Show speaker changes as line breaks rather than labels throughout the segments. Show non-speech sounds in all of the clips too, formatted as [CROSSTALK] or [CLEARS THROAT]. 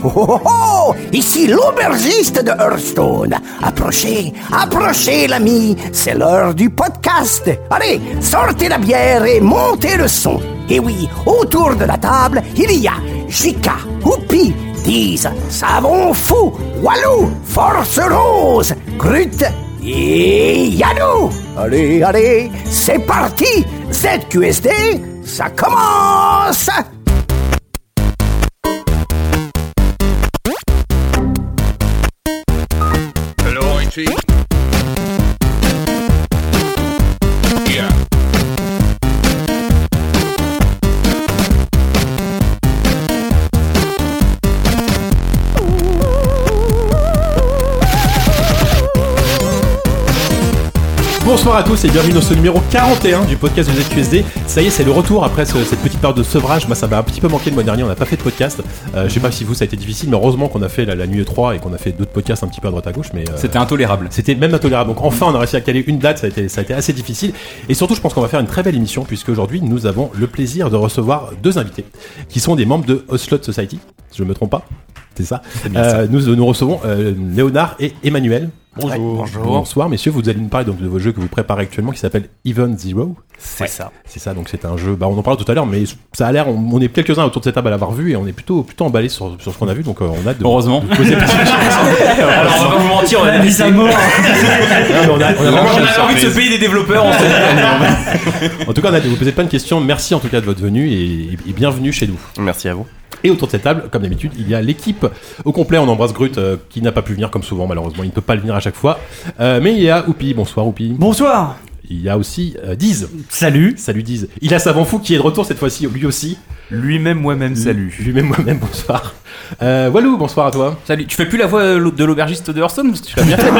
Oh, oh, oh Ici l'aubergiste de Hearthstone. Approchez, approchez, l'ami. C'est l'heure du podcast. Allez, sortez la bière et montez le son. Et oui, autour de la table, il y a Jika, Houpi, Dise, Savon Fou, Walou, Force Rose, Grut et Yannou. Allez, allez, c'est parti. ZQSD, ça commence.
Hello, IT. Yeah.
Bonsoir à tous et bienvenue dans ce numéro 41 du podcast de ZQSD. Ça y est, c'est le retour après ce- cette petite période de sevrage. Moi, ça m'a un petit peu manqué le mois dernier, on n'a pas fait de podcast. Euh, je sais pas si vous, ça a été difficile, mais heureusement qu'on a fait la, la nuit 3 et qu'on a fait d'autres podcasts un petit peu à droite à gauche. mais euh,
C'était intolérable.
C'était même intolérable. Donc enfin, on a réussi à caler une date, ça a été, ça a été assez difficile. Et surtout, je pense qu'on va faire une très belle émission, puisque aujourd'hui, nous avons le plaisir de recevoir deux invités, qui sont des membres de Oslot Society, si je ne me trompe pas. C'est ça. Euh, nous, nous recevons euh, Léonard et Emmanuel. Bonjour. Bonsoir, messieurs. Vous allez nous parler donc de vos jeux que vous préparez actuellement, qui s'appelle Even Zero.
C'est ça.
C'est ça, donc c'est un jeu. Bah, on en parle tout à l'heure, mais ça a l'air. On, on est quelques-uns autour de cette table à l'avoir vu et on est plutôt plutôt emballé sur, sur ce qu'on a vu. Donc euh, on a de,
Heureusement.
de
[LAUGHS]
poser [LAUGHS] plein de questions.
Alors, on va pas vous mentir, on a mis à mort.
Non, mais on a- on a vraiment-
on avait envie de se payer des développeurs. on s'est dit, allez, on va-
En tout cas, on a de vous poser plein de questions. Merci en tout cas de votre venue et, et bienvenue chez nous.
Merci à vous.
Et autour de cette table, comme d'habitude, il y a l'équipe au complet. On embrasse Grut euh, qui n'a pas pu venir comme souvent, malheureusement. Il ne peut pas le venir à chaque fois. Euh, mais il y a Oupi. Bonsoir Oupi.
Bonsoir
Il y a aussi euh, Diz.
Salut
Salut Diz. Il a Savant Fou qui est de retour cette fois-ci, lui aussi.
Lui-même, moi-même, salut
Lui-même, moi-même, bonsoir. Euh, Walou, bonsoir à toi.
Salut, tu fais plus la voix euh, de l'aubergiste de Hearthstone parce que tu l'as bien [LAUGHS] fait.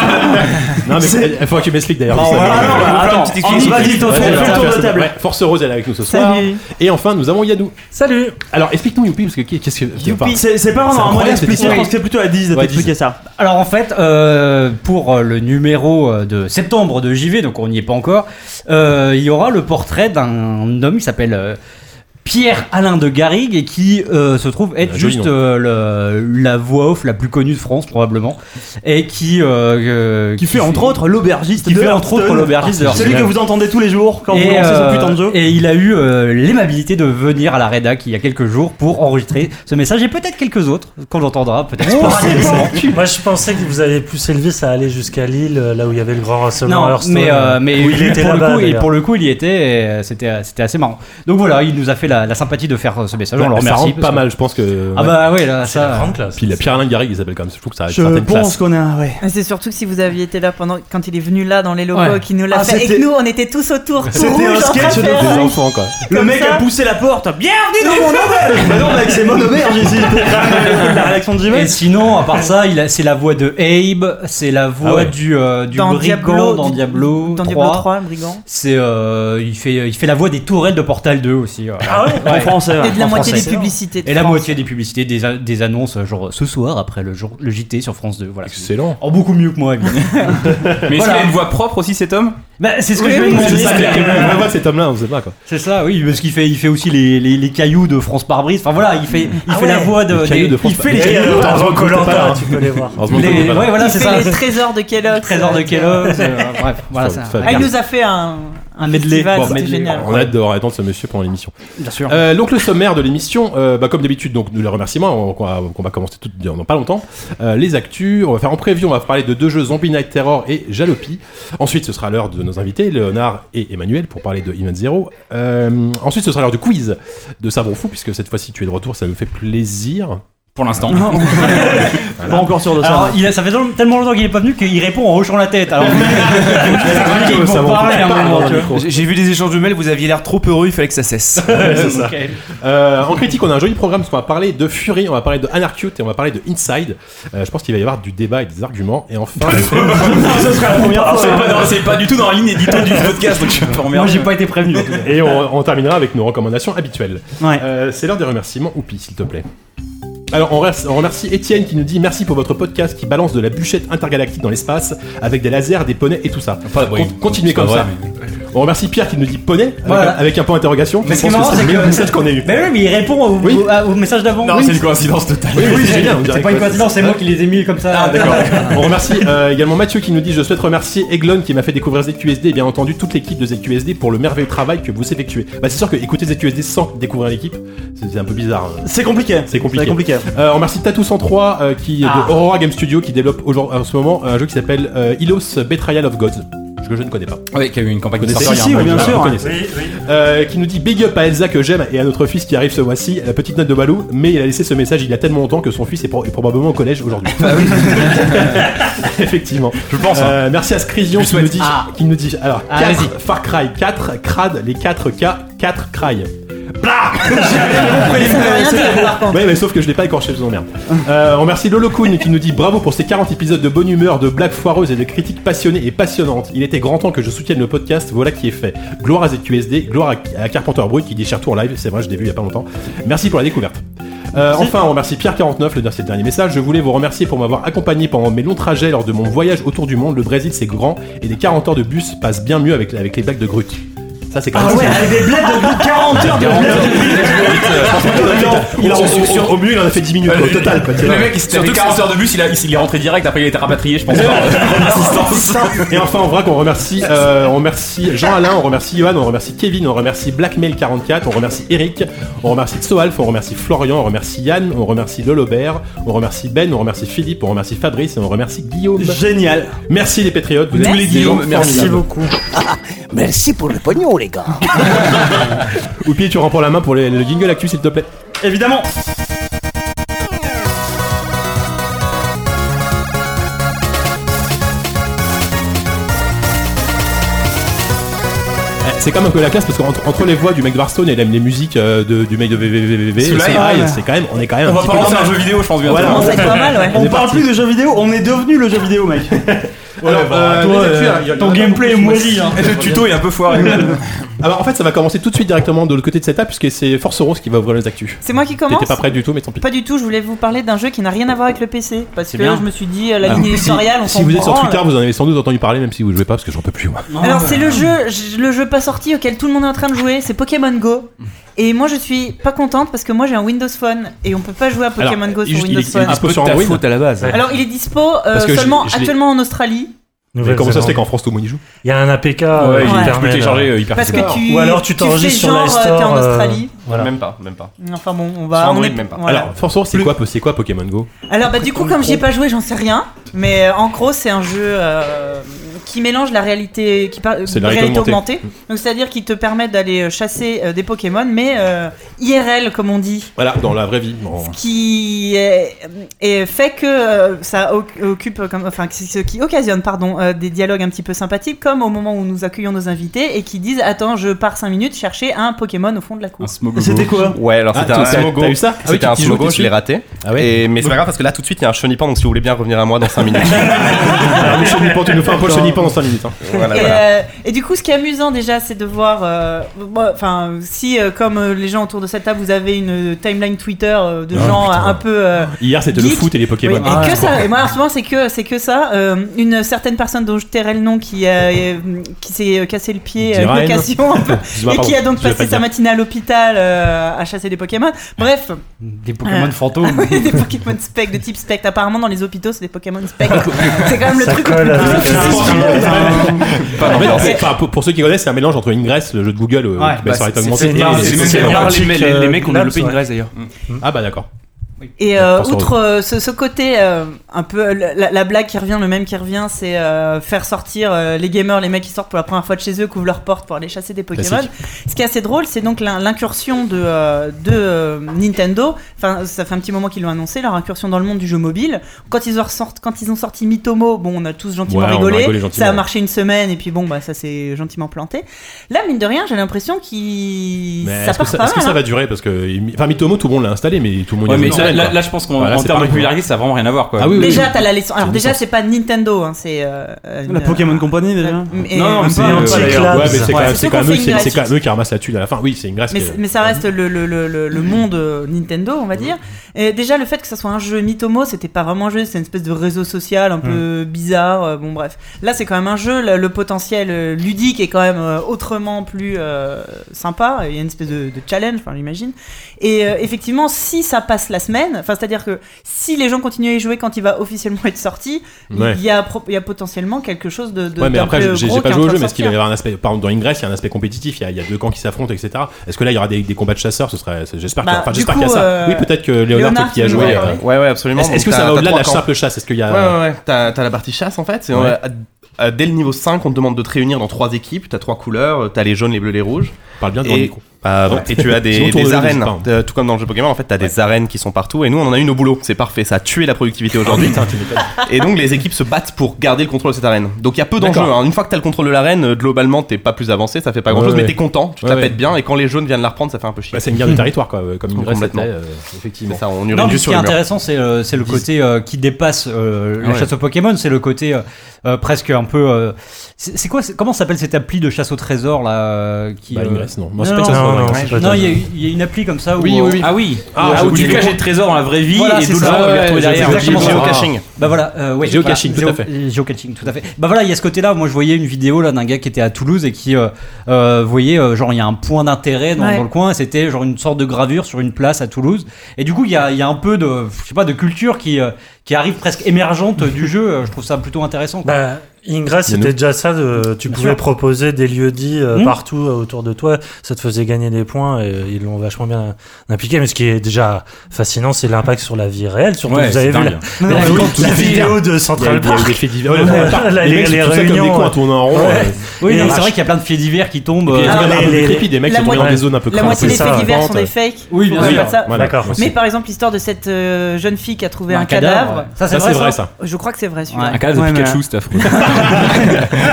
Non, mais il il faudra que tu m'expliques d'ailleurs. Ça,
voilà,
mais-
non, bah,
Attends,
attends,
petite
on y
excuse.
va, dis ton
Ouais,
tour, fais
voilà,
le tour de
personne-
table
ouais, Force Rose, elle est avec nous ce soir.
Salut.
Et enfin, nous avons Yanou.
Salut
Alors, explique-nous, Youpi, parce que qu'est-ce que. enfin,
C'est c'est
C'est
pas vraiment un moyen
incroyable, cette
d'expliquer,
histoire.
je pense que c'est plutôt à 10 de
Ouais,
t'expliquer ça.
Alors en fait, euh, pour euh, le numéro euh, de septembre de JV, donc on n'y est pas encore, euh, il y aura le portrait d'un homme qui s'appelle euh, Pierre-Alain de Garrigue et qui euh, se trouve être
Un joli
juste
nom.
euh, le- la voix off la plus connue de France probablement et qui... euh, euh,
Qui fait entre autres l'aubergiste
qui
de
fait entre autres
Hearthstone.
l'aubergiste de
Celui que
Hearthstone.
vous entendez tous les jours quand vous
et,
lancez
euh,
son putain de jeu.
et il a eu euh, l'aimabilité de venir à la rédac il y a quelques jours pour enregistrer ce message et peut-être quelques autres qu'on entendra peut-être spontanément.
Moi je pensais que vous avez plus élevé, ça allait jusqu'à Lille, euh, là où il y avait le grand rassemblement
Non,
Hearthstone.
mais, euh, mais
où
lui,
il était
pour le
là-bas.
coup, et
d'ailleurs.
pour le coup, il y était, et euh, c'était, c'était assez marrant. Donc voilà, il nous a fait la, la sympathie de faire euh, ce message,
Bah,
on le
ça
remercie.
rentre pas
parce que-
mal, je pense que.
Ah bah ouais, là,
C'est la
ça.
grande classe.
Puis il y a Pierre-Alain Garrigue, il s'appelle quand même. Je trouve que ça a une
Je
certaine classe.
pense qu'on a... Ouais.
Mais C'est surtout que si vous aviez été là pendant quand il est venu là dans les locaux,
Ouais.
qu'il nous l'a
Ah,
fait et
c'était-
que nous on était tous autour. tout
C'était
rouges,
un
en train
sketch
de
de-
Des
faire-
enfants, quoi.
Le
Comme
mec
ça.
a poussé la porte Bienvenue dans
[LAUGHS]
mon auberge Bah non, mec, c'est mon auberge ici La réaction de
Et
Jiménez
sinon, à part ça, il a, c'est la voix de Abe, c'est la voix
Ah ouais.
du, euh, du
Dans
brigand
Diablo,
dans
du-
Diablo
Dans
3.
Diablo 3, brigand.
C'est, euh, il, fait, il fait la voix des tourelles de Portal 2 aussi. euh.
Ah ouais En français,
Et
ouais.
de la
en
moitié
français.
des publicités. de
Et la
France.
moitié des publicités, des, a- des annonces, euh, genre ce soir après le, jour, le JT sur France 2. Voilà.
Excellent.
Oh, beaucoup mieux que moi, évidemment.
[LAUGHS] Mais est-ce qu'il a une voix propre aussi cet homme
bah, c'est ce que
Oui,
je vais
oui,
demander.
C'est ça, quel- quel- quel- quel- cet homme-là, on sait pas quoi.
C'est ça, oui, parce qu'il fait, il fait aussi les, les, les cailloux de France par brise. Enfin voilà, il fait, il fait la voix de.
Les cailloux
des-
de France
il fait les
Parbrise.
cailloux.
Et, euh, avant
que t'es
Koh-Lanta,
pas là.
tu peux les voir.
Heureusement
les-
qu'on est pas là.
ouais, voilà,
Il
c'est
fait
ça.
les trésors de Kellogg.
Trésor de Kellogg.
[LAUGHS]
euh, bref, voilà,
Faut-
c'est
faut
un-
Ah, il nous a fait un,
Un medley.
festival,
Bon,
c'était
medley.
génial.
On a hâte de entendre ce monsieur pendant l'émission.
Bien sûr.
Euh, donc le sommaire de l'émission, euh, bah, comme d'habitude, donc nous les remerciements, on, qu'on va- qu'on va commencer tout dans pas longtemps. Euh, les actus, on va faire en preview, on va parler de deux jeux Zombie Night Terror et Jalopy. Ensuite, ce sera l'heure de nos invités, Léonard et Emmanuel, pour parler de Event Zero. Euh, ensuite, ce sera l'heure du quiz de Savon Fou, puisque cette fois-ci tu es de retour, ça me fait plaisir.
Pour l'instant. [LAUGHS]
Pas encore sûr de ça.
hein.
Alors, il a, ça fait tellement longtemps qu'il est pas venu qu'il répond en hochant la tête. Alors,
Ah,
[LAUGHS]
il
Ça
faut
va, on
parler à un
parle
moment,
dans
tu
le
vois.
micro.
J'ai j'ai vu des échanges de mails, vous aviez l'air trop heureux, il fallait que
[LAUGHS]
ça cesse.
C'est ça. Euh, en critique, on a un joli programme parce qu'on va parler de Fury, on va parler de Anarchute et on va parler de Inside. Euh, je pense qu'il va y avoir du débat et des arguments. Et enfin, Oh
Alors, c'est pas, dans- c'est pas du tout dans la ligne édito du podcast, donc je suis pas
Moi,
emmerdé.
j'ai pas été prévenu. en tout cas.
et on, on terminera avec nos recommandations habituelles.
Ouais.
Euh, c'est l'heure des remerciements. Oupi, s'il te plaît. Alors, on, reste- on remercie Étienne qui nous dit merci pour votre podcast qui balance de la bûchette intergalactique dans l'espace avec des lasers, des poneys et tout ça.
Enfin, oui,
Con- continuez
c'est pas
comme
vrai,
ça. On remercie Pierre qui nous dit poney avec,
Voilà.
un- avec un point d'interrogation.
Mais
Je
ce qui est
pense
marrant,
c'est
c'est
le meilleur
que-
message qu'on ait eu.
Mais oui, mais il répond au,
Oui.
au- à- au message d'avant.
Non,
Oui.
c'est une coïncidence totale.
Oui, oui, c'est génial. on dirait
C'est pas une
que-
coïncidence, c'est moi qui les ai mis comme ça.
Ah,
[LAUGHS]
d'accord. [LAUGHS] On remercie euh, également Mathieu qui nous dit Je souhaite remercier Eglon qui m'a fait découvrir ZQSD et Eh bien entendu toute l'équipe de ZQSD pour le merveilleux travail que vous effectuez. Bah, c'est sûr que écouter ZQSD sans découvrir l'équipe, c'est c'est un peu bizarre. hein.
C'est compliqué.
C'est compliqué.
C'est compliqué.
Euh, on remercie Tatou103 euh, qui est
Ah.
de Aurora Game Studio qui développe aujourd'hui- en ce moment un jeu qui s'appelle euh, Ilos Betrayal of Gods. que je ne connais pas.
Oui, qui a eu une campagne de
Connaissez
sorcière. hein,
Si, si, oui, bien
Vous
sûr.
connaissez.
Oui, oui.
Euh, qui nous dit Big up à Elsa que j'aime et à notre fils qui arrive ce mois-ci. La petite note de Balou, mais il a laissé ce message il y a tellement longtemps que son fils est, pro- est probablement au collège aujourd'hui. [LAUGHS] Effectivement.
Je pense. hein.
Euh, merci à Scrision
Je
qui
souhaite.
nous dit,
Ah.
qui nous dit alors
Ah,
4 Far Cry 4 crad les 4 K 4 cry.
Ça veut rien dire, par contre.
Ouais mais sauf que je l'ai pas écorché, je vous emmerde. Euh, on remercie Lolo Kuhn qui nous dit bravo pour ces 40 épisodes de bonne humeur, de blagues foireuses et de critiques passionnées et passionnantes. Il était grand temps que je soutienne le podcast, voilà qui est fait. Gloire à ZQSD, gloire à, à Carpenter Brut qui déchire tout en live, c'est vrai je l'ai vu il y a pas longtemps. Merci pour la découverte. Euh, enfin, on remercie Pierre49, le c'est le dernier message. Je voulais vous remercier pour m'avoir accompagné pendant mes longs trajets lors de mon voyage autour du monde. Le Brésil, c'est grand et les 40 heures de bus passent bien mieux avec, avec les blagues de Grut. Ça, c'est quand
Ah
même.
avec des bleds de bout 40 heures de
il a reçu sur au mieux, il en a fait 10 minutes quoi, au total. Quoi, tu vois.
Le mec, il s'était
Surtout
fait
que
40 heures de bus, il, a, il est rentré direct, après il a été rapatrié, je [LAUGHS] pense. par- par assistance.
Et enfin, en vrac, on remercie, euh, on remercie Jean-Alain, on remercie Johan, on remercie Kevin, on remercie Blackmail44, on remercie Eric, on remercie Tsoalf, on remercie Florian, on remercie Yann, on remercie Lolobert, on remercie Ben, on remercie Philippe, on remercie Fabrice et on remercie Guillaume.
Génial.
Merci les Patriotes, vous êtes
Merci.
des gens
Guillaume, merci
formidables.
beaucoup.
Merci pour le pognon, les gars.
Oupi, tu reprends la main pour les- le jingle actu, s'il te plaît.
Évidemment.
Eh, C'est quand même un peu la classe parce qu'entre entre les voix du mec de Warstone et la- les musiques euh, de- du mec de VVVVV,
Sous
c'est
la
pareil, c'est quand même, on est quand même
On
un
va
petit
pas
peu
lancer
dans-
un jeu vidéo, je pense, bientôt.
Voilà.
On c'est pas mal, ouais.
On parle plus de jeux vidéo, on est devenu le jeu vidéo, mec.
Alors, euh,
toi,
les
euh,
actus, hein, il y en a
ton
pas
gameplay est
beaucoup.
moisi, hein.
Le tuto est un peu foiré.
[LAUGHS] Alors en fait ça va commencer tout de suite directement de l'autre côté de cette table puisque c'est Force Rose qui va ouvrir les actus.
C'est moi qui
T'étais
commence
pas prêt du tout mais tant pis.
Pas du tout, je voulais vous parler d'un jeu qui n'a rien à voir avec le PC. Parce que
bien.
je me suis dit, euh, la ligne éditoriale, on
Ah,
euh,
Si
s'en
vous êtes sur
branle.
Twitter vous en avez sans doute entendu parler même si vous jouez pas parce que j'en peux plus moi.
Alors c'est le jeu, j- le jeu pas sorti auquel tout le monde est en train de jouer, c'est Pokémon Go. Et moi je suis pas contente parce que moi j'ai un Windows Phone et on peut pas jouer à Pokémon
Alors,
Go
il-
sur
il-
Windows
il-
Phone.
un peu sur Android.
à la base.
Alors il est dispo euh,
Parce que je-
seulement
je l'ai-
actuellement en Australie.
Mais comment ça se fait
Nouvelle-Zélande.
qu'en France tout le monde y joue
Il y a un APK
Ouais,
euh, qui
Ouais.
il
tu
est
peux
permet, euh,
téléchargé hyper
Parce que tu,
Ou alors tu
fais
t'enregistres sur
genre,
l'App
euh, t'es en
Store, euh,
Australie.
voilà.
Même pas, même pas.
Enfin bon, on va.
Sur
on
Android,
est-
même pas.
voilà.
Alors Force Rose c'est quoi c'est quoi Pokémon Go
Alors bah du coup comme j'y ai pas joué j'en sais rien mais euh, en gros c'est un jeu euh, qui mélange la réalité qui par- euh,
C'est la réalité augmentée.
donc c'est à dire qui te permet d'aller euh, chasser euh, des Pokémon mais euh, IRL comme on dit
Voilà dans la vraie vie. en-
qui est, est fait que euh, ça oc- occupe euh, comme enfin qui- ce qui occasionne pardon euh, des dialogues un petit peu sympathiques comme au moment où nous accueillons nos invités et qui disent attends je pars 5 minutes chercher un Pokémon au fond de la cour.
smogogo.
C'était quoi
Ouais, alors
Ah,
c'était
t'as-
un
t'as- t'as eu ça Ah oui,
C'était
tu-
un
tu joues
slogan,
dessus.
je l'ai raté.
Ah ouais.
Et- mais c'est pas grave parce que là tout de suite il y a un chenipan donc si vous voulez bien revenir à moi dans 5
[LAUGHS]
minutes.
Alors, le chenipan tu nous fais un peu le chenipan dans 5 minutes. hein.
Voilà,
Et,
voilà.
euh, et du coup, ce qui est amusant déjà, c'est de voir, euh, bon, enfin, si euh, comme euh, les gens autour de cette table, vous avez une timeline Twitter euh, de
Ah,
gens
putain.
un peu. euh,
Hier c'était le
Geek.
foot et les
oui,
Pokémon. Ah,
et que ça. Et moi, en ce moment, c'est que c'est que ça. euh, une certaine personne dont je tairai le nom qui a, euh, qui s'est cassé le pied à
Jiren.
une occasion un peu,
Excuse-moi,
et qui a
pardon,
donc
[LAUGHS] je vais
passé sa
pas le dire.
matinée à l'hôpital euh, à chasser des Pokémon.
[LAUGHS]
Bref,
Des Pokémon
Euh,
[LAUGHS] fantômes.
oui, des Pokémon spec de type spec. Apparemment, dans les hôpitaux, c'est des Pokémon spec.
[LAUGHS]
c'est quand même le
Ça
truc.
colle
le plus
avec
difficile.
En fait, c'est- enfin, pour, pour ceux qui connaissent c'est un mélange entre Ingress le jeu de Google euh,
Ouais,
qui
bah,
va sur
c'est-
augmentée,
c'est-
et-
c'est-
et-
c'est-
et-
euh,
d'ailleurs.
Ah bah d'accord.
Et euh,
Force
outre euh, ce, ce côté euh, un peu la, la- la blague qui revient, le même qui revient, c'est euh, faire sortir euh, les gamers, les mecs qui sortent pour la première fois de chez eux, couvrent leurs portes pour aller chasser des Pokémon.
Classique.
Ce qui est assez drôle, c'est donc l'in- l'incursion de, euh, de euh, Nintendo. Enfin, ça fait un petit moment qu'ils l'ont annoncé, leur incursion dans le monde du jeu mobile. Quand ils ont, ressorti- quand ils ont sorti Mitomo, bon, on a tous gentiment
Ouais, on a
rigolé.
rigolé gentiment,
Ça a
ouais.
marché une semaine et puis bon, bah ça s'est gentiment planté. Là, mine de rien, j'ai l'impression qu'ils
Mais
ça
est-ce que
part
ça,
pas
est-ce que
mal,
ça
hein.
va durer parce que enfin Mitomo tout le monde l'a installé mais tout le monde y
Ouais,
joue.
mais
Non,
ça, là,
domaine,
là,
quoi.
là, je pense qu'en
Voilà,
en
c'est
termes de
pareil,
popularité, ça a vraiment rien à voir quoi.
Ah oui, oui, oui.
Déjà, t'as la leçon. Alors,
une
déjà,
licence.
c'est pas Nintendo, hein, c'est. euh, une-
La Pokémon Company déjà.
Mais-
Non, non,
mais-
c'est
pas
euh,
un petit
d'ailleurs.
club.
Ouais, mais c'est
Ouais.
quand même- c'est
Surtout
quand
qu'on
même eux
fait une
qui- c'est quand
gratuite.
même eux qui ramassent la thune à la fin. Oui, c'est une grâce.
mais,
qui-
mais ça reste le, le, le, le- le monde euh, Nintendo, on va dire. Et déjà, le fait que ça soit un jeu Mitomo, c'était pas vraiment un jeu, c'est une espèce de réseau social
Mm.
un peu bizarre. euh, bon, bref. Là, c'est quand même un jeu, le, le potentiel euh, ludique est quand même euh, autrement plus euh, sympa. Il y a une espèce de, de challenge, enfin, j'imagine. Et euh, effectivement, si ça passe la semaine, enfin, c'est-à-dire que si les gens continuent à y jouer quand il va officiellement être sorti, il
Ouais.
y, a, pro- il y a potentiellement quelque chose de. de
Ouais, mais
d'un
après,
peu
j'ai
gros
j'ai pas
qui est en
joué au
train
jeu,
de
mais est-ce qu'il
sortir.
va y avoir un aspect. Par exemple, dans Ingress, il y a un aspect compétitif, il y a, il y a deux camps qui s'affrontent, etc. Est-ce que là, il y aura des, des combats de chasseurs Ce serait. c'est- J'espère qu'il y a-
Bah,
enfin,
du
j'espère qu'il y a
coup,
ça.
euh,
Oui, peut-être que Léonard,
Léonard
peut-être qu'il a
qui nous
joué.
en a
euh,
parlé.
Ouais, ouais, absolument.
Est-ce est-ce que
Donc,
ça
t'as-
va
t'as
au-delà de la
trois camps.
simple chasse Est-ce qu'il y a.
Ouais, ouais, ouais. T'as t'as la partie chasse en fait. Et on-
Ouais.
à- euh, à- dès le niveau 5, on te demande de te réunir dans trois équipes. T'as trois couleurs. euh, T'as les jaunes, les bleus, les rouges.
Parle bien devant le
Et,
micro.
Ah, ouais. Et
[LAUGHS]
tu
Sinon,
as des,
tourne-le,
des
n'hésite
arènes,
pas, hein.
Euh, tout comme dans le jeu Pokémon, en fait, t'as des arènes qui sont partout. Et nous, on en a une au boulot, c'est parfait, ça a tué la productivité
Ah,
aujourd'hui. et donc, les équipes se battent pour garder le contrôle de cette arène. Donc, il y a peu d'enjeux.
D'accord.
hein. Une fois que t'as le contrôle de l'arène, euh, globalement, t'es pas plus avancé, ça fait pas grand chose,
Ouais,
mais
ouais.
t'es content, tu
Ouais,
t'appelles
ouais.
bien. Et quand les jaunes viennent la reprendre, ça fait un peu chier.
Bah, C'est une
[LAUGHS]
guerre de territoire, quoi, euh, comme Ingress c'était.
Complètement.
euh,
Mais
Effectivement.
ça, on
Non,
urine
mais
juste
ce qui est
sur le mur.
intéressant, c'est euh, c'est le côté euh, qui dépasse euh,
Ah
la
Ouais.
chasse aux Pokémon, c'est le côté euh, euh, presque un peu. euh, c'est c'est quoi c'est- Comment s'appelle cette appli de chasse au trésor là euh, qui,
Bah,
euh,
Ingress, non. Moi,
Non,
c'est pas que ça
non,
soit
non,
vrai.
c'est pas
Non,
ça.
il y, a- il y a une appli comme ça où. euh,
Oui, oui, oui.
Ah oui.
Ah,
Ah,
je
où tu
voulais
caches
comprendre.
le trésor dans la vraie vie
Voilà,
et
c'est
d'autres gens
ça,
vont les
ouais,
retrouver
je-
derrière.
exactement.
J'ai
ça.
au caching.
Bah voilà, euh, ouais,
Géocaching, tout à fait.
euh, Géocaching, tout à fait. Bah voilà, il y a ce côté-là. Moi, je voyais une vidéo là d'un gars qui était à Toulouse et qui euh, euh, voyait euh, genre il y a un point d'intérêt dans,
Ouais.
dans le coin. et C'était genre une sorte de gravure sur une place à Toulouse. Et du coup, il y a, il y a un peu de, je sais pas, de culture qui euh, qui arrive presque émergente du jeu. Euh, Je trouve ça plutôt intéressant. quoi.
Bah, Ingress,
Yannou.
c'était déjà ça. de- tu
Bien
pouvais
sûr.
proposer des lieux dits euh,
Hmm.
partout euh, autour de toi. Ça te faisait gagner des points et ils l'ont vachement bien appliqué. Mais ce qui est déjà fascinant, c'est l'impact sur la vie réelle. Surtout,
Ouais,
vous avez
c'est
vu la,
dingue.
la-
mais
la-
oui, tout
la
à fait.
vidéo de Central Park.
des faits divers. Ouais,
Ouais,
ouais,
la-
Les
les-
mecs sont
les
tous ça comme des
réunions,
cons à
ouais.
tourner en rond.
Ouais.
euh,
oui,
Et
non,
la
c'est vrai
vache.
qu'il y a plein de faits divers qui tombent.
Puis,
euh,
il y a
Ah,
un
les-
peu
les-
creepy, des mecs
la
sont tournés dans
moitié-
des zones un peu
La moitié
c'est
des
ça,
faits divers sont
crapaudes.
des fakes.
Oui, bien
Faut
sûr.
pas ça.
Voilà.
D'accord.
Mais par exemple, l'histoire de cette euh, jeune fille qui a trouvé
Un
un, cadavre.
cadavre, ouais. Ça,
Ça, c'est vrai, ça.
Je crois que c'est vrai celui-là.
Ouais.
Un cadre de
Ouais, mais-
Pikachu, c'est affreux.
[LAUGHS]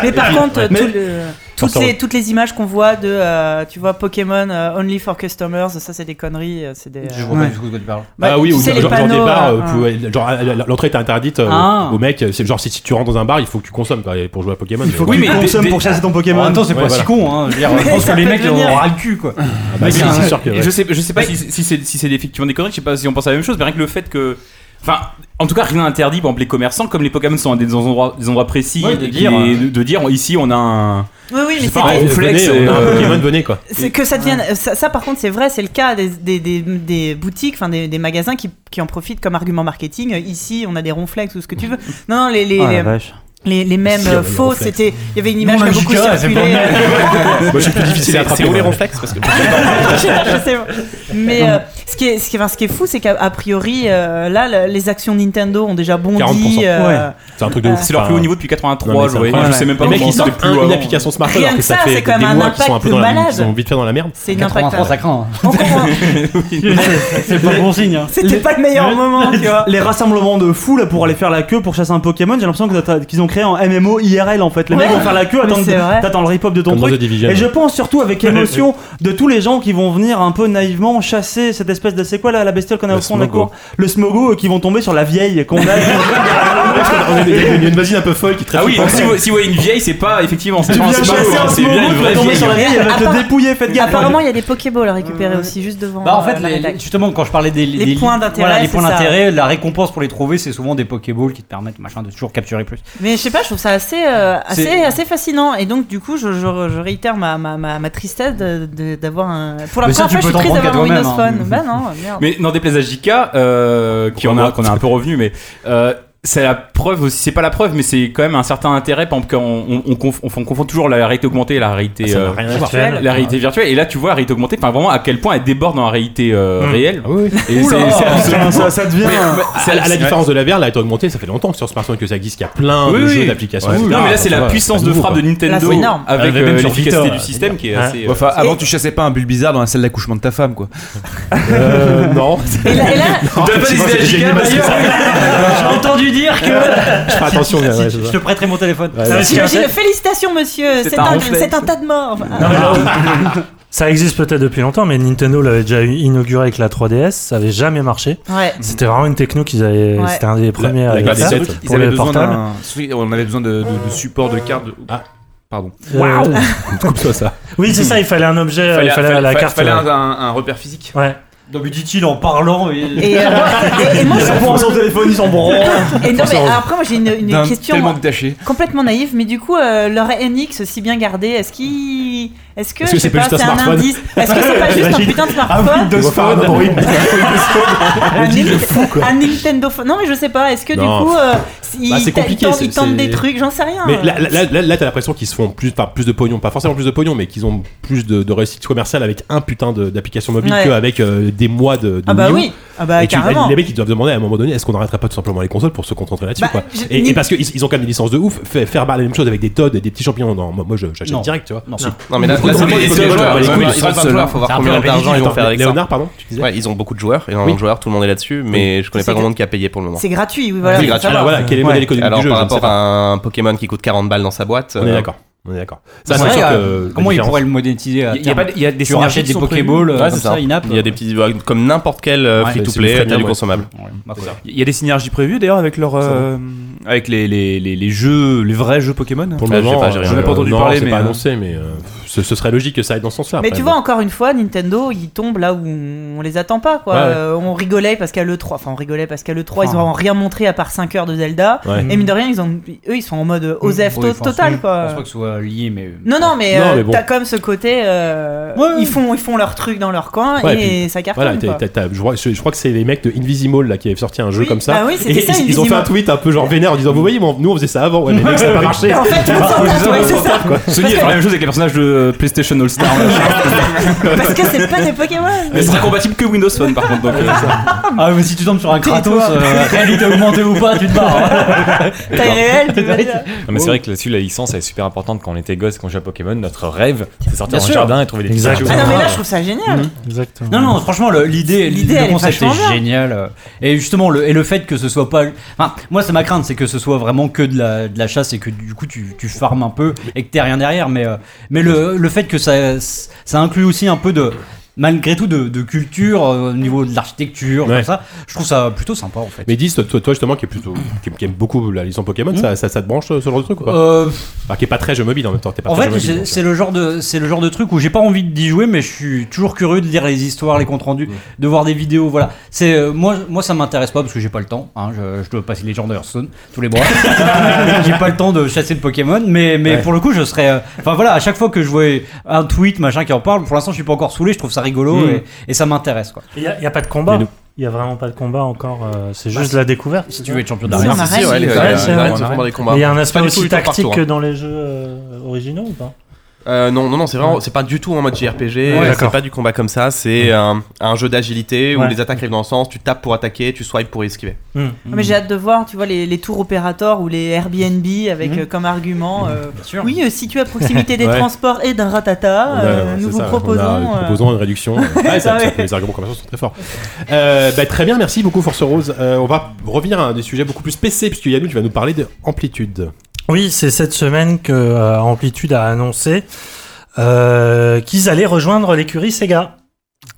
Mais par contre, euh,
Mais-
tout le- toutes, les, toutes les images qu'on voit de, euh, tu vois, Pokémon euh, Only for Customers, ça c'est des conneries, euh, c'est des.
Je
euh,
vois
Ouais.
pas du tout de quoi tu parles.
bah,
ah oui,
tu
ou
sais,
genre,
les
genre
panneaux,
des bars,
euh,
euh,
euh,
pouvez- genre à- à- l'entrée est interdite euh,
Ah.
au mec. C'est genre si, si tu rentres dans un bar, il faut que tu consommes quoi, et pour jouer à Pokémon.
Il faut que
Oui,
tu
mais
consommes
des-
pour chasser ton
En
Pokémon.
même temps, c'est
Ouais,
pas
voilà.
si con. Hein. Je veux
[LAUGHS]
dire, je
Mais
pense que
ça
les
peut
mecs ils
devenir-
auront ras le cul quoi.
Ah bah,
Mais
si,
c'est-
c'est sûr que.
Et
ouais.
Je sais, je sais pas si, si c'est si c'est effectivement des conneries, je sais pas si on pense à la même chose, mais rien que le fait que. Enfin, en tout cas, rien n'interdit, par exemple, les commerçants, comme les Pokémon sont à des endroits, des endroits précis,
Ouais, de
et
dire,
qui- de, de dire ici on a un.
euh. Oui, oui, mais
sais pas,
c'était-
en
Venez,
flex,
on a un
euh,
Pokémon, venez quoi.
C'est que ça devienne. Ça, ça, par contre, c'est vrai, c'est le cas des, des, des, des boutiques, enfin des, des magasins qui, qui en profitent comme argument marketing. Ici, on a des ronflex ou ce que tu veux. Non, non, les, les,
Ah, la
les,
vache.
les- les mêmes
Si, on a
euh,
des
faux,
ronflex.
c'était. Il y avait une image
Non,
qui a beaucoup
Magica, c'est
circulé. [LAUGHS]
Moi, c'est plus difficile à
C'est
attraper.
c'est où les
moi.
ronflex parce que
Ah, Je sais pas. Mais euh, ce, qui est, ce, qui est, enfin, ce qui est fou, c'est qu'a a priori, euh, là, le- les actions Nintendo ont déjà bondi.
40%.
euh,
C'est un truc de ouf.
C'est leur plus haut niveau depuis
Non,
83,
mais
je
c'est
vois,
incroyable.
Je sais même pas
Les mecs,
comment
ils sortent
c'était plus
un-
haut
une
avant.
application smartphone
Rien
alors que
que
ça
ça,
fait
c'est quand
des
même un
mois qu'ils sont un peu
impact
dans la
malade.
merde. Ils ont vite fait dans la merde.
C'est une impact.
83 ça craint.
On comprend.
[LAUGHS]
C'est pas bon
[LAUGHS]
signe. hein.
C'était pas le meilleur moment, tu vois.
Les rassemblements de fous là pour aller faire la queue pour chasser un Pokémon, j'ai l'impression que t'as- qu'ils ont créé en MMO IRL en fait. Les
Ouais.
mecs vont faire la queue,
Mais
attendent-
c'est vrai.
t'attends le rip-hop de ton
Comme dans The
truc.
Division.
Et je pense
[LAUGHS]
surtout avec émotion de tous les gens qui vont venir un peu naïvement chasser cette espèce de. C'est quoi là, la bestiole qu'on a
Le
au fond de la
smogo.
cour Le smogo euh, qui vont tomber sur la
[LAUGHS]
vieille qu'on a. [LAUGHS]
Il y a une voisine un peu folle qui traite.
Ah oui, donc si vous, si vous voyez une vieille, c'est pas effectivement, c'est
tu
pas un
viens chasser
smartphone,
un
c'est bien
smogo,
une
tu
vraie
vas tomber
vieille.
sur la vieille, elle va te
Apparemment-
dépouiller, faites gaffe.
Apparemment, il y a des Pokéballs à récupérer aussi juste devant.
Bah en
euh,
fait,
la
les-
rédac.
justement, quand je parlais des
Les points d'intérêt,
voilà, les
c'est
points
ça.
d'intérêt, la récompense pour les trouver, c'est souvent des Pokéballs qui te permettent machin de toujours capturer plus.
Mais je sais pas, je trouve ça assez, euh,
C'est-
assez, assez fascinant. Et donc, du coup, je, je, je réitère ma, ma, ma, ma tristesse de- de- d'avoir un. Pour la
Mais ça,
première fois, je
tu
suis
peux
triste
t'en
d'avoir
prendre
un
qu'à
Windows
toi-même,
Phone.
hein.
Bah non, merde.
Mais n'en déplaise à JK, euh, qui en a, qu'on a un peu revenu, mais euh, c'est la preuve aussi, c'est pas la preuve, mais c'est quand même un certain intérêt, par exemple, qu'on- on, on, conf- on confond toujours la réalité augmentée et la réalité.
Ah, Ça
euh,
n'a rien à voir.
virtuel.
la réalité virtuelle et là tu vois la réalité augmentée enfin vraiment à quel point elle déborde dans la réalité euh, réelle
Hmm. Ah oui, oui.
et c'est- c'est absolument-
ça, ça devient.
À la- à la différence de la VR, la est augmentée, ça fait longtemps que sur smartphone que ça existe, qu'il y a plein
Oui,
de
oui.
jeux d'applications.
Ouais. non mais là c'est la puissance de frappe de
Là,
Nintendo
c'est énorme.
avec
Elle avait même
euh,
sur
l'efficacité
Vita,
du
ouais.
système qui est
Ouais.
assez euh,
Enfin, avant,
Et-
tu chassais pas un bulle bizarre dans la salle d'accouchement de ta femme, quoi. [LAUGHS]
Euh, non.
Et là, et là-
[LAUGHS]
Donne pas des idées à JK, d'ailleurs.
[LAUGHS]
J'ai entendu dire que.
Je
[LAUGHS]
fais attention. mais ouais,
je,
je vois.
te prêterai mon téléphone.
Ouais, ouais.
J'imagine, félicitations monsieur, c'est
un
un,
reflex.
c'est un tas de morts.
Non, mais là, Ça existe peut-être depuis longtemps, mais Nintendo l'avait déjà eu- inauguré avec la 3DS, ça avait jamais marché.
Ouais.
C'était vraiment une techno qu'ils avaient.
Ouais.
C'était un des premiers à
Ils
faire
avaient- ils
pour
avaient
les
besoin
portables.
d'un- oui, On avait besoin de, de- de support de carte. de- Pardon.
Euh,
Coupe-toi ça.
Oui, c'est ça, il fallait un objet, euh, il fallait, la carte.
fallait
ouais.
un, un- un repère physique.
Ouais.
Non, mais dit-il en parlant. Et,
Et, euh, et- et moi, je-
prend son téléphone, il s'en [LAUGHS] branle.
Et non, mais après, moi j'ai une, une
D'un-
question
Tellement détaché.
complètement naïve, mais du coup, euh, leur NX si bien gardé, est-ce qu'il. Est-ce que
Est-ce que
je sais
c'est pas
pas,
juste
c'est
un
un
smartphone
indice Est-ce que c'est pas juste un
Imagine.
putain de smartphone
Windows Phone.
[LAUGHS] un, Nint- un Nintendo Phone Non, mais je sais pas, est-ce que
Non.
du coup, euh, ils,
Bah, c'est
t- ils
compliqué,
tentent,
c'est-
ils tentent
c'est-
des trucs, j'en sais rien. euh,
Mais là, là, là, là, t'as l'impression qu'ils se font plus, enfin, plus de pognon, pas forcément plus de pognon, mais qu'ils ont plus de, de réussite commerciale avec un putain de- d'application mobile
Ouais.
qu'avec euh, des mois de. de
Ah bah
Wii U.
oui. Ah bah
et tu-
carrément. Bah,
les mecs ils doivent demander à un moment donné est-ce qu'on n'arrêterait pas tout simplement les consoles pour se concentrer là-dessus quoi.
je-
Et,
ni-
et parce qu'ils ils ont quand même des licences de ouf, Fait- faire barre la même chose avec des Todd et des petits champignons, non, moi, moi, je- j'achète
Non.
direct tu vois.
Non. Non, mais là, là, c'est
Ils
pas
ont
des
des
seuls
joueurs,
joueurs,
ils
ils
ont
ont-
des
ils sont
joueurs,
seuls joueurs, faut voir
C'est un
combien
peu
d'argent ils vont
ridicule.
faire avec ça.
Léonard, pardon, tu disais
Ouais, ils ont beaucoup de joueurs, énormément
Oui.
de joueurs, tout le monde est là-dessus, mais je connais
C'est
pas grand
gra-
monde qui a payé pour le moment.
C'est gratuit, oui, voilà.
C'est
faut
gratuit.
savoir.
Ouais.
modèle économique
Alors,
du jeu,
par
je ne sais
rapport à un Pokémon qui coûte 40 balles dans sa boîte.
On est
euh,
d'accord. On est d'accord. Ça,
Ouais,
c'est sûr
ouais,
que,
euh,
la
comment ils
différence-
pourraient le
monétiser
Il y, a pas- il y a des
Tu
synergies
rachètes
qui
des
sont prévues.
Pokéballs, euh,
Ouais,
comme
c'est
ça, in-app.
Il y a des petits comme n'importe quel euh,
Ouais,
free-to-play, il y
c'est
a
freiner,
du
ouais.
consommable.
Il y a des synergies prévues d'ailleurs avec leur euh, avec les, les, les, les jeux les vrais jeux Pokémon.
Pour le
Ah, je sais
moment,
pas, j'ai
euh,
rien j'en ai pas entendu
non,
parler
c'est
mais
pas
euh,
annoncé, mais euh, ce, ce serait logique que ça aille dans ce sens-là.
Mais
après,
tu
Ah, bah, bon.
vois, encore une fois, Nintendo, ils tombent là où on les attend pas, quoi.
Ouais, ouais.
Euh, on rigolait parce qu'à l'E3, enfin, on rigolait parce qu'à l'E3, ils
Ah.
ont rien montré à part 5 heures de Zelda.
Ouais.
Et mine de rien, ils ont, eux, ils sont en mode OSEF
Mm. Oui, enfin,
total,
Je
quoi.
pense pas que ce soit lié, mais.
Non, non, mais,
Non,
euh,
mais bon.
t'as quand même ce côté. euh, ils, font, ils font leur truc dans leur coin
Ouais,
et,
puis-
ça cartonne.
voilà, t'as-
quoi.
t'as- t'as- je, crois, je- je crois que c'est les mecs de Invisimall là, qui avaient sorti un jeu comme ça.
bah oui,
et,
c'était ça,
ils- ils ont fait
Invisimall.
un tweet un peu genre vénère en disant Vous voyez, mais on- nous on faisait ça avant, ouais, mais mec, ça n'a
[LAUGHS]
pas marché.
En fait, on s'en tape, ouais, c'est ça.
Sony a fait la même chose avec les personnages de euh, PlayStation All Star.
Parce que c'est pas des Pokémon.
Mais ce sera compatible que Windows Phone par contre. donc, euh,
Ah, mais si tu tombes sur
[LAUGHS]
un Kratos,
Tais-toi.
euh, réalité augmentée ou pas, tu te barres. hein.
Taille réelle, tu vas dire.
Non, mais c'est vrai que là-dessus, la licence elle est super importante quand on était gosse, quand on jouait à Pokémon. Notre rêve, c'est sortir
Bien
dans le
sûr.
jardin et trouver des petits
Exactement.
Ah non, mais là,
cailloux.
je trouve ça génial.
Mmh.
Exactement.
Non, non, franchement, le- l'idée,
L'idée,
l'idée,
elle
le
est
concept
vachement
est
bien.
génial. euh, Et justement, le, et le fait que ce soit pas. Enfin, moi, c'est ma crainte, c'est que ce soit vraiment que de la, de la chasse et que du coup, tu, tu farmes un peu et que t'aies rien derrière. Mais, euh, mais le, le fait que ça, ça inclut aussi un peu de. Malgré tout, de, de culture, euh, au niveau de l'architecture,
Ouais.
comme ça, je trouve ça plutôt sympa en fait.
Mais dis, toi, toi, toi, justement, qui, est plutôt, qui, qui aime beaucoup la licence Pokémon,
Hmm.
ça, ça, ça te branche ce genre de truc ou pas
Euh,
Enfin, qui est pas très jeu mobile en même temps. t'es Pas
En
très
fait,
jeu mobile,
c'est-
donc. euh.
c'est le genre de c'est le genre de truc où j'ai pas envie d'y jouer, mais je suis toujours curieux de lire les histoires, les comptes rendus, de voir des vidéos. Voilà. C'est euh, moi moi ça m'intéresse pas parce que j'ai pas le temps. hein, je, je dois passer les gens de Hearthstone tous
[LAUGHS]
les mois. [LAUGHS] j'ai pas le temps de chasser de Pokémon, mais mais
Ouais.
pour le coup je serais. euh, Enfin voilà, à chaque fois que je vois un tweet machin qui en parle, pour l'instant je suis pas encore saoulé. Je trouve ça rigolo
Hmm.
Mm.
et, et ça m'intéresse quoi.
Il n'y a, pas de combat. Il n'y a vraiment pas de combat encore. euh, c'est juste
Bah,
de la découverte.
si tu veux être champion
c'est ça
d'arène.
Ouais,
Si, si,
c'est-
ouais, les- les-
ouais,
les
c'est
arènes,
vrai.
c'est vraiment
des combats.
Mais Il y a un
C'est
aspect
pas du tout
aussi
du tour par
tactique
tour, hein.
que dans les jeux euh, originaux ou pas
Euh, non, non, non, c'est vraiment, c'est pas du tout en mode JRPG, c'est
d'accord.
pas du combat comme ça, c'est un, un jeu d'agilité où
Ouais.
les attaques arrivent dans le sens, tu tapes pour attaquer, tu swipes pour esquiver.
Ah, Mais j'ai hâte de voir, tu vois, les, les tours opérateurs ou les Airbnb avec
Mm.
Mhm.
euh, comme argument. euh, oui, euh, situé à proximité des
Ouais.
transports et d'un
On
ratata,
a-
euh,
c'est
nous vous
ça, on a-
proposons.
nous
euh,
proposons
[LAUGHS]
une réduction. Ah, ça- ça- les arguments commerciaux sont très forts. Euh, bah, très bien, merci beaucoup Force Rose. Euh, on va revenir à un des sujets beaucoup plus PC puisque Yannou, tu vas nous parler de amplitude.
Oui, c'est cette semaine que euh, Amplitude a annoncé euh, qu'ils allaient rejoindre l'écurie Sega.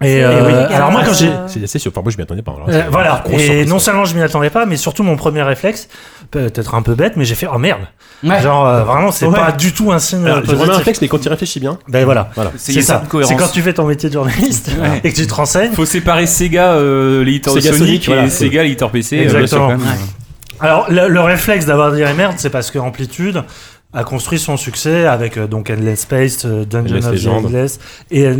Et, euh, alors moi quand j'ai
c'est assez sûr. Enfin, moi je m'y attendais pas. alors là,
Euh,
Ah. c'est-
voilà.
grosse
Et
surprise.
non seulement je m'y attendais pas, mais surtout mon premier réflexe, peut-être un peu bête, mais j'ai fait oh merde.
Ouais.
Genre euh, vraiment, c'est
Ouais.
pas du tout un signe
Alors, j'ai
positif.
vraiment un réflexe, mais quand tu réfléchis bien.
Ben voilà. C'est
il y a
ça.
cette cohérence.
C'est quand tu fais ton métier de journaliste
Ouais.
et que tu te renseignes.
Faut séparer Sega, euh, l'éditeur de
Sega
Sonic,
Sonic,
et
voilà.
Sega, l'éditeur PC. euh,
Exactement.
bien sûr, quand même.
Alors, le, le réflexe d'avoir dit ah, merde, c'est parce que Amplitude a construit son succès avec euh, donc Endless Space, euh, Dungeon
Endless
of the
Legend.
Endless et End-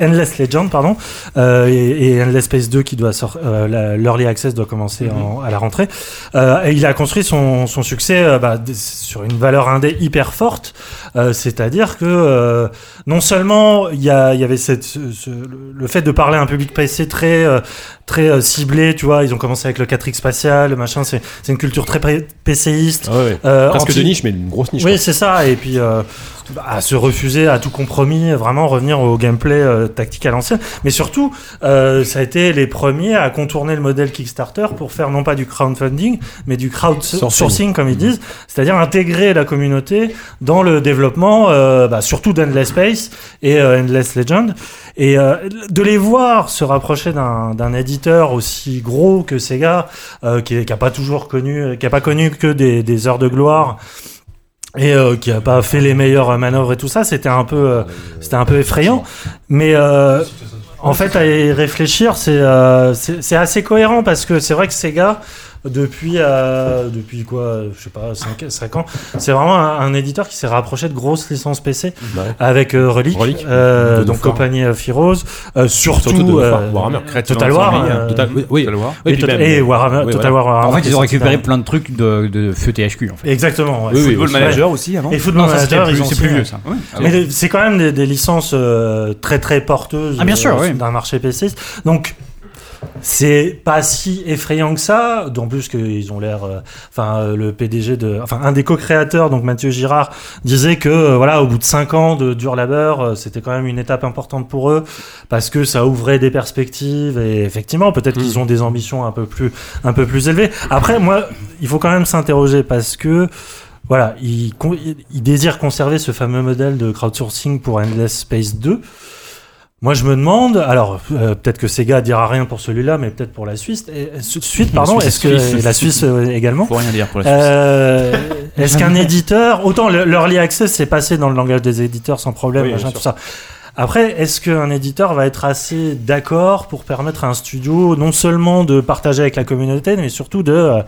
Endless Legend, pardon, euh, et, et Endless Space 2 qui doit sortir, l'early access doit commencer
Mhm.
en- à la rentrée. Euh, et il a construit son, son succès euh, bah, d- sur une valeur indé hyper forte, euh, c'est-à-dire que euh, non seulement il y, a- il y avait cette, ce- ce- le le fait de parler à un public PC très euh, très euh, ciblé, tu vois, ils ont commencé avec le 4X spatial, le machin, c'est c'est une culture très pré- PCiste,
Ah ouais, ouais.
euh,
Presque
anti-
de niche, mais une grosse niche.
Oui, c'est ça. Et puis, euh, bah, à se refuser à tout compromis, vraiment revenir au gameplay euh, tactique à l'ancienne. Mais surtout, euh, ça a été les premiers à contourner le modèle Kickstarter pour faire non pas du crowdfunding, mais du crowdsourcing, comme
Mmh.
ils disent. C'est-à-dire intégrer la communauté dans le développement, euh, bah, surtout d'Endless Space et euh, Endless Legend. Et euh, de les voir se rapprocher d'un d'un éditeur aussi gros que Sega, euh, qui n'a pas toujours connu, qui a pas connu que des, des heures de gloire et euh, qui a pas fait les meilleures euh, manœuvres et tout ça, c'était un peu, euh, c'était un peu effrayant. Mais euh, en fait, à y réfléchir, c'est euh, c'est c'est assez cohérent parce que c'est vrai que Sega depuis euh, depuis quoi euh, je sais pas 5, ans c'est vraiment un, un éditeur qui s'est rapproché de grosses licences PC
Bah ouais.
avec euh, Relic,
Relic,
euh,
de
donc
Doomfire.
Company of Heroes euh, surtout,
Surtout de Doomfire,
euh,
Warhammer.
Total War euh,
Total- oui, oui.
Total War.
Oui,
et,
puis
Total-
même-
et Warhammer-
oui,
Total
voilà.
War Warhammer,
En fait, ils ont
etc.
récupéré plein de trucs de, de feu THQ en fait.
Exactement. ouais.
Oui, oui, Football oui, c'est Manager vrai.
aussi
avant.
Et Football
Non, ça, c'était
Manager,
plus-
ils ont
c'est
signé.
plus vieux, ça. Ouais.
Mais les- c'est quand même des, des licences euh, très très porteuses euh,
Ah, bien sûr, oui.
d'un marché PC. Donc c'est pas si effrayant que ça, d'autant plus qu'ils ont l'air. euh, Enfin, euh, le PDG de, enfin un des co-créateurs, donc Mathieu Girard, disait que euh, voilà, au bout de cinq ans de dur labeur, euh, c'était quand même une étape importante pour eux parce que ça ouvrait des perspectives et effectivement, peut-être qu'ils ont des ambitions un peu plus, un peu plus élevées. Après, moi, il faut quand même s'interroger parce que voilà, ils, con- ils- ils désirent conserver ce fameux modèle de crowdsourcing pour Endless Space 2. Moi, je me demande, alors euh, peut-être que Sega dira rien pour celui-là, mais peut-être pour la euh, Suisse. et-
euh,
et- su- suite, pardon,
Suisse,
est-ce que
Suisse.
et la Suisse euh, également
Faut rien dire pour la Suisse.
Euh,
[LAUGHS]
est-ce qu'un éditeur, autant le- l'early access s'est passé dans le langage des éditeurs sans problème,
Oui,
machin,
bien
tout
sûr.
ça. Après, est-ce qu'un éditeur va être assez d'accord pour permettre à un studio non seulement de partager avec la communauté, mais surtout de euh,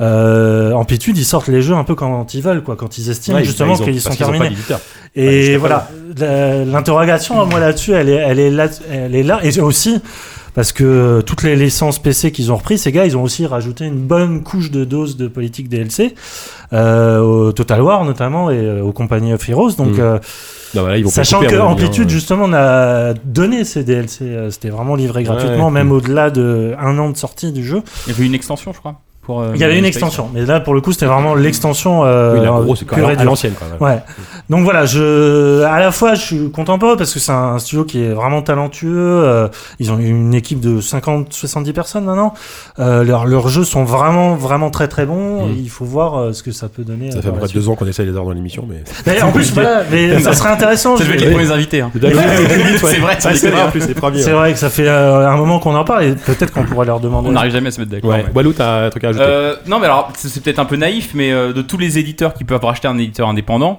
euh, amplitude, ils sortent les jeux un peu quand ils veulent, quoi, quand ils estiment
Ouais, ils- bah,
justement
ils ont-
qu'ils
parce
sont
qu'ils ont pas
terminés.
d'éditeur.
Et
Ouais, jusqu'à
voilà, la- l'interrogation hein, moi là-dessus, elle est, elle est là, elle est là, et aussi parce que euh, toutes les licences PC qu'ils ont repris, ces gars, ils ont aussi rajouté une bonne couche de dose de politique DLC euh, au Total War notamment et euh, aux Company of Heroes. Donc
Mm.
euh,
Non, bah là, ils vont pas
Sachant
couper,
que
à mon avis,
Amplitude,
hein.
justement, on a donné ces DLC. euh, C'était vraiment livré gratuitement,
ouais.
même au-delà de un an de sortie du jeu.
Il y avait une extension, je crois. Pour, euh,
Il y avait une
Space.
extension, mais là pour le coup c'était vraiment l'extension euh,
Oui, la grosse,
euh,
quoi,
pure
à
et dure.
l'ancienne, quand même.
Ouais. Donc voilà, je à la fois je suis content pour eux parce que c'est un studio qui est vraiment talentueux. euh, ils ont une équipe de 50 70 personnes maintenant. Euh, leurs leurs jeux sont vraiment vraiment très très bons.
Mm.
Il faut voir euh, ce que ça peut donner.
Ça
euh,
fait à
par
peu
la
près
suite.
deux ans qu'on essaye les avoir dans l'émission, mais.
Mais en
[LAUGHS]
plus, voilà, mais ça serait intéressant.
Ça devait
je-
être les premiers invités, hein.
Ouais,
[LAUGHS] C'est vrai, ça
Ouais,
déconne pas, en plus, les premiers, ouais.
C'est vrai que ça fait euh, un moment qu'on en parle et peut-être qu'on pourra leur demander.
On n'arrive jamais à se mettre d'accord.
Ouais.
mais-
Walou, t'as un truc à ajouter
Euh, non, mais alors, c'est c'est peut-être un peu naïf, mais euh, de tous les éditeurs qui peuvent racheter un éditeur indépendant,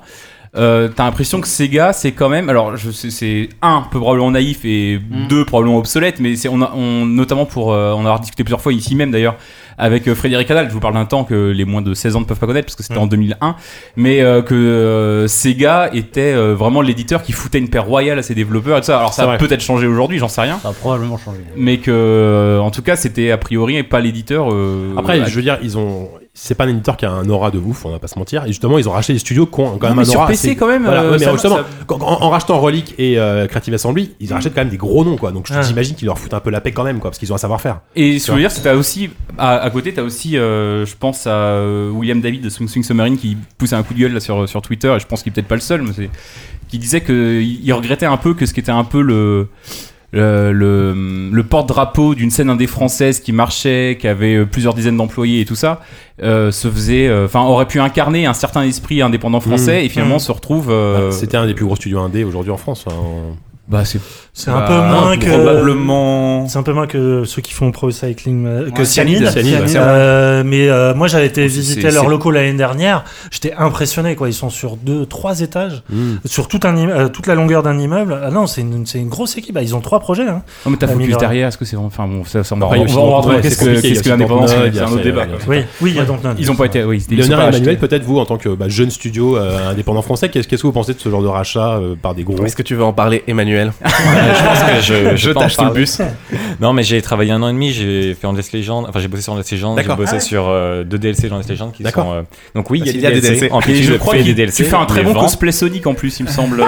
euh, t'as l'impression que Sega, c'est quand même. Alors, je sais- c'est un peu probablement naïf et
Hmm.
deux probablement obsolète, mais c'est on, a- on notamment pour euh, en avoir discuté plusieurs fois ici même d'ailleurs avec euh, Frédéric Hadal. Je vous parle d'un temps que les moins de 16 ans ne peuvent pas connaître parce que c'était
Hmm.
en 2001, mais euh, que euh, Sega était euh, vraiment l'éditeur qui foutait une paire royale à ses développeurs et tout ça. Alors
C'est
ça
vrai.
a peut-être changé aujourd'hui, j'en sais rien.
Ça a probablement changé.
Mais que, euh, en tout cas, c'était a priori pas l'éditeur. euh,
Après,
à-
je veux dire, ils ont. C'est pas un éditeur qui a un aura de ouf, on va pas se mentir. Et justement, ils ont racheté des studios qui ont quand même
Non, mais
un
sur
aura.
PC
assez-
quand même,
Voilà,
euh,
ouais, mais
ça-
justement,
ça- Mm.
quand- en, en rachetant Relic et euh, Creative Assembly, ils rachètent quand même des gros noms, quoi. Donc je t'imagine qu'ils leur foutent un peu la paix quand même, quoi, parce qu'ils ont un savoir-faire. Tu
Et ce que je
vois.
veux dire, c'est que t'as aussi, à, à côté, t'as aussi, euh, je pense à euh, William David de Swing Swing Submarine qui poussait un coup de gueule là, sur, sur Twitter, et je pense qu'il est peut-être pas le seul, mais c'est- qui disait qu'il il regrettait un peu que ce qui était un peu le. Le, le, le porte-drapeau d'une scène indé française qui marchait, qui avait euh, plusieurs dizaines d'employés et tout ça, euh, se faisait, euh, enfin aurait pu incarner un certain esprit indépendant français
Mmh.
et finalement
Mmh.
se retrouve.
Ah, C'était un des plus gros studios indés aujourd'hui en France. hein.
Bah c'est.
C'est un peu moins que C'est un peu moins que ceux qui font Pro Cycling euh, que
Ouais,
Cyanide.
Cyanide, Cyanide, ouais.
Euh, mais euh, moi j'avais été
Oh,
C'est-
visiter
c'est-
leurs locaux l'année dernière. J'étais impressionné quoi. Ils sont sur deux, trois étages,
Hmm.
Mm.
sur tout un, im- euh, toute la longueur d'un immeuble. Ah non, c'est une, c'est une grosse équipe. Ah, Ils ont trois projets. Hein.
Non mais t'as
Ah, mine de
focus
rien.
derrière, est-ce que c'est vraiment... Enfin bon, ça, ça on va
Après, il y a aussi
on va rentrer
Dontnod,
dans qu'est-ce
c'est
que
compliqué, il y
qu'est-ce
a
que
aussi
l'indépendance,
Dontnod, il y
c'est
a
un autre
aussi-
débat.
il y a-
quoi.
Oui,
oui, il y a Dontnod.
Ils ont pas été... Oui, ils sont pas
Léonard et
achetés.
Emmanuel, peut-être vous, en tant que bah, jeune studio euh, indépendant français, qu'est-ce qu'est-ce que vous pensez de ce genre de rachat euh, par des gros [LAUGHS]
Est-ce que tu veux en parler, Emmanuel
je pense que je,
Je
peux en
tâche tout le
parler.
bus.
Non, mais j'ai travaillé un an et demi, j'ai fait Endless Legend, enfin j'ai bossé sur Endless Legend, j'ai
D'accord.
bossé
Ah ouais.
sur euh, deux DLC dans Endless Legend qui
D'accord.
sont. euh, Donc
Bah,
oui,
Parce
il y a des
qu'il y a des
DLC.
DLC.
En plus,
Et
je,
je crois
fais
qu'il-
des DLC.
tu fais un très
les
bon
vends.
cosplay Sonic en plus, il me
[LAUGHS]
semble.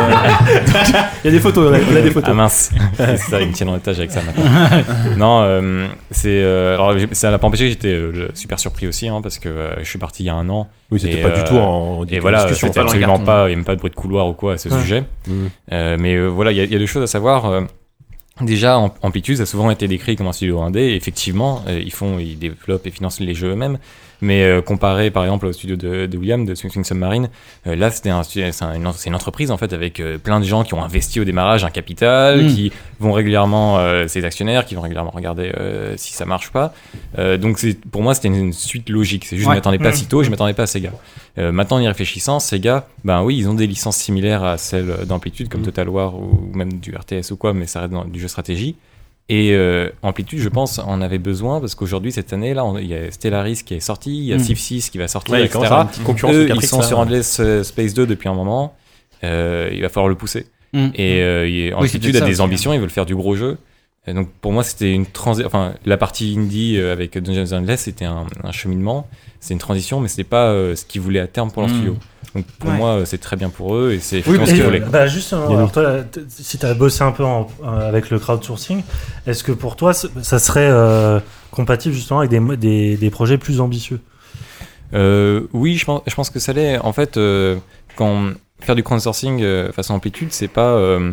Il y a des photos, on a, on a des photos.
Ah mince, c'est ça, il me tient en otage avec ça
[LAUGHS]
maintenant. non, euh, c'est. euh, alors, j'ai- ça n'a pas empêché que j'étais euh, super surpris aussi, hein, parce que euh, je suis parti il y a un an.
Oui, c'était
Et, euh,
pas du tout en- en
Et voilà,
discussion,
c'était
pas dans les
absolument
cartons.
pas. Il n'y a même pas de bruit de couloir ou quoi à ce
Ouais.
sujet.
Mhm.
Euh, mais euh, voilà, il y, a- il y a deux choses à savoir. euh, Déjà, en- Amplitude a souvent été décrit comme un studio indé. Et effectivement, euh, ils font, ils développent et financent les jeux eux-mêmes. Mais euh, comparé, par exemple, au studio de, de William de Swing Swing Submarine, euh, là, c'était un studio- c'est un- une, c'est une entreprise en fait avec euh, plein de gens qui ont investi au démarrage un capital,
Mm.
qui vont régulièrement, euh, ces actionnaires, qui vont régulièrement regarder euh, si ça marche pas. Euh, donc, c'est- pour moi, c'était une, une suite logique. C'est juste,
Ouais.
je m'attendais pas
Mm.
si tôt, je m'attendais pas à Sega. Euh, maintenant, en y réfléchissant, Sega, ben oui, ils ont des licences similaires à celles d'Amplitude,
Mm.
comme Total War ou même du RTS ou quoi, mais ça reste dans, du jeu stratégie. Et euh, Amplitude, je pense, en avait besoin parce qu'aujourd'hui, cette année-là, on- il y a Stellaris qui est sorti, il y a
Mm.
Civ 6 qui va sortir,
Ouais, il
etc.
commence à avoir une petite concurrence
Eux,
au Caprix,
ils sont
là.
sur Endless euh, Space 2 depuis un moment. Euh, il va falloir le pousser.
Mm.
Et euh, il y a-
Oui, c'est
Amplitude
peut-être
a
ça,
des
c'est-
ambitions, ils veulent faire du gros jeu. Et donc pour moi, c'était une transition. Enfin, la partie indie euh, avec Dungeons Endless, c'était un, un cheminement, c'est une transition, mais c'était pas euh, ce qu'ils voulaient à terme pour leur
Mm.
studio. Donc pour
Ouais.
moi, euh, c'est très bien pour eux et c'est
Oui,
effectivement
mais-
ce qu'ils voulaient.
bah, juste, euh, alors, toi, t- si tu as bossé un peu en- euh, avec le crowdsourcing, est-ce que pour toi, c- ça serait euh, compatible justement avec des, mo- des, des projets plus ambitieux
Euh, oui, je pense, je pense que ça l'est. En fait, euh, quand faire du crowdsourcing euh, façon amplitude, c'est pas euh,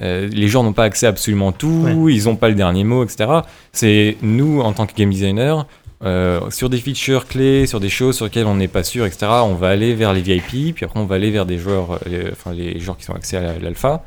euh, les gens n'ont pas accès à absolument tout, ils n'ont pas le dernier mot, etc. C'est nous en tant que game designer. euh, sur des features clés, sur des choses sur lesquelles on n'est pas sûr, etc. On va aller vers les VIP, puis après on va aller vers des joueurs, euh, enfin les joueurs qui sont accès à l'alpha.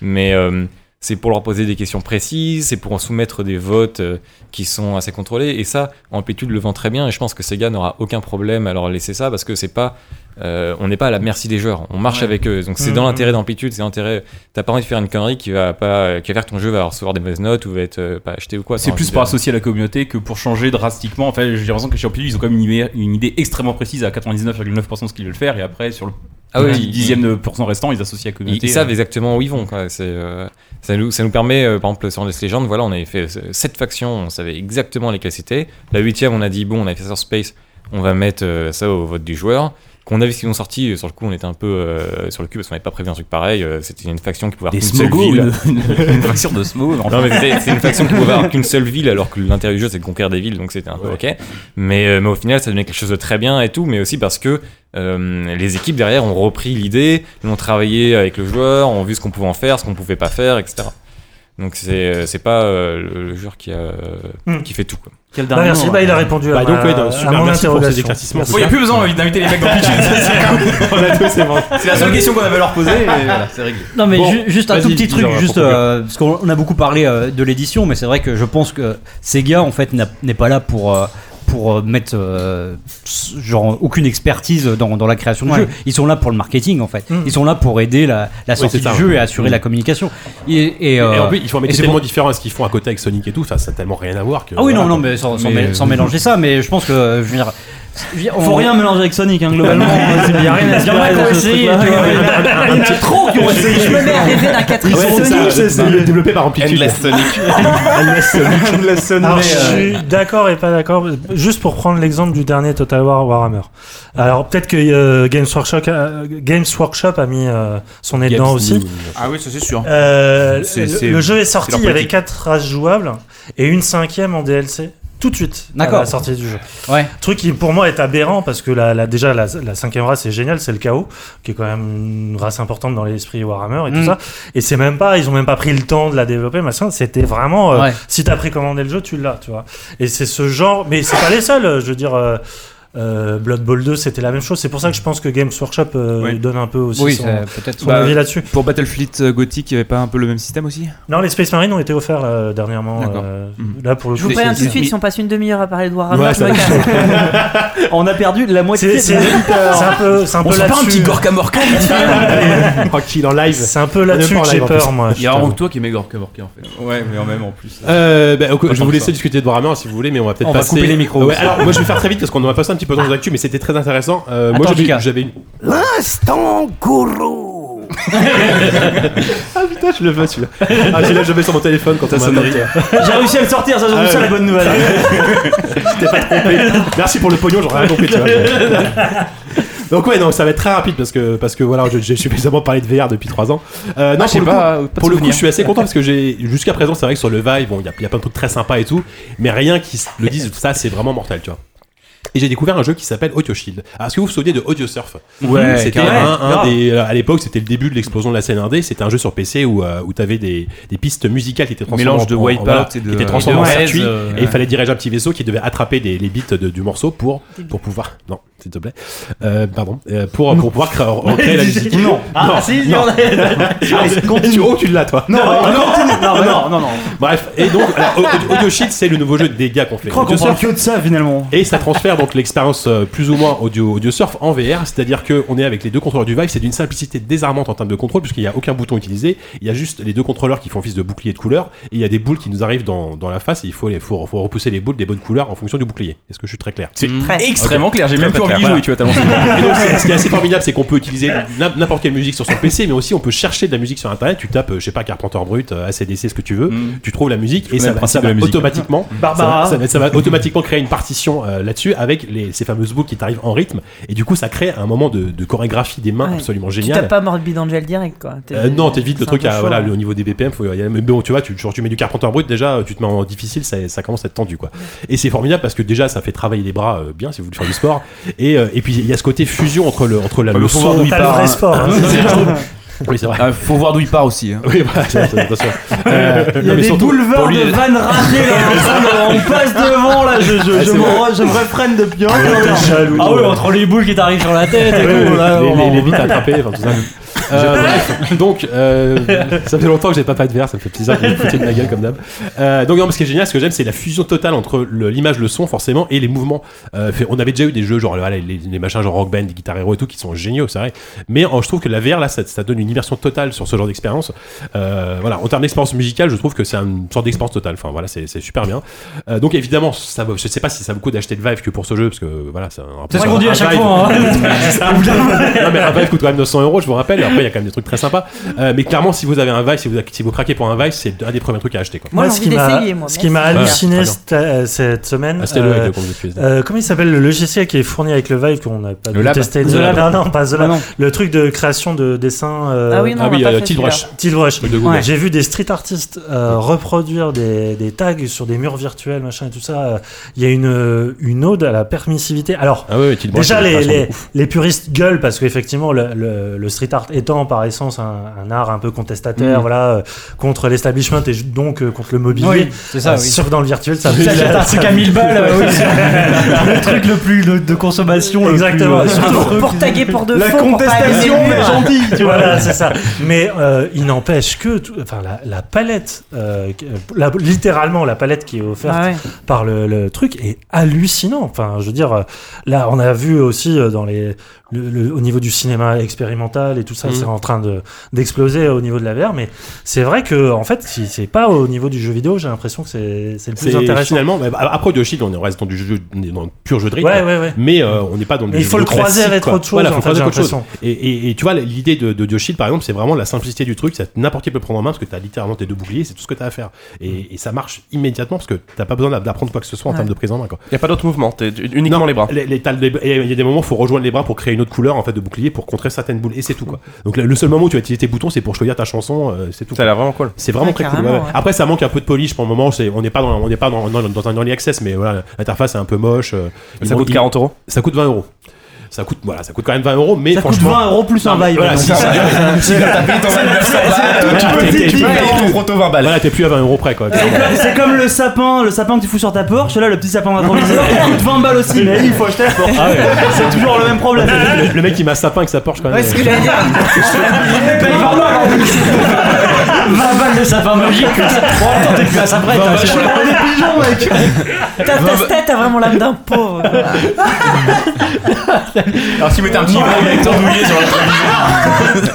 Mais euh, c'est pour leur poser des questions précises, c'est pour en soumettre des votes euh, qui sont assez contrôlés. Et ça, Amplitude le vend très bien. Et je pense que Sega n'aura aucun problème à leur laisser ça parce que c'est pas, euh, on n'est pas à la merci des joueurs. On marche
Ouais.
avec eux. Donc c'est
Mhm.
dans l'intérêt d'Amplitude, c'est l'intérêt. T'as pas envie de faire une connerie qui va pas, qui va faire que ton jeu va recevoir des mauvaises notes ou va être euh, pas acheté ou quoi.
C'est
T'as
plus
envie
pour
de-
associer la communauté que pour changer drastiquement. En fait, j'ai l'impression que chez Amplitude, ils ont quand même une idée, une idée extrêmement précise à 99,9% de ce qu'ils veulent faire, et après, sur le
Ah oui,
petit
ils-
dixième de pourcent restant, ils associent la communauté. euh.
Ils, ils savent exactement où ils vont. Quoi. C'est, euh, ça, nous, ça nous permet, euh, par exemple, sur les légendes, voilà, on avait fait euh, sept factions, on savait exactement lesquelles c'était. La huitième, on a dit, bon, on a fait sur Space, on va mettre euh, ça au vote du joueur. Qu'on avait ce qu'ils ont sorti, euh, sur le coup, on était un peu euh, sur le cul parce qu'on n'avait pas prévu un truc pareil. euh, c'était une faction qui pouvait avoir
Des
qu'une seule
Smogos,
ville.
une- [LAUGHS] une- une faction de Smogos,
Non,
enfin.
mais c'était- c'est une faction qui pouvait avoir qu'une seule ville, alors que l'intérêt du jeu, c'est de conquérir des villes, donc c'était un peu ok. Mais, euh, mais au final, ça donnait quelque chose de très bien et tout, mais aussi parce que euh, les équipes derrière ont repris l'idée, l'ont travaillé avec le joueur, ont vu ce qu'on pouvait en faire, ce qu'on pouvait pas faire, etc. Donc c'est euh, c'est pas euh, le, le joueur qui, a, euh,
Mm.
qui fait tout. Quoi.
Quel Bah, dernier merci, nom, bah,
euh,
il a ouais. répondu à
Bah, donc,
ma-
ouais, donc,
à
super,
mon
merci pour ces
interrogation.
éclaircissements.
Bon, il n'y a plus besoin euh, d'inviter les mecs dans Amplitude. C'est-
On a tous, c'est bon.
C'est la seule question qu'on avait à leur poser, et voilà, c'est réglé.
Non mais
Bon,
ju- juste un
vas-y,
tout petit
dis-leur,
truc,
pour
juste
conclure.
euh, parce qu'on on a beaucoup parlé euh, de l'édition, mais c'est vrai que je pense que Sega en fait n'a- n'est pas là pour euh, pour euh, mettre euh, s- genre aucune expertise dans, dans la création du
Ouais.
jeu. Ils sont là pour le marketing en fait. Ils sont là pour aider la, la
Mmh. Oui,
sortie
c'est ça.
du jeu et assurer
Mm.
la communication. Et, et,
Et,
euh,
en plus, ils font un
et
métier
c'est
tellement
pour-
différent à ce qu'ils font à côté avec Sonic et tout. Enfin, ça n'a tellement rien à voir que.
Ah oui non
voilà,
non
quoi.
mais euh, sans, sans,
Mais- euh,
mé- sans [LAUGHS] mélanger ça, mais je pense que euh, je veux dire, je veux dire,
Faut
on-
rien mélanger avec Sonic, hein, globalement. Il y a rien à
Il y en a
espérer
qui
dans
ont
ce
essayé,
truc-là.
tu vois.
Il y en a trop qui ont essayé.
Je me mets à rêver d'un 4
Ah Ouais, c'est ça, c'est- c'est développé par Amplitude.
Endless [LAUGHS] Sonic.
Endless Sonic. [LAUGHS]
Alors,
mais,
je
euh,
suis d'accord et pas d'accord. Juste pour prendre l'exemple du dernier Total War Warhammer. Alors, peut-être que euh, Games, Workshop, a- Games Workshop a mis euh, son nez
Games
dedans aussi.
New- Ah oui, ça, c'est sûr.
Euh,
C'est-
le-
c'est-
le jeu est
c'est
sorti,
leur
il y avait
politique.
4 races jouables et une cinquième en DLC. Tout de suite, à
D'accord.
la sortie du jeu.
Ouais.
Truc qui pour moi est aberrant parce que la, la- déjà la, la cinquième race est géniale, c'est le chaos, qui est quand même une race importante dans l'esprit Warhammer et tout
Mm.
ça. Et c'est même pas, ils ont même pas pris le temps de la développer, machin. C'était vraiment, euh,
Ouais.
si t'as précommandé le jeu, tu l'as, tu vois. Et c'est ce genre, mais c'est pas les seuls, euh, je veux dire. euh, euh, Blood Bowl 2, c'était la même chose. C'est pour ça que je pense que Games Workshop euh, donne un peu aussi son, son
Bah,
avis là-dessus.
Pour Battlefleet euh, Gothic, il n'y avait pas un peu le même système aussi
Non, les Space Marines ont été offerts là, dernièrement.
D'accord.
euh,
Mhm.
Mm.
Là pour le
Je
Je vous
coup,
préviens
c'est-
tout de suite,
c'est-
si on passe une demi-heure à parler de Warhammer, euh,
Ouais,
je
ça
me
va.
casse.
[LAUGHS]
On a perdu la moitié
C'est
de
c'est-
la
c'est un peu, c'est un
On
peu
se fait pas un
là-dessus.
petit Gorka Morka,
[LAUGHS]
vite fait
Tranquille en live.
C'est un peu là-dessus que j'ai peur, moi.
Il y a un toi qui est méga Morka en fait.
Ouais, mais en même en plus.
Euh, bah, ok,
Pas
je vais
tant
vous
que
laisser
ça.
discuter de Warhammer si vous voulez, mais on va peut-être
On va
passer. Euh,
couper les micros.
Ouais, alors, moi, je vais faire très vite parce qu'on en a passé un petit peu dans les actus, mais c'était très intéressant. Euh, moi,
Attends,
j'avais-
Jika.
j'avais une.
L'instant gourou.
ah putain, je le veux celui-là. Ah, je l'ai jamais sur mon téléphone quand
Ta
on m'a
sonnerie.
appelé.
J'ai réussi à le sortir, ça, c'est
Ah,
ça
ouais.
la bonne nouvelle.
[LAUGHS] Je t'ai pas trompé. Merci pour le pognon, j'aurais rien compris. tu vois. [LAUGHS] Donc ouais, non, ça va être très rapide parce que parce que voilà, je- j'ai suffisamment parlé de VR depuis 3 ans. Euh, non,
Ah, je sais
pour, le,
pas, pas
coup,
de
pour le coup,
souvenir.
je suis assez content parce que j'ai jusqu'à présent, c'est vrai que sur le Vive, bon, il y a, il y a plein de trucs très sympas et tout, mais rien qui s- le dise. Ça, c'est vraiment mortel, tu vois. Et j'ai découvert un jeu qui s'appelle Audio Shield. Alors, Ah, est-ce que vous vous souvenez de Audio Surf
Mhm.
Mmh,
Ouais,
c'était
carrément.
un, un
Grave.
des. euh, À l'époque, c'était le début de l'explosion de la scène indé. C'était un jeu sur PC où, euh, où t'avais des, des pistes musicales qui étaient transformées.
Mélange de
en- en-
Wipeout
voilà,
et de-
qui étaient transformées
et
en
de
circuit.
Rez, euh,
et il
ouais.
fallait diriger un petit vaisseau qui devait attraper des, les bits de- du morceau pour, pour pouvoir. Non, s'il te plaît. Euh, pardon. Euh, pour, pour pouvoir
[LAUGHS]
créer, recréer la musique.
Non. Ah, si, il y en a. [LAUGHS]
Allez, continue. Oh, tu l'as, toi.
Non, non, continue. Non,
Ah,
non, non, non.
Bref, et donc, alors, Audio- Audio Shield, c'est le nouveau jeu de dégâts qu'on fait.
Je crois qu'on
Audio
parle
Surf,
que de ça finalement.
et ça transfère donc l'expérience euh, plus ou moins audio, audio surf en VR, c'est-à-dire qu'on est avec les deux contrôleurs du Vive, c'est d'une simplicité désarmante en termes de contrôle, puisqu'il n'y a aucun bouton utilisé, il y a juste les deux contrôleurs qui font office de bouclier de couleur, et il y a des boules qui nous arrivent dans, dans la face, et il faut, les, faut, faut repousser les boules des bonnes couleurs en fonction du bouclier. Est-ce que je suis très clair
C'est Très. Mm. extrêmement clair, j'ai même plus envie de jouer, tu
[LAUGHS]
vois, tellement c'est-
Et donc, c'est- Ce qui est assez formidable, c'est qu'on peut utiliser n'im- n'importe quelle musique sur son PC, mais aussi on peut chercher de la musique sur Internet, tu tapes, euh, je sais pas, Carpenter Brut, euh, ACDC, ce que tu veux,
Mm.
tu trouves la musique, et
connais
ça
le
va,
principe
ça
de la
va
musique. Mm.
automatiquement...
Barbara.
ça va- ça va- ça va automatiquement créer une partition euh, là-dessus avec les, ces fameuses boucles qui t'arrivent en rythme et du coup ça crée un moment de, de chorégraphie des mains
Ouais.
absolument
Tu t'as
génial.
pas Morbid Angel direct quoi. T'es-
Euh, non, t'évites le
c'est
truc
un peu
à,
chaud,
voilà,
hein.
le- au niveau des BPM. Faut, y aller. mais bon, tu vois, tu, genre, tu mets du carpenteur brut, déjà, tu te mets en difficile, ça, ça commence à être tendu, quoi. Et c'est formidable parce que déjà, ça fait travailler les bras euh, bien si vous voulez faire du sport. Et, euh, et puis, il y a ce côté fusion entre le, entre la,
Bah,
le
faut voir
son
d'où il T'as le part, vrai hein. sport, [LAUGHS] hein.
[LAUGHS]
[LAUGHS]
C'est- je trouve- Oui, c'est vrai.
Ah, faut voir d'où il part aussi. hein.
Oui, voilà, c'est- c'est- attention. Euh,
Il y
non,
a
mais
des
[LAUGHS]
surtout,
boulevards
pour lui-
de Van
[LAUGHS]
Radé là, on passe devant là, je, je,
Ah,
je,
c'est
me
vrai.
re- je me refraine depuis un
Ouais, t'es jaloux,
Ah oui,
ouais.
entre les boules qui t'arrivent sur la tête et
Ouais,
tout, là,
les, les,
on-
les bites attrapées, enfin tout ça. Euh, bref, donc euh, ça fait longtemps que j'ai pas pas de verre, ça me fait plaisir de me foutre de ma gueule comme d'hab. Euh, donc non, mais ce qui est génial, ce que j'aime, c'est la fusion totale entre le- l'image, le son forcément et les mouvements. Euh, fait- on avait déjà eu des jeux genre voilà, les, les machins genre Rock Band, Guitar Hero et tout qui sont géniaux, c'est vrai. Mais euh, je trouve que la VR là, ça, ça donne une immersion totale sur ce genre d'expérience. Euh, voilà, en termes d'expérience musicale, je trouve que c'est une sorte d'expérience totale. Enfin voilà, c'est c'est super bien. Euh, donc évidemment, ça, vaut- je sais pas si ça vaut le coup d'acheter le Vive que pour ce jeu parce que voilà, c'est un-
C'est ce qu'on dit à
un
chaque
Vive-
fois, hein.
[LAUGHS] C'est ça. non mais un Vive coûte quand même 900 euros, je vous rappelle. Après, il y a quand même des trucs très sympas. Euh, mais clairement, si vous avez un Vive, si vous, si vous craquez pour un Vive, c'est un des premiers trucs à acheter. Quoi.
ce qui m'a- ce qui m'a
Voilà,
halluciné
Ah, très bien.
cette, euh, cette semaine.
Ah, c'était le Vive qu'on vous utilisait.
euh, comment il s'appelle le logiciel qui est fourni avec le Vive qu'on n'a pas
Le Lab.
testé
The Lab.
Non, non, pas The
Ah,
Lab.
non.
Le truc de création de dessins. euh,
Ah oui, non, Ah on oui, l'a pas euh, fait, Tilt celui-là. Brush.
Tilt Brush.
Truc de Google.
Ouais. J'ai vu des street artistes euh, reproduire des, des tags sur des murs virtuels, machin et tout ça. Euh, Il y a une, euh, une ode à la permissivité. Alors,
Ah oui, oui, Tilt Brush, c'est
déjà
une
les,
création de
les, les puristes gueulent parce qu'effectivement le, le- le street art étant par essence un, un art un peu contestataire,
Mm.
Mhm.
voilà, euh, contre l'establishment et donc euh, contre le mobilier.
Oui, c'est ça, oui.
Sauf que dans le
[LAUGHS]
virtuel, ça.
Ça, j'achète un truc à 1000 balles,
[LAUGHS]
euh, oui. Le truc le plus le- de consommation. Le
Exactement.
plus, euh,
Surtout
[LAUGHS] le
[LAUGHS]
truc-
Pour taguer pour de
La
faux, pour pas
contestation,
agresser.
mais gentil, tu vois.
Voilà, c'est ça. Mais euh, il n'empêche que, tout- enfin, la, la palette, euh, que- la- littéralement la palette qui est offerte
Ah ouais.
par le, le truc est hallucinant. Enfin, je veux dire, euh, là, on a vu aussi euh, dans les, le- le- au niveau du cinéma expérimental et tout ça,
Mhm.
c'est en train de d'exploser au niveau de la VR. Mais c'est vrai que, en fait, si c'est pas au niveau du jeu vidéo, j'ai l'impression que c'est c'est le plus
C'est
intéressant.
finalement, bah, après Audio Shield, on reste dans du jeu, on est dans le pur jeu de rythme.
Ouais, ouais, ouais.
Mais euh, on n'est pas dans du
Mais il
jeu
faut le
vidéo
croiser
classique,
avec
quoi.
autre chose,
Voilà, faut
en
le
fait,
croiser
j'ai
avec autre chose.
l'impression.
Et, et- et tu vois, l'idée de, de Audio Shield, par exemple, c'est vraiment la simplicité du truc. ça- N'importe qui peut le prendre en main parce que t'as littéralement tes deux boucliers, c'est tout ce que t'as à faire. Et, et ça marche immédiatement parce que t'as pas besoin d'apprendre quoi que ce soit en
Ouais.
termes de prise en main. Quoi.
Y a pas d'autre mouvement, t'es uniquement les bras.
Les- les- t'as le- et Eh ben, Il y a des moments où il faut rejoindre les bras pour créer une autre couleur en fait de bouclier pour contrer certaines boules et c'est tout quoi. Donc le le seul moment où tu vas utiliser tes boutons c'est pour choisir ta chanson, euh, c'est tout. Ça
a l'air vraiment cool.
C'est vraiment
Ouais,
très cool.
carrément,
ouais, ouais.
ouais.
Après ça manque un peu de polish pour le moment, c'est- on n'est pas dans on n'est pas dans, dans- dans un early access mais voilà, l'interface est un peu moche. euh, ils
Ça
vont-
coûte
ils-
40 euros.
Ça coûte 20 euros. Ça coûte, voilà, ça coûte quand même 20 euros, mais
Ça coûte
franchement.
20 euros plus un
Non, mais
bail,
Voilà,
ouais,
si
donc
si-
ça- [LAUGHS]
si-
C'est-
t'as payé ton
c'est-
29 balles,
c'est-
voilà,
tu peux-
t'es-
tu
t'es-
peux-
t'es-
tu peux-
proto 20 balles. Voilà, t'es plus à 20 euros près, quoi.
C'est comme- C'est comme le sapin, le sapin que tu fous sur ta porche, là le petit sapin d'improviseur, il coûte 20 balles aussi, mais il faut acheter la porche.
Ah ouais.
C'est toujours le même problème.
Le, le mec il m'a sapin avec sa Porsche quand même.
Ouais, c'est ce que j'allais dire.
Il
paye par balle, en plus.
20 balles de sapin magique, que ça prend, t'en t'es plus à sa
[LAUGHS]
prête.
Bah,
hein, c'est-
[LAUGHS]
[LAUGHS]
Ta ta tête a vraiment l'âme d'un pauvre.
[LAUGHS]
Alors si vous mettez un petit
bah,
bras électeur
[LAUGHS]
douillet sur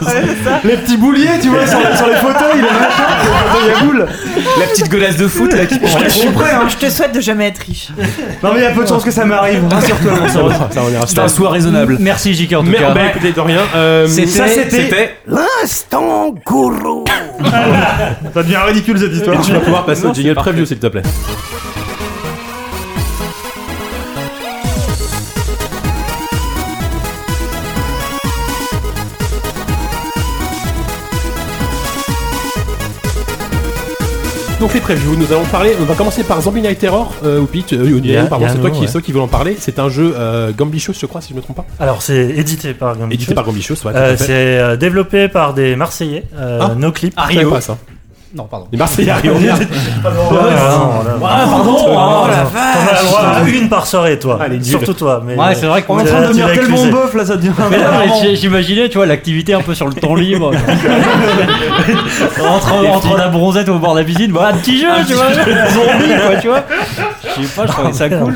la
Les petits bouliers, tu vois, sur, sur les fauteuils, les machins, les fauteuils à boules.
La petite
godasse de foot, là, qui prend
Je
la
suis
boule.
prêt, hein. Je te souhaite de jamais être riche.
Non, mais il y a peu de chances que ça m'arrive. Rassure-toi, mon Soros.
C'est un
soir raisonnable.
Merci, JK, en
tout cas. Bah, écoutez, de rien. euh,
Ça, c'était.
L'instant gourou.
Ça devient ridicule cette
Et tu vas pouvoir passer au jingle preview, s'il te plaît. Donc les previews, nous allons parler, on va commencer par Zombie Night Terror, euh, ou Pete, euh, ou Yannou,
Yannou,
pardon, c'est toi qui,
ouais.
c'est toi qui veux en parler, c'est un jeu euh, Gambichos je crois si je me trompe pas.
Alors c'est édité par Gambichos.
Édité par Gambichos, ouais. tout
Euh,
à fait.
c'est euh, développé par des Marseillais, euh,
Ah.
nos clips.
Je savais pas ça.
Non, pardon.
Les
[LAUGHS]
Marseillais à Rio. merde.
Ah,
pardon,
T'en
oh, la
as le droit à une par soirée, toi.
Ah,
Allez, dis-le.
Surtout toi. Mais
Ouais, c'est vrai qu'on est en train de devenir tellement
boeuf
là, ça devient.
Mais non, mais j'ai- J'imaginais, tu vois, l'activité un peu sur le temps libre. entre, entre la bronzette au bord de la piscine, bah, un petit jeu, [LAUGHS] tu
[LAUGHS]
vois. [LAUGHS] Zombie, quoi, tu vois. Je sais pas, je trouvais ça cool.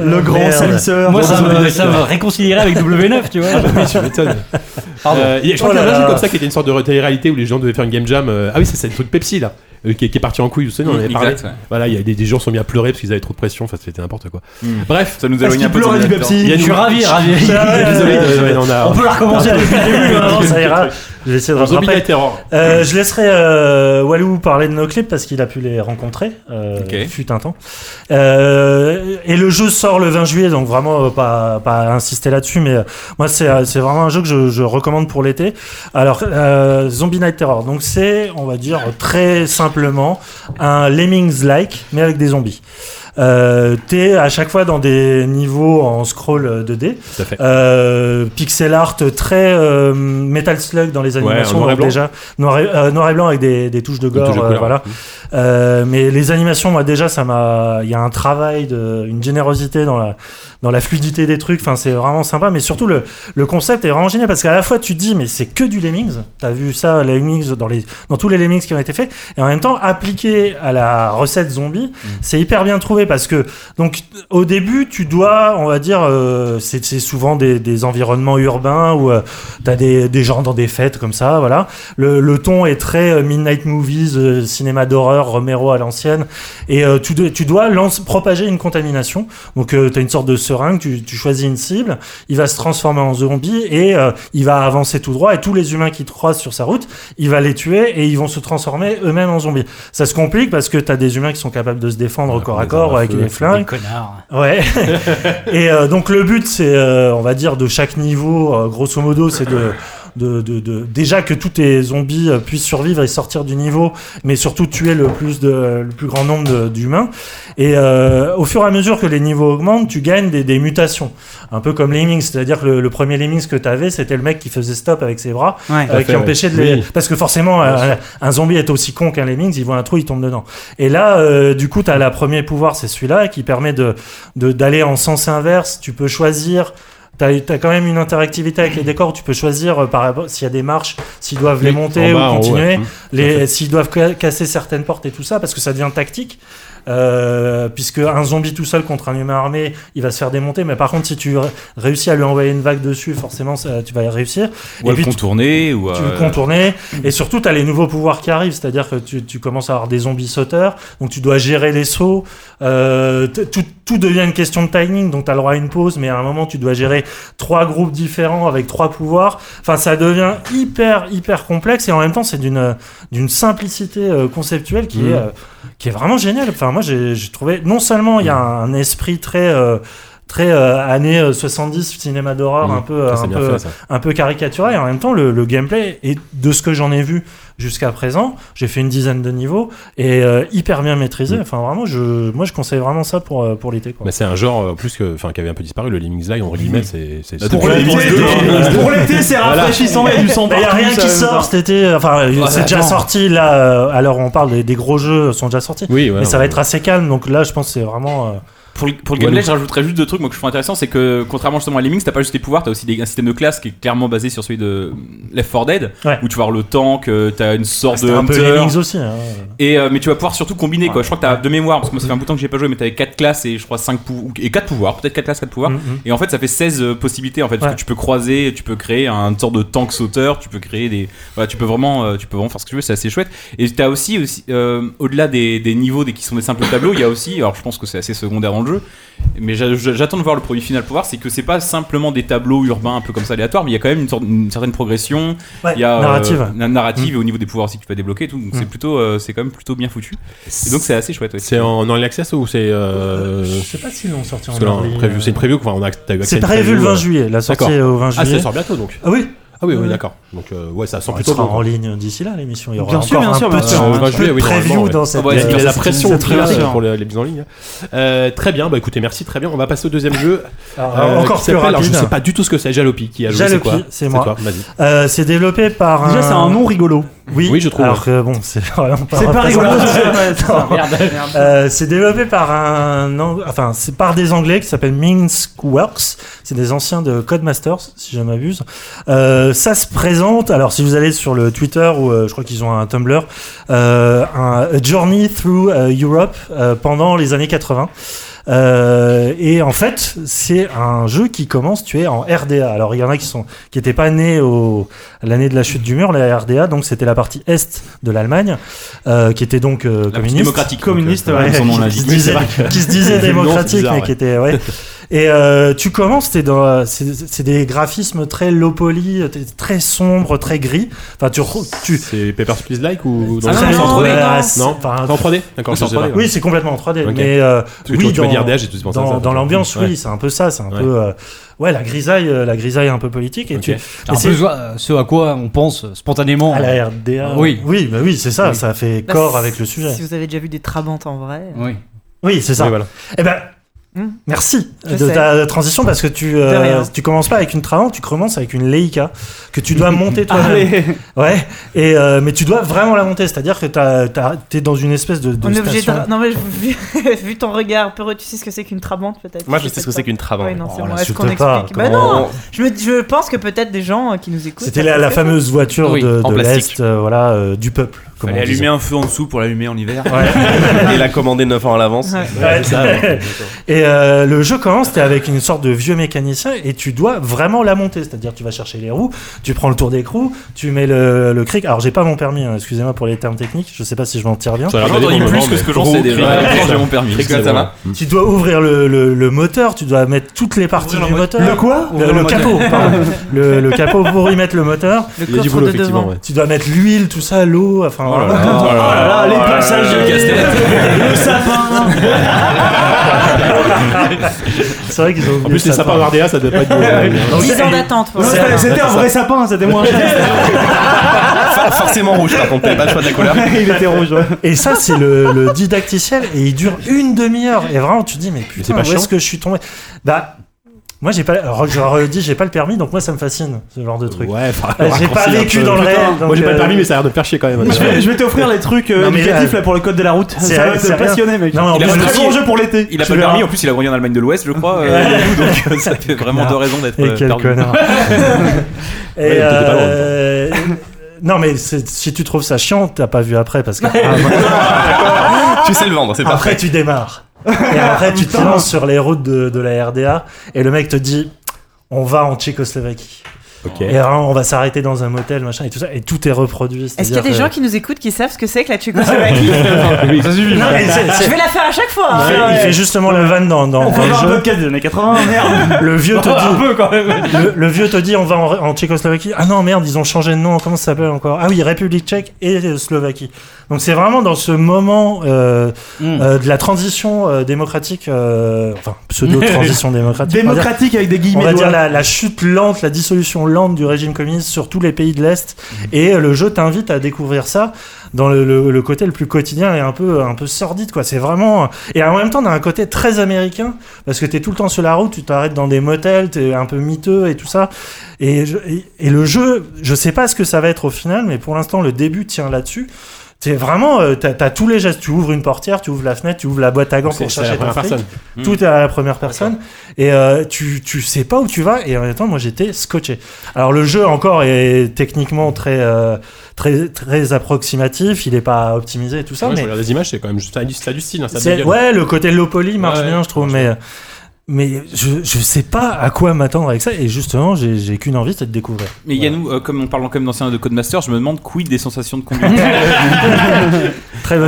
Le grand
Merde.
salisseur.
Moi, ça me, ça me réconcilierait avec W9, tu vois. [LAUGHS]
Oui, tu m'étonnes.
Pardon.
Euh, il y a- je crois
Oh
qu'il y a
là
un jeu
là.
comme ça qui était une sorte de télé-réalité où les gens devaient faire une game jam. euh, Ah oui, c'est c'est le truc Pepsi là, euh, qui, est- qui est parti en couille. Vous savez, on en avait
Mm,
parlé.
exact, ouais.
Voilà, il y a des, des gens se sont mis à pleurer parce qu'ils avaient trop de pression. Enfin, c'était n'importe quoi. Bref,
Ça nous éloigne un peu de Zombie Night
Il y a
Je suis
nous-
ravi,
[LAUGHS]
ravi.
Désolé, de- ouais, on a-
On peut la recommencer depuis le début. hein.
Non, euh, [LAUGHS] ça ira. Je vais essayer de
Alors, Zombie
rattraper.
Night Terror.
Euh, je laisserai euh, Walou parler de nos clips parce qu'il a pu les rencontrer. Euh,
Ok.
Fut un temps. Euh, et le jeu sort le 20 juillet, donc vraiment euh, pas, pas insister là-dessus. Mais euh, moi, c'est euh, c'est vraiment un jeu que je, je recommande pour l'été. Alors, euh, Zombie Night Terror. Donc, c'est, on va dire très simplement, un Lemmings-like, mais avec des zombies. Euh, T'es à chaque fois dans des niveaux en scroll euh, 2D,
Tout à fait.
Euh, pixel art très euh, Metal Slug dans les
Ouais,
animations
en noir et
donc
blanc.
déjà noir et, euh, noir et blanc avec des, des touches de gore
touches de
euh,
couleur. Mmh.
voilà Euh, mais les animations moi déjà ça m'a il y a un travail de une générosité dans la dans la fluidité des trucs enfin c'est vraiment sympa mais surtout le le concept est vraiment génial parce qu'à la fois tu te dis mais c'est que du Lemmings t'as vu ça les Lemmings dans les dans tous les Lemmings qui ont été faits et en même temps appliqué à la recette zombie
Mmh.
c'est hyper bien trouvé parce que donc au début tu dois on va dire euh, c'est c'est souvent des, des environnements urbains où euh, t'as des, des gens dans des fêtes comme ça voilà le, le ton est très euh, midnight movies euh, cinéma d'horreur Romero à l'ancienne et euh, tu, dois- tu dois lance- propager une contamination donc tu t'as une sorte de seringue tu, tu choisis une cible il va se transformer en zombie et euh, il va avancer tout droit et tous les humains qui te croisent sur sa route il va les tuer et ils vont se transformer eux-mêmes en zombies ça se complique parce que t'as des humains qui sont capables de se défendre au corps à
des armes à
corps avec
feu,
des
des
flingues
Connard.
Ouais. [LAUGHS] et euh, donc le but, c'est, euh, on va dire, de chaque niveau, euh, grosso modo, c'est de, de, de, de- déjà que tous tes zombies euh, puissent survivre et sortir du niveau, mais surtout tuer le plus de, le plus grand nombre de- d'humains. Et euh, au fur et à mesure que les niveaux augmentent, tu gagnes des, des mutations, un peu comme Lemmings, c'est-à-dire que le, le premier Lemmings que t'avais, c'était le mec qui faisait stop avec ses bras,
Ouais.
euh,
Tout à
qui
fait,
empêchait de
oui.
les, parce que forcément, un, un zombie est aussi con qu'un Lemmings, il voit un trou, il tombe dedans. Et là, euh, du coup, tu as la premier pouvoir, c'est celui-là, qui permet de de- d'aller en sens inverse. Tu peux choisir. T'as as quand même une interactivité avec les décors. Tu peux choisir euh, par rapport s'il y a des marches, s'ils doivent les
Oui, en bas,
monter ou
en haut, ouais.
continuer,
Mmh, tout à
les
fait.
s'ils doivent ca- casser certaines portes et tout ça, parce que ça devient tactique. Euh, puisque un zombie tout seul contre un humain armé, il va se faire démonter. Mais par contre, si tu r- réussis à lui envoyer une vague dessus, forcément, ça- tu vas réussir.
Ou à le
tu-
contourner, ou euh, à.
tu veux contourner. Et surtout, tu as les nouveaux pouvoirs qui arrivent. C'est-à-dire que tu, tu commences à avoir des zombies sauteurs. Donc, tu dois gérer les sauts. Euh, t- tout, tout devient une question de timing. Donc, tu as le droit à une pause. Mais à un moment, tu dois gérer trois groupes différents avec trois pouvoirs. Enfin, ça devient hyper, hyper complexe. Et en même temps, c'est d'une d'une simplicité euh, conceptuelle qui,
Mhm.
est, euh, qui est vraiment géniale. Enfin, moi, j'ai j'ai trouvé... Non seulement il y a un esprit très... euh, très euh, années euh, 70 cinéma d'horreur
Mhm.
un peu
Ça, c'est
un
bien
peu
fait, ça.
un peu caricatural et en même temps le, le gameplay est de ce que j'en ai vu jusqu'à présent j'ai fait une dizaine de niveaux et euh, hyper bien
Mm.
maîtrisé enfin vraiment je moi je conseille vraiment ça pour euh, pour l'été quoi
Mais c'est un genre euh, en plus que, enfin, qui avait un peu disparu. Le Lemmings Live, entre guillemets, c'est c'est- c'est-
Pour l'été, pour l'été, c'est
euh, Voilà.
rafraîchissant, il y a du sang
il y a
partout,
rien
ça-
qui sort cet été enfin
Ouais,
c'est déjà
attends.
sorti là euh, alors on parle des, des gros jeux sont déjà sortis
Oui, ouais,
mais ça
ouais.
va être assez calme donc là je pense que c'est vraiment euh,
Pour le, pour le
Ouais,
gameplay,
donc-
je rajouterais juste deux trucs moi, que je trouve intéressant c'est que, contrairement justement à Lemmings, t'as pas juste les pouvoirs, t'as aussi des, un système de classe qui est clairement basé sur celui de Left 4 Dead,
Ouais.
où tu vas avoir le tank, euh, t'as une
Ah,
sorte
C'était
de.
un peu
hunter.
Lemmings aussi, hein.
Et, euh, mais tu vas pouvoir surtout combiner quoi. Je crois que t'as de mémoire, parce que moi ça fait un bout de temps que j'ai pas joué, mais t'avais 4 classes et je crois 5 et 4 pouvoirs, peut-être 4 classes, 4 pouvoirs.
Mhm.
Et en fait ça fait 16 euh, possibilités en fait, parce
Ouais.
que tu peux croiser, tu peux créer un sorte de tank sauteur, tu peux créer des. Voilà, tu peux vraiment euh, tu peux vraiment faire ce que tu veux, c'est assez chouette. Et t'as aussi, aussi euh, au-delà des, des niveaux des, qui sont des simples tableaux, il y a aussi, alors je pense que c'est assez secondaire dans le jeu, mais j'a- j'a- j'attends de voir le produit final pour voir, c'est que c'est pas simplement des tableaux urbains un peu comme ça aléatoires, mais il y a quand même une, sorte- une certaine progression,
Ouais,
il y a euh,
narrative.
la
Hmm.
narrative et au niveau des pouvoirs aussi que tu vas débloquer et tout, donc
Mm.
c'est plutôt euh, c'est quand même plutôt bien foutu. Et donc c'est assez chouette.
C'est en early access ou c'est. Euh...
Je sais pas s'ils l'ont sorti en
parce que là,
early,
en preview-
euh,
C'est une preview, enfin, on a t'as eu accès
C'est
à une
prévu le
preview,
20
euh,
juillet, la sortie
d'accord.
est au 20
Ah,
juillet.
ça sort bientôt donc.
Ah oui
Ah oui, oui,
Ouais.
d'accord. Donc, euh, ouais, ça sent
On
plutôt
sera
bon, quoi.
en ligne d'ici là l'émission. Il y aura
Bien
encore
sûr, bien
un
sûr,
peu
bien
de-
sûr,
un
ouais.
peu de
Juillet, oui,
preview
normalement,
dans
ouais.
cette.
Ah ouais,
euh,
il y a la
cette
pression
cette
pour les-
émission.
pour les les mises en ligne. Euh, très bien, bah écoutez, merci, très bien. On va passer au deuxième jeu.
Alors,
euh,
Ah, encore
qui
plus
s'appelle- alors, Je
rapide.
sais pas du tout ce que c'est. Jalopi qui a joué.
Jalopi,
quoi
c'est moi.
toi, vas-y.
Euh, c'est développé par.
Déjà, c'est un nom rigolo.
Oui,
Oui, je trouve.
Alors que bon, c'est [LAUGHS] vraiment pas.
C'est pas rigolo,
représentatif.
c'est- ouais, c'est ça,
[LAUGHS] Non.
merde.
Euh, c'est développé par un, Ang- enfin, c'est par des Anglais qui s'appellent Minsk Works. C'est des anciens de Codemasters, si je ne m'abuse. Euh, ça se présente. Alors, si vous allez sur le Twitter ou euh, je crois qu'ils ont un Tumblr, euh, un a Journey Through euh, Europe euh, pendant les années 80. Euh, et en fait, c'est un jeu qui commence, tu es en RDA. Alors il y en a qui sont qui n'étaient pas nés au à l'année de la chute du mur, la RDA. Donc c'était la partie est de l'Allemagne, euh, qui était donc euh, communiste,
démocratique, donc,
communiste,
euh,
ouais,
comme son nom
qui,
l'indique.
se
Oui, c'est
disait,
vrai que-
qui se disait
Le nom, c'est
démocratique,
bizarre,
mais
ouais.
qui était ouais. Et euh, tu commences, t'es dans, euh, c'est c'est des graphismes très low poly, euh, t'es très sombre, très gris. Enfin, tu, re- tu
C'est Papers, Please Like ou dans
Ah
le
non,
sens
non,
en 3D
mais non.
Non,
Enfin,
C'est en 3D D'accord,
oui,
je sais
c'est en 3D,
pas.
oui, c'est complètement en 3D.
Ok.
Mais euh,
Parce que tu-
oui,
tu
dans,
m'as dit RDA, j'ai tout de suite pensé à
dans-
ça,
dans
donc,
l'ambiance,
ouais.
oui, c'est un peu ça, c'est un
Ouais.
peu euh, ouais la grisaille, euh, la grisaille un peu politique. Et tu,
C'est un peu jo- euh, ce à quoi on pense spontanément.
à la RDA.
Oui.
oui, bah oui, c'est ça,
Oui.
ça fait
Bah,
corps
si-
avec le sujet.
Si vous avez déjà vu des trabantes en vrai. euh.
Oui.
Oui, c'est ça.
Oui, voilà.
Eh ben,
Hmm.
merci
Je
de
sais.
ta transition parce que tu euh,
De rien.
tu commences pas avec une Trabant, tu commences avec une Leica que tu dois
[LAUGHS]
monter
Ah
toi-même.
Allez.
ouais. Et euh, mais tu dois vraiment la monter, c'est-à-dire que t'as- t'as- t'es dans une espèce de, de
On est obligé de...
station-
Non mais je- vu, [LAUGHS] vu ton regard peureux, tu sais ce que c'est qu'une trabante peut-être
Moi, je sais ce que c'est qu'une trabante.
Oui, non, c'est
Oh,
bon. Est-ce
l'insulte
qu'on
pas,
explique Bah
comment-
non je, me, je pense que peut-être des gens euh, qui nous écoutent...
C'était
ça
la,
peut
la
faire. [LAUGHS]
fameuse voiture
Oui,
de,
en
de
plastique.
l'Est, euh, voilà, euh, du peuple. comme
Fallait
on disait.
allumer un feu en dessous pour l'allumer en hiver. [LAUGHS]
Et la commander 9 ans à l'avance.
[LAUGHS]
Ouais. [LAUGHS] et euh, le jeu commence, t'es avec une sorte de vieux mécanicien et tu dois vraiment la monter. C'est-à-dire, tu vas chercher les roues, tu prends le tour d'écrou, tu mets le, le cric. Alors, j'ai pas mon permis, hein, excusez-moi pour les termes techniques, je sais pas si je m'en tire bien.
Ça a l'air
J'en ai
d'aller
entendu
pour le moment,
plus que ce
mais-
que j'en sais déjà.
Ouais,
Pourtant, j'ai mon permis.
Cric,
C'est
ça
bon.
va
Tu dois ouvrir le, le- le moteur, tu dois mettre toutes les parties du moteur. Le quoi Le, capot, [LAUGHS] pardon. le, le capot pour y mettre le moteur.
Le
Il y a du
coffre
boulot,
de devant.
effectivement. ouais.
Tu dois mettre l'huile, tout ça, l'eau, enfin. voilà.
Oh là là,
les
oh là là,
passagers,
le casse-tête.
le sapin. C'est vrai qu'ils ont oublié
En plus,
le
les sapins en RDA, ça devait pas
[LAUGHS]
être beau.
Donc,
10 ans
c'est-
d'attente.
Non,
voilà.
c'était- C'était un vrai sapin, hein, c'était moins un geste.
For- forcément rouge, par contre, t'avais pas le choix de
[LAUGHS]
la couleur.
Il était rouge. ouais.
Et ça, c'est le, le didacticiel et il dure une demi-heure. Et vraiment, tu te dis, mais
c'est
putain,
pas
où
chiant
est-ce que je suis tombé Bah, moi, j'ai pas. alors, je leur ai dit, j'ai pas le permis, donc moi, ça me fascine, ce genre de truc.
Ouais, enfin,
Euh, j'ai pas
raccourci un
vécu
peu.
dans le
Putain,
réel,
Moi, j'ai
donc,
pas le permis,
euh,
mais ça a l'air de me faire chier quand même.
Je vais, je vais t'offrir les trucs euh,
Non, mais,
éducatifs
euh,
là pour le code de la route.
c'est-
Ça va
c'est
te
rien.
passionner, mec.
Non, mais en
il a
plus,
un
le
très
petit-
bon jeu pour l'été.
Il a
Tu
pas le
verras.
permis, en plus il a grandi en Allemagne de l'Ouest, je crois, euh, du coup, donc euh, ça fait vraiment deux raisons d'être
Et
euh,
quel
[LAUGHS]
perdu.
connard. Et,
Ouais, t'étais pas loin.
euh, Non, mais c'est- si tu trouves ça chiant, t'as pas vu
[LAUGHS]
après parce que ah,
tu sais le vendre, c'est parfait.
après tu démarres. Et après tu te lances sur les routes de, de la RDA et le mec te dit on va en Tchécoslovaquie.
Ok.
Et alors, on va s'arrêter dans un motel, machin, et tout ça, et tout est reproduit.
Est-ce qu'il y a
c'est-à-dire,
des gens
euh,
qui [LAUGHS] nous écoutent qui savent ce que c'est que la
[LAUGHS]
Tchécoslovaquie
Ça suffit.
Non, mais c'est-
Je
c'est-
vais la faire à chaque fois. hein.
il fait- Il fait justement la vanne dans, dans,
On
dans
fait
le
un
jeu.
podcast des années 80, merde.
Le vieux
[LAUGHS]
te
Un
dit,
peu quand même.
le, le vieux te dit on va en, en Tchécoslovaquie. Ah non, merde, ils ont changé de nom. Comment ça s'appelle encore Ah oui, République tchèque et euh, Slovaquie. Donc c'est vraiment dans ce moment euh,
Hmm.
Mm.
euh, de la transition euh, démocratique, euh, enfin
[LAUGHS]
pseudo-transition démocratique. on va dire-
Démocratique avec des
on
guillemets.
va dire
doigts.
la, la chute lente, la dissolution lente du régime communiste sur tous les pays de l'Est.
Mhm.
Et euh, le jeu t'invite à découvrir ça dans le, le- le côté le plus quotidien et un peu, un peu sordide, quoi. C'est vraiment. Et en même temps, t'as un côté très américain parce que t'es tout le temps sur la route, tu t'arrêtes dans des motels, t'es un peu miteux et tout ça. Et, je- et- et le jeu, je sais pas ce que ça va être au final, mais pour l'instant, le début tient là-dessus. C'est vraiment, euh, t'as as tous les gestes. Tu ouvres une portière, tu ouvres la fenêtre, tu ouvres la boîte à gants
Donc, c'est-
pour
c'est à la
chercher ton
première
fric.
personne. Mm.
Tout est à la première personne. Et euh, tu, tu sais pas où tu vas. Et en même temps, moi, j'étais scotché. Alors, le jeu, encore, est techniquement très, euh, très, très approximatif. Il est pas optimisé et tout ça.
Ouais, je
mais
regarde les images, c'est quand même juste ça du ça a du style. hein, ça
c'est-
dégueule.
ouais, le côté low poly marche
Ouais,
bien, je trouve, mais. Mais je, je sais pas à quoi m'attendre avec ça, et justement, j'ai j'ai qu'une envie, c'est de découvrir.
Mais Yannou, euh, comme on parle comme d'ancien de Codemaster, je me demande quid des sensations de
[LAUGHS]
conduite.
Très
[LAUGHS]
bonne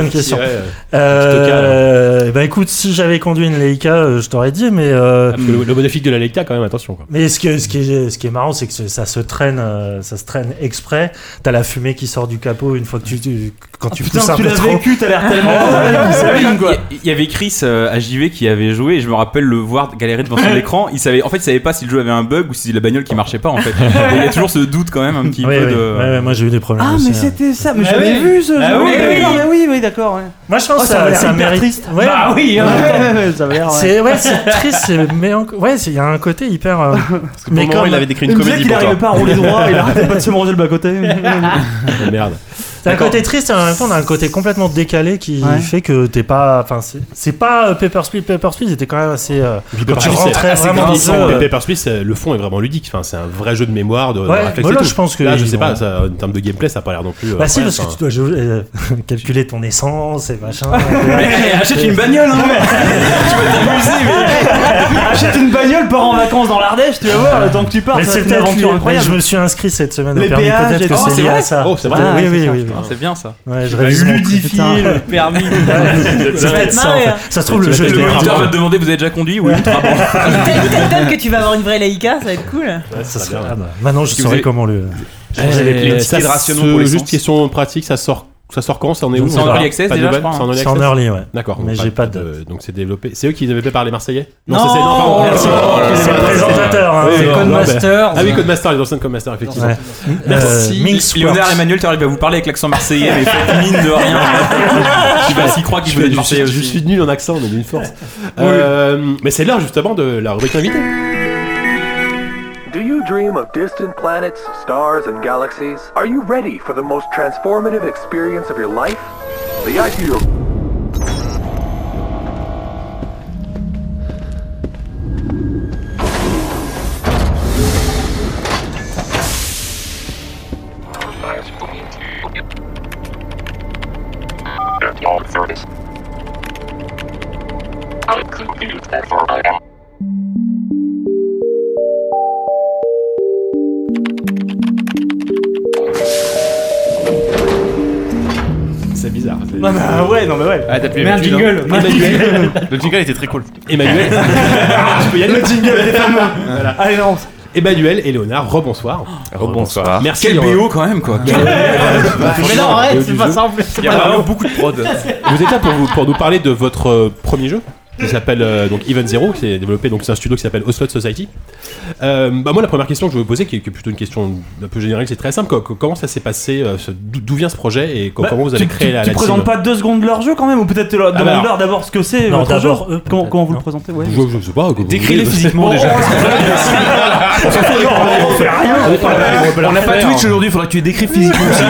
Ouais,
question.
ouais, ouais.
Euh,
hein.
bah écoute, si j'avais conduit une Leica, euh, je t'aurais dit, mais. euh,
Parce que Ah, le, le modifique de la Leica, quand même, attention.
[LAUGHS]
Quoi.
Mais ce, que- ce qui est, ce qui est marrant, c'est que ce- ça se traîne, euh, ça se traîne exprès. T'as la fumée qui sort du capot une fois que tu, tu- quand tu
Ah, putain,
pousses un
tu
peu
l'as
trop. Ah,
vécu, t'as l'air
[LAUGHS]
tellement- euh,
Ouais, c'est
Il y-
dingue, quoi.
Il y avait Chris euh, à JV qui avait joué et je me rappelle le voir galérer devant son écran. Il savait, en fait, il savait pas si le jeu avait un bug ou si la bagnole qui marchait pas. En fait, Et il y a toujours ce doute quand même un petit
Ouais,
peu
ouais,
de.
ouais, ouais, moi j'ai eu des problèmes.
Ah,
aussi,
mais
hein.
c'était ça, mais
Ah
j'avais
oui.
vu ce jeu.
Ah oui,
mais
oui.
non, mais oui, oui, d'accord. ouais.
Moi, je pense
Oh,
que
ça
ça,
va,
ça
c'est hyper
mérite.
triste.
Ouais.
Bah oui, hein. Ouais, ouais, [LAUGHS] ça va l'air, ouais.
C'est ouais, c'est triste, c'est mélancolique. Ouais, c'est- il y a un côté hyper. euh,
pour le moment, il avait décrit une
me
comédie
disait
pour toi.
arrêtait pas de se manger le bas-côté.
[LAUGHS]
Oh, merde.
T'as un côté triste et en même temps, on a un côté complètement décalé qui
Ouais.
fait que t'es pas. Enfin, c'est- c'est pas euh, Paper Speed. Paper Speed était quand même assez. euh, quand tu rentrais vraiment dans le
hein,
jeu, euh,
Paper Smith, le fond est vraiment ludique. Enfin, c'est un vrai jeu de mémoire, de, de
Ouais,
réflexe.
voilà,
et tout.
je pense que
Là, je
ils
sais pas,
ont-
ça, en termes de gameplay, ça a pas l'air non plus. euh,
Bah si,
incroyable,
parce que
enfin.
tu dois jouer, euh, [LAUGHS] calculer ton essence et
[LAUGHS]
machin.
Mais achète une bagnole, hein
Achète une bagnole, pars en vacances dans l'Ardèche, tu vas voir, le temps que tu pars,
Mais
ça va
c'est
être une
peut-être
aventure
les-
incroyable.
Je me suis inscrit cette semaine
Les
au permis,
péages et
peut-être que
tout. Oh,
c'est
c'est
lié
vrai
à ça.
Oh, c'est
Ouais,
vrai.
oui, oui,
Ah,
oui,
putain,
oui.
c'est bien, ça.
Ouais,
Tu
je
Bah,
vas
révise mon
ludifier
truc.
le permis.
[LAUGHS] Ça va être ça, en fait. Ça se trouve, le jeu
Le
était
moniteur
vraiment-
va te demander, vous avez déjà conduit ou ultra
[LAUGHS]
bon
Peut-être même que tu vas avoir une vraie Leica, ça va être
[LAUGHS]
cool.
Ça serait- ah, bah, Maintenant, je saurais comment le. changer les
Et
petites
Euh, ça
tickets
se- Juste question pratique, ça sort. Ça sort quand Ça en est où
C'est en
Pas-
early
pas
access,
de
déjà,
nouvelles
je crois,
C'est en
hein.
early
C'est en
access
early, ouais.
D'accord.
Mais
donc
j'ai pas
de. Donc c'est développé. C'est eux qui développaient par les Marseillais
Non,
c'est- pardon,
oh,
merci.
c'est les
pardon,
présentateurs, hein.
Oui,
C'est
non, non,
Codemasters.
hein.
bah, Ah oui, Codemaster, les anciens Codemaster, effectivement. Euh,
Ouais.
Merci.
Léonard Emmanuel, tu arrives à vous parler avec l'accent marseillais, mais faites mine de
[LAUGHS]
rien. Je sais pas s'il croit qu'il
Je
venait de
suis-
Marseille
Je suis- je
aussi.
suis nul en accent, mais d'une force. Euh, Mais c'est l'heure justement de la rubrique invitée.
Do you dream of distant planets, stars, and galaxies? Are you ready for the most transformative experience of your life? The idea of
I could be useful for I am.
C'est bizarre.
Ah bah ouais, non mais ouais.
Ah, t'as plus
Mais un
l'habitude,
jingle,
hein.
un
Emmanuel. Le jingle était très cool. [LAUGHS]
Emmanuel. Tu peux y aller
Le jingle des femmes.
Voilà.
Allez, lance.
Emmanuel et Léonard, rebonsoir.
Rebonsoir.
Merci.
Quel
Léonard.
BO quand même, quoi.
Ouais.
Mais non, arrête, c'est pas simple. Il y a vraiment beaucoup de prod.
Vous êtes là pour, vous- pour nous parler de votre euh, premier jeu qui s'appelle euh, donc Even Zero, qui est développé donc c'est un studio qui s'appelle Ocelot Society. Euh, bah moi la première question que je veux vous poser, qui est, qui est plutôt une question un peu générale, c'est très simple. Co- co- Comment ça s'est passé euh, ce- D'où d'où vient ce projet et co-
Bah,
comment vous avez
tu,
créé
tu-
la,
Tu
la
présentes
team
pas deux secondes leur jeu quand même, ou peut-être
Ah,
leur
bah
demande leur
alors.
d'abord ce que c'est
Non,
votre jeu.
d'abord, eux,
Comment, comment vous le présentez ouais.
je, je sais pas. comment-
Décris-les physiquement,
Bon,
déjà.
on- on s'en fout, on va- on fait rien. [LAUGHS]
On n'a pas Twitch aujourd'hui, faudrait que tu les décrives
[LAUGHS]
physiquement aussi.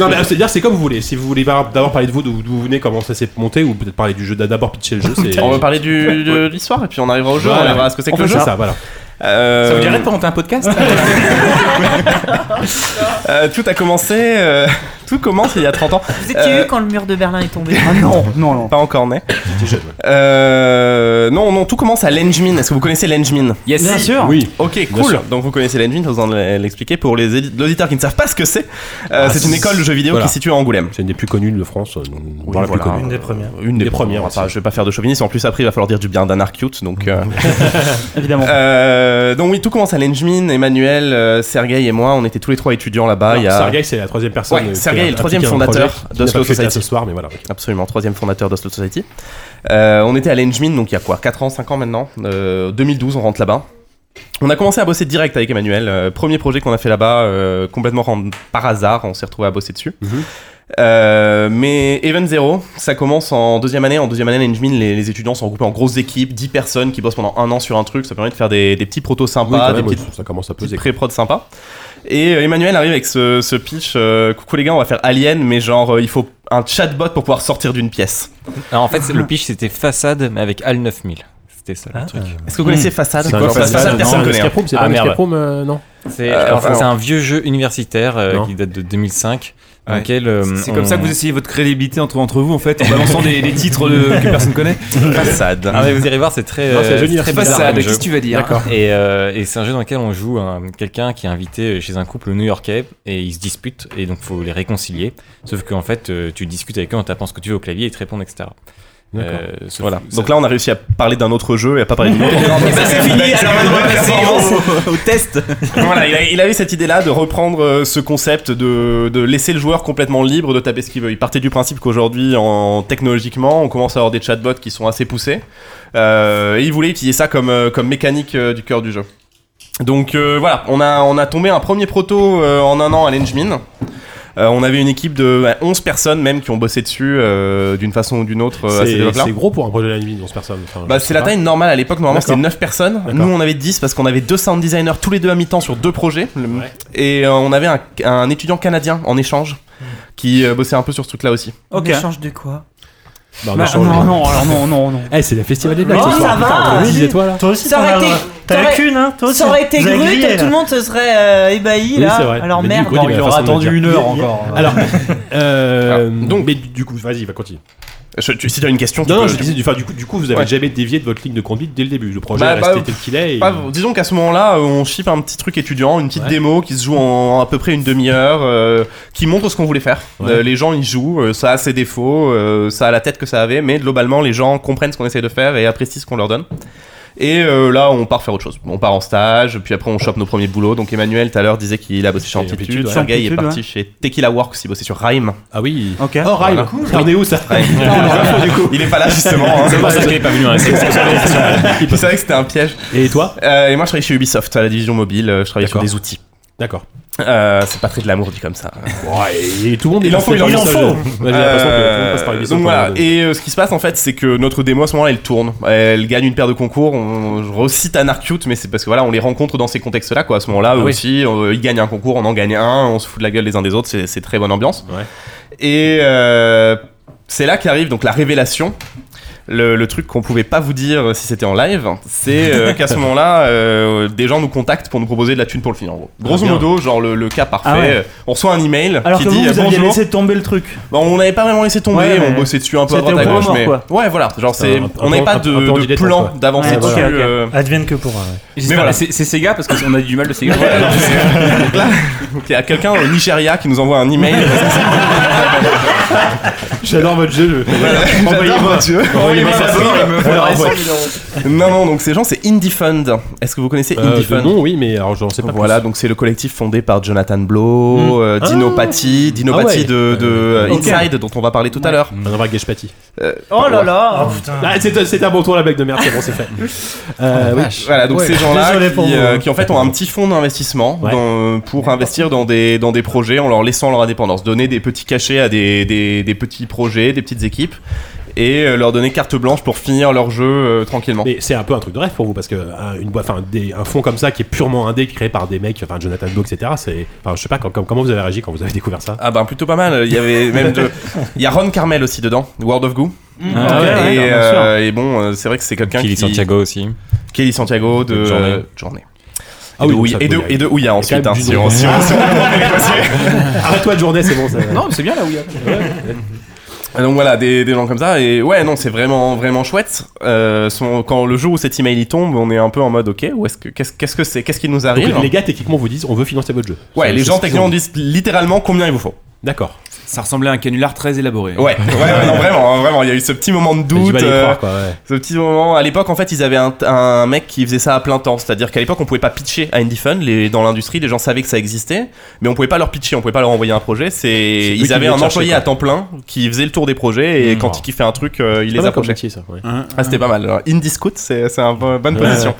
Non, mais euh, c'est-à-dire, c'est comme vous voulez. Si vous voulez par- d'abord parler de vous, d'où d'où vous venez, comment ça s'est monté, ou peut-être parler du jeu, d'abord pitcher le jeu. c'est-
On va parler du, de l'histoire et puis on arrivera au jeu,
Voilà.
on verra ce que c'est
On
que le
fait
jeu.
ça, voilà.
Euh,
Ça vous dirait de présenter un [LAUGHS] podcast
euh, tout a commencé. euh, tout commence il y a 30 ans.
Vous étiez eu quand le mur de Berlin est
[LAUGHS]
tombé
Ah non, non, non. Pas encore né. Euh, non, non, tout commence à Lengemin. Est-ce que vous connaissez Lengemin
Yes. Bien sûr.
Oui.
Ok, cool.
sûr.
Donc vous connaissez Lengemin, vous en euh, l'expliquer pour les édi- l'auditeur qui ne savent pas ce que c'est. Euh,
Ah,
c'est une école de jeux vidéo
voilà.
qui se situe à Angoulême.
C'est une des plus connues de France. euh, voire la plus
voilà.
connue.
Une des premières.
Une des,
Des premières,
premières. Enfin, je vais pas faire de chauvinisme. En plus, après, il va falloir dire du bien d'Anarchute. Donc, euh,
Mmh.
[LAUGHS]
Évidemment.
Euh, donc oui, tout commence à Lengemin. Emmanuel, euh, Sergueï et moi, on était tous les trois étudiants là-bas. Il y a-
Sergei, c'est la troisième personne.
Ouais,
euh, qui
Sergueï
a
est le troisième
impliqué dans le
fondateur
projet, qui
de
n'a pas
Slow
pu être là
Society.
ce soir, mais voilà.
Absolument, troisième fondateur d'Oslo Society. Euh, on était à Lengemin, donc il y a quoi 4 ans, 5 ans maintenant Euh, 2012, on rentre là-bas. On a commencé à bosser direct avec Emmanuel. Euh, premier projet qu'on a fait là-bas, euh, complètement ran- par hasard, on s'est retrouvé à bosser dessus.
Mhm.
Euh, mais Event Zero, ça commence en deuxième année. En deuxième année, à Lengemin, les, les étudiants sont regroupés en grosses équipes, 10 personnes qui bossent pendant un an sur un truc. Ça permet de faire des, des petits protos
Oui,
sympas,
quand
des
même,
petites
oui, ça commence à
Petite
peser.
pré-prod sympa. Et euh, Emmanuel arrive avec ce, ce pitch euh, Coucou les gars, on va faire Alien, mais genre, euh, il faut un chatbot pour pouvoir sortir d'une pièce.
Alors en fait, c'est- le pitch c'était façade, mais avec HAL 9000. C'était ça le truc.
Ah. Est-ce que vous connaissez Façade
C'est un
Quoi,
genre
Façade,
de-
personne
non,
connaît.
escape room, c'est
Ah,
pas un
merde.
escape room,
euh, non.
C'est
Euh,
alors,
enfin,
c'est
non.
un vieux jeu universitaire euh,
Non.
qui date de 2005. dans
Ouais.
lequel, euh,
C'est
on-
comme ça que vous
[LAUGHS]
essayez votre crédibilité entre, entre vous en fait, en balançant des, des titres de- que personne [LAUGHS] connaît.
Façade.
Ah ouais, vous irez voir, c'est très.
Non, c'est
euh,
génial.
très bizarre
Façade,
comme jeu.
qu'est-ce que tu vas dire
D'accord. Et, euh, et c'est un jeu dans lequel on joue un- quelqu'un qui est invité chez un couple new-yorkais et ils se disputent et donc faut les réconcilier. Sauf qu'en fait, euh, tu discutes avec eux en tapant ce que tu veux au clavier et ils te répondent, etc.
D'accord.
sauf-
Voilà.
ça-
Donc là, on a réussi à parler d'un autre jeu et à pas parler du nôtre.
[LAUGHS]
Et ben, c'est [LAUGHS] fini. Alors, maintenant, on va passer au-
test. voilà, il, a- il avait cette idée-là de reprendre euh, ce concept de, de laisser le joueur complètement libre de taper ce qu'il veut. Il partait du principe qu'aujourd'hui, en, technologiquement, on commence à avoir des chatbots qui sont assez poussés. Euh, et il voulait utiliser ça comme, euh, comme mécanique euh, du cœur du jeu. Donc euh, voilà, on a, on a tombé un premier proto euh, en un an à l'Engmin. Euh, on avait une équipe de ouais, 11 personnes même qui ont bossé dessus euh, d'une façon ou d'une autre euh, à ces
C'est
développeurs.
c'est gros pour un projet de la nuit, 11 personnes. Enfin,
Bah,
je
c'est
sais
la
pas.
taille normale à l'époque, normalement c'était
D'accord.
9 personnes. Nous
D'accord.
on avait 10 parce qu'on avait deux sound designers tous les deux à mi-temps sur deux projets. Le- Et euh, on avait un, un étudiant canadien en échange qui euh, bossait un peu sur ce truc là aussi.
On échange de quoi
Bah, on
Bah,
a changé.
non, non, alors non, non, non.
Eh, c'est le festival des blagues
Non,
ce soir.
Oh, ça va,
Putain, on
vas-y.
disait, toi là.
Toi aussi,
Ça aurait été.
T'as
ça
la
aurait-
cune, hein, toi aussi.
Ça aurait été
Vous avez
grut,
grillé,
tout
là.
le monde se serait euh, ébahi
Oui,
là.
c'est vrai.
Alors
Mais du
merde.
coup, il y a la façon de le dire. [LAUGHS]
[LAUGHS]
Alors, euh,
Ah, donc-
mais du coup, vas-y, va continuer.
tu, si tu as une question, tu
non, non,
peux-
je
tu-
disais, du, enfin, du coup, du coup, vous avez
Ouais.
jamais dévié de votre ligne de conduite dès le début. Le projet
Bah,
est
bah,
resté tel qu'il est. et-
Pas- disons qu'à ce moment-là, euh, on ship un petit truc étudiant, une petite
Ouais.
démo qui se joue en à peu près une demi-heure, euh, qui montre ce qu'on voulait faire.
Ouais.
Euh, les gens, ils jouent, euh, ça a ses défauts, euh, ça a la tête que ça avait, mais globalement, les gens comprennent ce qu'on essaie de faire et apprécient ce qu'on leur donne. Et euh, là, on part faire autre chose. On part en stage, puis après, on chope nos premiers boulots. Donc, Emmanuel, tout à l'heure, disait qu'il a bossé chez Amplitude.
Amplitude, ouais.
Sergei est
Amplitude,
parti
ouais.
chez Tequila Works, il bossait sur Rhyme.
Ah oui.
Ok.
Oh, Rhyme. Cool. On est où, ça
du coup. Il est pas là, justement. hein.
C'est pour ça qu'il est pas venu, hein. C'est pour ça que j'avais l'impression.
Il savait que c'était un piège. Euh,
Et toi
Et moi, je travaille chez Ubisoft, à la division mobile. euh, Je travaille sur
D'accord.
des outils.
D'accord.
Euh, c'est pas très de l'amour dit comme ça.
et tout le monde est
il en
passé
faut, il
par
en
le
faut.
stage. Ouais, j'ai l'impression que tout le monde passe par
Euh,
Ubisoft
Donc
pour
voilà.
le-
Et euh, ce qui se passe en fait, c'est que notre démo à ce moment-là, elle tourne. Elle gagne une paire de concours. On... Je recite Anarchute, mais c'est parce que voilà, on les rencontre dans ces contextes-là quoi. À ce moment-là, eux
Ah oui.
aussi, euh, ils gagnent un concours, on en gagne un, on se fout de la gueule les uns des autres. C'est c'est très bonne ambiance. Et euh, c'est là qu'arrive donc la révélation. Le, le truc qu'on pouvait pas vous dire si c'était en live, c'est euh, qu'à ce moment-là, euh, des gens nous contactent pour nous proposer de la thune pour le film en gros. Grosso
Ah, bien.
modo, genre le, le cas parfait, euh,
Ah ouais.
on reçoit un email
Alors
qui
que vous,
dit
vous aviez
bonjour.
laissé tomber le truc.
Bon, on n'avait pas vraiment laissé tomber,
Ouais,
on
mais
bossait dessus un peu à
c'était
droite à
au bon
gauche,
moment,
mais
quoi.
ouais voilà, genre c'est,
Un- un-
on n'avait
un-
pas
un-
de,
un peu en
de
dilettante,
plan
quoi.
d'avancée
Ouais,
dessus.
voilà. Ok, ok.
euh, [LAUGHS]
Advienne que pourra.
mais voilà.
C'est c'est Sega parce qu'on a du mal de Sega.
Donc là, il y a quelqu'un au Nigeria qui nous envoie un email.
J'adore votre jeu. je- Envoyez-moi. Envoyez-moi ça. On leur envoie.
Non, non, donc ces gens, c'est Indie Fund. Est-ce que vous connaissez
Euh,
Indie
de
Fund
nom, oui, mais alors j'en sais pas.
Voilà, donc c'est le collectif fondé par Jonathan Blow,
Mm.
euh, Dino
Ah.
Patti, Dino
Ah ouais.
Patti de, de, euh,
Ok.
Inside, dont on va parler tout à l'heure.
On va gage Patty.
Euh,
Oh là là.
Ah, c'est c'est un bon tour la blague de merde, c'est bon, [LAUGHS] c'est fait. Euh, oui.
Voilà, donc
Ouais.
ces gens-là
Désolé pour
qui,
vous.
euh, qui, en fait ont un petit fonds d'investissement
Ouais.
dans- euh, pour investir dans des, dans des projets en leur laissant leur indépendance, donner des petits cachets à des, des, des petits projets, des petites équipes et euh, leur donner carte blanche pour finir leur jeu euh, tranquillement.
Mais c'est un peu un truc de rêve pour vous parce que un, une boîte, enfin des- un fonds comme ça qui est purement indé créé par des mecs, enfin Jonathan Blow, etc. C'est, enfin je sais pas quand- quand- comment vous avez réagi quand vous avez découvert ça.
Ah bah plutôt pas mal, il y avait
[LAUGHS]
même de... Il y a Ron Carmel aussi dedans, World of Goo.
Mm.
Ah ouais,
et,
ouais, bien
euh, et bon, euh, c'est vrai que c'est quelqu'un
Kelly
qui...
Santiago aussi.
Kelly Santiago de...
De Journée.
euh, Journée.
Ah
et,
oui,
de
donc
Ouya,
ça
et, de,
peut y aller.
et de Ouya
Il y a
ensuite,
quand
hein,
même du
si
nom.
on- si on- si
[LAUGHS] Arrête-toi de journée, c'est bon. Ça...
Non, mais c'est bien là où il y a.
Et Donc voilà, des, des gens comme ça. Et ouais, non, c'est vraiment, vraiment chouette. Euh, son- quand le jour où cet email il tombe, on est un peu en mode, ok, où est-ce que, qu'est-ce, qu'est-ce que c'est, qu'est-ce qui nous
Donc,
arrive
les gars techniquement vous disent on veut financer votre jeu.
Ah Ouais,
C'est-
les
c'est
gens
ce qu'ils
techniquement
ont dit.
disent littéralement combien il vous faut.
D'accord.
Ça ressemblait à un canular très élaboré.
[LAUGHS]
Ouais, ouais, ouais, non, vraiment, hein, vraiment, il y a eu ce petit moment de
J'ai du
doute.
mal à y
euh,
croire, quoi, ouais.
Ce petit moment, à l'époque en fait ils avaient un, un mec qui faisait ça à plein temps, c'est-à-dire qu'à l'époque on pouvait pas pitcher à Indie Fun, les, dans l'industrie les gens savaient que ça existait, mais on pouvait pas leur pitcher, on pouvait pas leur envoyer un projet, c'est
eux
ils
qui
avaient
venaient
un
chercher,
employé
quoi.
à temps plein qui faisait le tour des projets et
Mmh.
quand il kiffait un truc euh,
Pas
il les
mal comme
approchait.
métier, ça. ouais.
Ah, c'était pas mal. Alors, Indie Scout, c'est c'est une bonne
Ouais.
position.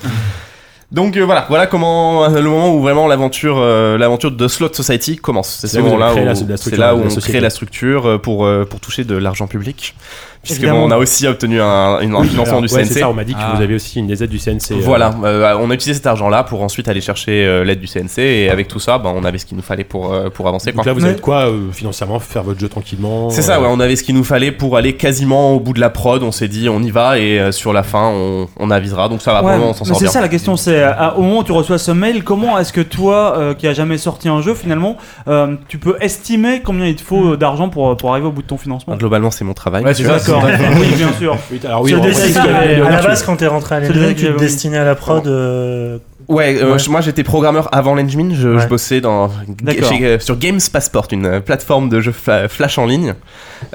Donc euh, voilà, voilà comment euh, le moment où vraiment l'aventure euh, l'aventure de Slot Society commence. C'est
C'est
ce
là où vous
moment-là
avez créé la-
où
la
c'est
structure
là
de
où
la
on
société.
crée la structure euh, pour euh, pour toucher de l'argent public puisque
Évidemment. Ah.
bon, on a aussi obtenu un, une- un
Oui,
financement
alors,
du
ouais,
CNC.
c'est ça, on m'a dit que
Ah.
vous aviez aussi une des aides du CNC. euh,
Voilà, euh, on a utilisé cet argent-là pour ensuite aller chercher euh, l'aide du CNC et avec tout ça, ben, on avait ce qu'il nous fallait pour euh, pour
Ah.
avancer.
Donc
quoi.
là, vous avez de quoi euh, financièrement faire votre jeu tranquillement.
C'est ça,
euh,
ouais, on avait ce qu'il nous fallait pour aller quasiment au bout de la prod. On s'est dit, on y va et euh, sur la fin, on, on avisera. Donc ça va,
Ouais,
Bah, vraiment, on s'en
mais
sort
c'est
bien.
ça la question, c'est euh, à- au moment où tu reçois ce mail, comment est-ce que toi, euh, qui a jamais sorti un jeu, finalement, euh, tu peux estimer combien il te faut euh, d'argent pour, pour arriver au bout de ton
Ah,
financement
Bah, Globalement, c'est mon travail.
Ouais, c'est
monsieur.
ça, d'accord. [LAUGHS] oui, bien sûr.
C'est
C'est le
le
Ah,
détail
dessin
que-
que- à la
Leonard,
base,
tu-
quand t'es rentré à
c'est le
l'ENM,
détail
tu
que
te
j'avais-
destinais à la prod. euh,
Ouais, euh,
Ouais.
je- moi j'étais programmeur avant l'Engmin, je, je
Ouais.
bossais dans,
D'accord.
chez- euh, sur Games Passport, une euh, plateforme de jeux fa- flash en ligne.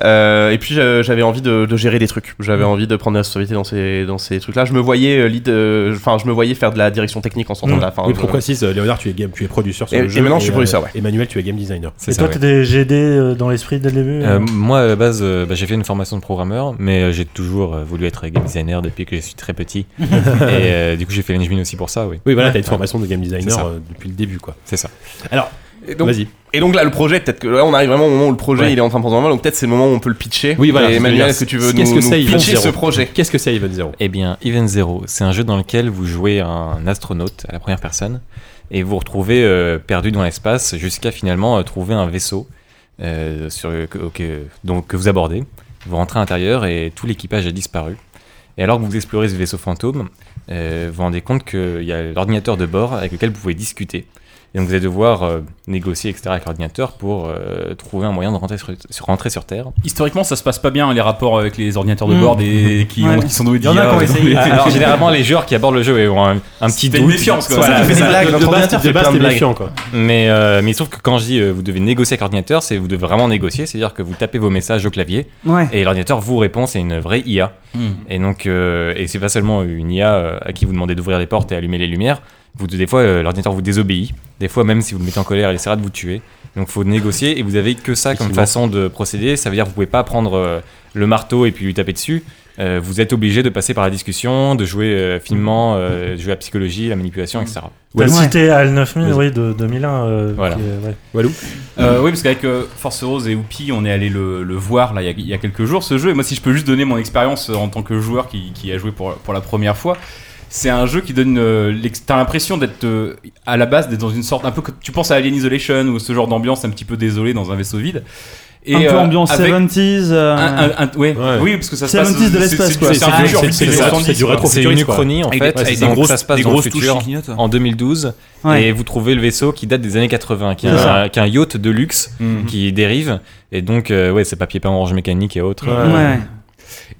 Euh, et puis euh, j'avais envie de, de gérer des trucs, j'avais envie de prendre la responsabilité dans ces, dans ces trucs-là. Je me voyais euh, lead, euh, enfin je me voyais faire de la direction technique en sortant
Mm.
de la fin.
oui,
Je-
pour précise, euh, Léonard, tu es, game, tu es producteur sur
Et-
le
et
jeu.
maintenant, je suis producteur,
euh,
ouais.
Emmanuel, tu es game designer.
C'est
Et
ça,
toi,
ouais.
t'es des GD euh, dans l'esprit dès le début
Euh, moi, à la base, euh, bah, j'ai fait une formation de programmeur, mais euh, j'ai toujours euh, voulu être game designer depuis que je suis très petit. et euh, du coup, j'ai fait l'engine aussi pour ça, oui.
Oui, voilà, t'as une
Ouais.
formation de game
C'est
designer
ça.
euh, depuis le début, quoi.
C'est ça.
Alors,
Et donc,
vas-y.
Et donc là, le projet, peut-être que là, on arrive vraiment au moment où le projet
Ouais.
il est en train de prendre en main, donc peut-être c'est le moment où on peut le pitcher.
Oui, voilà,
Et
c'est ce que je
Emmanuel,
veux
est-ce que
dire.
tu veux
Qu'est-ce
nous,
que c'est,
nous
Event
pitcher
Zero
ce projet
Qu'est-ce que c'est Event Zero
Eh bien, Event Zero, c'est un jeu dans lequel vous jouez un astronaute à la première personne et vous vous retrouvez euh, perdu dans l'espace jusqu'à finalement euh, trouver un vaisseau euh, sur, que- que- donc, que vous abordez. Vous rentrez à l'intérieur et tout l'équipage a disparu. Et alors que vous explorez ce vaisseau fantôme, euh, vous vous rendez compte qu'il y a l'ordinateur de bord avec lequel vous pouvez discuter. Et donc vous allez devoir euh, négocier, etc. avec l'ordinateur pour euh, trouver un moyen de rentrer sur- sur- rentrer sur Terre.
Historiquement, ça se passe pas bien hein, les rapports avec les ordinateurs de
Mmh.
bord des, qui, ont-
Ouais.
qui sont doués
Il y en a
d'IA,
qui ont
euh,
essayé.
[LAUGHS] dans les-
Alors, généralement, les joueurs qui abordent le jeu ouais, ont un, un petit
C'était
doute.
une méfiance, quoi.
C'est ça
Voilà.
qui fait
De
des blagues.
base,
L'ordinateur
de
fait
base,
plein de
t'es
blagues.
méfiant, quoi.
Mais, euh, mais il se trouve que quand je dis euh, vous devez négocier avec l'ordinateur, c'est vous devez vraiment négocier. C'est-à-dire que vous tapez vos messages au clavier
Ouais.
et l'ordinateur vous répond. C'est une vraie IA.
Hmm.
Et donc, euh, et c'est pas seulement une IA euh, à qui vous demandez d'ouvrir les portes et allumer les lumières. Vous, des fois, euh, l'ordinateur vous désobéit. Des fois, même si vous le mettez en colère, il essaiera de vous tuer. Donc, faut négocier et vous avez que ça comme
Effectivement.
façon de procéder. Ça veut dire que vous pouvez pas prendre euh, le marteau et puis lui taper dessus. Euh, vous êtes obligé de passer par la discussion, de jouer euh, finement, euh, de jouer à la psychologie, la manipulation, etc.
T'as cité Al 9000,
Vas-y.
oui, de 2001. euh,
Voilà.
qui est- ouais.
Euh, oui, parce qu'avec euh, Force Rose et Whoopi, on est allé le, le voir là il y, a, il y a quelques jours ce jeu. Et moi, si je peux juste donner mon expérience euh, en tant que joueur qui, qui a joué pour, pour la première fois, c'est un jeu qui donne. euh, l'ex- T'as l'impression d'être euh, à la base d'être dans une sorte un peu. que- Tu penses à Alien Isolation ou ce genre d'ambiance un petit peu désolée dans un vaisseau vide.
Un peu
euh,
ambiance
avec-
70s. euh,
un- un- un- ouais. Oui, parce que ça se passe.
70s de
c'est-
l'espace,
c'est-
quoi.
c'est-
Ah,
c'est- c'est- c'est- c'est- c'est- c'est-
C'est une uchronie en fait, avec des grosses, ça se passe dans le futur, en 2012,
Ouais.
et vous trouvez le vaisseau qui date des années 80, qui est,
C'est ça.
un, qui est un yacht de luxe
Mm.
qui dérive, et donc euh, ouais, c'est papier peint orange mécanique et autres.
Ouais. euh,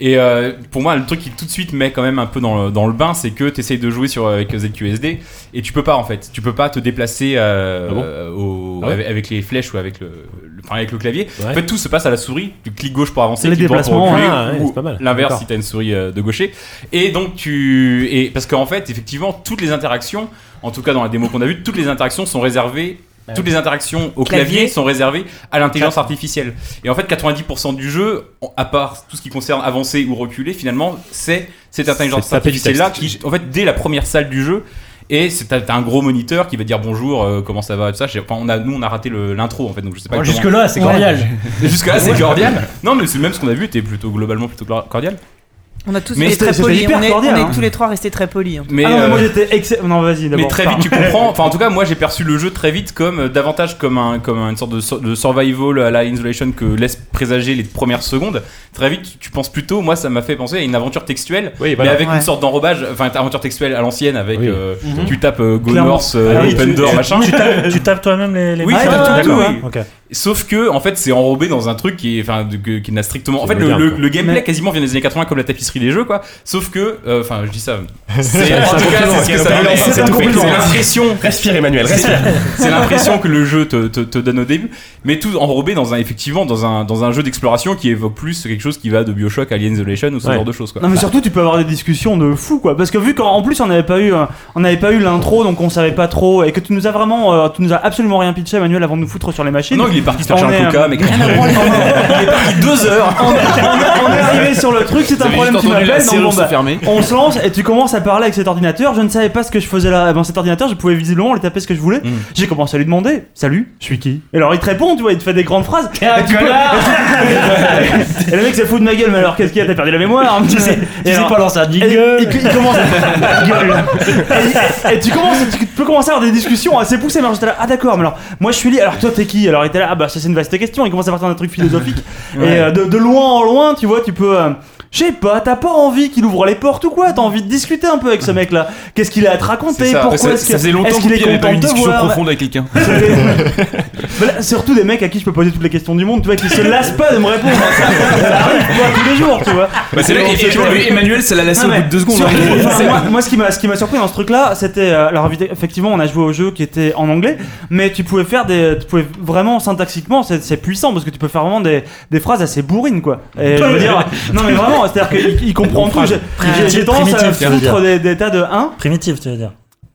Et euh, pour moi, le truc qui tout de suite met quand même un peu dans le, dans le bain, c'est que tu essayes de jouer sur, euh, avec ZQSD et tu peux pas en fait. Tu peux pas te déplacer euh,
Ah bon
euh, au-
Ah ouais
avec, avec les flèches ou avec le, le- enfin, avec le clavier.
Ouais.
En fait, tout se passe à la souris. Tu cliques gauche pour avancer,
Les
clic droit
déplacements,
pour reculer,
ah ouais,
ou
c'est pas mal.
l'inverse
D'accord.
si t'as une souris euh, de gaucher. Et donc tu. Et, parce qu'en fait, effectivement, toutes les interactions, en tout cas dans la démo qu'on a vue, toutes les interactions sont réservées.
Bah
Toutes les interactions au
Clavier.
clavier sont réservées à l'intelligence artificielle. Et en fait, 90% du jeu, en- à part tout ce qui concerne avancer ou reculer, finalement, c'est cette intelligence
C'est taper du
artificielle-là
texte.
qui, en fait, dès la première salle du jeu, et c'est- t'as t'as un gros moniteur qui va dire bonjour, euh, comment ça va, tout ça. J'ai- enfin, on a, nous, on a raté le- l'intro, en fait, donc je sais pas.
Oh,
comment-
jusque-là, c'est cordial.
Ouais. jusque-là, c'est
Ouais.
cordial. Non, mais c'est même ce qu'on a vu était plutôt globalement plutôt cordial.
On a tous
Mais
été
c'était-
très
c'était
polis.
hyper
On est,
cordial,
on est
hein.
tous les trois restés très polis. hein.
Mais,
ah non, mais moi
euh,
j'étais excellent. Non, vas-y, d'abord.
Mais très vite,
pardon.
tu
[LAUGHS]
comprends. Enfin, en tout cas, moi, j'ai perçu le jeu très vite comme, euh, davantage comme, un, comme une sorte de, sur- de survival à la Insolation que laisse présager les premières secondes. Très vite, tu, tu penses plutôt, moi, ça m'a fait penser à une aventure textuelle,
voilà.
mais avec
Ouais.
une sorte d'enrobage, enfin, une aventure textuelle à l'ancienne, avec euh,
Mhm.
tu tapes euh, Go
Clairement.
North, euh,
Ah oui,
Open
tu-
Door,
tu-
machin.
tu tapes- Tu tapes toi-même les les
Oui,
Ah,
messages
c'est
et
tout,
tout,
tout,
hein.
oui.
Ok.
Sauf que, en fait, c'est enrobé dans un truc qui, est- enfin, de- que- qui n'a strictement. En
Qui est
fait, le,
moderne,
le-
quoi.
le gameplay
Mais-
quasiment vient des années 80 comme la tapisserie des jeux, quoi. Sauf que, euh, enfin, je dis ça.
[LAUGHS]
C'est
C'est
en
un
tout cas,
compliment,
c'est ce
c'est
que
un
ça donne.
compliment,
C'est
c'est un
tout.
compliment.
C'est l'impression.
Respire, Emmanuel,
C'est-
respire.
C'est l'impression que le jeu te, te- te donne au début, mais tout enrobé dans un effectivement dans un dans un jeu d'exploration qui évoque plus quelque chose qui va de Bioshock, à Alien Isolation ou ce
Ouais.
genre de choses, quoi. Bah.
Non mais surtout tu peux avoir des discussions de fou quoi parce que vu qu'en en plus on n'avait pas eu euh, on n'avait pas eu l'intro donc on savait pas trop et que tu nous as vraiment euh, tu nous as absolument rien pitché Manuel avant de nous foutre sur les machines.
Non, il il est parti se faire
On
un
est,
coca,
euh,
mec.
[LAUGHS] rien à voir.
Il est parti deux heures.
On, on- on est arrivé sur le truc, c'est
Vous
un
avez
problème
juste
qui
entendu la
m'appelle. donc
serrure
bon,
se
bah,
fermer.
On se lance et tu commences à parler avec cet ordinateur. Je ne savais pas ce que je faisais là. Avant cet ordinateur, je pouvais visiblement lui taper ce que je voulais. J'ai commencé à lui demander Salut, je suis qui Et alors il te répond, tu vois, il te fait des grandes phrases. Et, tu peux- [LAUGHS] et le mec se fout de ma gueule, mais alors qu'est-ce qu'il y a T'as perdu la mémoire hein, Tu sais,
sais pas lancer un
jingle. Et, et puis il commence à- Gueule. Et, et tu commences, tu peux commencer à avoir des discussions assez poussées. Mais alors j'étais là, ah d'accord, mais alors moi je suis lié. Alors toi t'es qui Alors il était là, ah bah ça c'est une vaste question. Il commence à partir d'un truc philosophique.
Ouais.
Et euh, de, de loin en loin, tu vois, tu peux. euh, je sais pas, t'as pas envie qu'il ouvre les portes ou quoi T'as envie de discuter un peu avec ce mec là Qu'est-ce qu'il a à te raconter
C'est ça.
Pourquoi
Ça-
est-ce que-
ça faisait longtemps
est-ce qu'il
qu'il y
est
avait pas
content
eu une
de te
discussion
voir euh,
profonde avec quelqu'un.
[LAUGHS]
Ça fait- Mais là, surtout des mecs à qui je peux poser toutes les questions du monde, tu vois, qui se lassent pas de me répondre. Ça, ça arrive quoi, tous les jours, tu vois.
Bah, c'est là, et-
Donc,
et-
euh,
et Emmanuel, ça l'a lassé
Non,
au
mais
bout de deux secondes,
surtout,
hein.
enfin,
C'est-
moi, moi, ce qui m'a ce qui m'a surpris dans ce truc là, c'était euh, alors évi- effectivement, on a joué au jeu qui était en anglais, mais tu pouvais faire des tu pouvais vraiment syntaxiquement, c'est c'est puissant parce que tu peux faire vraiment des, des phrases assez bourrines quoi. Et je veux dire non mais vraiment, c'est-à-dire qu'il il comprend tout, j'ai- j'ai j'ai tendance à
Primitif, tu veux dire.
foutre des, des tas de 1
Primitif, tu veux dire.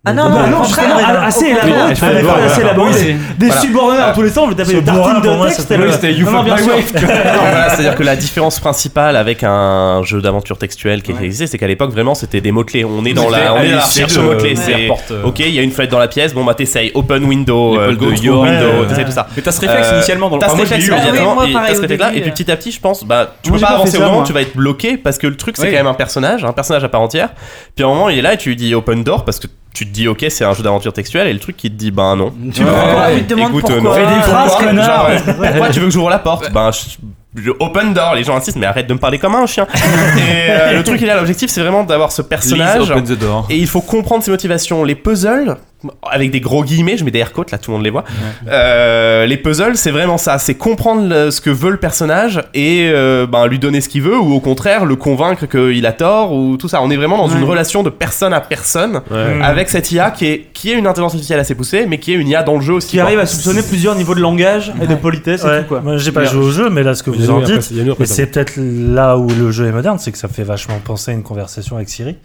ah non,
Bah
non,
non,
non,
justement,
justement,
non,
ah, assez
au contraire.
élaboré, assez
Oui, je suis
élaboré,
d'accord.
assez élaboré,
Oui,
des,
c'est-
des
voilà.
subordonnés dans tous les sens, je vais taper
Ce
des tartines
bourrin, pour
de
moi,
texte,
c'est-
le-
oui, c'était You
Non, non,
Fuck
bien
My
sûr.
Wife, tu
Voilà, C'est-à-dire que la différence principale avec un jeu d'aventure textuelle qui existait, c'est qu'à l'époque vraiment c'était des mots clés. On est dans
C'était
la, on est
aller
dans la
essayer
recherche
de-
aux mots clés.
ouais.
C'est
Airport, euh.
ok, il y a une fenêtre dans la pièce. Bon bah t'essayes open window,
L'Apple
euh,
Go
de
to,
your
ouais,
window,
ouais.
t'essayes tout ça. Euh,
Mais t'as ce réflexe initialement dans le-
T'as
enfin,
ce
moi, je l'ai
réflexe
eu, hein.
immédiatement
Ah oui,
et t'as
moi, pareil,
ce
au
réflexe-là.
début,
Et puis
euh.
petit à petit, je pense, bah tu
Moi,
peux
j'ai
pas
pas
avancer
fait
au
ça,
moment où
moi.
tu vas être bloqué parce que le truc c'est
Oui.
quand même un personnage, un personnage à part entière. Puis à un moment il est là et tu lui dis open door parce que tu te dis ok c'est un jeu d'aventure textuelle et le truc qui te dit ben non.
Tu vois, il te demande
Écoute,
pourquoi.
euh, non.
Fais des phrases,
Pourquoi
connard.
Genre, ouais, Pourquoi tu veux que j'ouvre la porte Ben je- je- open door, les gens insistent mais arrête de me parler comme un
[LAUGHS]
chien. Et euh, le truc il est là, l'objectif c'est vraiment d'avoir ce personnage
Please open the door.
et il faut comprendre ses motivations. Les puzzles, avec des gros guillemets, je mets des air quotes, là tout le monde les voit. Euh, les puzzles, c'est vraiment ça, c'est comprendre le- ce que veut le personnage et euh, ben, lui donner ce qu'il veut ou au contraire le convaincre qu'il a tort ou tout ça. On est vraiment dans une
Ouais.
relation de personne à personne
Ouais.
avec cette IA qui est, qui est une intelligence artificielle assez poussée mais qui est une IA dans le jeu aussi.
Qui
quoi.
arrive à soupçonner plusieurs niveaux de langage et de politesse et
Ouais,
tout quoi.
moi, j'ai pas joué au jeu, mais là, ce que
Il y a
vous en
nous, après,
dites,
il y a nous, après,
et c'est peut-être là où le jeu est moderne, c'est que ça fait vachement penser à une conversation avec Siri.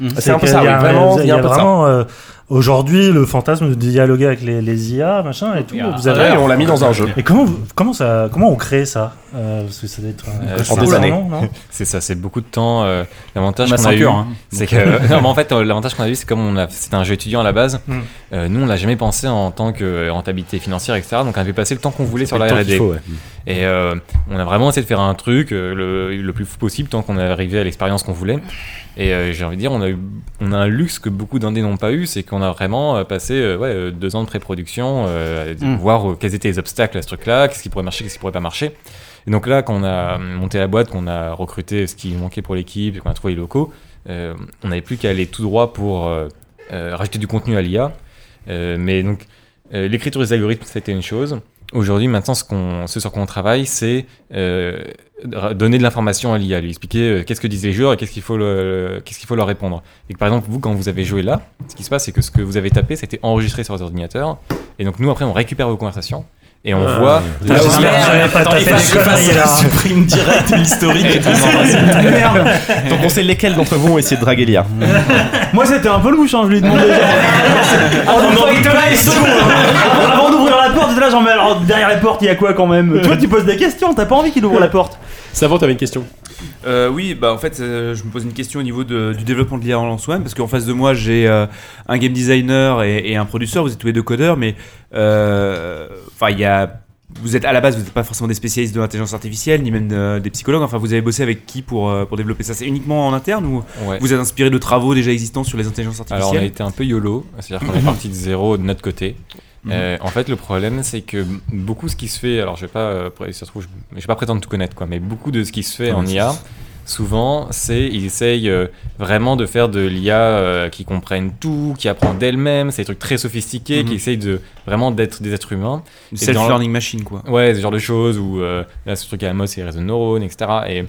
Mhm. C'est un peu ça,
qu'il y a
oui, vraiment,
il y
il y a
a
un peu de
vraiment, euh, aujourd'hui le fantasme de dialoguer avec les, les IA, machin et tout.
Ah,
vous avez-
ouais, on l'a mis dans un jeu.
Et comment, vous- comment ça, comment on crée ça Euh, Parce que ça doit être un
Euh,
cauchemar,
je pense-
non, non
[LAUGHS] C'est ça, c'est beaucoup de temps. euh, l'avantage
Bah,
qu'on
sans
a eu,
cœur, hein.
c'est
Donc,
que [LAUGHS]
[LAUGHS]
non, mais en fait euh, l'avantage qu'on a eu, c'est comme on a, c'était un jeu étudiant à la base.
Mm.
euh, nous, on l'a jamais pensé en tant que euh, rentabilité financière, etc. Donc, on avait passé le temps qu'on voulait sur
fait
la
le temps qu'il
R&D.
faut, ouais. Mm.
Et euh, on a vraiment essayé de faire un truc euh, le, le plus fou possible tant qu'on est arrivé à l'expérience qu'on voulait. Et euh, j'ai envie de dire, on a, eu, on a un luxe que beaucoup d'indés n'ont pas eu, c'est qu'on a vraiment euh, passé euh, ouais, euh, deux ans de pré-production, euh, à
Mm.
voir euh, quels étaient les obstacles à ce truc-là, qu'est-ce qui pourrait marcher, qu'est-ce qui pourrait pas marcher. Et donc là, quand on a monté la boîte, qu'on a recruté ce qui manquait pour l'équipe et qu'on a trouvé les locaux, euh, on n'avait plus qu'à aller tout droit pour euh, euh, rajouter du contenu à l'IA. Euh, mais donc, euh, l'écriture des algorithmes, c'était une chose. Aujourd'hui, maintenant, ce, qu'on, ce sur quoi on travaille, c'est euh, ra- donner de l'information à l'IA, lui expliquer euh, qu'est-ce que disent les joueurs et qu'est-ce qu'il faut, le- qu'est-ce qu'il faut leur répondre. Et que, par exemple, vous, quand vous avez joué là, ce qui se passe, c'est que ce que vous avez tapé, c'était enregistré sur votre ordinateur. Et donc, nous, après, on récupère vos conversations. Et on
Ah,
voit.
putain, j'espère que j'avais pas tapé des conneries, là.
supprime
[LAUGHS]
direct l'historique
Ah,
et tout.
Merde.
Donc on sait lesquels d'entre vous ont essayé de draguer l'IA.
Moi c'était un peu louche, hein, je lui ai
[LAUGHS]
demandé. Ah, genre,
On
avant
en
d'ouvrir-
place.
hein. Avant d'ouvrir la porte, j'étais là, genre, mais alors derrière les portes, il y a quoi quand même Toi, tu poses des questions, t'as pas envie qu'il ouvre la porte.
Savant, t'avais une question
Euh, oui, bah en fait, euh, je me pose une question au niveau de- du développement de l'IA en soi-même, parce qu'en face de moi, j'ai euh, un game designer et, et un producteur. Vous êtes tous les deux codeurs, mais euh, enfin, il y a, vous êtes à la base, vous n'êtes pas forcément des spécialistes de l'intelligence artificielle, ni même de- des psychologues. Enfin, vous avez bossé avec qui pour euh, pour développer ça C'est uniquement en interne ou
Ouais.
vous êtes inspiré de travaux déjà existants sur les intelligences artificielles
Alors on a été un peu YOLO, c'est-à-dire
[LAUGHS]
qu'on est parti de zéro de notre côté.
Mhm.
Euh, en fait, le problème, c'est que beaucoup ce qui se fait, alors je vais pas, euh, pré- ça se trouve, je, je vais pas prétendre tout connaître, quoi, mais beaucoup de ce qui se fait
Ah,
en
c'est-
IA, souvent, c'est ils essayent euh, vraiment de faire de l'IA euh, qui comprenne tout, qui apprend d'elle-même, c'est des trucs très sophistiqués,
Mhm.
qui essayent de vraiment d'être des êtres humains.
Une
Et dans-
self-learning machine, quoi.
Ouais, ce genre de choses, ou euh, là, ce truc à la mode, c'est les réseaux de neurones, etc. Et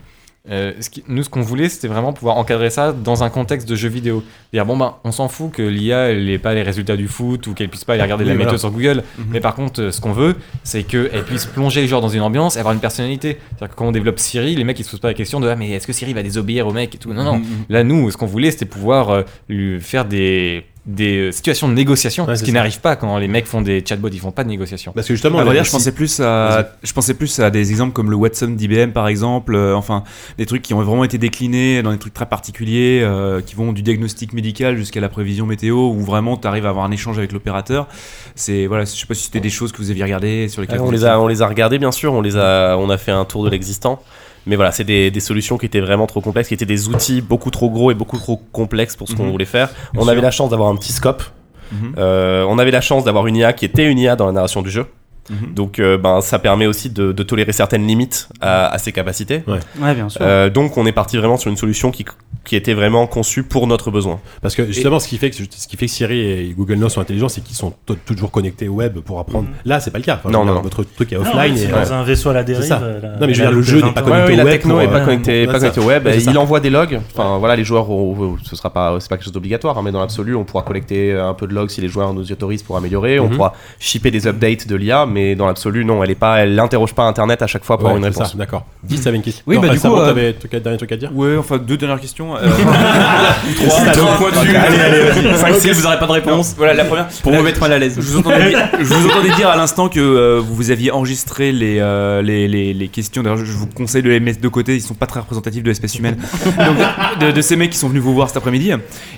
euh, ce qui- nous, ce qu'on voulait, c'était vraiment pouvoir encadrer ça dans un contexte de jeu vidéo. Dire, bon, ben, on s'en fout que l'IA, elle n'ait pas les résultats du foot ou qu'elle puisse pas aller regarder
Oui,
la
voilà.
météo sur Google.
Mhm.
Mais par contre, euh, ce qu'on veut, c'est qu'elle puisse plonger les joueurs dans une ambiance et avoir une personnalité. C'est-à-dire que quand on développe Siri, les mecs, ils se posent pas la question de, ah, mais est-ce que Siri va désobéir au mec et tout. Non, non.
Mhm.
Là, nous, ce qu'on voulait, c'était pouvoir euh, lui faire des des euh, situations de négociation,
Ouais,
ce
c'est
qui
ça.
n'arrive pas quand les mecs font des chatbots, ils font pas de négociation.
Parce que justement,
à vrai Bah, dire, je pensais plus à, je pensais plus à des exemples comme le Watson d'IBM par exemple, euh, enfin des trucs qui ont vraiment été déclinés dans des trucs très particuliers, euh, qui vont du diagnostic médical jusqu'à la prévision météo, où vraiment tu arrives à avoir un échange avec l'opérateur. C'est voilà, je sais pas si c'était des choses que vous aviez regardées sur lesquelles
Ah, on
vous
les
étiez-
a on les a regardés bien sûr on les a on a fait un tour de l'existant mais voilà c'est des, des solutions qui étaient vraiment trop complexes qui étaient des outils beaucoup trop gros et beaucoup trop complexes pour ce qu'on
Mhm.
voulait faire
Bien
on
sûr.
avait la chance d'avoir un petit scope
Mhm.
Euh, on avait la chance d'avoir une IA qui était une IA dans la narration du jeu
Mhm.
donc euh, ben ça permet aussi de, de tolérer certaines limites à, à ses capacités
Ouais, bien sûr.
Euh, donc on est parti vraiment sur une solution qui qui était vraiment conçue pour notre besoin
Parce que justement, ce qui fait que ce qui fait que Siri et Google Now sont intelligents, c'est qu'ils sont to- toujours connectés au web pour apprendre. Là, c'est pas le cas. Enfin, je
Non,
veux dire,
non, non.
Votre truc est
Non,
offline.
c'est
et-
dans
un vaisseau à la dérive,
C'est ça.
euh, la-
non, mais je veux
la
dire, le
de
jeu
20
n'est pas
ans.
connecté
Ouais, ouais,
au
la
web.
techno
pour,
n'est pas
euh,
connectée
pour
pas
ça.
connectée au web.
C'est
et
ça.
il envoie des logs. Enfin voilà, les joueurs, auront- ce sera pas, c'est pas quelque chose d'obligatoire, hein, mais dans l'absolu, on pourra collecter un peu de logs si les joueurs nous y autorisent pour améliorer. On
Mhm.
pourra shipper des updates de l'IA, mais dans l'absolu, non, elle est pas, elle n'interroge pas Internet à chaque fois pour
Ouais,
avoir une
c'est ça,
réponse.
D'accord. 10 avait une question.
Oui,
Non,
bah, du
Vincent,
coup, euh,
t'avais truc à- dernier truc à dire
Ouais, enfin deux dernières questions.
[LAUGHS]
euh, ou
C'est
trois.
le
donc,
point de vue.
Allez, allez, vas-y.
Cinq, six,
Ok.
vous aurez pas de réponse.
Non, Voilà la première.
Pour
Là,
vous mettre mal à l'aise.
Je vous entendais, dire- je vous entendais dire à l'instant que euh, vous vous aviez enregistré les, euh, les, les, les questions. D'ailleurs, je je vous conseille de les mettre de côté. Ils sont pas très représentatifs de l'espèce humaine. Donc, de, de ces mecs qui sont venus vous voir cet après-midi.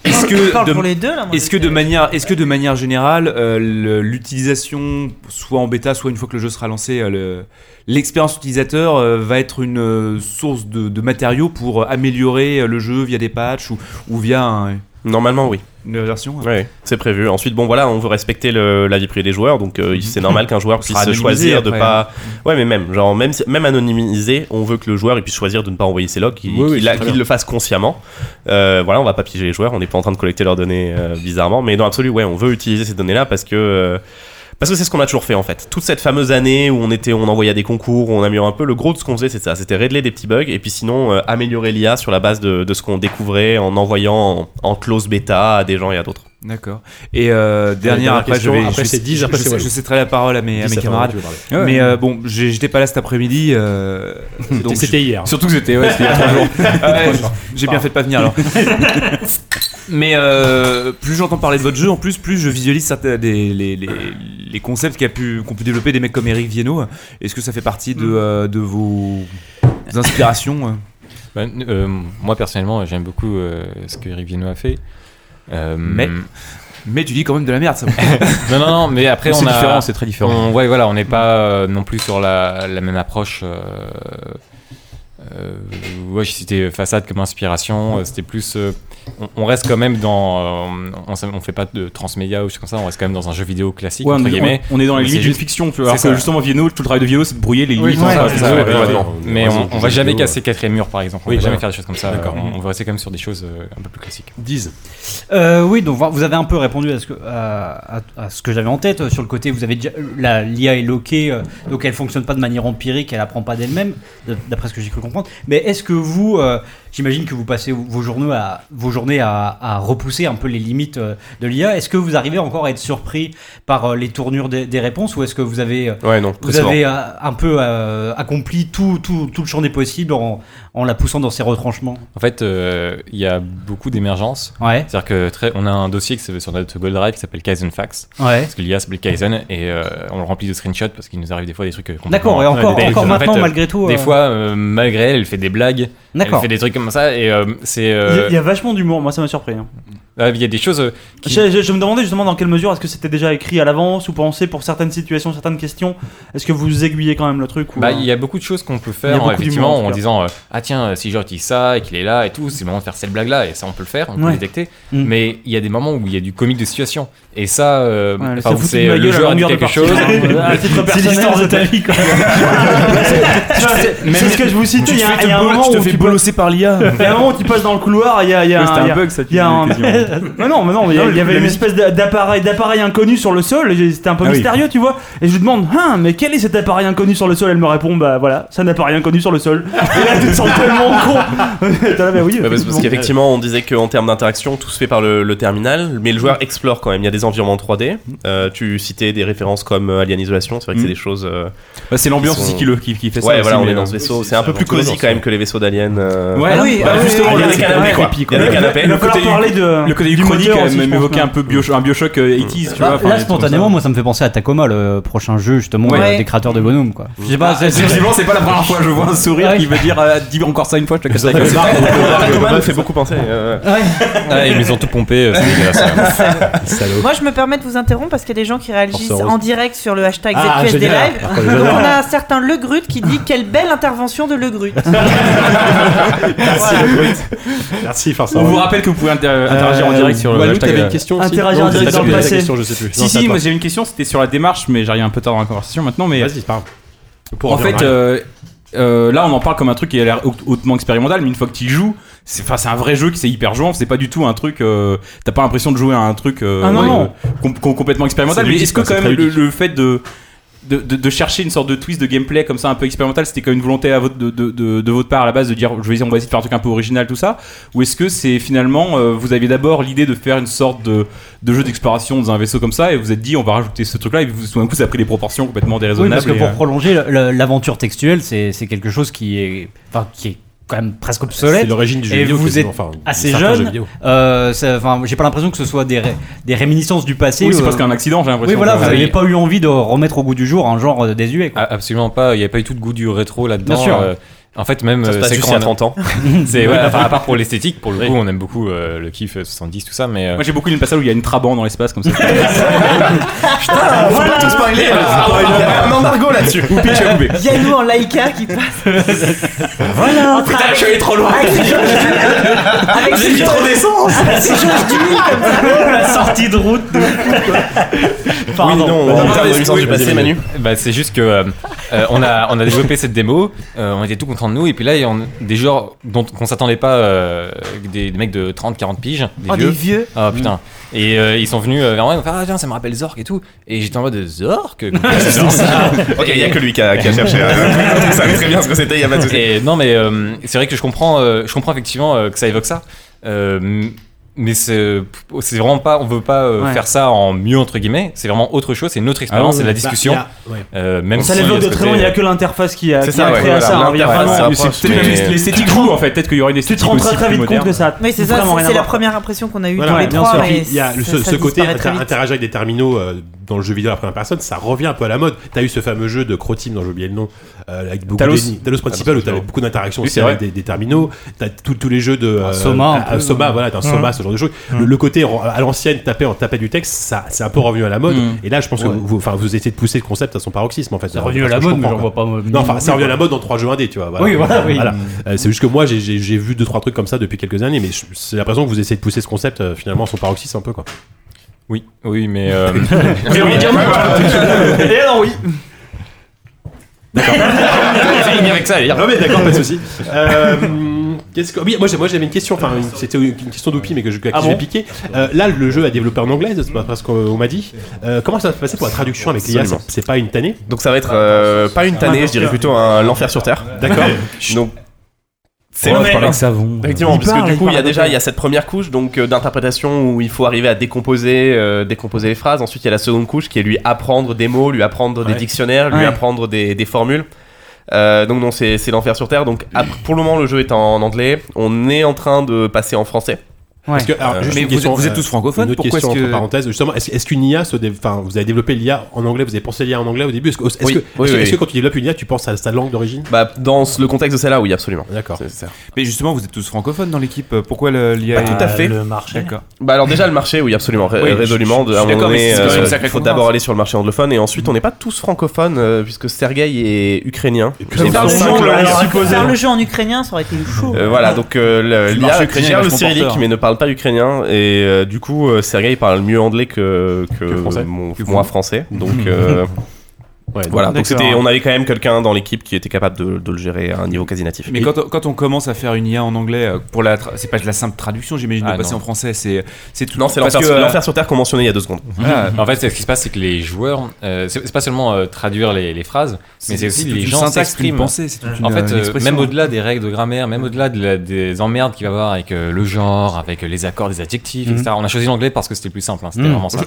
Est-ce
Je parle
que,
pour les deux, là, moi,
est-ce que de manière, est-ce que de manière générale, euh, le- l'utilisation, soit en bêta, soit une fois que le jeu sera lancé, euh, le- l'expérience utilisateur euh, va être une euh, source de, de matériaux pour euh, améliorer euh, le jeu via des patchs ou, ou via un,
Normalement, oui.
Une version hein.
Ouais, ouais, c'est prévu. Ensuite, bon, voilà, on veut respecter le- la vie privée des joueurs, donc euh, c'est normal qu'un joueur
On
puisse
sera anonymisé
choisir de
après,
pas.
hein.
Ouais, mais même, genre, même, si- même anonymisé, on veut que le joueur il puisse choisir de ne pas envoyer ses logs, qu'il
Oui, oui,
qu'il-
c'est très
qu'il
bien.
le fasse consciemment. Euh, voilà, on va pas piéger les joueurs, on n'est pas en train de collecter leurs données euh, bizarrement, mais dans l'absolu, ouais, on veut utiliser ces données-là parce que. euh, parce que c'est ce qu'on a toujours fait en fait. Toute cette fameuse année où on était, on envoyait des concours, où on améliore un peu. Le gros de ce qu'on faisait, c'est ça. C'était régler des petits bugs et puis sinon euh, améliorer l'IA sur la base de, de ce qu'on découvrait en envoyant en, en close bêta à des gens et à d'autres.
D'accord. Et euh, dernière,
dernière
après,
question,
je vais.
après,
je,
c'est
je-
Dij, après,
je,
c'est
je-
Walou.
je céderai la parole à mes, à
Dij,
mes
après,
camarades.
tu veux parler.
Mais
Ouais, ouais.
euh, bon, j'ai- j'étais pas là cet après-midi. euh, donc
C'était
je-
hier.
Surtout que c'était, ouais, c'était il y a trois jours. Ouais, j'ai bien fait de pas venir alors. Mais euh, plus j'entends parler de votre jeu, en plus, plus je visualise certains des, les, les, les concepts qu'a pu- qu'ont pu, développer des mecs comme Eric Viennot. Est-ce que ça fait partie de, euh, de vos inspirations euh
Bah, euh, moi personnellement, j'aime beaucoup euh, ce que Eric Viennot a fait. Euh,
Mais- mais tu dis quand même de la merde, ça.
non, non, non, mais après,
Mais [LAUGHS]
on
c'est
a-
différent, c'est très différent.
on- ouais, voilà, on n'est pas euh, non plus sur la, la même approche. euh, euh, ouais, c'était façade comme inspiration. euh, c'était plus. euh, on, on reste quand même dans. euh, on, s- on fait pas de transmédia ou des choses comme ça. On reste quand même dans un jeu vidéo classique.
Ouais,
entre
on, est-
guillemets.
on est dans les
Mais c'est
limites d'une
juste-
fiction.
c'est
Alors que
ça.
justement, Vienno, tout le travail de Vienno, c'est de brouiller les
Oui,
limites.
c'est
entre
ça,
les
c'est
deux.
ça, ouais, ouais,
ouais.
ouais. Mais
raison,
on, on va
jeux
jamais
vidéo,
casser quatre murs, par exemple. On
Oui,
va jamais
voilà.
faire des choses comme ça.
D'accord.
On, on va rester quand même sur des choses euh, un peu plus classiques.
10.
Euh, oui, donc vous avez un peu répondu à ce que, à, à- à ce que j'avais en tête euh, sur le côté. Vous avez déjà la- l'IA est loquée, euh, donc elle fonctionne pas de manière empirique, elle apprend pas d'elle-même, d- d'après ce que j'ai cru comprendre. Mais est-ce que vous, euh, j'imagine que vous passez vos journées à vos journées à, à repousser un peu les limites euh, de l'IA. Est-ce que vous arrivez encore à être surpris par euh, les tournures des, des réponses, ou est-ce que vous avez euh,
Ouais, non,
vous
très souvent.
avez euh, un peu euh, accompli tout, tout, tout le champ des possibles en, en la poussant dans ses retranchements
En fait, euh, il y a beaucoup d'émergences.
Ouais.
C'est-à-dire que très, on a un dossier qui s'appelle sur notre Google Drive qui s'appelle Kaizen Facts.
Ouais.
Parce que l'IA s'appelle Kaizen et euh, on le remplit de screenshots parce qu'il nous arrive des fois des trucs. euh, complètement-
D'accord, et encore-
des-
encore
en
maintenant,
euh,
malgré tout, euh,
Des fois, euh, malgré elle, elle fait des blagues. Elle
D'accord.
fait des trucs comme ça et euh, c'est.
Il y a-
euh,
il y a vachement d'humour, moi ça m'a surpris. hein.
ah, il y, a des choses. euh, qui-
Je, je- je me demandais justement dans quelle mesure est-ce que c'était déjà écrit à l'avance ou pensé pour certaines situations, certaines questions. Est-ce que vous aiguillez quand même le truc ou euh,
Bah, il y a beaucoup de choses qu'on peut
hein. Il y a
faire
beaucoup
euh, effectivement
d'humour, en
en,
tout cas.
disant euh, ah tiens euh, si j'utilise ça et qu'il est là et tout c'est le moment de faire cette blague là et ça on peut le faire on peut
Ouais.
le détecter
Mm.
mais il y a des moments où il y a du comique de situation et ça euh,
Ouais, elle
enfin,
s'est foutue de
c'est
ma
euh, le
gueule à
joueur a dit
longueur de
quelque
partie. hein.
chose
[LAUGHS] À titre
c'est
personnel,
l'histoire de ta vie
[LAUGHS] quoi.
même-
C'est ce que je vous citais.
Tu
Il y
te
a,
fais
il y a un
te
moment
bol- tu te
où
fais
tu
bolosser par l'IA.
[LAUGHS] Il y a un moment où tu passes dans le couloir, il y a, il y a
Ouais, c'était
il y a-
un bug, ça,
il y a
tu
un-
quasiment.
[LAUGHS] Mais non, mais non, mais il y a-
Non,
il y
le-
avait
le
une
mythe.
espèce d'a- d'appareil, d'appareil inconnu sur le sol. et C'était un peu
Ah oui.
mystérieux, tu vois. Et je lui demande, hein, mais quel est cet appareil inconnu sur le sol Elle me répond, bah voilà, c'est un appareil inconnu sur le sol. [LAUGHS] Et là, tu te sens tellement con. [LAUGHS] T'es là, bah oui,
Ouais, parce parce qu'effectivement, on disait qu'en termes d'interaction, tout se fait par le, le terminal, mais le joueur explore quand même. Il y a des environnements 3D. Euh, tu citais des références comme euh, Alien Isolation, c'est vrai que
Mm.
c'est des choses. euh,
Bah, c'est l'ambiance
qui sont-
aussi qui le- qui- qui fait ça
Ouais,
aussi,
voilà, on
mais,
est dans
euh,
ce
oui,
vaisseau.
c'est
C'est un peu
vraiment
plus cosy
ambiance,
quand même que les vaisseaux d'aliens. euh,
Ouais,
voilà.
oui,
Bah,
ah oui,
justement,
oui,
il y a
oui,
des
c'est
canapés
vrai,
quoi.
creepy,
Il y a des
Il
canapés.
va falloir parler de.
Le
qu'on a eu
Du
chronique
moteur
à
aussi, je pense,
m'évoquer
ouais.
un peu Bio- un Bioshock euh, 80s, tu vois.
Bah, Là, là,
enfin, des trucs comme ça.
spontanément, moi, ça me fait penser à Tacoma, le prochain jeu justement
Ouais.
euh, des créateurs de bonhommes, quoi. Je sais pas,
Ah, Effectivement, c'est pas la première fois que je vois un sourire qui veut dire euh, dis encore ça une fois, je te casse la gueule.
C'est vrai, Aquaman me fait
C'est
beaucoup penser. euh,
Ah, ils me les ont tout pompé, euh, c'est dégueulasse.
Salaud.
Moi, je me permets de vous interrompre parce qu'il y a des gens qui réagissent
Force heureuse.
en direct sur le hashtag
Ah,
ZQSD
génial.
Live.
Ah,
On
j'adore.
a un certain Le Grut qui dit Quelle belle intervention de Le
[LAUGHS]
Grut.
Merci,
Voilà.
le brut. Merci,
On
forcément.
vous rappelle que vous pouvez inter- interagir en direct sur le
Euh, Walou,
hashtag,
t'avais
euh,
une question aussi
Interagir
Non,
en
t'as
direct
pas
dans le
posé la
passé.
question, je sais plus. Non,
Si, si,
t'as
moi
pas.
j'ai une question, c'était sur la démarche, mais j'arrive un peu tard dans la conversation maintenant. Mais
Vas-y, pardon. Pour
en
revenir
fait,
arrière.
euh, euh, là on en parle comme un truc qui a l'air haut- hautement expérimental, mais une fois que tu y joues, c'est enfin, c'est un vrai jeu qui c'est hyper jouant, c'est pas du tout un truc. euh, T'as pas l'impression de jouer à un truc euh,
Ah non,
euh,
non.
com- com- complètement expérimental,
C'est
mais
ludique,
est-ce que
quoi,
quand
c'est
même
très
le,
ludique.
le fait de. De, de- de chercher une sorte de twist de gameplay comme ça un peu expérimental c'était quand même une volonté à votre, de, de- de- de votre part à la base de dire je vais essayer on va essayer de faire un truc un peu original tout ça ou est-ce que c'est finalement euh, vous aviez d'abord l'idée de faire une sorte de, de jeu d'exploration dans un vaisseau comme ça et vous vous êtes dit on va rajouter ce truc là et vous, tout d'un coup ça a pris des proportions complètement
Oui,
déraisonnables
parce que
et,
pour
euh,
prolonger le- le- l'aventure textuelle, c'est c'est quelque chose qui est, enfin, qui est quand même presque
c'est
obsolète.
l'origine du jeu
Et
vidéo.
vous êtes
quasiment, enfin,
assez
certains jeux
jeune.
vidéo.
Euh, ça- Enfin, j'ai pas l'impression que ce soit des, ré- des réminiscences du passé.
oui c'est
euh,
parce qu'un accident j'ai l'impression
oui, voilà,
que-
vous n'avez pas eu envie de remettre au goût du jour un genre euh, désuet. Quoi.
Ah, Absolument pas, il n'y a pas eu tout de goût du rétro là-dedans.
Bien sûr.
euh, en fait, même.
Ça se
euh,
passe
c'est
juste
quand
il y a
on a-
30
[LAUGHS]
ans.
[LAUGHS] C'est ouais, enfin, à part pour l'esthétique, pour le coup, on aime beaucoup euh, le kiff euh, 70 tout ça, mais euh,
moi j'ai beaucoup aimé le passage où il y a une traban dans l'espace comme ça
euh, Il y a un embargo là-dessus.
ou pitch à couper.
Il y a nous en laïka qui passe. Ah,
Voilà
putain je suis allé trop loin
[LAUGHS]
Avec Ah, ses jauges- avec ses jauges du mille comme ça.
Ah, [LAUGHS] La sortie de route
Oui, non,
Bah,
on
non,
parle
mais
de licence
oui,
du
bah,
passé,
c'est-
Manu.
Bah, c'est juste que euh, euh, on, a, on a développé cette démo, euh, on était tout contents de nous, et puis là, il y a on- des genres dont qu'on s'attendait pas, euh, des, des mecs de 30, 40 piges, des
Oh,
vieux.
des vieux.
Ah putain. Et euh, ils sont venus euh, vers moi, ils m'ont fait Ah tiens, ça me rappelle Zork et tout. Et j'étais en
[LAUGHS]
mode Zork
Ok, il y a que lui qui a, qui a cherché. euh,
[LAUGHS]
Vous savez très bien ce que c'était, il y a pas de souci.
Et non, mais euh, c'est vrai que je comprends, euh, je comprends effectivement euh, que ça évoque ça. Euh, mais c'est c'est vraiment pas, on veut pas euh,
Ouais. Ah
faire ça en mieux entre guillemets. C'est vraiment autre chose, c'est notre expérience, c'est de la discussion.
Bah, il y a- ouais.
Euh, même
Ça
si,
l'évoque de
ce
très loin, il n'y a
côté- euh,
que l'interface qui a,
C'est
qui
ça,
a
ouais,
créé à
voilà,
ça. hein, [LAUGHS] il y a
l'interface,
vraiment-
ça
c'est
approche,
peut-être
mais-
juste l'esthétique joue en fait peut-être qu'il y aurait une
Tu te
esthétique
rends
aussi
très très
plus
vite compte
moderne.
que ça. a
Mais c'est ça,
vraiment
c'est-
rien
c'est
à
la
voir.
première impression qu'on a eue
Voilà,
dans les
bien
trois.
sûr.
mais
Il y a le-
ça-
ce,
ça
ce côté
disparaît très
inter-
vite.
interagir avec des terminaux euh, dans le jeu vidéo à la première personne, ça revient un peu à la mode. T'as eu ce fameux jeu de Croteam, dont j'ai oublié le nom, euh, avec beaucoup
Talos.
d'ennemis. Talos Principal, où t'avais beaucoup d'interactions
Oui,
aussi
Ah, c'est
avec
vrai.
des, des terminaux. T'as tous tous les jeux de euh,
Soma, un
à- à
peu, Hein.
Soma, voilà, t'as un Soma, ce genre de choses. Le, le côté ro- à l'ancienne, taper en tapait du texte, ça, c'est un peu revenu à la mode. Et là, je pense que vous, vous- enfin, vous essayez de pousser le concept à son paroxysme, en fait.
Mmh. C'est revenu à la mode, mais j'en vois pas.
Non, enfin, ça revient à la mode dans trois jeux indés, tu vois.
Oui, voilà, oui.
Euh, c'est juste que moi, j'ai- j'ai j'ai vu deux trois trucs comme ça depuis quelques années, mais je- c'est l'impression que vous essayez de pousser ce concept euh, finalement à son paroxysme un peu, quoi.
Oui, oui, mais euh,
[LAUGHS] Eh
Et alors oui Ah,
avec ça,
Non mais d'accord, pas de souci. Euh, qu'est-ce que... Oui, moi j'ai- moi, j'avais une question, enfin une- c'était une une question d'Oupi mais que je que
Ah
je
bon
vais piquer. Euh, là le jeu a développé en anglais, c'est pas parce qu'on on m'a dit. Euh, comment ça va se passer pour la traduction avec l'IA
Absolument.
C'est- C'est pas une tannée
Donc ça va
Ah,
être euh, pas une tannée, je dirais plutôt un l'enfer sur terre.
D'accord.
Donc c'est
mais-
parle avec
savon.
Effectivement,
Il
parce
parle,
que
euh, il
du coup, il y a
parle
déjà
de-
il y a cette première couche donc euh, d'interprétation où il faut arriver à décomposer euh, décomposer les phrases. Ensuite, il y a la seconde couche qui est lui apprendre des mots, lui apprendre des
Ouais.
dictionnaires, lui
Ouais.
apprendre des, des formules. Euh, donc non, c'est c'est l'enfer sur terre. Donc à- pour le moment, le jeu est en anglais. On est en train de passer en français.
Parce que, alors, juste
Mais
une
vous,
question,
vous êtes
euh,
tous francophones,
Une autre
pourquoi est-ce
question entre
que.
parenthèses, justement, est-ce est-ce qu'une IA se dé- enfin, vous avez développé l'IA en anglais, vous avez pensé l'IA en anglais au début Est-ce que, est-ce
Oui,
que,
oui,
est-ce que-
oui.
est-ce que quand tu développes une IA, tu penses à sa langue d'origine
Bah dans ce- le contexte de celle-là, oui, absolument.
D'accord.
C'est- c'est-
Mais justement, vous êtes tous francophones dans l'équipe. Pourquoi le- l'IA
Bah, tout
Euh,
à fait.
Le marché.
D'accord.
Bah alors déjà le marché, oui absolument, ré-
Oui, je-
résolument.
je-
De,
je
à un
suis
moment
d'accord, mais
donné,
c'est- c'est
euh,
une sacrée
faut
concurrence.
d'abord aller sur le marché anglophone et ensuite on n'est pas tous francophones euh, puisque Sergueï est ukrainien.
Et puis,
Et
c'est
Faire le
donc,
jeu-
Simple,
alors,
alors, supposé.
Faire le jeu en ukrainien, ça aurait été chaud.
euh, voilà donc euh, le-
Le
l'IA
marché
qui
ukrainien
gère
est
le
vachement
cyrillique
porteur.
mais ne parle pas ukrainien et euh, du coup euh, Sergueï parle mieux anglais que, que,
Que français.
mon-
Que
moi français donc euh,
Ouais,
voilà donc
D'accord.
c'était on avait quand même quelqu'un dans l'équipe qui était capable de, de le gérer à un niveau quasi natif.
Mais quand on, quand on commence à faire une IA en anglais, euh, pour la tra- c'est pas de la simple traduction, j'imagine, de
Ah,
passer
non.
en français, c'est c'est tout.
non c'est
parce
l'enfer
que,
sur-
euh, Mhm.
l'enfer sur terre qu'on mentionnait il y a deux secondes.
voilà,
En fait, ce qui se passe, c'est que les joueurs, euh, c'est c'est pas seulement euh, traduire les, les phrases, mais c'est aussi
toute
les
une
gens
syntaxe, une
s'expriment.
pensée, c'est toute
En
une,
fait,
euh,
euh,
une expression.
même au-delà des règles de grammaire, même au-delà de la- des emmerdes qu'il va y avoir avec euh, le genre, avec euh, les accords, les adjectifs,
Mhm.
etc. On
[LAUGHS]
a choisi l'anglais parce que c'était plus simple, hein, c'était
Mhm.
[LAUGHS] vraiment ça.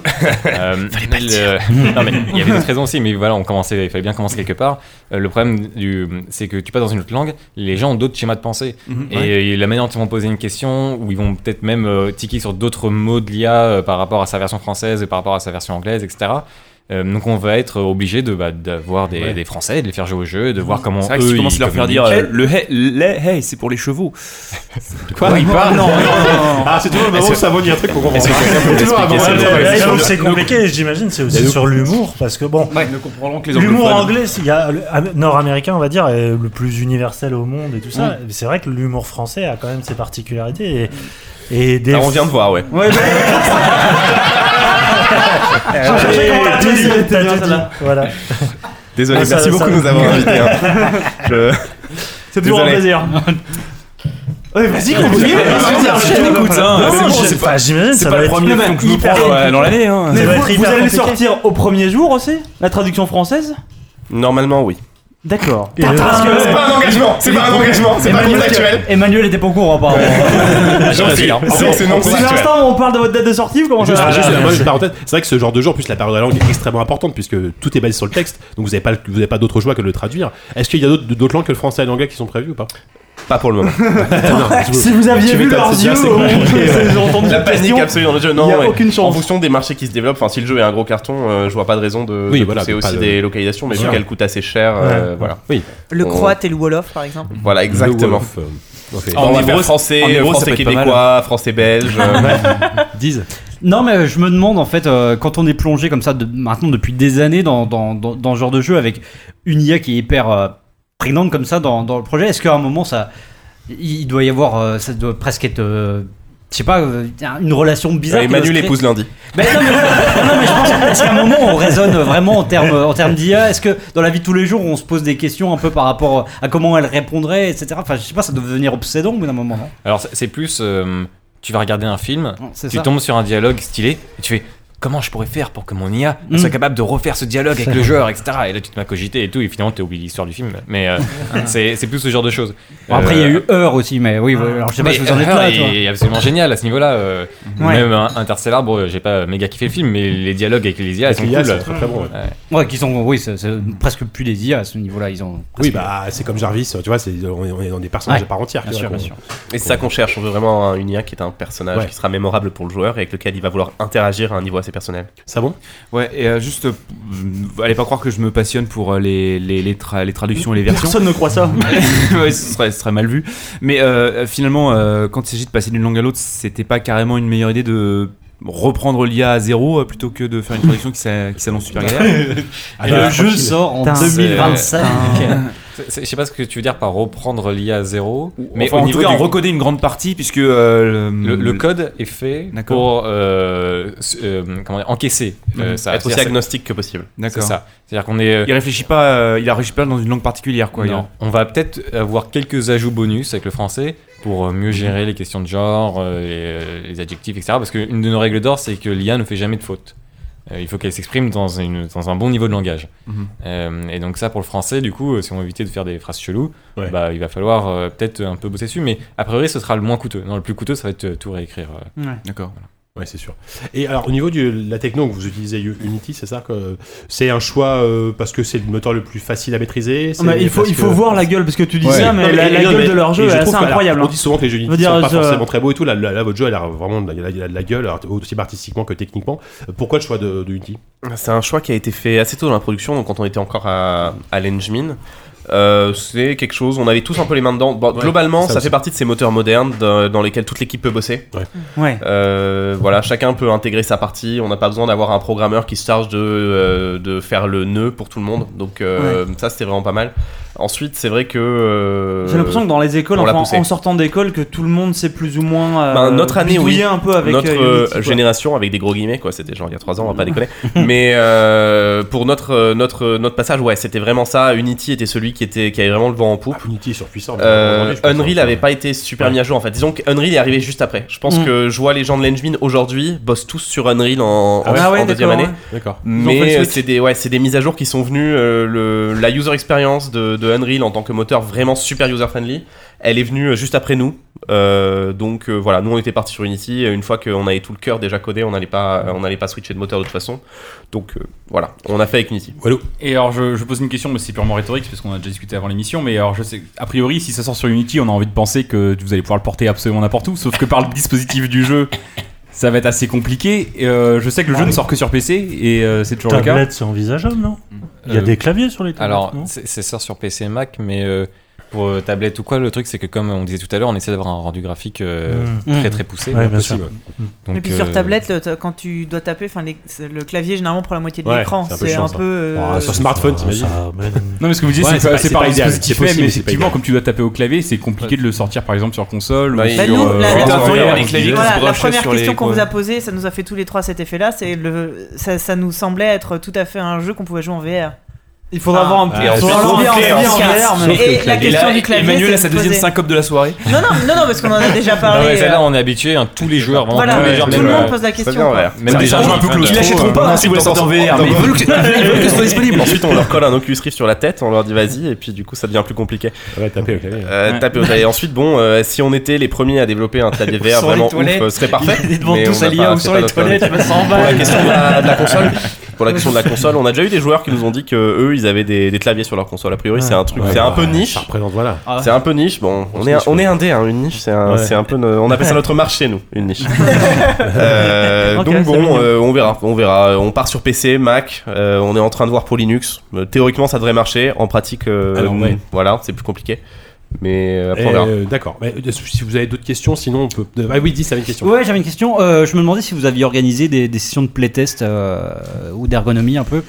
Euh, le- non, mais il y avait d'autres raisons aussi, mais voilà, on commencer, il fallait bien commencer quelque part. Euh, le problème, du, c'est que tu passes dans une autre langue, les gens ont d'autres schémas de pensée.
Mhm.
et,
Ouais.
euh, la manière dont ils vont poser une question, ou ils vont peut-être même euh, tiquer sur d'autres mots de l'IA euh, par rapport à sa version française et par rapport à sa version anglaise, etc. Euh, donc on va être obligé de bah, d'avoir des,
Ouais. Mhm.
des Français, de les faire jouer au jeu, de voir comment
C'est vrai que si
eux,
tu commences à
ils
leur faire dire euh,
communiquent.
le hey, les hey, c'est pour les chevaux. De
quoi il
[LAUGHS]
parle
Non, non, non, non.
Ah, c'est toujours le moment
Est-ce
où
que-
ça vaut dire un truc qu'on comprend.
est-ce que quelqu'un peut
Toujours
m'expliquer
un moment
ça
où
Ouais,
ça va
ouais, ouais,
être
ouais,
sur
Donc
le-
c'est compliqué, j'imagine, c'est aussi
nous-
sur l'humour, parce que bon,
Nous comprendrons que les
l'humour
anglophones.
anglais, il y a le- am- nord-américain, on va dire, est le plus universel au monde et tout ça.
Mm.
Et C'est vrai que l'humour français a quand même ses particularités. Et, et des
Ah, on vient de voir, ouais.
Ouais, [LAUGHS]
Et-
dit,
et-
t'as
et-
tout dit. Voilà.
Désolé,
Ah, ça-
merci
ça-
beaucoup de nous avoir invités. hein.
[LAUGHS]
Je- [LAUGHS]
C'est toujours un
Désolé.
plaisir. Ouais, vas-y,
Ouais,
continue.
ouais,
Vas-y,
ouais,
enchaîne,
ouais,
écoute,
ouais,
hein.
ouais,
Non,
c'est bon,
je-
c'est pas-
enfin, j'imagine,
C'est
ça
pas
va
le
être
premier film que je me
hyper
prends euh,
compliqué.
dans l'année. hein.
Mais
Ça va
vous,
être hyper
vous allez
compliqué.
sortir au premier jour aussi La traduction française
Normalement, oui.
D'accord.
Et le-
C'est pas un engagement, c'est pas un engagement, c'est pas contractuel.
Emmanuel était pas au courant, apparemment.
[LAUGHS] [LAUGHS] J'en suis, hein. C'est c'est non
C'est
contractuel.
l'instant où on parle de votre date de sortie ou comment ça
Juste,
va
juste
ah,
moi,
merci.
une parenthèse. C'est vrai que ce genre de jeu, en plus la parole de la langue est extrêmement importante puisque tout est basé sur le texte, donc vous n'avez pas, le- vous avez pas d'autre choix que de le traduire. Est-ce qu'il y a d'autres, d'autres langues que le français et l'anglais qui sont prévues ou pas
Pas pour le
[LAUGHS]
moment.
Ah Non, je-
Si vous aviez
Tu
vu
m'étonnes,
leurs
c'est bien,
yeux,
c'est
au moment
compliqué. [LAUGHS]
où j'ai entendu
La
cette
panique
question,
absolue dans le jeu, non.
il y a
ouais.
aucune chance.
En fonction des marchés qui se développent, enfin, si le jeu est un gros carton, euh, je vois pas de raison de.
Oui,
de
voilà,
pousser
de pas
aussi
le-
des localisations, mais vu
Sûr.
qu'elles coûtent assez cher, euh, voilà.
Le
On-
croate et le wolof, par exemple.
Voilà, exactement.
Le Wolof, euh, ok.
Bon, on
En
va
hébreu,
faire
ça- en
français,
hébreu, ça
français
peut être pas mal.
québécois, français belge. euh,
Disent.
Non, mais je me demande en fait, euh, quand on est plongé comme ça de, maintenant depuis des années dans, dans, dans, dans ce genre de jeu avec une IA qui est hyper euh, prégnante comme ça dans, dans le projet, est-ce qu'à un moment ça. Il doit y avoir. euh, ça doit presque être. euh, je sais pas, euh, une relation bizarre. qui doit se
Euh, Emmanuel
créer.
épouse lundi.
Ben non, mais, non, non, mais je pense est-ce qu'à un moment on raisonne vraiment en termes en termes d'IA Est-ce que dans la vie de tous les jours on se pose des questions un peu par rapport à comment elle répondrait, etc. Enfin, je sais pas, ça doit devenir obsédant au bout d'un moment. non
Alors c'est- c'est plus, euh, tu vas regarder un film,
C'est
tu
ça.
tombes sur un dialogue stylé et tu fais comment je pourrais faire pour que mon IA elle
Mm.
soit capable de refaire ce dialogue avec le joueur, etc. Et là tu te mets à cogiter et tout et finalement tu oublié l'histoire du film. Mais
[LAUGHS]
euh, c'est c'est plus ce genre de choses.
Bon, après, il y a
Euh,
eu Heure aussi, mais oui, voilà. alors je sais pas
mais
si vous en êtes
Her
là,
est,
toi.
est absolument génial à ce niveau-là. euh,
Ouais.
Même euh, Interstellar, bon, j'ai pas méga kiffé le film, mais les dialogues avec les IA, elles
Parce
sont
qu'il y a,
cool.
c'est très, très bon. ouais.
Ouais, qui sont, oui, c'est c'est presque plus des IA à ce niveau-là. Ils ont.
Oui, bah c'est comme Jarvis, tu vois, c'est, on, est, on est dans des personnages
Ouais.
à part entière.
Bien
tu
sûr,
vois,
bien
qu'on-
Et c'est ça qu'on cherche, on veut vraiment un- une IA qui est un personnage
Ouais.
qui sera mémorable pour le joueur et avec lequel il va vouloir interagir à un niveau assez personnel.
Ça bon
Ouais, et euh, juste, euh, je- allez pas croire que je me passionne pour euh, les, les, les, tra- les traductions et les versions.
Personne ne croit ça.
[LAUGHS] ouais, ce, serait, ce serait mal vu. Mais euh, finalement, euh, quand il s'agit de passer d'une langue à l'autre, c'était pas carrément une meilleure idée de reprendre l'IA à zéro euh, plutôt que de faire une traduction qui s'a- qui s'annonce super galère. [LAUGHS]
Ah
Et
bah,
le jeu
tranquille.
sort en
Putain,
2025.
C'est- c'est- Je sais pas ce que tu veux dire par reprendre l'IA à zéro, mais
Mais enfin,
au
en tout
niveau
cas,
du-
en recoder une grande partie puisque euh,
Le, le code est fait
D'accord. Hmm.
pour euh, s- euh, comment dire, encaisser euh, ça.
Être aussi
C'est-à-dire-
agnostique que possible.
C'est
D'accord.
ça. C'est-à-dire qu'on est.
Il réfléchit pas, euh, il réfléchit pas dans une langue particulière quoi.
non. On va peut-être avoir quelques ajouts bonus avec le français pour euh, mieux gérer les questions de genre, euh, les, euh, les adjectifs, etc. Parce qu'une de nos règles d'or, c'est que l'IA ne fait jamais de faute. Euh, il faut qu'elle s'exprime dans, une- dans un bon niveau de langage.
Mhm.
Euh, et donc ça, pour le français, du coup, euh, si on veut éviter de faire des phrases cheloues,
Ouais.
bah, il va falloir euh, peut-être un peu bosser dessus. Mais a priori, ce sera le moins coûteux. Non, le plus coûteux, ça va être euh, tout réécrire. euh,
Il- D'accord.
Ouais, c'est sûr. Et alors, au niveau de la techno que vous utilisez, Unity, c'est ça que c'est un choix euh, parce que c'est le moteur le plus facile à maîtriser. c'est
Mais il faut,
parce
il faut
que-
voir la gueule parce que tu dis
Ouais.
ça, mais
Non,
la, la
non,
gueule
mais-
de leur jeu
et
est
je
assez
trouve que, alors,
incroyable.
On
hein.
dit souvent que les jeux
veux
Unity
dire,
sont pas
je-
forcément très beaux et tout. Là, là, là, votre jeu, elle a vraiment de la, de la gueule, alors, aussi bien artistiquement que techniquement. Pourquoi le choix de, de Unity
C'est un choix qui a été fait assez tôt dans la production, donc quand on était encore à, à l'Engmin. Euh, c'est quelque chose, on avait tous un peu les mains dedans. Bon,
Ouais,
globalement,
ça
ça,
aussi.
fait partie de ces moteurs modernes dans, dans lesquels toute l'équipe peut bosser.
Ouais.
Euh, voilà, chacun peut intégrer sa partie. On n'a pas besoin d'avoir un programmeur qui se charge de, euh, de faire le nœud pour tout le monde. Donc euh, ça, c'était vraiment pas mal. Ensuite, c'est vrai que. euh,
J'ai l'impression que dans les écoles,
on l'a
enfin,
poussé.
en sortant d'école, que tout le monde sait plus ou moins. euh,
Ben, notre année, oui.
bidouiller un peu avec
notre
euh, Unity,
euh,
quoi.
génération avec des gros guillemets quoi c'était genre il y a 3 ans on va pas
[LAUGHS]
déconner mais euh, pour notre euh, notre euh, notre passage ouais c'était vraiment ça Unity était celui qui était qui avait vraiment le vent en poupe
Ah, Unity est surpuissant. mais
Euh,
aujourd'hui, je pense,
Unreal
hein,
avait pas été super
Ouais.
mis à jour en fait disons que Unreal est arrivé juste après je pense
Mm.
que je vois les gens de l'engine aujourd'hui bossent tous sur Unreal en, en-
Ah ouais,
en deuxième
d'accord,
année
ouais.
D'accord.
ont fait le
mais euh,
switch.
c'est des ouais c'est des mises à jour qui sont venues euh, le la user experience de, de Unreal en tant que moteur vraiment super user friendly elle est venue euh, juste après nous Euh, donc euh, voilà, nous on était parti sur Unity. euh, Une fois qu'on avait tout le cœur déjà codé, on n'allait pas, euh, on n'allait pas switcher de moteur de toute façon. Donc euh, voilà, on a fait avec Unity.
Et alors, je, je pose une question, mais c'est purement rhétorique, parce qu'on a déjà discuté avant l'émission. Mais alors, je sais, a priori, si ça sort sur Unity, on a envie de penser que vous allez pouvoir le porter absolument n'importe où, sauf que par le dispositif du jeu. Ça va être assez compliqué. Et, euh, je sais que le jeu ne sort que sur PC et euh, c'est toujours le cas.
Tablette, c'est envisageable, non Il y a
Euh,
des claviers sur les tablettes.
Alors,
non
c'est ça sur PC et Mac, mais euh, pour euh, tablette ou quoi, le truc c'est que comme on disait tout à l'heure, on essaie d'avoir un rendu graphique euh,
Mm.
très très poussé,
Ouais,
mais
bien sûr.
impossible.
Mm.
Donc,
Et puis
euh,
sur tablette, le- t- quand tu dois taper, enfin les- c'est- le clavier généralement prend la moitié de
Ouais,
l'écran.
c'est un peu
C'est
chiant,
un
ça.
peu. euh,
Ah, sur smartphone,
Ça-
t'imagines
ça- mais-
Non, mais ce que vous disiez,
Ouais,
c'est pas, c'est pas,
pas idéal,
dispositif
c'est possible,
même, mais
c'est pas
effectivement,
idéal.
comme tu dois taper au clavier, c'est compliqué de le sortir par exemple sur console.
Bah,
ou
il-
sur,
Bah, nous,
euh,
la-
ordinateur,
la-
on
la-
se disait.
Ils
Voilà, la
brushaient
première
sur les-
question qu'on
ouais.
vous a posée, ça nous a fait tous les trois cet effet-là, c'est le, ça, ça nous semblait être tout à fait un jeu qu'on pouvait jouer en VR.
Il faudra
Ah.
avoir un
Et en
faudra
fait,
avoir un
sauf
clavier
que-
en VR, mais-
Et la
clavier-
question
là,
du clavier.
Emmanuel a
c'est
sa
de
deuxième
poser-
syncope de la soirée.
Non, non, non, [LAUGHS] non, parce qu'on en a déjà
Ah
parlé.
ouais,
euh,
celle-là, on est habitué, hein, tous les joueurs, vraiment
Voilà,
tous les joueurs,
tout
même,
le monde
euh,
pose la
Ça
question.
vient en
quoi.
VR.
même des gens un peu
Ils l'achèteront pas hein, si vous le sortez en VR. Mais ils veulent que- ils veulent que ce soit disponible.
[LAUGHS] Ensuite, on leur colle un Oculus Rift sur la tête, on leur dit vas-y, et puis du coup, ça devient plus compliqué.
Ouais, taper au clavier.
Euh,
Ouais.
taper au clavier. Et ensuite, bon, euh, si on était les premiers à développer un clavier VR
Sans les
vraiment ouf,
toilettes.
euh, ce serait parfait.
Ils demandent
mais
tous
on n'a
à l'IA
pas
où
fait
sont
ça
les
notre côté.
toilettes, ça va s'en
Pour
[LAUGHS]
la question de la, de la console, pour la question de la console, on a déjà eu des joueurs qui nous ont dit que eux, ils avaient des, des claviers sur leur console. A priori, c'est un truc,
Ouais,
c'est un
bah,
peu niche.
Ça représente, voilà.
Ah
C'est un peu niche, bon, on est, un- on est indé, hein, une niche, c'est un,
Ouais.
c'est un peu, no- on appelle ça notre marché, nous, une
[LAUGHS]
niche. Euh,
Ok,
donc
c'est
bon,
mignon.
euh, on verra, on verra. On part sur PC, Mac, euh, on est en train de voir pour Linux. Euh, théoriquement, ça devrait marcher, en pratique, euh,
Alors, Ah ouais.
voilà, c'est plus compliqué. Mais euh, après, on verra.
Euh, D'accord. Mais, euh, Si vous avez d'autres questions, sinon on peut. Ah oui, dis, ça avait une question.
Ouais, j'avais une question. Euh, je me demandais si vous aviez organisé des, des sessions de playtest euh, ou d'ergonomie un peu.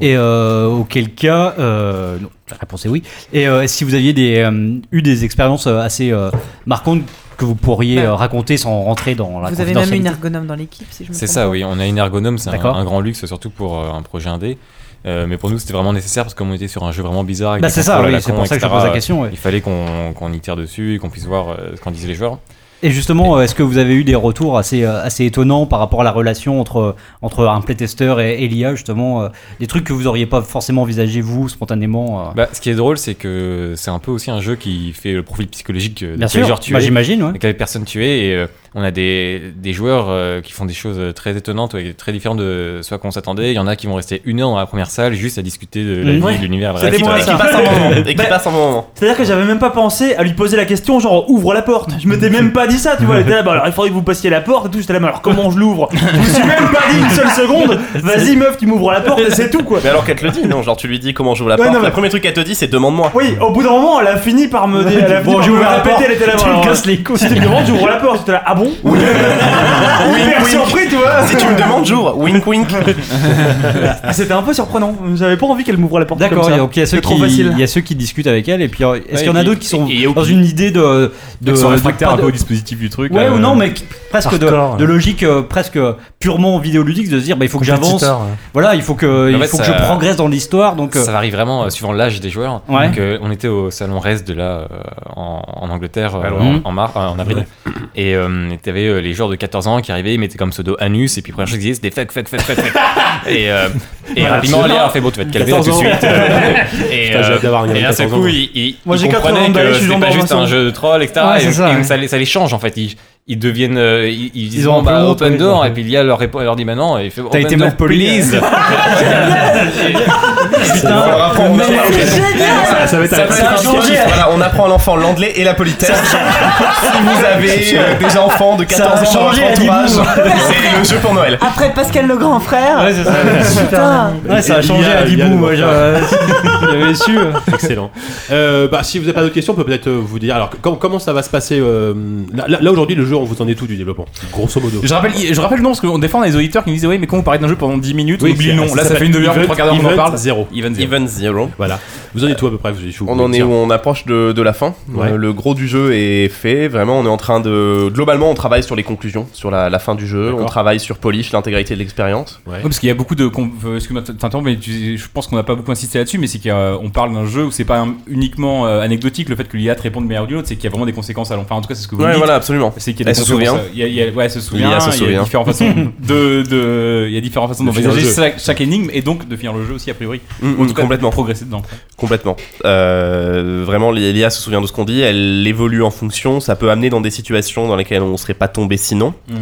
Et euh, auquel cas, euh, non, la réponse est oui. Et euh, si vous aviez des, euh, eu des expériences euh, assez euh, marquantes que vous pourriez euh, raconter sans rentrer dans la
Bah. Vous avez même une
confidentialité
ergonome dans l'équipe, si je me
C'est
trompe
ça,
pas.
oui. On a une ergonome, c'est un,
D'accord.
un grand luxe, surtout pour euh, un projet indé. Euh, mais pour nous, c'était vraiment nécessaire parce que comme on était sur un jeu vraiment bizarre. avec
Bah
des
c'est ça,
contrôles à
oui,
la
c'est
con,
pour ça que je
etc.,
pose la question. ouais.
Il fallait qu'on qu'on itère dessus et qu'on puisse voir euh, ce qu'en disent les joueurs.
Et justement, euh, est-ce que vous avez eu des retours assez, euh, assez étonnants par rapport à la relation entre, euh, entre un playtester et, et l'IA, justement euh, Des trucs que vous auriez pas forcément envisagé vous, spontanément euh.
Bah, ce qui est drôle, c'est que c'est un peu aussi un jeu qui fait le profil psychologique euh, de
Bien
tous les
sûr,
joueurs tués.
Bah, j'imagine, ouais.
avec les personnes tuées et euh, on a des, des joueurs euh, qui font des choses très étonnantes et très différentes de ce à quoi on s'attendait. Il y en a qui vont rester une heure dans la première salle juste à discuter de
Mhm.
la vie,
Ouais.
de l'univers.
C'est
bref,
des
euh,
mois,
Et qui
ça.
passe un moment. Et qui
Bah-
passe un moment.
C'est-à-dire que j'avais même pas pensé à lui poser la question, genre ouvre la porte. Je m'étais même pas dit ça, tu vois. Elle était là, bah alors il faudrait que vous passiez la porte et tout. J'étais là, mais alors comment je l'ouvre Je me suis même pas dit une seule seconde. Vas-y meuf, tu m'ouvres la porte et c'est tout quoi.
Mais alors qu'elle te le dit, non, genre tu lui dis comment j'ouvre la
Ouais,
porte.
non, mais-
Le premier truc qu'elle te dit, c'est demande-moi.
Oui, au bout d'un moment, elle a fini par me dire, elle a fini par me répéter, elle était là,
Tu me
alors,
casses les couilles.
Si tu me demandes, j'ouvre la porte. J'étais là, ah bon Oui, hyper surpris, tu vois.
Si tu me demandes, j'ouvre. Wink wink.
[LAUGHS] Ah, C'était un peu surprenant. J'avais pas envie qu'elle m'ouvre la porte.
D'accord,
comme ça.
donc il y, a ceux
C'est trop
qui,
facile.
il y a ceux qui discutent avec elle, et puis euh, est-ce
Ouais,
qu'il y en a
et-
d'autres qui sont
et- et au-
dans une idée de. de
Ils sont
de-
réfractaires
pas
un peu
de-
au dispositif du truc.
Ouais
euh,
ou non, mais qui- presque de,
hardcore,
de
ouais.
logique euh, presque purement vidéoludique de se dire bah, il faut que j'avance,
Compétiteur, ouais.
voilà, il faut que,
En
il
fait,
faut que
ça-
je progresse dans l'histoire. Donc, euh,
Ça varie vraiment euh, suivant l'âge des joueurs.
Ouais.
Donc, euh, on était au salon Rest de là euh, en, en Angleterre euh,
Alors,
en,
Mhm.
en mars, euh, en avril. Et euh, t'avais euh, les joueurs de 14 ans qui arrivaient, ils mettaient comme pseudo Anus et puis première chose qu'ils disaient c'était fuck fuck fuck fuck. fuck.
[LAUGHS]
et euh, et rapidement Léa a fait bon tu vas te calmer là, tout de
14 ans.
suite. Euh,
[LAUGHS]
et
Putain,
euh,
j'ai hâte d'avoir un
et
gamin de
d'un seul
14 ans.
coup ils, ils,
Moi,
ils
j'ai 80
comprenaient
balais, je
que
suis
c'était
dans
pas
le
juste
bassin.
un jeu de troll etc.
Ouais,
et
c'est ça,
et
ouais.
ça les ça les change en fait. Ils, ils deviennent euh, ils, ils disent
ont
bon
un
bah
peu honte,
open
ouais,
door et puis l'IA leur répond elle leur dit bah non il fait open
été
door,
mal poli.
please.
[LAUGHS]
On leur apprend- on leur apprend-
Ça, ça va être
Ça peut être un
changer.
petit- Voilà, on apprend à l'enfant l'anglais et la politesse. si vous avez euh, des enfants de 14 ans dans votre
changer,
entourage, c'est le jeu pour Noël.
Après Pascal le grand frère.
ouais, c'est ça.
Putain.
Ouais, ça a
Et
changé
l'IA,
à
l'IA
Dibou,
nous
moi,
manque
j'aurais- j'avais su. euh.
[LAUGHS] Excellent. Euh, bah, si vous n'avez pas d'autres questions, on peut peut-être euh, vous dire. Alors, com- comment ça va se passer euh, Là, là- là, aujourd'hui, le jeu, on vous en est tout du développement. Grosso modo.
Je rappelle, je rappelle le nom parce qu'on défend les auditeurs qui nous disent oui mais quand on parlait d'un jeu pendant 10 minutes on oublie le
c'est-
nom là ça
s'appelle
fait une demi-heure
Event-
trois quarts d'heure qu'on en
Event
parle
Zero.
Even Zero.
Even Zero.
Voilà. Vous en êtes tout à peu près. vous- je vous-
On en est
tiens.
où on approche de, de la fin.
Ouais.
Euh, le gros du jeu est fait. Vraiment, on est en train de. Globalement, on travaille sur les conclusions, sur la, la fin du jeu.
D'accord.
On travaille sur Polish, l'intégralité de l'expérience.
Ouais, parce qu'il y a beaucoup de. com- euh, Excuse-moi, de t'interrompre, mais tu- je pense qu'on n'a pas beaucoup insisté là-dessus, mais c'est qu'on euh, parle d'un jeu où c'est pas un- uniquement euh, anecdotique le fait que l'IA te réponde meilleur d'une autre, c'est qu'il y a vraiment des conséquences à long. Enfin, en tout cas, c'est ce que vous
Ouais,
dites.
voilà, absolument.
C'est qu'il y a
Elle se
conçue pour
souvient.
ça. Il y a- il y a- ouais, elle se souvient.
L'IA se
Il y a
souvient.
différentes façons
[LAUGHS]
de, de- il y a différentes façons
De
d'envisager
finir le jeu.
chaque, chaque énigme et donc de finir le jeu aussi a priori.
Mm,
Ou en
mm,
tout cas, [LAUGHS]
complètement.
de progresser dedans.
Complètement. Euh, vraiment, l'IA se souvient de ce qu'on dit, elle évolue en fonction, ça peut amener dans des situations dans lesquelles on ne serait pas tombé sinon.
Mm.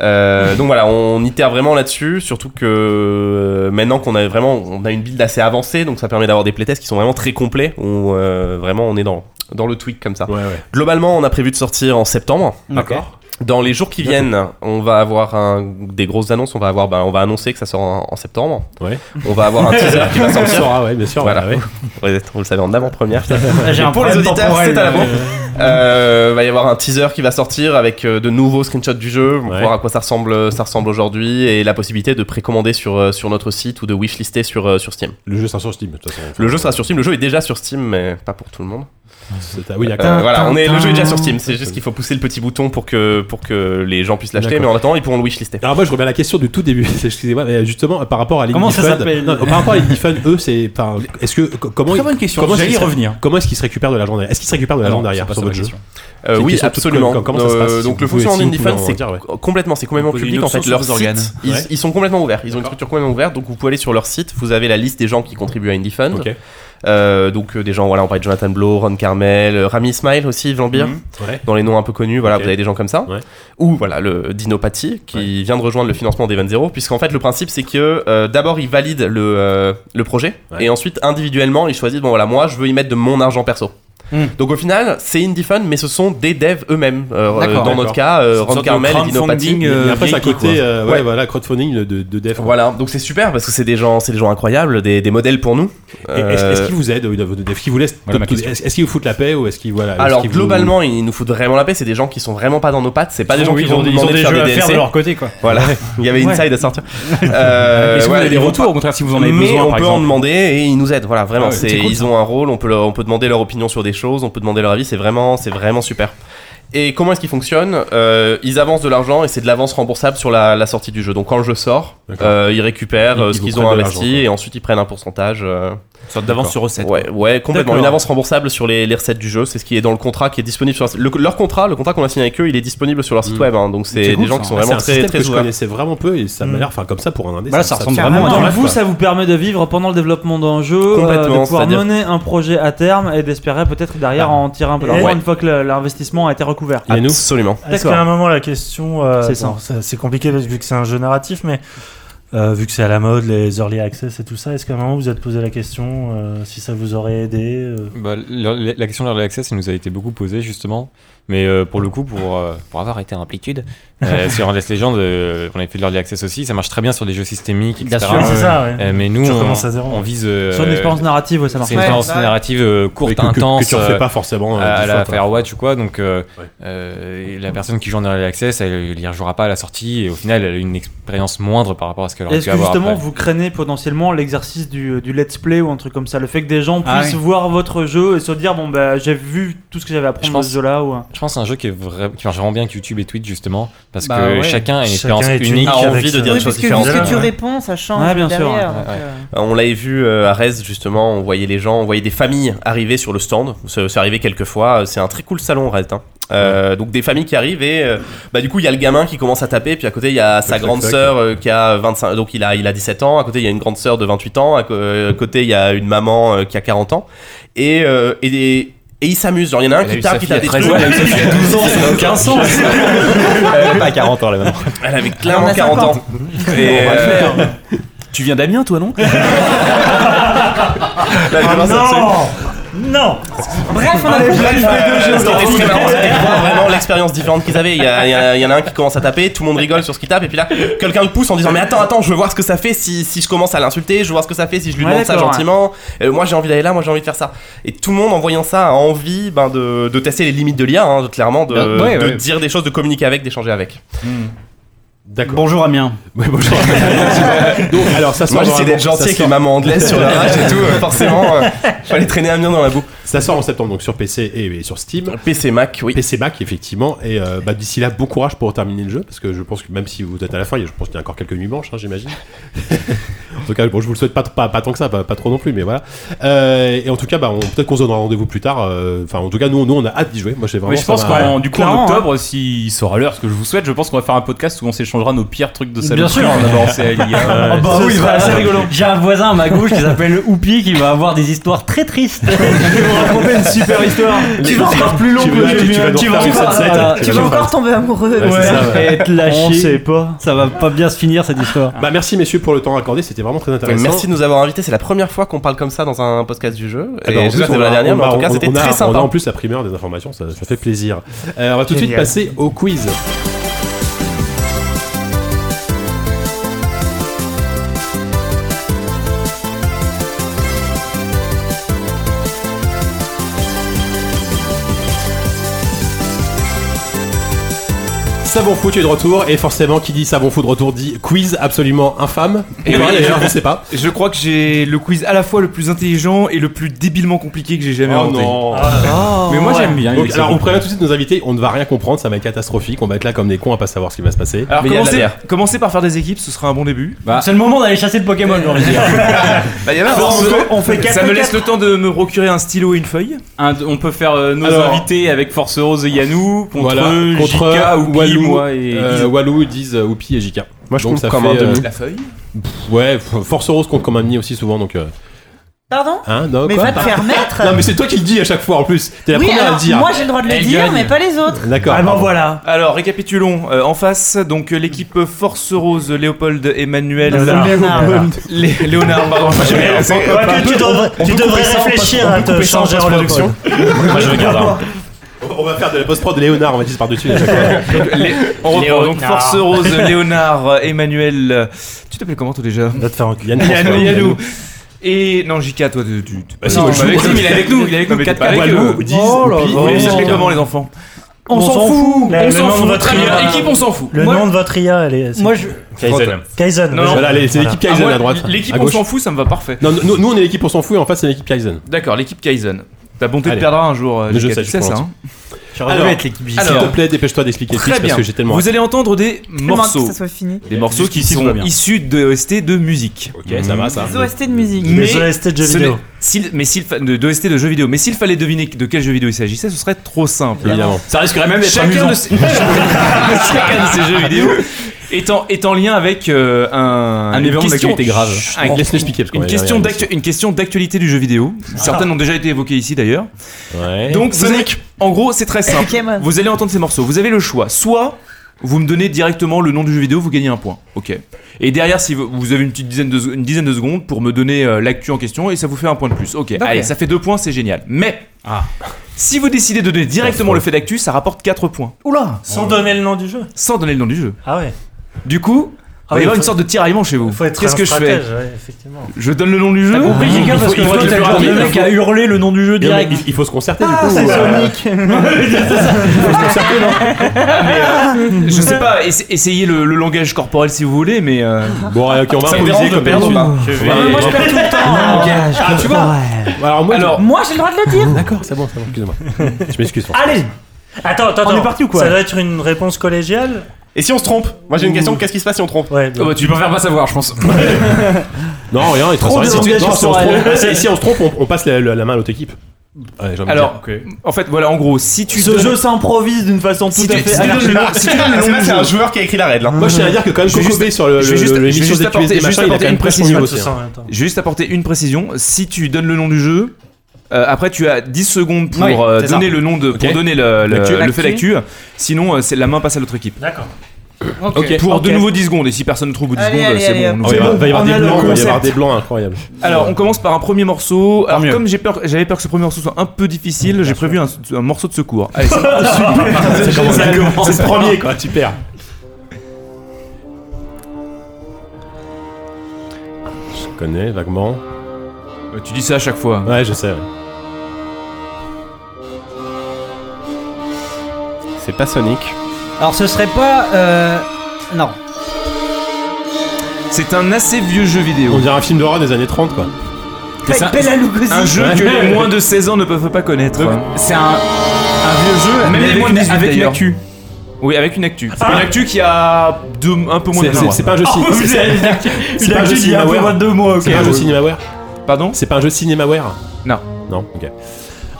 Euh, donc voilà, on itère vraiment là-dessus, surtout que euh, maintenant qu'on a vraiment, on a une build assez avancée, donc ça permet d'avoir des playtests qui sont vraiment très complets, où euh, vraiment on est dans, dans le tweak comme ça. Globalement, on a prévu de sortir en septembre.
D'accord.
Dans les jours qui
Bientôt.
viennent, on va avoir un- des grosses annonces. On va avoir, ben, on va annoncer que ça sort en, en septembre.
Ouais.
On va avoir un teaser
[LAUGHS]
qui va
On
sortir.
saura, ouais, bien sûr,
Voilà.
bah ouais.
Vous êtes- vous le savez en avant-première.
J'ai
Et
un
pour les
problème
auditeurs,
temporel,
c'est à l'avant.
euh,
Euh, va y avoir un teaser qui va sortir avec euh, de nouveaux screenshots du jeu, pour
Ouais.
voir à quoi ça ressemble, ça ressemble aujourd'hui, et la possibilité de précommander sur, euh, sur notre site ou de wishlister sur, euh, sur Steam.
Le jeu sort sur Steam, de toute façon.
Le jeu sera sur Steam. Le jeu est déjà sur Steam, mais pas pour tout le monde.
C'est- ah Oui,
Euh,
d'accord.
voilà, on est, le jeu est déjà sur Steam. C'est juste qu'il faut pousser le petit bouton pour que, pour que les gens puissent l'acheter, mais
D'accord.
en attendant, ils pourront le wishlister.
Alors moi je reviens à la question du tout début, [LAUGHS] excusez-moi, mais euh, justement par rapport à l'Indie
Comment ça
Fund,
s'appelle
non, par rapport à l'Indie Fund, eux c'est, par- est-ce que co- comment
Très bonne question,
comment est-ce
j'allais
qu'ils
y
se-
revenir.
Comment est-ce qu'ils se récupèrent de l'argent derrière Est-ce qu'ils se récupèrent de
Ah
l'argent
non,
derrière
c'est pas
sur
ça ma
votre jeu
question.
C'est
Euh,
une
oui,
question toute
absolument. Euh,
conne, comment ça se passe, si
donc
vous
le
pouvez-
fonctionnement
si vous
d'Indie
pouvez
Fans,
en
c'est
dire, ouais.
complètement, c'est complètement
Vous pouvez
public
une
en fait.
option
Leur
sur vos organes.
site, ils,
Ouais.
ils sont complètement ouverts. Ils ont une structure complètement ouverte, donc vous pouvez aller sur leur site. Vous avez la liste des gens qui contribuent à Indie Fun.
Ok.
Euh, donc euh, des gens, voilà, on parlait de Jonathan Blow, Ron Carmel, euh, Rami Smile aussi, Vlambeer,
Mhm. Ouais.
dans les noms un peu connus. Voilà,
Ok.
vous avez des gens comme ça.
Ouais.
Ou voilà, le Dino Patti qui vient de rejoindre le financement d'Event Zero, puisqu'en fait le principe c'est que euh, d'abord ils valident le, euh, le projet
Ouais.
et ensuite individuellement ils choisissent bon voilà moi je veux y mettre de mon argent perso.
Hmm.
Donc au final, c'est indie fun, mais ce sont des devs eux-mêmes. Euh, euh, dans
d'accord.
notre cas, euh,
une
Ron
sorte de
Carmel et Dino Patti.
crowdfunding,
Et
euh,
après c'est à
vieille
côté,
quoi.
euh, ouais,
Ouais.
voilà, crowdfunding de, de dev. quoi.
Voilà, donc c'est super parce que c'est des gens, c'est des gens incroyables, des, des modèles pour nous.
Et Est-ce
Euh,
est-ce qu'ils vous aident, oui, vos devs Est-ce qu'ils vous laissent,
Voilà ma
tout-
question.
est-ce est-ce qu'ils vous foutent la paix ou est-ce qu'ils voilà est-ce
alors
qu'ils vous-
globalement, ils nous foutent vraiment la paix. C'est des gens qui sont vraiment pas dans nos pattes. C'est pas des gens qui
ils
vont
ont
nous
des ils ont
demander de
des
faire des
jeux à faire
DLC.
de leur côté, quoi.
Voilà, il y avait Inside à sortir. Euh,
Est-ce que vous
ouais,
avez des
ils vont
retours au contraire si vous en avez
mais
besoin
on
par
peut en
exemple
demander et ils nous aident voilà vraiment
Ah ouais,
c'est
c'est cool,
ils
ça.
ont un rôle on peut leur- on peut demander leur opinion sur des choses on peut demander leur avis c'est vraiment c'est vraiment super et comment est-ce qu'ils fonctionnent Euh, Ils avancent de l'argent et c'est de l'avance remboursable sur la, la sortie du jeu. Donc quand le jeu sort,
D'accord.
euh, ils récupèrent
Ils-
euh,
ils
ce
vous
qu'ils
prennent
ont
de l'argent,
investi
quoi.
et ensuite ils prennent un pourcentage. euh,
Une sorte d'avance sur recette.
ouais, ouais, complètement.
D'accord.
Une avance remboursable sur les, les recettes du jeu. C'est ce qui est dans le contrat qui est disponible sur leur, le- leur contrat. Le contrat qu'on a signé avec eux, il est disponible sur leur site
Mm.
web. hein. donc c'est
C'est
des
cool,
gens
ça.
qui sont
Ah, C'est
vraiment
un
très
système
très
que je
joueurs.
connaissais vraiment peu et ça m'a l'air, enfin comme ça pour un indé.
Mm. Voilà, ça ressemble vraiment
Vraiment,
à
donc
dingue,
vous,
quoi.
ça vous permet de vivre pendant le développement d'un jeu, euh, de
Complètement,
pouvoir
c'est-à-dire- Bah,
mener un projet à terme et d'espérer peut-être derrière
Ah.
en tirer un peu
Et-
d'argent
Ouais.
une fois que le- l'investissement a été recouvert.
Et nous
Absolument.
Est-ce qu'à un moment la question, euh,
C'est
bon, ça- c'est compliqué parce que vu que c'est un jeu narratif, mais euh, vu que c'est à la mode, les early access et tout ça, est-ce qu'à un moment vous vous êtes posé la question euh, si ça vous aurait aidé
[LAUGHS]
euh,
Bah, la, la- la question de l'Early Access elle nous a été beaucoup posée justement, mais euh, pour le coup, pour, euh, pour avoir été à Amplitude,
[LAUGHS]
euh, sur Endless Legend, euh, on avait fait de l'Early Access aussi, ça marche très bien sur des jeux systémiques,
Bien
etc.
sûr.
ouais, C'est ça, ouais.
Euh, mais nous,
Tu
on,
recommences à zéro.
on vise. euh,
Sur une expérience narrative, ouais, ça marche.
c'est une
Ouais,
expérience
bah ouais.
narrative euh, courte,
que, que-
intense.
que tu refais
euh,
pas forcément euh,
à, à
dix
la
fois, quoi.
Firewatch ou quoi. Donc, euh,
Ouais.
euh, la personne qui joue en Early Access, elle n'y rejouera pas à la sortie et au final, elle a une expérience moindre par rapport à ce qu'elle aurait
Est-ce
pu
que
avoir.
justement
après.
vous craignez potentiellement l'exercice du, du let's play ou un truc comme ça Le fait que des gens
Ah
puissent
oui.
voir votre jeu et se dire bon bah j'ai vu tout ce que j'avais à apprendre
Je
de
pense-
ce jeu-là ou...
Je pense que c'est un jeu qui, est vrai- qui marche vraiment bien avec YouTube et Twitch justement parce
Bah
que
ouais.
chacun a une
Chacun
expérience
est unique.
unique.
A
Avec
envie de
ça.
dire
Oui,
des
Oui,
choses
parce que
différentes.
vu ce que tu
Ouais.
réponds, ça change
Ouais, bien sûr,
derrière.
ouais,
donc,
ouais.
euh,
Euh, On l'avait vu euh, à Rez justement, on voyait les gens, on voyait des familles arriver sur le stand, c'est c'est arrivé quelques fois, c'est un très cool salon Rez. hein. Euh, Donc des familles qui arrivent et euh, bah, du coup il y a le gamin qui commence à taper, puis à côté il y a sa
Tac, tac,
grande
tac.
sœur euh, qui a 25, donc il a, il a 17 ans, à côté il y a une grande sœur de 28 ans, à, co- euh, à côté il y a une maman euh, qui a 40 ans, et, euh, et, des- et ils s'amusent, genre il y en a un
Elle a
qui
eu
tape,
sa
qui
fille
tape
à
des
13
trucs.
ans, elle a eu sa fille à 12
[LAUGHS]
ans, ça n'a aucun sens.
Elle avait pas 40 ans la maman. Elle
Ah,
avait
On
clairement
a
40 ans. Et, euh,
Tu viens d'Amiens, toi, non
la violence absolue.
Ah Non
Bref, on a compris.
Euh, ce qui était très marrant, c'était de voir vraiment l'expérience différente qu'ils avaient. Il y, a- il y a- il y en a un qui commence à taper, tout le monde rigole sur ce qu'il tape, et puis là, quelqu'un le pousse en disant Mais attends, attends, je veux voir ce que ça fait si, si je commence à l'insulter, je veux voir ce que ça fait si je lui
Ouais,
demande ça
d'accord,
gentiment. Euh, moi j'ai envie d'aller là, moi j'ai envie de faire ça. Et tout le monde en voyant ça a envie ben, de, de tester les limites de l'IA, hein, de- clairement, de,
Ah, ouais,
de
ouais.
dire des choses, de communiquer avec, d'échanger avec.
Hmm. D'accord.
Bonjour Amiens.
Ouais, bonjour.
[LAUGHS]
Donc, alors ça sort.
Moi, j'essaie
vraiment-
d'être gentil
ça
avec
sort-
les mamans anglaises sur la rage et tout.
[LAUGHS]
euh, Forcément, euh, fallait traîner un mien dans la boue.
Ça sort en septembre donc sur PC et, et sur Steam.
PC Mac, oui.
PC Mac effectivement et euh, bah, d'ici là bon courage pour terminer le jeu parce que je pense que même si vous êtes à la fin il y a- je pense qu'il y a encore quelques nuits blanches hein,
[LAUGHS]
j'imagine en tout cas bon je vous le souhaite pas pas, pas tant que ça pas, pas trop non plus mais voilà Euh, et en tout cas bah, on- peut-être qu'on se donnera rendez-vous plus tard euh, enfin en tout cas nous, nous on a hâte d'y jouer moi j'ai vraiment
Mais je
ça
pense
m'a-
qu'en du coup
Clairement,
en octobre, s'il sort à l'heure, ce que je vous souhaite, je pense qu'on va faire un podcast où on s'échangera nos pires trucs de saloperie.
Bien sûr.
On a
[LAUGHS]
lancé à l'IA.
Ah bah
Ce
oui,
serait
voilà.
assez rigolo.
J'ai un voisin à ma gauche qui s'appelle Oupi qui va avoir des histoires très [LAUGHS] tristes.
raconter une
[LAUGHS]
super histoire.
Tu vas encore plus long
tu, vas- tu- tu vas nous refaire une sunset,
voilà,
Tu
vas
vas
nous
encore
faire-
tomber amoureux.
Ouais, c'est ça, ouais.
Être
On sait
lâché.
pas.
Ça va pas bien se finir cette histoire.
Bah, merci messieurs pour le temps accordé c'était vraiment très intéressant
euh, Merci de nous avoir invités. C'est la première fois qu'on parle comme ça dans un podcast du jeu.
Eh
Et
ben, en
j'espère
plus,
que c'était
on
pas
a-
la dernière, mais en
on
tout cas,
a-
c'était
on a-
très
On a en
sympa.
plus la primeur des informations, ça, ça fait plaisir. Euh, on va tout de suite
Génial.
passer au quiz. Savon fou, tu es de retour, et forcément, qui dit savon fou de retour dit quiz absolument infâme.
Et
Et
oui.
d'ailleurs, je sais pas.
Je crois que j'ai le quiz à la fois le plus intelligent et le plus débilement compliqué que j'ai jamais inventé.
Ah.
Ah.
Ah. Mais moi j'aime bien.
Oh Donc,
il est
alors, on
bon.
prévient tout de suite nos invités, on ne va rien comprendre, ça va être catastrophique, on va être là comme des cons à pas savoir ce qui va se passer.
Alors,
Mais il y a de la
commencez,
bière.
commencez par faire des équipes, ce sera un bon début.
Bah,
Ah. C'est le moment d'aller chasser le Pokémon, j'ai envie de
[LAUGHS]
dire.
Bah, y a
on fait- on fait quatre
Ça me
quatre.
laisse le temps de me procurer un stylo et une feuille.
Un- on peut faire euh, nos
Alors.
invités avec Force Rose et Yanou contre
Voilà, contre
JK, Oupi,
Walou,
moi et
Euh,
Guizou.
Walou, disent Oupi et Jika.
Moi, je
Donc,
compte
ça
comme
fait,
un
euh,
demi.
La feuille
Ouais, F- Force Rose compte comme un demi aussi souvent, donc. euh,
Pardon
Hein, non,
Mais
quoi
va te faire mettre.
Non, mais c'est toi qui le dis à chaque fois en plus. T'es la
Oui,
première à
alors
le dire.
moi j'ai le droit de le
Elle
dire,
gagne.
mais pas les autres.
D'accord.
Ah ben
pardon.
voilà.
Alors, récapitulons. Euh, en face, donc euh, l'équipe Force Rose, Léopold, Emmanuel,
Léonard. Léonard.
Lé- Léonard, pardon. C'est-
Ouais, tu devrais, tu devrais réfléchir à te changer en production.
Moi, je regarde. hein. On va faire de la post-prod de Léonard, on va dire par-dessus à chaque fois.
Lé- On reprend donc
Ah.
Force
[LAUGHS]
Rose, Léonard, Emmanuel. euh, Tu t'appelles comment toi déjà
Va te faire enculer.
Yann,
Yannou,
François.
Yannou. Et non, JK, toi, tu. tu- tu-
si, moi,
Non,
je
bah,
joue.
avec lui, mais il est avec nous, il est avec
Non,
nous,
mais t'es
4
pas Walou, disent Oupi.
Vous
et
les appelez
Jika.
comment les enfants
On s'en fout.
Le-
On
le
s'en
nom de
fout,
votre
très bien.
IA.
Équipe, on s'en fout.
Le
Moi-
nom de votre IA, elle est.
Moi, je,
Kaizen.
Kaizen.
Non, non.
Voilà, les- c'est l'équipe
Ah,
Kaizen
moi,
à droite.
L'équipe,
à
on
gauche.
s'en fout, ça me va parfait.
Non, nous, nous, on est l'équipe, on s'en fout, et en face, c'est l'équipe Kaizen.
D'accord, l'équipe Kaizen. Ta bonté te
Allez.
perdra un jour, euh,
Mais je
JK,
sais,
tu
je
sais ça.
pense.
hein.
J'aurais
Alors,
voulu être l'équipe
S'il
alors,
te plaît, dépêche-toi d'expliquer le
Très
quiz
bien.
parce que j'ai tellement.
Vous allez entendre des
Demande que
morceaux.
ça soit fini.
Des morceaux qui
Jusqu'ici, tout va
sont
bien.
issus d'OST de musique.
Ok, ça va, ça.
Les OST de musique.
Les OST de jeux
ce
vidéo.
n'est- s'il- mais s'il fa- de d'OST de jeux vidéo. Mais s'il fallait deviner de quel jeu vidéo il s'agissait, ce serait trop simple.
Évidemment.
Ça risquerait Ah, même d'être
Chacun
amusant. [LAUGHS]
de, ces... Chacun de ces jeux vidéo Ah. [LAUGHS] est en, est en lien avec euh, un,
Un
une
événement
question-
d'actualité grave.
un-
Bon, laisse-le expliquer, parce qu'on
une
va y
question
arriver.
d'actu- une question d'actualité du jeu vidéo. Certaines ont déjà été évoquées ici d'ailleurs.
Ouais.
Donc, vous avez- en gros, c'est très simple.
Pokémon.
vous allez entendre ces morceaux. Vous avez le choix. Soit vous me donnez directement le nom du jeu vidéo, vous gagnez un point. Ok. Et derrière, si vous, vous avez une petite dizaine de, se- une dizaine de secondes pour me donner euh, l'actu en question, et ça vous fait un point de plus. Ok. Allez, ça fait deux points, c'est génial. Mais
Ah.
si vous décidez de donner directement le fait d'actu, ça rapporte 4 points,
oula.
Sans donner le nom du jeu.
Ah. sans donner le nom du jeu.
Ah ouais.
Du coup, il
Ah
va y
oui,
avoir
faut-
une sorte de tiraillement chez vous.
Faut être
Qu'est-ce
un
que je fais
stratège, ouais, effectivement.
Je donne le nom du jeu
Compris,
Il
Jika,
faut-
parce que
il faut
toi,
être le
t'as le
plus
genre de
rapide.
mec à hurler le nom du jeu
Bien, mais
direct.
il, il faut se concerter
Ah,
du coup.
c'est
euh,
Sonic. [LAUGHS]
Ah,
Je sais pas, essa- essayez le, le langage corporel si vous voulez, mais. euh,
Bon, allez, ok, on va
Ça vous
improviser
dérange de
comme
perdre ou
d'habitude.
pas
On va-
Moi je perds tout le temps.
Ah, tu vois.
Alors, moi,
Alors,
Moi j'ai le droit de le dire.
D'accord, c'est bon, c'est bon, excusez-moi. Je m'excuse.
Ah.
François.
Allez.
Attends, attends,
On est
attends.
parti ou quoi
Ça doit être une réponse collégiale
Et si on se trompe Moi, j'ai une question. Qu'est-ce qui se passe si on trompe
Ouais. bien.
oh bah, tu peux faire pas savoir, je pense.
Non, rien, il est très
Trop
sérieux.
de
Si tu-
langage
non, si on se
corporel.
trompe- ah, si- Si on se trompe, on on passe la la- la main à l'autre équipe. Ouais, j'ai envie de
Alors,
dire.
en fait, voilà, en gros, si tu.
Ce
donnes-
jeu s'improvise d'une façon tout
Si
à
tu, si
fait
tu donnes le nom,
Ah,
si tu donnes le
[LAUGHS]
nom
c'est
du
vrai, c'est
jeu-
un joueur qui a écrit la règle. hein.
Moi, je tiens à dire que quand même,
Je vais
Coco
juste-
B sur le-
je vais juste-
le-
je vais
l'émission
juste
des
apporter-
QSD,
juste
machin, il a
apporter
quand même
une
très
précision
son niveau
Ça
aussi,
sent,
hein.
attends.
J'ai juste apporté une précision. Si tu donnes le nom du jeu, euh, après tu as 10 secondes pour
Oui,
euh,
c'est
donner le nom de, pour
Ok.
donner le, le-
L'actu.
le fait d'actu. Sinon, euh, c'est la main passe à l'autre équipe.
D'accord.
Ok. Pour de nouveau 10 secondes. Et si personne ne trouve au 10
Allez,
secondes,
allez,
c'est
allez,
bon.
Oh,
on
il
oublie.
va- va y avoir
On
des
a le
blancs, il va y
concept.
avoir des blancs incroyables.
Alors, on commence par un premier morceau. Alors, comme j'ai peur, j'avais peur que ce premier morceau soit un peu difficile, j'ai prévu un, un morceau
[LAUGHS]
de secours. Allez, c'est
C'est le premier, quoi, super. Je connais vaguement.
Euh, Tu dis ça à chaque fois.
Ouais, je sais. ouais.
C'est pas Sonic.
Alors ce serait pas. euh, Non.
C'est un assez vieux jeu vidéo.
On dirait un film d'horreur des années 30, quoi.
C'est ça-
Bela Lugosi.
Un jeu que les moins de 16 ans ne peuvent pas connaître. C'est un, vieux jeu,
mais
même les
avec
moins
une-
de 18
avec une
d'ailleurs.
actu.
Oui, avec une actu.
Une actu qui a deux- un peu moins
C'est-
de deux
c'est-
mois.
C'est pas un jeu
Oh,
ciné-
vous avez-
[LAUGHS] c'est- c'est pas un jeu
Il y a un peu moins de
cinémaware.
deux mois, ok.
C'est pas un jeu cinémaware.
Pardon
C'est pas un jeu cinémaware.
Non.
Non, ok.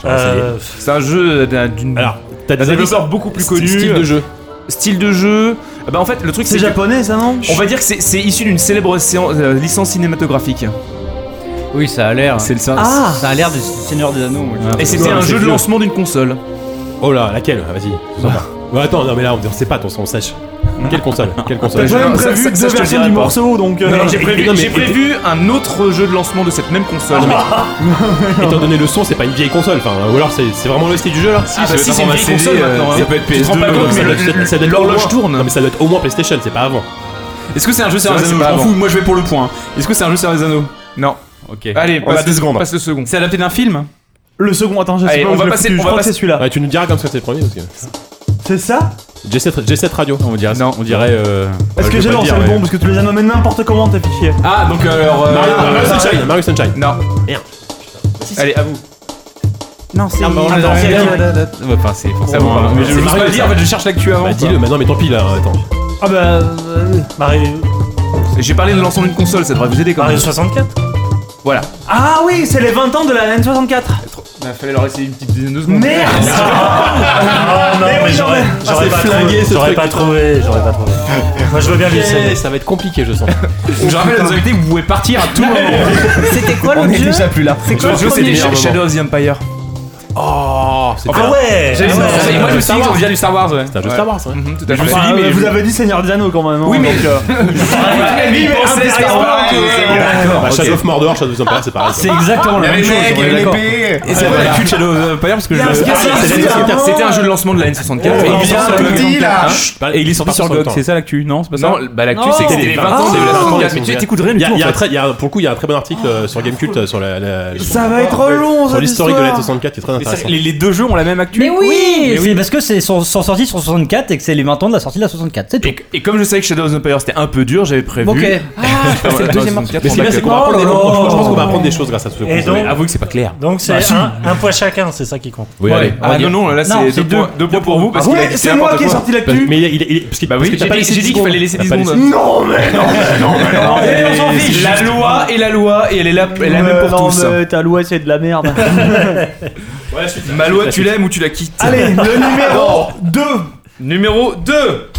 Ah.
Euh,
C'est un jeu d'un- d'une.
Alors, t'as
d'un
des avis
développeur beaucoup plus
Sti-
connu.
style de jeu.
Style de jeu. Ah Bah en fait, le truc c'est.
C'est
que-
japonais, ça, non
On va dire que c'est- c'est issu d'une célèbre séance- euh, licence cinématographique.
Oui, ça a l'air.
C'est le sein-
Ah
Ça a l'air du Seigneur des Anneaux. moi, je
Et
pense.
c'était
ouais,
un
c'est
jeu de
vieux.
lancement d'une console.
Oh là, laquelle Ah, Vas-y. on s'en va. Ouais, attends, non mais là on on sait pas, on, on sache. Quelle console Quelle console
Ouais,
J'ai même
ça- ça-
prévu
ça,
deux
je te le
versions
dirai
du
pas.
morceau, donc. euh,
Non, J'ai prévu,
non, mais-
j'ai prévu un autre jeu de lancement de cette même
Ah,
console.
bah,
Étant donné le son, c'est pas une vieille console, enfin, ou alors c'est c'est vraiment le style du jeu là
Ah, bah, si, c'est une vieille
CD,
console
euh,
maintenant.
ça
hein.
peut être
Tu te rends
PS2,
pas compte,
Ça
mais
doit- ça- ça doit
le-
être au
l'horloge
moins-
tourne.
Non mais ça doit être au moins PlayStation, c'est pas avant.
Est-ce que c'est un jeu sur
C'est
les
vrai,
anneaux
c'est
Je
pas
m'en
avant.
fous, moi je vais pour le point. Est-ce que c'est un jeu sur les anneaux Non. Ok.
Allez,
On a
passe,
deux secondes.
passe le second.
C'est adapté d'un film
Le second, attends, je sais
Allez,
pas
on
où
va
je l'ai
passer- on
foutu, je
va
crois que
passer-
c'est celui-là.
Ouais, tu nous diras comme ça c'est le premier parce que.
C'est ça
G7, G7 Radio.
On dirait. Non, on dirait. euh,
Parce
bah, je
que
vais
j'ai
pas
lancé
dire,
le
mais-
bon, parce que tu les as nommés n'importe comment, tes fichiers.
Ah, donc alors. euh,
Mario,
euh,
Mario Sunshine, Mario Sunshine.
Non.
Allez, à vous.
Non, c'est.
Enfin, c'est forcément. un- Mais je
bah, C'est
veux pas
Mario,
le dire, en
ça.
fait, je cherche l'actu avant.
Bah dis-le, maintenant mais tant pis là, attends.
Ah bah. euh, Mario.
J'ai parlé de lancement d'une console, ça devrait vous aider quand
Mario
même.
64
Voilà.
Ah oui, c'est les 20 ans de la N64
Il fallait leur laisser une petite dizaine de secondes. [LAUGHS]
Merde
Ah non, mais j'aurais j'aurais pas trouvé. J'aurais pas trouvé, j'aurais
[LAUGHS]
pas trouvé. Moi je veux bien l'essayer.
ça va être compliqué je sens.
Je rappelle à nos invités, vous pouvez partir à tout moment.
C'était quoi
On
l'autre
est
jeu
déjà plus là.
C'est quoi
Le jeu,
le
c'était
premier jeu
Sh- Shadow of the Empire.
Oh, c'est
Ah ouais
J'allais dire,
Et moi, je me suis dit, on vient du Star Wars, ouais.
c'est un jeu Star Wars. hein.
Mhm, tout à fait.
me suis
Ah,
dit, mais
Vous
je-
avez dit Seigneur des Anneaux quand même.
Oui,
hein,
mais-
donc, euh,
Oui, mais [LAUGHS]
pensez
Star
Star Wars,
Wars,
ok.
c'est bon, d'accord.
Bah,
Ok. Ah,
Shadow of Mordor, Shadow of the Empire, c'est pareil.
C'est exactement la même chose. on est d'accord.
Et c'est vrai, la cul de Shadow of the Empire, parce que je.
parce que
Ah,
c'est-
c'est-
c'est-
c'était- C'était un jeu de lancement de la
Oh,
N64. Et il est
on
sorti
parle
sur
de
GOG.
petit, là.
Hein Et il est sorti sur GOG, [LAUGHS] c'est ça l'actu Non, c'est pas ça
Non, bah l'actu,
Non.
c'est que c'était les 20 ans de la
Mordor.
N64. Mais tu t'écouterais
Il y
du
a-
tout.
il y
en
a un
fait.
très- il y a un- Pour le coup, il y a un très bon article euh, sur Gamecult euh, sur la- la.
Ça va être long,
Sur
cette
l'historique de la
histoire.
64 qui est très
Mais c'est-
intéressant.
les, les deux jeux ont la même actu.
Mais oui
Et c'est parce que c'est sont, sont sortis sur 64 et que c'est les 20 ans de la sortie de la 64. C'est tout.
Et, et comme je savais que Shadow of the Empire c'était un peu dur, j'avais
[LAUGHS]
prévu.
Ok.
Ah, c'est le deuxième
Mais ce qui est bien, c'est qu'on va apprendre des-
Oh là là.
je pense qu'on va apprendre des choses grâce à ce
Et donc,
Avouez que c'est pas clair.
donc
Bah,
c'est un, un point chacun, c'est ça qui compte.
Oui, allez.
Ah non,
euh,
non, là
Non,
c'est
c'est
deux points- deux points pour vous parce
Ah
qu'il a
ouais,
dit
c'est moi
n'importe
qui ai
quoi.
sorti
Parce-
l'actu
Mais il, il, il- parce que,
Bah
parce
oui,
que t'as
j'ai
pas
dit
laissé
j'ai
dix
dit qu'il
secondes.
fallait laisser
T'as
10
pas laissé-
secondes.
Non, mais non, mais non, mais non.
Et
on s'en fiche.
La loi est la loi et elle est là, elle est la même pour
Euh, non,
tous. hein.
mais ta loi, c'est de la merde.
Ma loi, tu l'aimes ou tu la quittes Oh.
Allez,
[LAUGHS]
le numéro 2
Numéro 2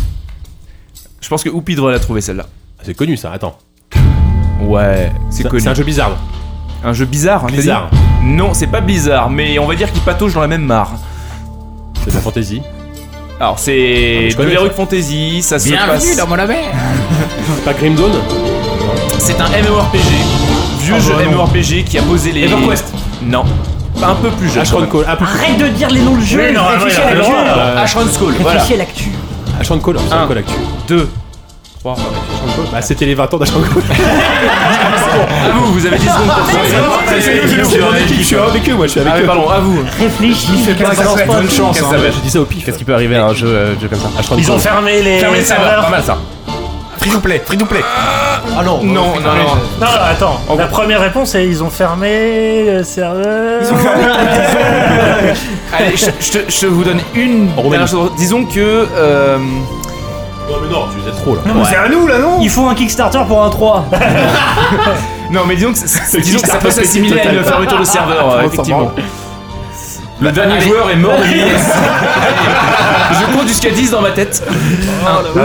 Je pense que Oupi devrait la trouver celle-là.
C'est connu ça, attends.
Ouais, c'est
C'est
connu.
c'est un jeu bizarre.
Un jeu bizarre, hein, t'as
Bizarre.
dit Non, c'est pas bizarre, mais on va dire qu'il patauge dans la même mare.
C'est de la fantasy. Ah,
Alors
mais
c'est
je
de
connais,
l'heroic fantasy, ça se passe.
mon
C'est pas Grim Zone
C'est un MMORPG.
Ah,
Vieux jeu
bah
MMORPG qui a posé les.
EverQuest.
Non. Un peu plus jeune.
Ashron Call. Ah, plus-
Arrête [LAUGHS] de dire les noms de
[LAUGHS]
jeux. réfléchis à l'actu.
Euh,
Ashron School, voilà.
Réfléchis à l'actu.
Ashron Call, Ashron Call actu.
2.
Ashron Call, Bah, c'était les 20 ans d'Ashron Call.
[LAUGHS] À vous, vous avez 10 secondes
Ah,
pour ça.
Je suis avec eux, moi, je suis
Ah, mais
avec eux.
pardon, à vous.
Réfléchis.
Bonne chance. hein.
J'ai dit ça au pif. Qu'est-ce qui peut arriver à un jeu, euh, jeu comme ça
Ashron
Ils ont
Call.
fermé les,
Fermez les serveurs,
serveurs.
[LAUGHS]
pas mal ça.
Free to play, free to play.
Ah non,
Non, non, non.
Non, attends. La première réponse c'est ils ont fermé le
[LAUGHS]
serveur. [LAUGHS]
Allez, je, je te- je vous donne une dernière chose. Disons que. euh,
Non, mais non, tu les aides trop là.
C'est à nous là, non
Il faut un Kickstarter pour un 3.
[LAUGHS] Non, mais disons que, c'est- disons que ça peut s'assimiler à une fermeture de
Ah,
serveur, euh, effectivement.
Le dernier joueur est [LAUGHS] mort.
Je compte jusqu'à 10 dans ma
Ah,
tête. Ah,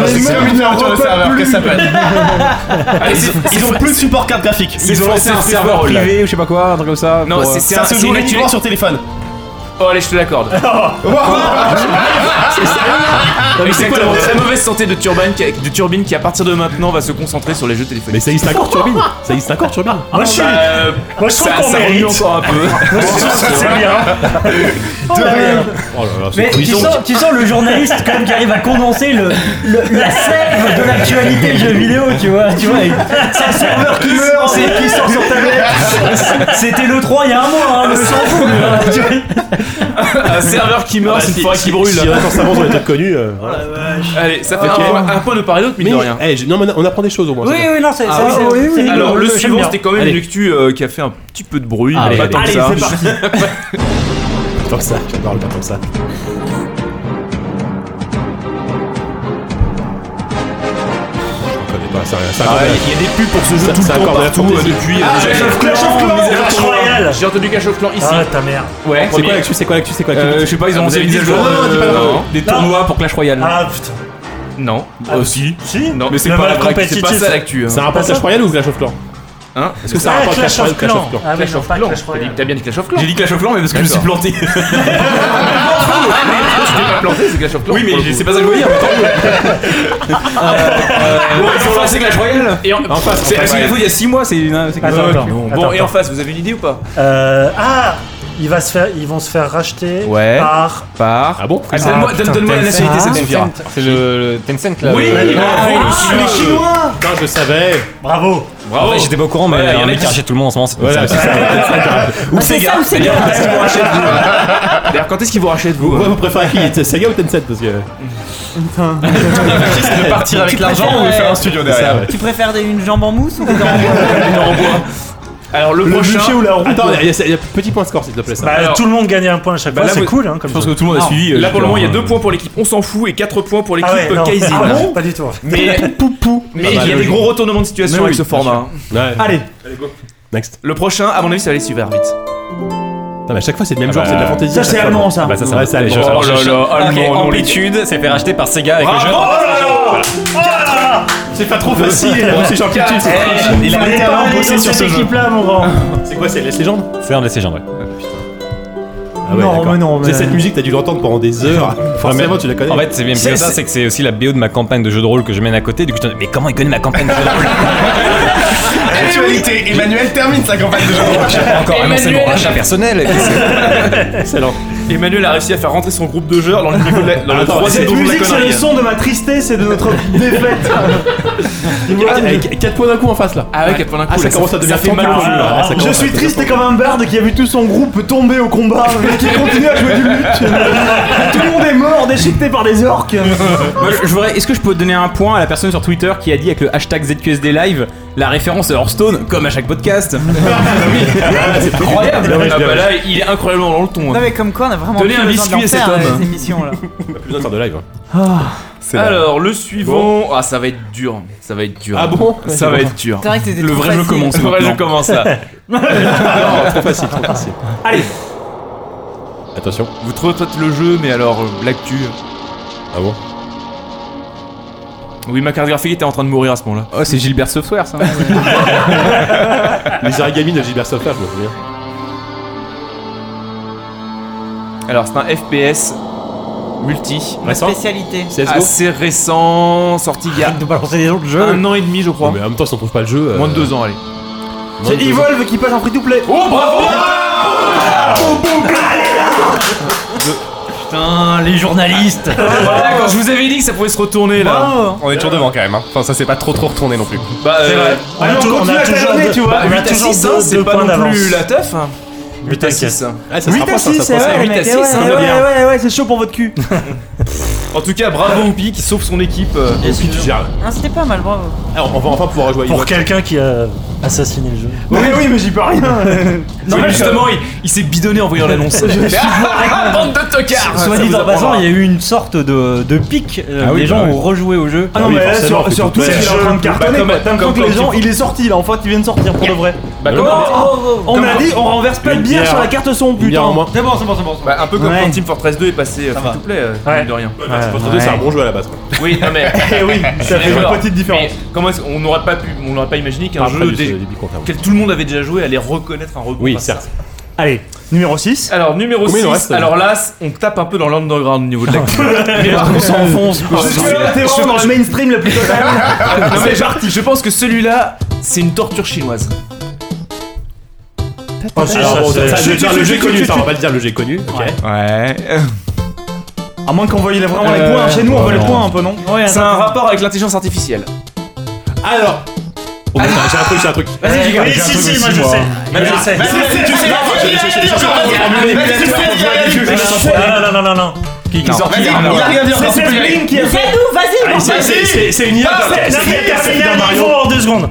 C'est comme une fermeture de serveur, que ça peut être. [LAUGHS]
Allez, c'est- ils ont
plus de support carte graphique.
ils ont lancé un serveur privé.
ou je sais pas quoi, un truc comme ça.
Non, c'est c'est un c'est une actu-
sur téléphone.
Oh, allez, je te l'accorde. [LAUGHS] C'est ça. Ah, Mais c'est quoi la la mauvaise santé de Turbine qui, de Turbine qui, à partir de maintenant, va se concentrer sur les jeux
Mais
téléphoniques
ça existe encore Turbine
[LAUGHS]
Ça existe encore Turbine
Moi je suis.
Bah, euh,
Moi je trouve
ça,
qu'on
ça remue
mérite.
encore un peu.
Ça c'est bien.
Oh là là,
Mais
c'est
tu
triste.
sens, tu sens le journaliste quand même qui arrive à condenser le, le- la sève de
[LAUGHS]
[LAUGHS]
l'actualité jeu vidéo, tu vois, tu vois, avec- c'est un serveur qui meurt, c'est qui sort sur tablette,
C'était le 3 il y a un mois, hein, le s'en fout. lui, hein, tu vois.
Un serveur qui meurt, c'est une forêt qui brûle.
Ah, bah, Si on avance sur les trucs connus. euh,
Oh,
voilà.
Allez, ça fait
Ok.
un, point- un point de part et d'autre, mine de rien.
eh, j'ai- non, mais on apprend des choses au moins.
Oui,
c'est ça.
oui, non, c'est.
Ah,
c'est-
oui, oui,
c'est- c'est- c'est-
Alors, le
j'aime
suivant,
bien.
c'était quand même
Allez.
une actu euh, qui a fait un petit peu de bruit, mais
Allez,
pas
allez,
tant que
Allez,
ça.
c'est parti.
J'adore ça, j'adore le comme ça. Je reconnais pas, c'est rien. C'est un
Ah,
corbeil.
Il y a des pubs pour ce jeu
Ça-
tout le
ça hein.
temps
accorde la
partout euh,
fantaisie.
depuis.
Ah,
euh,
Clash of Clans, Clash
Clash
Royale.
J'ai entendu Clash of Clans ici.
Ah, ta mère.
Ouais,
C'est quoi l'actu C'est quoi l'actu C'est quoi l'actu
Euh, je sais pas, ils
Ah,
ont
vous
lancé
avez
une
dit
mise à
le
jour
jeu Non, non, dis pas non.
euh, des tournois pour Clash Royale.
Ah, putain.
Non, aussi.
Si
Non, mais c'est
Le
pas la
mode
vraie actu, c'est pas
compétitif.
ça l'actu. hein.
C'est un rapport Clash Royale ou Clash of Clans
[LAUGHS] Hein
Est-ce que c'est un
Ah,
rapport
Clash of
Clash
Clans. Ah, oui,
Clash
non,
of
pas
Clans.
Clash
T'as dit-
Royale.
T'as bien dit Clash of Clans
J'ai dit Clash of Clans, mais parce que je me suis
D'accord. [LAUGHS]
planté. Ah,
Je t'ai pas planté, c'est Clash of Clans.
Oui, mais j'ai- c'est
pas ça que je veux dire. [LAUGHS] Euh,
[LAUGHS]
Ils ont lancé Clash Royale Et en
En face,
C'est
en face.
parce qu'il faut il y a 6 mois, c'est une. c'est-
Attends,
Ouais,
attends,
ouais.
attends,
Bon, et en
attends.
face, vous avez une idée ou pas
Euh, ah il va se faire, ils vont se faire racheter
Ouais.
par.
Par.
Ah bon
Ah, Donne-moi
putain,
donne-moi la
t'as fait
nationalité, ça
ça
te suffira.
C'est le, le Tencent là.
Oui,
le-
Ah, oui,
les Chinois
Putain, je savais
Bravo
En
Bravo
vrai, Ah j'étais pas au courant, mais
Ouais,
il
y
y
en
en
a
a
qui-
qui rachètent tout le monde en ce moment. c'est
Voilà,
Tencent.
c'est ça.
Ah, c'est ça ou c'est
D'ailleurs,
bien
quand est-ce qu'ils vous rachètent, vous D'ailleurs, quand est-ce qu'ils vous rachètent, vous
Pourquoi vous préférez qui C'est Sega ou Tencent Parce que.
Qu'est-ce de partir avec l'argent ou de faire un studio
C'est ça,
derrière
ouais.
Tu préfères des- une jambe en mousse ou des jambes en bois
Alors, le prochain.
ou la roue
Attends, il y, a- il y a petit point score, s'il te plaît. Ça.
Bah,
Alors-
tout le monde gagne un point à chaque
Bah,
fois,
là,
c'est
vous-
cool hein, comme
Je pense
ça.
que tout le monde a suivi. euh,
Là, pour le moment, il y a
genre,
2 points pour l'équipe On s'en fout et 4 points pour l'équipe
Ah ouais, non.
Kaizen.
Ah bon Pas du tout. bah,
Mais
[LAUGHS] Pou, pou.
mais il y a des gros retournements de situation
Mais
avec
oui,
ce
bien
format. hein.
Ouais.
Allez,
Next.
Le prochain, à Ah mon avis, ça allait super vite.
Non, mais à chaque fois, c'est le même
bah,
genre, c'est de la fantaisie.
ça c'est allemand ça.
Ah, bah, ça, ça reste allemand.
Oh
Alors,
là là,
Ah,
allemand, non, les-
Amplitude s'est fait racheter par Sega avec le jeu.
C'est pas trop facile. C'est genre qui tue, c'est-
Il a
pas bossé
sur cette équipe-là, mon grand.
C'est quoi, c'est Les Légende
C'est un de ces gens, ouais.
Ah ouais,
Non,
d'accord.
mais non, mais-
C'est cette musique, t'as dû l'entendre pendant des heures. Forcément, tu la connais.
En fait, c'est bien plus
C'est-
que ça, c'est que c'est aussi la BO de ma campagne de jeu de rôle que je mène à côté. Du coup, je me dis, mais comment il connaît ma campagne de jeu de rôle
Actualité, Emmanuel termine sa campagne de jeu de rôle.
Encore annoncé mon rachat personnel. Qu'est-ce que-
[LAUGHS] excellent.
Emmanuel a réussi à faire rentrer son groupe de joueurs dans le niveau de la- dans Ah, le
Attends,
troisième
Cette
niveau de la
musique c'est le
connerie.
son de ma tristesse et de notre défaite.
4 points d'un coup en face là.
Ah ouais, 4 points d'un coup.
Ah, ça
là,
commence à devenir
ça fait mal
tendu,
au
là.
jeu.
Ah, ça
Je
commence à
suis
devenir
triste comme un barde qui a vu tout son groupe tomber
[LAUGHS]
au combat et qui continue à jouer du lutte. Tout le monde est mort, déchiqueté par des orques.
Moi, je- je voudrais- Est-ce que je peux donner un point à la personne sur Twitter qui a dit avec le hashtag ZQSD Live la référence à Hearthstone comme à chaque [LAUGHS] podcast Ah, C'est incroyable
dommage,
Ah bah
dommage.
Là, il est incroyablement dans le ton.
Non
hein.
mais comme quoi on a vraiment
Donnez
plus
un
besoin d'en
biscuit à cet
faire,
homme.
les émissions là.
Bah,
Plus besoin de faire de live.
hein.
Ah.
Alors, le suivant. Ah, ça va être dur. Ça va être dur.
Ah bon
Ça va être dur.
C'est vrai que c'était
Le
trop
vrai jeu
facile.
commence.
Le vrai jeu
[LAUGHS]
commence là.
Trop facile, trop facile. Allez Attention.
Vous trouvez peut-être le jeu, mais alors, euh, l'actu. euh.
Ah bon
Oui, ma carte graphique était en train de mourir à ce moment-là. Oh, c'est Gilbert Software [LAUGHS] ça.
Les origami de Gilbert Software, je me souviens.
alors, c'est un FPS multi.
Ma
Récent
spécialité.
CSGO
Assez récent, sorti il y a
De balancer les autres jeux.
un an et demi, je
Non,
crois.
mais en même temps, si on trouve pas le jeu. euh,
Moins de deux ans, allez.
C'est Evolve qui passe en free to play.
Oh bravo Putain,
[LAUGHS]
les journalistes Je vous avais dit que ça pouvait se retourner là.
Bravo.
On est toujours devant quand même. hein. Enfin, ça s'est pas trop trop retourné non plus.
Bah, euh,
On a tou- on a toujours deux-
tu vois.
bah, 8 à 6, hein, c'est pas non plus la teuf. hein.
8 à 6.
Ah, ça se
8 à
rapproche, ça
6,
se
c'est
rapproche.
vrai,
huit à
mec, eh
six,
ouais,
hein,
ouais,
bien.
ouais, ouais, c'est chaud pour votre
[LAUGHS]
cul.
En tout cas, bravo Oupi qui sauve son équipe. euh.
Et puis tu gères.
Ah, c'était pas mal, bravo.
Ah, on va enfin pouvoir rejouer.
Pour quelqu'un qui a assassiné le jeu.
Oui, oui, mais j'y peux rien.
Non, mais justement, il, il s'est bidonné en voyant
[LAUGHS]
l'annonce. ah, Bande de tocards
Ah, Soit dit en passant, il y a eu une sorte de, de pic. euh,
Ah oui,
les
bah
gens
oui.
ont rejoué au jeu.
Ah non,
oui,
mais là,
forcément,
sur,
free
sur
to play.
Twitch, il est en train de cartonner.
Bah, comme-
quoi. T'as l'impression
comme
que les
quand
gens,
tu-
il est sorti là, en fait, il vient de sortir pour de vrai.
Bah,
Oh,
comme-
oh, oh, on me l'a dit, on renverse pas de
Une
bière
bière.
sur la carte son,
Une bière
putain.
en moins.
C'est bon, c'est bon, c'est bon.
Bah, un peu comme
Ouais.
quand Team Fortress 2 est passé euh,
Ça
free to play,
Ouais.
de rien.
c'est un bon jeu à la base. quoi.
[LAUGHS] Oui, non mais.
[LAUGHS] Eh oui, ça fait
D'accord.
une petite
Mais
différence.
comment est-ce- on n'aurait pas pu, on n'aurait pas imaginé qu'un
Après,
jeu
du-
dé-
du bico, enfin, bon.
auquel tout le monde avait déjà joué allait reconnaître un rebond.
Oui,
comme ça.
certes.
Allez, numéro 6.
Alors numéro
Combien il
6,
en reste, euh
alors là c- on tape un peu dans l'underground au niveau
[LAUGHS]
de l'actu. Mais par contre,
s'enfonce. T'es vraiment dans le mainstream le plus total.
non, Ah, mais je pense que celui-là c'est une torture chinoise.
Oh, si,
Alors, bon,
ça,
ça,
c'est-
je veux dire, le jeu est connu, ça, on va pas le dire, le jeu est connu. Ok.
Ouais.
À moins qu'on voie vraiment les
Euh,
points. Chez nous, on voit les points un peu, non
C'est un rapport avec l'intelligence artificielle.
Alors, Oh, putain, j'ai un truc, j'ai un truc.
Vas-y, Giga. Oui, si, si, moi, je sais. Même je sais.
Même je sais, tu sais.
Ah, Non, non, non, non.
Qui qui sort
Vas-y,
Ah, non,
il a rien dit encore,
C'est
s'il te plaît.
Blink qui a fait.
Fais-nous, vas-y
Ah, c'est- c'est- C'est c'est une IA
Ah,
qui a-
c'est-
c'est une IA qui a fait
Il y
finir
a un
Mario.
niveau en deux secondes.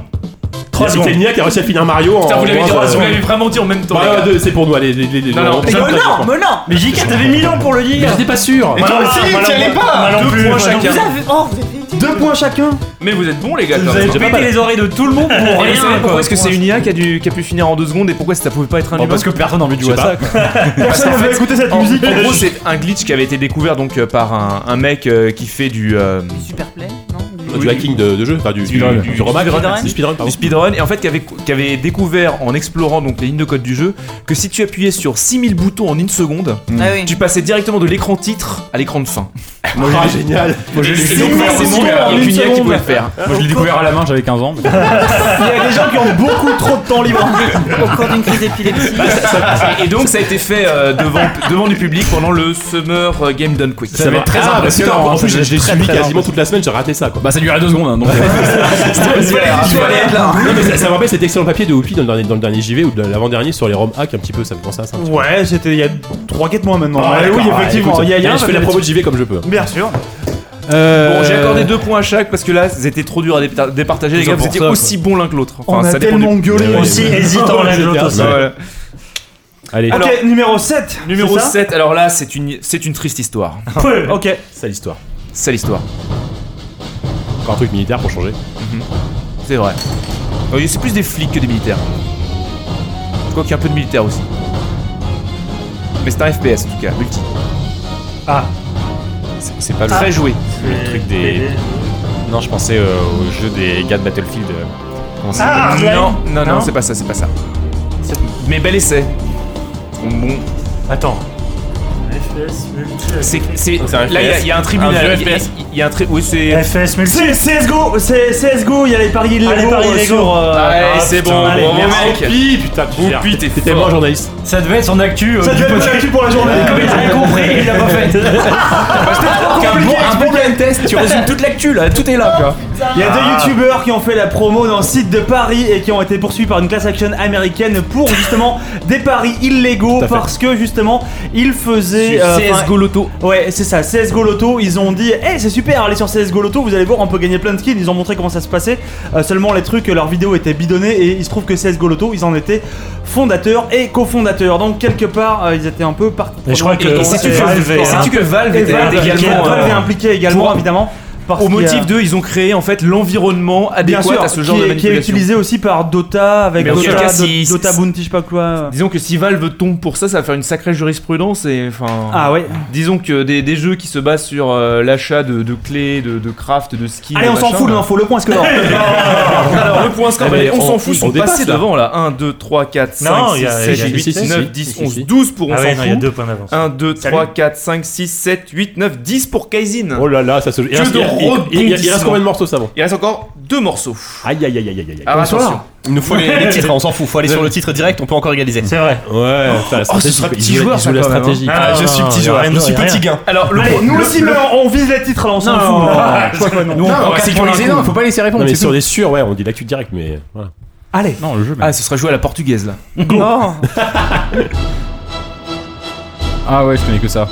Trois
C'est
secondes.
une IA qui a réussi à finir Mario en.
Putain, vous l'avez dit-
en-
vous l'avez vraiment dit en même temps.
Bah,
les gars.
ouais, deux, c'est pour nous, allez, les, les, les-
Non, non,
Mais
les- les-
non, mais non
Mais Jika, t'avais 1000 ans pour le
Mais
dire
j'étais pas sûr.
Mais non,
Voilà,
si,
voilà,
t'y allais
voilà,
pas
voilà non
Deux
plus,
points
voilà non
chacun.
Vous avez- Oh, vous avez été-
Deux points chacun
Mais vous êtes bons, les gars. quand
Vous
même.
avez
C'est pas
pété
mal.
les oreilles de tout le monde
[LAUGHS] Et vous
pour
savez
rien
pourquoi est-ce que c'est une IA qui a, dû, qui a pu finir en deux secondes et pourquoi ça pouvait pas être
Oh,
un humain
parce que personne n'a envie de
jouer
jouer
à
à
ça,
ça.
[LAUGHS]
Personne ne veut écouter cette
en,
musique
en gros, c'est un glitch qui avait été découvert donc euh, par un, un mec euh, qui fait du, euh,
Du Superplay, non
Du hacking de, de jeu, enfin du, du,
speedrun.
du, du remake,
speedrun.
du speedrun,
du
pardon.
speedrun et en fait qui avait, qui avait découvert en explorant donc les lignes de code du jeu que si tu appuyais sur 6000 boutons en une seconde,
Ah oui.
tu passais directement de l'écran titre à l'écran de fin.
Ah, génial.
Moi, je l'ai
c'est forcément
euh,
en une
IA qui
seconde.
pouvait le faire.
Moi, je l'ai découvert à la main, j'avais 15 ans.
Il y a des gens qui ont beaucoup trop de temps libre
Au cours d'une crise d'épilepsie.
Et donc Bah, ça a été fait euh, devant, devant du public pendant le Summer euh, Game Done Quick. Ah,
Ça va être très impressionnant. hein, En plus, je l'ai suivi quasiment toute la semaine, j'ai raté ça, quoi.
Bah, ça durait 2 secondes, hein, donc.
[LAUGHS] hein.
Non, mais ça, ça me rappelle cet excellent papier de Whoopi dans le dernier, dans le dernier JV ou de l'avant-dernier sur les ROM hack un petit peu, ça me pense à ça. un petit peu.
Ouais, c'était il y a 3 4 mois maintenant.
Ah,
Ouais,
d'accord,
oui,
ouais,
effectivement.
écoute,
Il y a, il y a un
je fais la promo de JV comme je peux.
Bien sûr.
Bon,
Euh,
j'ai accordé deux points à chaque parce que là, c'était trop dur à dépa- départager, les gars. Vous étiez aussi bons l'un que l'autre.
On a
dépend du-
tellement gueulé
Ouais,
aussi.
ouais, ouais.
hésitant l'un de l'autre aussi.
Ouais, voilà.
Allez,
Alors-
Ok, numéro 7.
Numéro 7, alors là, c'est une, c'est une triste histoire.
Ok.
c'est l'histoire.
C'est l'histoire.
Encore un truc militaire pour changer.
C'est vrai. Oui, c'est plus des flics que des militaires. Quoi qu'il y a un peu de militaires aussi. Mais c'est un FPS en tout cas, multi.
Ah.
C'est c'est pas le
Très joué.
le truc des. Non, je pensais euh, au jeu des gars de Battlefield. euh, Comment ça s'appelle
Ah,
non, non, non,
Non
c'est pas ça, c'est pas ça. Mais bel essai. Bon,
Attends.
c'est, c'est,
Donc c'est un
là il y a- il y, a un
Un
tribunal.
vieux
Il y a-
FPS.
il y, a un tri... Oui, c'est.
FS multi.
C'est CSGO, c'est CSGO, il y a les paris illégaux.
Ah, les paris
euh,
illégaux.
sur, euh,
Ouais,
ah,
c'est
putain,
bon,
allez,
bon,
merci.
mec.
Whoopi, Oh, putain, tu gères.
Whoopi, t'es
T'es tellement
fort.
journaliste.
Ça devait être son actu. euh,
Ça
du
devait
podcast.
être le pour la journée. Comme il avait compris, il a
[LAUGHS]
pas fait.
un bon, un bon blind test, tu résumes toute l'actu là, tout est là Ah. quoi.
Il y a deux youtubeurs qui ont fait la promo d'un site de Paris et qui ont été poursuivis par une class action américaine pour justement des paris illégaux parce que justement ils faisaient. euh, enfin,
CSGO Loto.
Ouais, c'est ça, CSGO Loto, ils ont dit Eh, c'est super, allez sur CSGO Loto, vous allez voir, on peut gagner plein de skins. Ils ont montré comment ça se passait. Euh, seulement, les trucs, leurs vidéos étaient bidonnées et il se trouve que CSGO Loto, ils en étaient fondateurs et cofondateurs. Donc, quelque part, euh, ils étaient un peu partout. euh,
Et je crois que
Et sais-tu que,
Valve est-
sais-tu que Valve
hein. Et
était
Valve est
également.
impliqué- Valve est
euh,
impliqué également,
pour-
évidemment. parce
Au
qu'il y a-
motif d'eux, ils ont créé en fait l'environnement
Bien
adéquat
sûr,
à ce genre
qui,
de
est, qui est
manipulation.
utilisé aussi par Dota avec
Mais en
Dota,
tout cas,
Do-
si-
Dota
si-
Bounty, je sais pas quoi.
Disons que si Valve tombe pour ça, ça va faire une sacrée jurisprudence et enfin.
Ah ouais.
Disons que des, des jeux qui se basent sur euh, l'achat de, de clés, de, de craft, de skins.
Allez, on
de
s'en
machin,
fout de
là.
l'info, le point, est-ce que non
[LAUGHS] Alors le point score,
Eh
allez,
ben,
on
on-
s'en fout, ils
on
sont
dépasse,
passés
là.
devant là. 1, 2, 3, 4, 5,
Non, il y
6,
a- il y a
7, 8,
si, si,
9,
si,
10,
si,
11,
si.
12 pour on
Ah ouais, non, il y a
s'en fout.
deux points d'avance.
1, 2,
Salut.
3, 4, 5, 6, 7, 8, 9, 10 pour Kaizin.
Oh là là, ça se joue. Il
Que
reste-
de
il- il- il- il
rebondissements.
reste combien de morceaux ça bon
Il reste encore deux morceaux.
Aïe aïe aïe aïe aïe aïe.
Alors Ah, attention.
Il nous faut les, les
hein,
titres, on s'en fout. Faut aller sur le titre direct, on peut encore égaliser.
C'est vrai.
Ouais, putain, la
Oh,
stratégie,
sera
il
petit
joue la-
joueur,
il joue
ça,
la
quand même, hein.
stratégie.
Ah,
je suis petit joueur, je suis petit gain.
Alors le
Allez,
pro-
nous
le-
aussi,
le-
mais on on vise les titres là, on s'en fout. là. Je crois que non.
on
Non,
va
c'est
sécuriser,
non, faut pas laisser
Non,
répondre.
mais sur les sûrs, ouais, on dit l'actu direct, mais voilà.
Allez,
Non, le jeu,
Ah, ce sera joué à la portugaise là.
non.
Ah ouais, je connais que ça.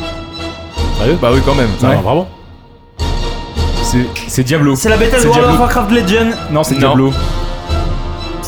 Sérieux
Bah oui, quand même.
Ah,
Ça va vraiment
C'est- C'est Diablo.
C'est la bêta de
C'est
World of
Diablo.
Warcraft Legend.
Non, c'est
Non.
Diablo.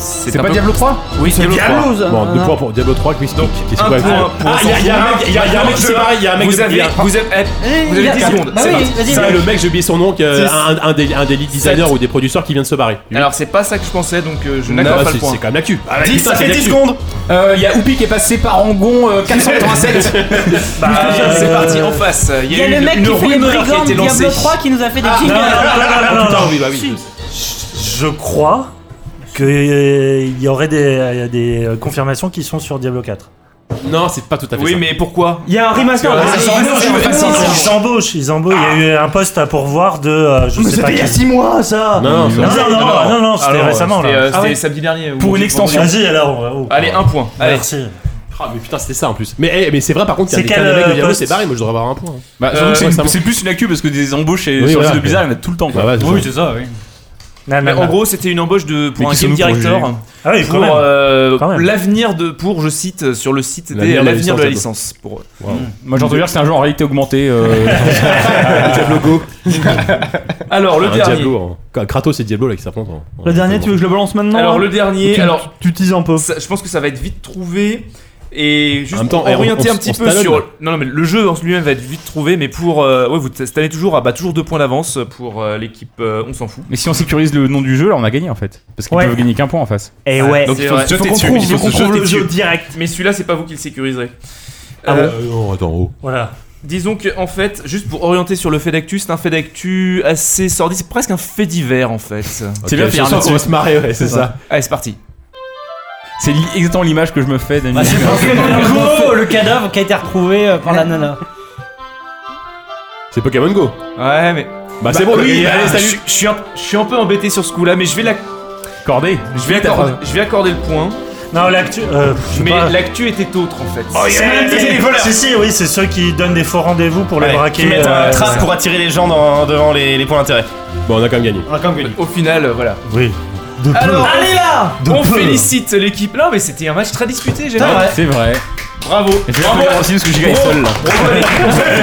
C'est
C'est
un
pas
peu-
Diablo 3
Oui, Diablo 3.
Diablo, ça.
Bon,
Ah,
deux
non.
points pour Diablo 3, qu'est-ce qu'il
Un
quoi
point pour
Ah, il y a- il y a un mec, il y a- il y a un mec, c'est pareil, il y a un mec
Vous
de- il y
avez,
a-
vous avez,
eh,
vous
il y
avez
a
10
quatre.
secondes.
Bah
c'est
oui,
parti.
vas-y.
C'est le mec, j'ai oublié son nom, qui est
Six.
un, un des, un des lead designers ou des producteurs qui vient de se barrer.
Alors c'est pas ça que je pensais, [LAUGHS] donc euh, je
Non,
n'accorde
bah,
pas
c'est
le point.
c'est quand même l'actu. Ah,
Dix,
putain,
ça
c'est
fait 10
l'actu.
secondes.
Il
Euh,
y a Oupi qui est passé par Angon
[LAUGHS]
487.
[LAUGHS] Bah, c'est parti, en face. Il
Il
y
y
a,
a le
une,
mec
une
qui fait les
rumeur qui a
brigands
été
de Diablo
lancée.
3 qui nous a fait des
Non, non,
jingles.
non, non, non, non,
Putain,
non.
oui, bah oui.
Je crois qu'il y aurait des, des confirmations qui sont sur Diablo 4.
Non, c'est pas tout à fait
Oui,
ça.
mais pourquoi
Il y a un remaster.
Parce que-
Ah,
Ils embauchent,
c'est-
ils
c'est-
embauchent.
c'est-
Ils embauchent, ils embauchent. Il y a eu un poste à pourvoir de. euh, je
Mais
sais pas
c'était il y a
qui.
6 mois ça
Non, non,
Non, non, non, non, non, c'était
Alors,
récemment
C'était,
là.
euh, c'était
Ah ouais.
samedi dernier. ou
Pour une
vendredi.
extension.
Vas-y, alors. euh, oh.
Allez, un point. Allez.
Merci.
Ah, mais putain, c'était ça en plus. Mais, eh, mais c'est vrai par contre, qu'il y a
C'est
des tas
quel,
de mecs de
euh,
Diablo
poste
s'est barré, moi je devrais avoir un point. hein.
Bah,
Euh,
surtout que c'est-
récemment.
c'est plus une actu parce que des embauches et
Oui, voilà.
sur le site de Blizzard, il y en a tout le temps.
Bah
Quoi.
ouais, c'est Oui, ça.
c'est ça, oui.
Non,
Mais
non,
en
non.
gros, c'était une embauche de, pour
Mais
un
qui
game
sommes-nous pour
director.
juger Ah oui, quand
pour
même.
euh,
Quand même.
l'avenir de. Pour, je cite, euh, sur le site, c'était
L'avenir de la
l'avenir de la
licence,
licence. Pour euh. eux.
Wow. hmm. Moi, j'ai entendu dire que c'est un jeu en réalité augmentée.
[LAUGHS]
euh,
Diablo Go. Alors, le
Un
dernier.
Diablo, hein. Kratos et Diablo, là, qui s'affrontent. hein.
Le dernier, tu veux que je le balance maintenant
Alors,
là
le dernier,
Ou tu- [LAUGHS]
alors-
tu teases un peu.
Ça- je pense que ça va être vite trouvé. Et juste
En même temps,
pour
eh, on-
orienter
on-
un petit
on
peu
se
sur.
talonne.
Non, non, mais le jeu en lui-même va être vite trouvé, mais pour. euh, ouais, vous installez toujours à bah, toujours deux points d'avance pour euh, l'équipe. euh, on s'en fout.
Mais si on sécurise le nom du jeu, là, on a gagné en fait. Parce qu'ils
Ouais.
peuvent gagner qu'un point en face.
Eh
Et ouais.
Donc, il faut se
C'est vrai.
jeter
Faut qu'on
dessus.
trouve-
il faut
faut qu'on
se
trouve
jeter
le jeu
dessus.
direct.
Mais celui-là, c'est pas vous qui le sécuriserez.
Ah
Euh,
Euh, Non, attends, oh.
Voilà.
Disons que en fait, juste pour orienter sur le fait d'actu, c'est un fait d'actu assez sordide, c'est presque un fait divers
[LAUGHS]
en fait.
C'est bien,
faire
hein,
ce soir,
là-dessus.
on va se marrer, ouais, c'est ça.
Allez, c'est parti.
C'est li- exactement l'image que je me fais d'un
Ah,
Bah, c'est
univers.
parce que le, le cadavre qui a été retrouvé euh, par la nana.
C'est Pokémon Go.
Ouais, mais
Bah, c'est bon, le
oui,
gars,
bah,
allez,
Je
salut.
je suis un, je suis un peu embêté sur ce coup-là, mais je vais la,
Cordé.
je vais accorder, je vais accorder le point.
Non, l'actu. euh, je sais
Mais
pas.
l'actu était autre en fait.
C'est- Si, si, oui, c'est ceux qui donnent des faux rendez-vous pour les
Ouais,
braquer.
qui mettent
euh,
un trace
[LAUGHS]
pour attirer les gens dans- devant les, les points d'intérêt.
Bon, on a quand même gagné.
Ah, Au final, euh, voilà.
Oui. De peu.
Alors,
Allez là
de
on
peu.
félicite l'équipe. Non, mais c'était un match très disputé, j'ai
Putain, ouais.
C'est vrai.
Bravo.
Et je vais
Bravo.
applaudir aussi parce que j'ai gagné
Bravo.
seul là.
Bravo,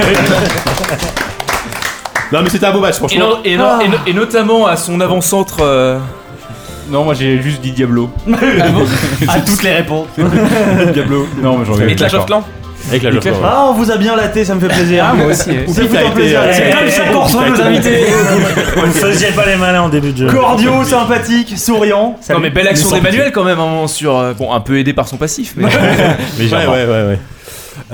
l'équipe.
Non, mais c'était un beau match,
Et,
franchement.
non- et non- et no- et notamment à son avant-centre. euh, Ah
Non, moi j'ai juste dit Diablo. [LAUGHS]
À toutes les réponses.
[LAUGHS] Diablo. Non, mais j'en ai
Et Clash of Clans.
Avec la
Clash-
Joffre.
Ah, on vous a bien laté, ça me fait plaisir.
moi aussi.
Ça vous
t'as
fait
été,
plaisir.
euh,
C'est
t'as
comme
été-
ça pour
t'as
nos
été-
invités. euh, [LAUGHS]
Vous ne faisiez pas les malins en début de jeu.
Cordiaux, sympathiques, souriants.
Non mais belle action d'Emmanuel quand même, hein, sur euh, bon un peu aidé par son passif.
[LAUGHS]
Mais...
Ouais, ouais, ouais, ouais.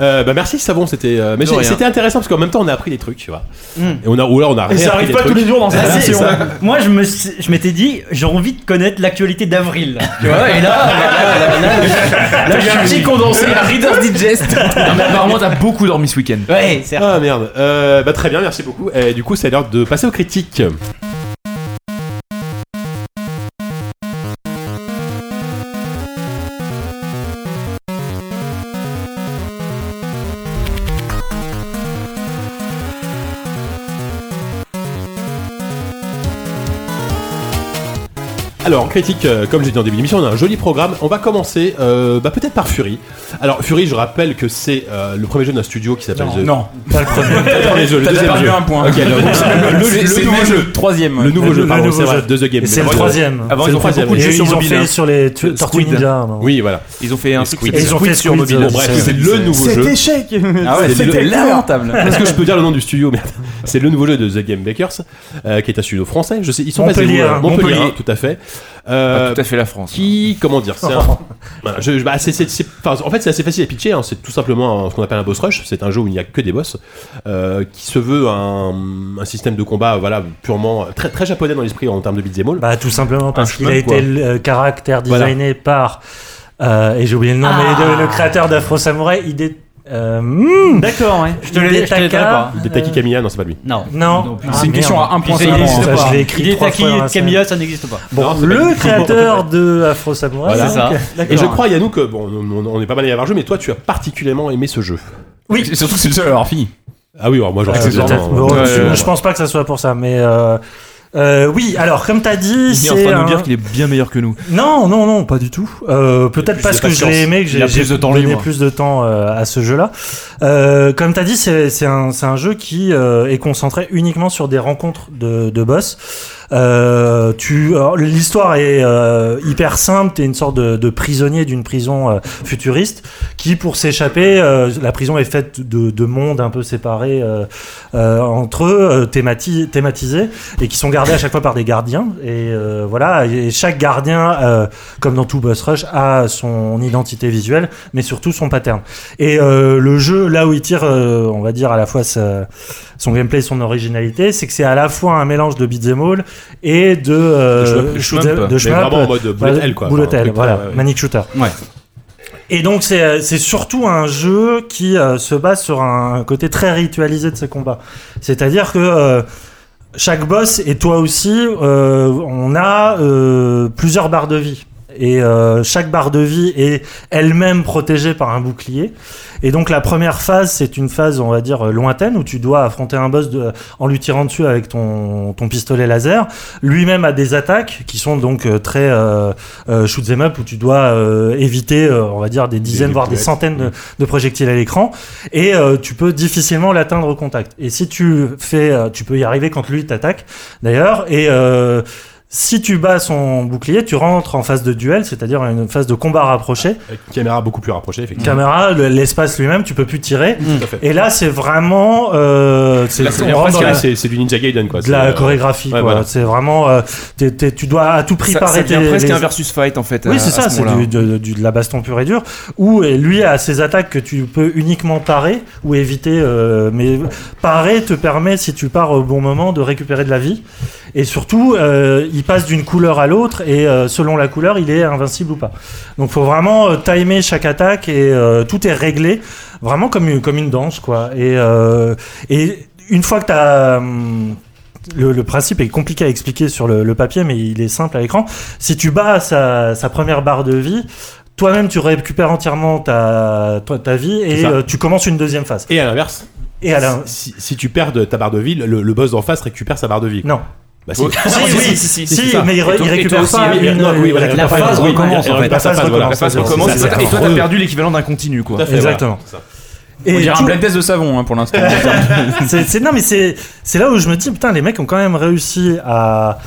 Euh, bah merci Savon, c'était euh, mais
De
j'ai-
rien. Hmm.
c'était intéressant parce qu'en même temps on a appris des trucs, tu vois. Et on a ou là on a
Et
réappris
ça arrive
des
pas tous
trucs. [LAUGHS]
les jours dans cette
Ah, c'est
émission.
ça.
Moi, je me, suis- je m'étais dit, j'ai envie de connaître l'actualité d'avril. Tu vois, et là, bah, là, là, là, là, là, je suis [LAUGHS]
J'ai condensé la Reader's
[LAUGHS]
Digest. non mais apparemment t'as beaucoup dormi ce week-end.
Ouais, certes.
Ah merde. Euh, bah très bien, merci beaucoup. Et du coup, c'est l'heure de passer aux critiques. Alors, en critique, euh, comme j'ai dit en début d'émission, on a un joli programme. On va commencer euh, bah, peut-être par Fury. Alors, Fury, je rappelle que c'est euh, le premier jeu d'un studio qui s'appelle The
Non,
[LAUGHS] le premier jeu, le
t'as déjà
deuxième
perdu
jeu.
un point.
Ok, alors, donc, c'est le, le-
C'est-
le
c'est
nouveau
même
jeu.
le troisième.
Le nouveau jeu,
le
pardon,
nouveau
c'est
jeu.
vrai, de The Game.
Et c'est le
Avant,
troisième.
Avant
C'est
ils
le
ont fait
troisième.
beaucoup de
Et
jeux
ils
sur
ont
mobile.
fait
hein.
sur les tu-
Squid.
Tortues Ninja. non.
Oui, voilà.
Ils ont fait un truc.
Squid.
Et ils ont fait sur mobile.
Bon, euh, bref, c'est le nouveau jeu.
C'était échec.
Ah ouais,
C'était
c'était
le-
[LAUGHS]
lamentable.
Est-ce que je peux dire le nom du studio Merde. C'est le nouveau jeu de The Game Bakers, euh, qui est un studio français. Je sais, ils sont basés
Montpellier,
où, euh,
hein,
Montpellier,
Montpellier.
hein, tout à fait. Euh,
Pas tout à fait la France.
Qui, comment dire c'est
[LAUGHS]
un- Voilà, je- je- bah, c'est- c'est- c'est- enfin, En fait, c'est assez facile à pitcher. hein. C'est tout simplement un- ce qu'on appelle un boss rush. C'est un jeu où il n'y a que des boss, euh, qui se veut un, un système de combat, voilà, purement très très japonais dans l'esprit en termes de beat'em all.
Bah tout simplement parce qu'il a
chemin, quoi.
été le euh, caractère
Voilà.
designé par euh, et j'ai oublié le nom mais le, le créateur d'Afro Samurai il est euh, hmm,
D'accord, ouais.
je te l'ai
je te l'ai dit pas.
De Taki Kamiya, non, c'est pas lui.
Non.
non Ah,
C'est une question à un point
Il
seulement.
n'existe
ça,
pas.
je l'ai écrit
Il est
trois
acquis
fois dans
de
la
Camilla, ça n'existe pas.
bon
Non, c'est pas
[LAUGHS]
le
lui.
créateur de Afro Samurai
Voilà.
C'est ça.
Et je crois, Yannou, que bon, on, on est pas mal à y avoir joué, mais toi, tu as particulièrement aimé ce jeu.
Oui, et surtout que c'est le seul à avoir fini.
Ah oui, alors moi, j'en
Euh,
suis sûr,
peut-être.
hein.
Bon,
Ouais,
euh,
je,
ouais,
je
ouais.
pense pas que ça soit pour ça mais euh, euh, oui, alors comme t'as dit,
Il est
c'est
en train de nous
un-
dire qu'il est bien meilleur que nous.
non, non, non, pas du tout. Euh, Peut-être
plus
parce
de
que je
patience.
l'ai aimé, que
Il a
j'ai
plus
j'ai
de temps
donné
libre.
plus de temps euh, à ce jeu-là. Euh, comme t'as dit, c'est c'est un, c'est un jeu qui euh, est concentré uniquement sur des rencontres de, de boss. Euh, tu, alors, l'histoire est euh, hyper simple. T'es une sorte de, de prisonnier d'une prison euh, futuriste qui, pour s'échapper, euh, la prison est faite de, de mondes un peu séparés euh, euh, entre eux, euh, thémati- thématisés, et qui sont gardés à chaque fois par des gardiens. Et euh, voilà, et chaque gardien, euh, comme dans tout boss rush, a son identité visuelle, mais surtout son pattern. Et euh, le jeu, là où il tire, euh, on va dire à la fois sa- son gameplay et son originalité, c'est que c'est à la fois un mélange de beat'em all et de euh,
De shmup,
shoot'em-
shmup.
de
Mais
shmup,
vraiment en mode
Ouais,
bullet hell, quoi.
bullet
Enfin, un
hell,
truc,
voilà,
ouais, ouais.
Manic Shooter.
Ouais.
Et donc c'est euh, c'est surtout un jeu qui euh, se base sur un côté très ritualisé de ses combats. C'est-à-dire que euh, chaque boss et toi aussi, euh, on a euh, plusieurs barres de vie. et euh, chaque barre de vie est elle-même protégée par un bouclier. Et donc la première phase, c'est une phase, on va dire, euh, lointaine, où tu dois affronter un boss de- en lui tirant dessus avec ton, ton pistolet laser. Lui-même a des attaques qui sont donc euh, très euh, euh, shoot 'em up, où tu dois euh, éviter, euh, on va dire, des dizaines,
des Mm.
voire des
boulettes.
centaines de, de projectiles à l'écran. Et euh, tu peux difficilement l'atteindre au contact. Et si tu fais, euh, tu peux y arriver quand lui t'attaque, d'ailleurs. Et... euh, si tu bats son bouclier, tu rentres en phase de duel, c'est-à-dire une phase de combat rapproché.
Ah, Avec une caméra beaucoup plus rapprochée, effectivement. Mm.
Caméra, le- l'espace lui-même, tu peux plus tirer.
Tout à fait.
Et là, c'est vraiment, euh, c'est
Là,
c'est-
c'est-
on rentre
presque,
dans
là,
la,
c'est c'est du Ninja Gaiden, quoi.
de
C'est,
la
euh,
chorégraphie.
ouais,
quoi.
voilà.
C'est vraiment, euh, t'es- t'es- tu dois à tout prix
Ça, ça
parer
devient
tes-
presque
les-
un versus fight en fait.
oui,
à-
c'est
à
ça,
ce
c'est
moment-là.
du- de, du- de la baston pure et dure, où euh, lui a ses attaques que tu peux uniquement parer ou éviter, euh, mais parer te permet, si tu pars au bon moment, de récupérer de la vie. Et surtout, euh, il passe d'une couleur à l'autre, et euh, selon la couleur, il est invincible ou pas. Donc faut vraiment euh, timer chaque attaque, et euh, tout est réglé, vraiment comme une, comme une danse, quoi. Et, euh, et une fois que hum, tu as... le, le principe est compliqué à expliquer sur le- le papier, mais il est simple à l'écran si tu bats sa, sa première barre de vie, toi-même tu récupères entièrement ta, toi- ta vie
C'est
et
ça.
euh, tu commences une deuxième phase.
Et à l'inverse,
Et alors
si, si tu perds de ta barre de vie, le, le boss d'en face récupère sa barre de vie.
Non.
Bah si. [LAUGHS]
Ouais.
Si,
si,
oui,
si, si,
si,
c'est ça.
mais il,
Et
ré-
toi-
il
et
récupère
toi aussi,
pas
mais-
une.
non, oui, voilà,
la,
la
phase,
phase recommence,
oui,
en fait.
La phase
La
recommence.
phase recommence
c'est
et
ça.
toi- et toi
Re-
t'as perdu l'équivalent d'un continu quoi.
Tout à fait,
Exactement.
voilà, c'est ça.
Et
On dirait un
tout-
blind test de savon hein, pour l'instant.
[LAUGHS] c'est, c'est- non, mais c'est, c'est là où je me dis, putain, les mecs ont quand même réussi à,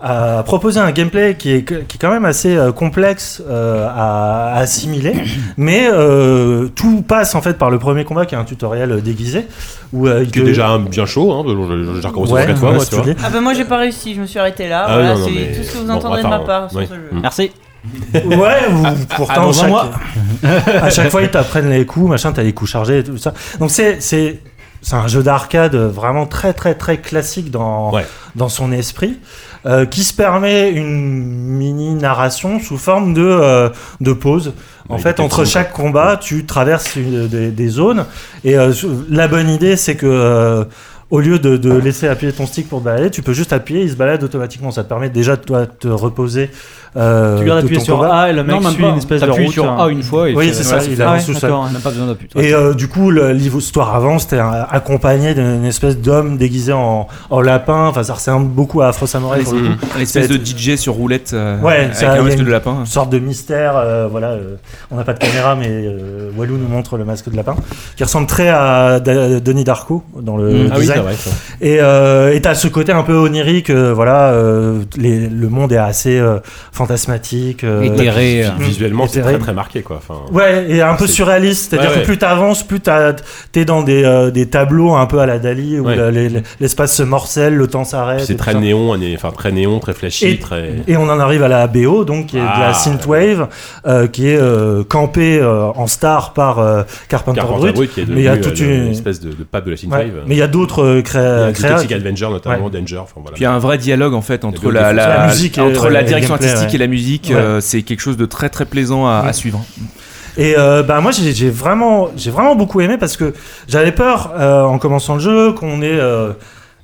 à proposer un gameplay qui est, qui est quand même assez euh, complexe euh, à, à assimiler. Mais euh, tout passe en fait par le premier combat qui est un tutoriel euh, déguisé. Où, euh, il
Qui est
te-
déjà un- bien chaud, hein, je- je- j'ai recommencé
Ouais,
4 fois,
ouais,
moi,
si
tu
tu
vois.
dis.
Ah bah moi j'ai pas réussi, je me suis arrêté là.
Ah,
voilà,
non, non,
c'est
mais-
tout ce que vous
bon,
entendez
enfin,
de ma part sur
oui.
ce jeu.
Mm.
Merci. [LAUGHS]
Ouais, ou- pourtant,
Ah, dans un
chaque,
mois.
[LAUGHS] à chaque fois, ils t'apprennent les coups, machin, t'as les coups chargés et tout ça. Donc, c'est, c'est, c'est un jeu d'arcade vraiment très, très, très classique dans,
Ouais.
dans son esprit, euh, qui se permet une mini-narration sous forme de, euh, de pause. En
Ouais,
fait,
des
entre
cutscenes,
chaque combat, tu traverses une- des, des zones. Et euh, la bonne idée, c'est que. euh, au lieu de, de laisser appuyer ton stick pour te balader, tu peux juste appuyer, il se balade automatiquement. Ça te permet déjà de toi, te reposer. euh,
Tu gardes
de
appuyer
ton
sur
combat.
A et le mec
même
suit
pas.
une espèce de
T'appuies
route.
sur
hein.
A une fois et euh,
Oui,
ça-
c'est
voilà,
ça, il
Ah ouais,
avance tout seul.
d'accord,
Même pas besoin d'appuyer. toi.
Et euh, du coup, le- l'histoire avance, t'es un- accompagné d'une espèce d'homme déguisé en, en lapin, enfin ça ressemble beaucoup à Afro Samurai pour le coup.
Une espèce de DJ sur roulette euh,
Ouais,
avec
ça,
un
il y a
masque
une-
de lapin.
Une sorte de mystère, euh, voilà, euh, on n'a pas de caméra, mais euh, Walou nous montre le masque de lapin, qui ressemble très à Da- Denis Darko dans le
Ah oui, c'est
design.
vrai. ça.
Et euh, et t'as ce côté un peu onirique, euh, voilà, euh, les- le monde est assez euh, fantasmatique. euh,
Éthéré, euh,
Mm.
Visuellement, c'est très
Éthéré.
très marqué, quoi. Enfin,
Ouais, et un peu
C'est-
surréaliste, c'est-à-dire
Ouais, ouais.
que plus t'avances, plus t'as- t'es dans des, euh, des tableaux un peu à la Dali où
Ouais.
la- les- les- l'espace se morcelle, le temps s'arrête.
puis
et
c'est
tout
très
ça.
néon, on est- enfin très néon, très flashy,
Et-
très.
Et on en arrive à la BO, donc qui est de
Ah,
la synthwave, euh, qui est euh, campée euh, en star par euh, Carpenter,
Carpenter
Brut.
Brut, qui est
mais il y a
devenu,
toute
euh, le-
une-
espèce de, de pape de la
Ouais.
synthwave.
Mais il y a d'autres euh, créa-
Il y a du
créa-
Toxic Avenger notamment, Danger. Enfin, voilà.
Puis il y a un vrai dialogue en fait entre
Le
la,
dialogue,
la-
la musique et-
entre
ouais,
la
le
direction
gameplay,
artistique
ouais.
et la musique.
Ouais.
euh, c'est quelque chose de très très plaisant à, à suivre.
Et euh, bah moi j'ai j'ai vraiment j'ai vraiment beaucoup aimé parce que j'avais peur euh, en commençant le jeu qu'on ait euh,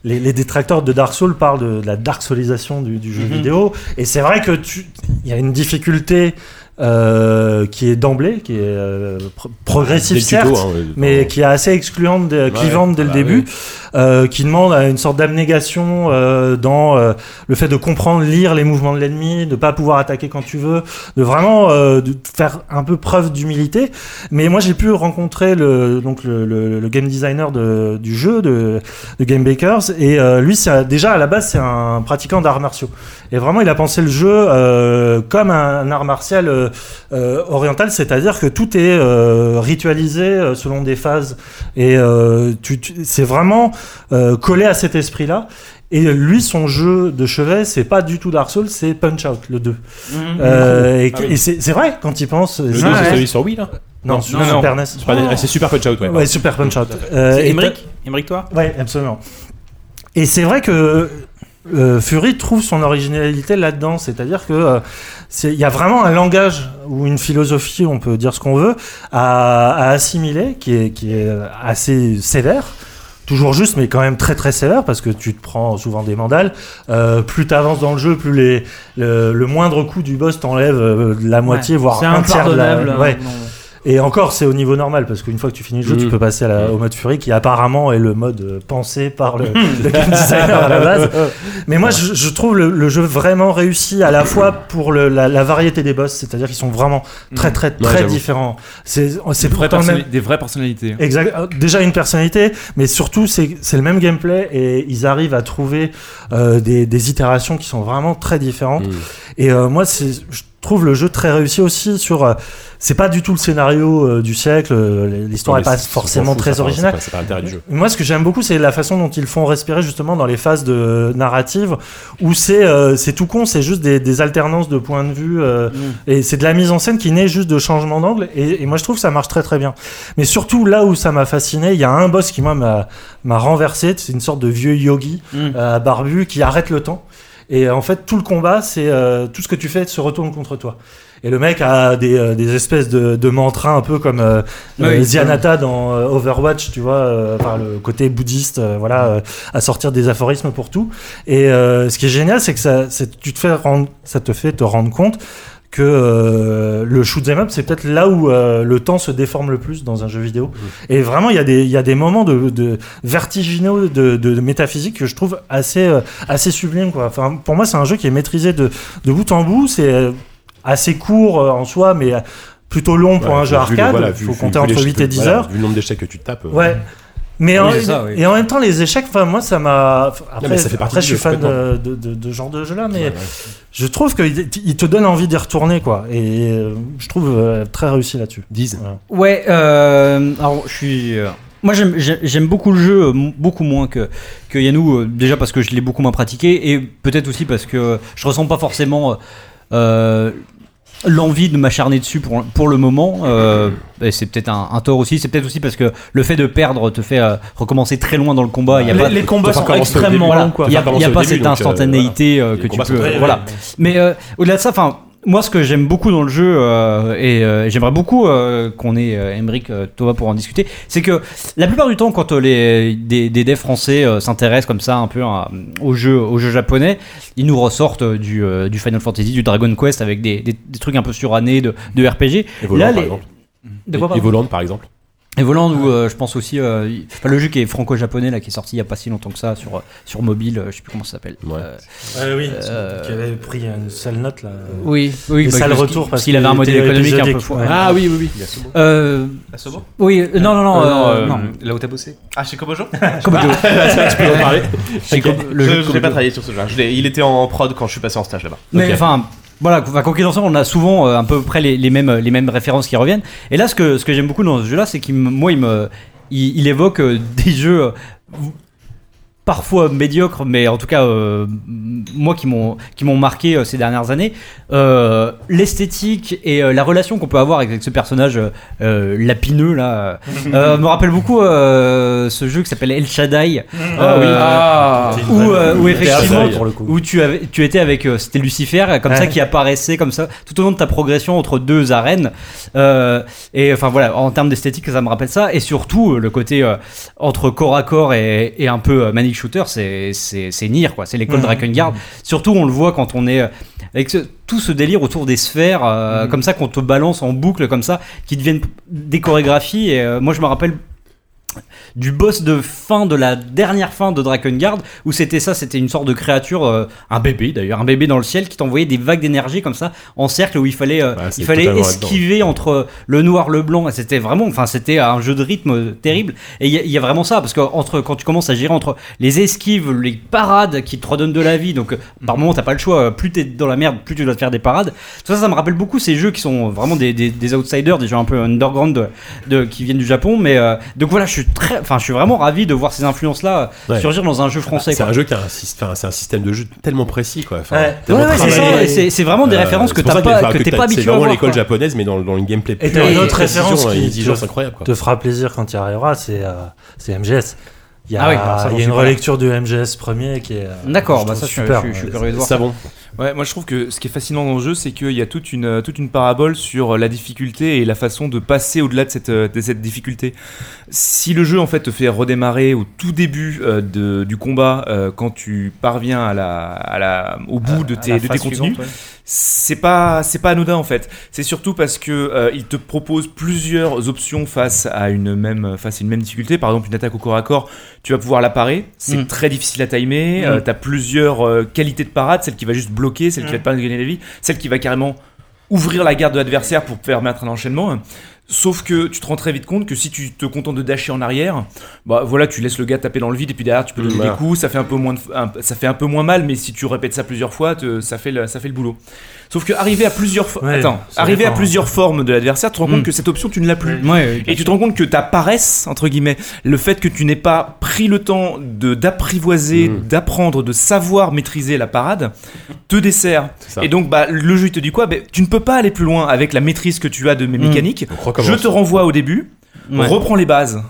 les, les détracteurs de Dark Souls parlent de, de la dark soulisation du, du jeu vidéo et c'est vrai que tu il y a une difficulté euh, qui est d'emblée qui est euh, pro- progressive
Dès le
certes
tuto, hein, euh,
mais qui est assez excluante, de- clivante dès le
bah
début,
oui.
euh, qui demande à une sorte d'abnégation euh, dans euh, le fait de comprendre, lire les mouvements de l'ennemi, de pas pouvoir attaquer quand tu veux, de vraiment euh, de faire un peu preuve d'humilité. Mais moi, j'ai pu rencontrer le donc le, le- le game designer de- du jeu de, de Game Bakers et euh, lui, c'est un- déjà à la base, c'est un pratiquant d'arts martiaux. Et vraiment, il a pensé le jeu euh, comme un, art martial euh, euh, oriental, c'est-à-dire que tout est euh, ritualisé euh, selon des phases. Et euh, tu, tu- c'est vraiment euh, collé à cet esprit-là. Et lui, son jeu de chevet, c'est pas du tout Dark Souls, c'est Punch Out, le 2. Euh, et
Ah oui.
et c'est c'est vrai, quand il pense.
Le
c'est-
deux, c'est
ouais.
celui sur Wii là
Non,
Non,
sur
non,
Super NES.
Super- ah, C'est Super Punch Out, ouais.
Ouais, Super Punch Out. Euh, et t'as-
toi
Ouais, absolument. Et c'est vrai que euh, Fury trouve son originalité là-dedans, c'est-à-dire que euh, c'est- il y a vraiment un langage ou une philosophie, on peut dire ce qu'on veut, à, à assimiler, qui est, qui est assez euh, sévère. toujours juste, mais quand même très très sévère parce que tu te prends souvent des mandales. Euh, plus t'avances dans le jeu, plus les, le, le moindre coup du boss t'enlève euh, de la moitié,
Ouais.
voire
C'est
un tiers de
impardonnable, hein,
la. Ouais.
non.
Et encore, c'est au niveau normal parce qu'une fois que tu finis le jeu,
Mhm.
tu peux passer à la- au mode Fury qui apparemment est le mode euh, pensé par le,
Hmm.
le game designer à
[LAUGHS]
la base. Mais moi, je, je trouve le, le jeu vraiment réussi à la fois pour le- la, la variété des boss, c'est-à-dire qu'ils sont vraiment très très
Ouais,
très
j'avoue.
différents. C'est oh, c'est
Hmm. Des vraies
pourtant le même-
personnali- des vraies personnalités.
Exact. Euh, Déjà une personnalité, mais surtout c'est c'est le même gameplay et ils arrivent à trouver euh, des, des itérations qui sont vraiment très
Hmm.
différentes. Et euh, moi, c'est- je trouve le jeu très réussi aussi sur. euh, c'est pas du tout le scénario euh, du siècle. euh, L'histoire
Non,
n'est pas
mais c'est- on
forcément
s'en fout,
très
ça,
originale.
c'est pas- c'est pas l'intérêt du jeu.
Moi, ce que j'aime beaucoup, c'est la façon dont ils font respirer justement dans les phases de narrative où c'est euh, c'est tout con, c'est juste des, des alternances de points de vue euh, et c'est de la mise en scène qui naît juste de changements d'angle. Et, et moi, je trouve que ça marche très très bien. Mais surtout là où ça m'a fasciné, il y a un boss qui moi m'a m'a renversé. C'est une sorte de vieux yogi euh, barbu qui arrête le temps. Et en fait, tout le combat, c'est euh, tout ce que tu fais se retourne contre toi. Et le mec a des, euh, des espèces de, de mantras un peu comme euh,
Oui,
euh,
oui.
Zianata dans euh, Overwatch, tu vois, euh, par le côté bouddhiste, euh, voilà, euh, à sortir des aphorismes pour tout. Et euh, ce qui est génial, c'est que ça, c'est- tu te fais rendre, ça te fait te rendre compte que euh, le shoot'em up, c'est peut-être là où euh, le temps se déforme le plus dans un jeu vidéo. Et vraiment, il y, a des- il y a des moments de, de vertigineux de, de- de métaphysique que je trouve assez, euh, assez sublime. Quoi. Enfin, pour moi, c'est un jeu qui est maîtrisé de, de bout en bout. C'est euh, assez court euh, en soi, mais euh, plutôt long pour
Ouais,
un jeu
vu le-
arcade. Il
voilà, vu-
faut
vu-
compter
vu
entre
les-
8 et 10
voilà,
heures.
Vu le nombre d'échecs que tu tapes. euh,
Ouais. Mais
Oui,
en,
c'est ça, oui.
et en même temps, les échecs, enfin, moi, ça m'a. Après,
mais ça fait partie
après
du
je suis
jeu,
fan
complètement.
de, de, de- de ce genre de jeu-là, mais je trouve qu'il il te donne envie d'y retourner, quoi. Et euh, je trouve euh, très réussi là-dessus.
10.
Ouais, euh, alors je suis. euh, moi j'aime- j'ai- j'aime beaucoup le jeu, euh, m- beaucoup moins que, que Yannou, euh, déjà parce que je l'ai beaucoup moins pratiqué et peut-être aussi parce que euh, je ressens pas forcément euh, euh, l'envie de m'acharner dessus pour, pour le moment. euh, et c'est peut-être un, un tort aussi, c'est peut-être aussi parce que le fait de perdre te fait euh, recommencer très loin dans le combat. il Y a
Les-
pas,
les combats
T'as pas
sont
commencé au
extrêmement
début.
longs, quoi.
Il n'y a,
T'as pas
il y a pas
commencé
cette
au début, donc, euh,
instantanéité euh,
voilà.
que tu
Les combats
peux.
sont très-
voilà. Mais euh, au-delà de ça, enfin, moi, ce que j'aime beaucoup dans le jeu, euh, et euh, j'aimerais beaucoup euh, qu'on ait euh, Emric, euh, Thomas pour en discuter, c'est que la plupart du temps, quand euh, les des, des devs français euh, s'intéressent comme ça un peu hein, aux jeux aux jeux japonais, ils nous ressortent euh, du, euh, du Final Fantasy, du Dragon Quest avec des, des- des trucs un peu surannés de, de RPG.
Evoland, par exemple.
De quoi,
Et
pardon
Voland, par exemple.
et Voland, où euh, je pense aussi, euh, y- enfin, le jeu qui est franco-japonais là, qui est sorti il y a pas si longtemps que ça sur euh, sur mobile, euh, je sais plus comment ça s'appelle. Euh,
oui, qui avait pris une sale note là.
euh,
oui, oui,
Et
bah,
sale
parce
retour
qu'il-
parce
s'il avait un
qu'il
modèle
était-
économique
était
un peu
jodique,
fou.
ouais.
Ah oui, oui, oui. Euh,
Asobo
Oui, euh, non, non, non, euh,
euh,
non.
Là où t'as bossé Ah, chez Kobojo
[LAUGHS]
[LAUGHS]
Kobojo.
Ah, bah,
Tu peux en parler
Chez Kobo- le jeu de
Je n'ai
Kobojo.
pas travaillé sur ce jeu. hein. Je l'ai- il était en prod quand je suis passé en stage là-bas.
Mais
Ok.
enfin, voilà, enfin, quoi qu'il en soit, on a souvent euh, à peu près les, les mêmes, les mêmes références qui reviennent. Et là, ce que, ce que j'aime beaucoup dans ce jeu-là, c'est qu'il me- moi, il, me, il, il évoque euh, [LAUGHS] des jeux euh, parfois médiocres, mais en tout cas, euh, m- moi, qui m'ont qui m'ont marqué euh, ces dernières années. Euh, L'esthétique et euh, la relation qu'on peut avoir avec, avec ce personnage euh, euh, lapineux, là, euh, [LAUGHS] euh, me rappelle beaucoup euh, ce jeu qui s'appelle El Shaddai. Euh,
Ah oui. Ah.
où, euh, où
C'était
effectivement,
affreux, pour le coup.
où tu, avais, tu étais avec euh, c'était Lucifer comme
Ouais.
ça qui apparaissait comme ça tout au long de ta progression entre deux arènes Euh, et enfin voilà en termes d'esthétique ça me rappelle ça et surtout euh, le côté euh, entre corps à corps et, et un peu euh, manic shooter c'est c'est c'est Nier quoi c'est l'école
Mhm.
Dragon Guard surtout on le voit quand on est euh, avec ce- tout ce délire autour des sphères euh,
Mmh.
comme ça qu'on te balance en boucle comme ça qui deviennent des chorégraphies et euh, moi je me rappelle du boss de fin de la dernière fin de Drakengard où c'était ça c'était une sorte de créature euh, un bébé d'ailleurs un bébé dans le ciel qui t'envoyait des vagues d'énergie comme ça en cercle où il fallait euh,
Bah, c'est
il fallait
totalement là-dedans.
esquiver entre le noir le blanc et c'était vraiment enfin c'était un jeu de rythme euh, terrible et il y, a- il y a vraiment ça parce que entre quand tu commences à gérer entre les esquives les parades qui te redonnent de la vie donc euh, par moment t'as pas le choix euh, plus t'es dans la merde plus tu dois te faire des parades tout ça ça me rappelle beaucoup ces jeux qui sont vraiment des, des- des outsiders des jeux un peu underground de, de- qui viennent du Japon mais euh, donc voilà je suis très enfin je suis vraiment ravi de voir ces influences là
Ouais.
surgir dans un jeu français
C'est
quoi.
un jeu qui a un, syst- enfin, c'est un système de jeu tellement précis, quoi. Enfin,
Ouais.
tellement
Ouais, ouais, c'est
travaillé. Euh,
ça, et c'est- c'est vraiment des références que
c'est pour
t'as
ça
pas-
enfin,
que t'es pas habitué
C'est
à
vraiment
voir,
l'école
quoi.
japonaise, mais dans, le- dans le gameplay.
Et
pur,
t'as
il y
une
a
autre
précision,
référence
hein,
qui
une exigence
te-
incroyable. quoi.
te fera plaisir quand tu y arriveras, c'est euh, c'est MGS. Il y a,
Ah oui, alors ça, j'en
il y a
suis
une
pas là.
relecture de MGS premier qui est. euh,
D'accord,
je
bah
trouve
ça, je suis-
super.
je suis- je suis curieux de voir.
C'est-
Savon.
Ouais, moi je trouve que ce qui est fascinant dans le jeu, c'est qu'il y a toute une, euh, toute une parabole sur euh, la difficulté et la façon de passer au-delà de cette, euh, de cette difficulté. Si le jeu en fait te fait redémarrer au tout début euh, de- du combat, euh, quand tu parviens à la, à la, au bout de
à
tes,
la
de tes
phase
contenus,
suivante, ouais.
c'est pas c'est pas anodin en fait. C'est surtout parce que euh, il te propose plusieurs options face à une même face à une même difficulté. Par exemple, une attaque au corps à corps, tu vas pouvoir la parer. C'est
Mm.
très difficile à timer.
Mm.
Euh, T'as plusieurs euh, qualités de parade. Celle qui va juste bloquer, celle qui va te permettre de gagner la vie, celle qui va carrément ouvrir la garde de l'adversaire pour permettre un enchaînement. Sauf que tu te rends très vite compte que si tu te contentes de dasher en arrière, bah voilà, tu laisses le gars taper dans le vide et puis derrière tu peux donner
Voilà.
des coups, ça fait un peu moins, de- un- ça fait un peu moins mal, mais si tu répètes ça plusieurs fois, te- ça fait le, ça fait le boulot. Sauf que arriver à plusieurs, fo-
Ouais,
attends,
ça
arriver à
dépend.
plusieurs formes de l'adversaire, tu te rends compte
Mm.
que cette option tu ne l'as plus,
Ouais,
et tu te rends compte que ta paresse entre guillemets, le fait que tu n'aies pas pris le temps de d'apprivoiser,
Mm.
d'apprendre, de savoir maîtriser la parade, te dessert. Et donc bah le jeu il te dit quoi Ben, tu ne peux pas aller plus loin avec la maîtrise que tu as de mes mécaniques. Je te renvoie au début,
Ouais.
reprends les bases.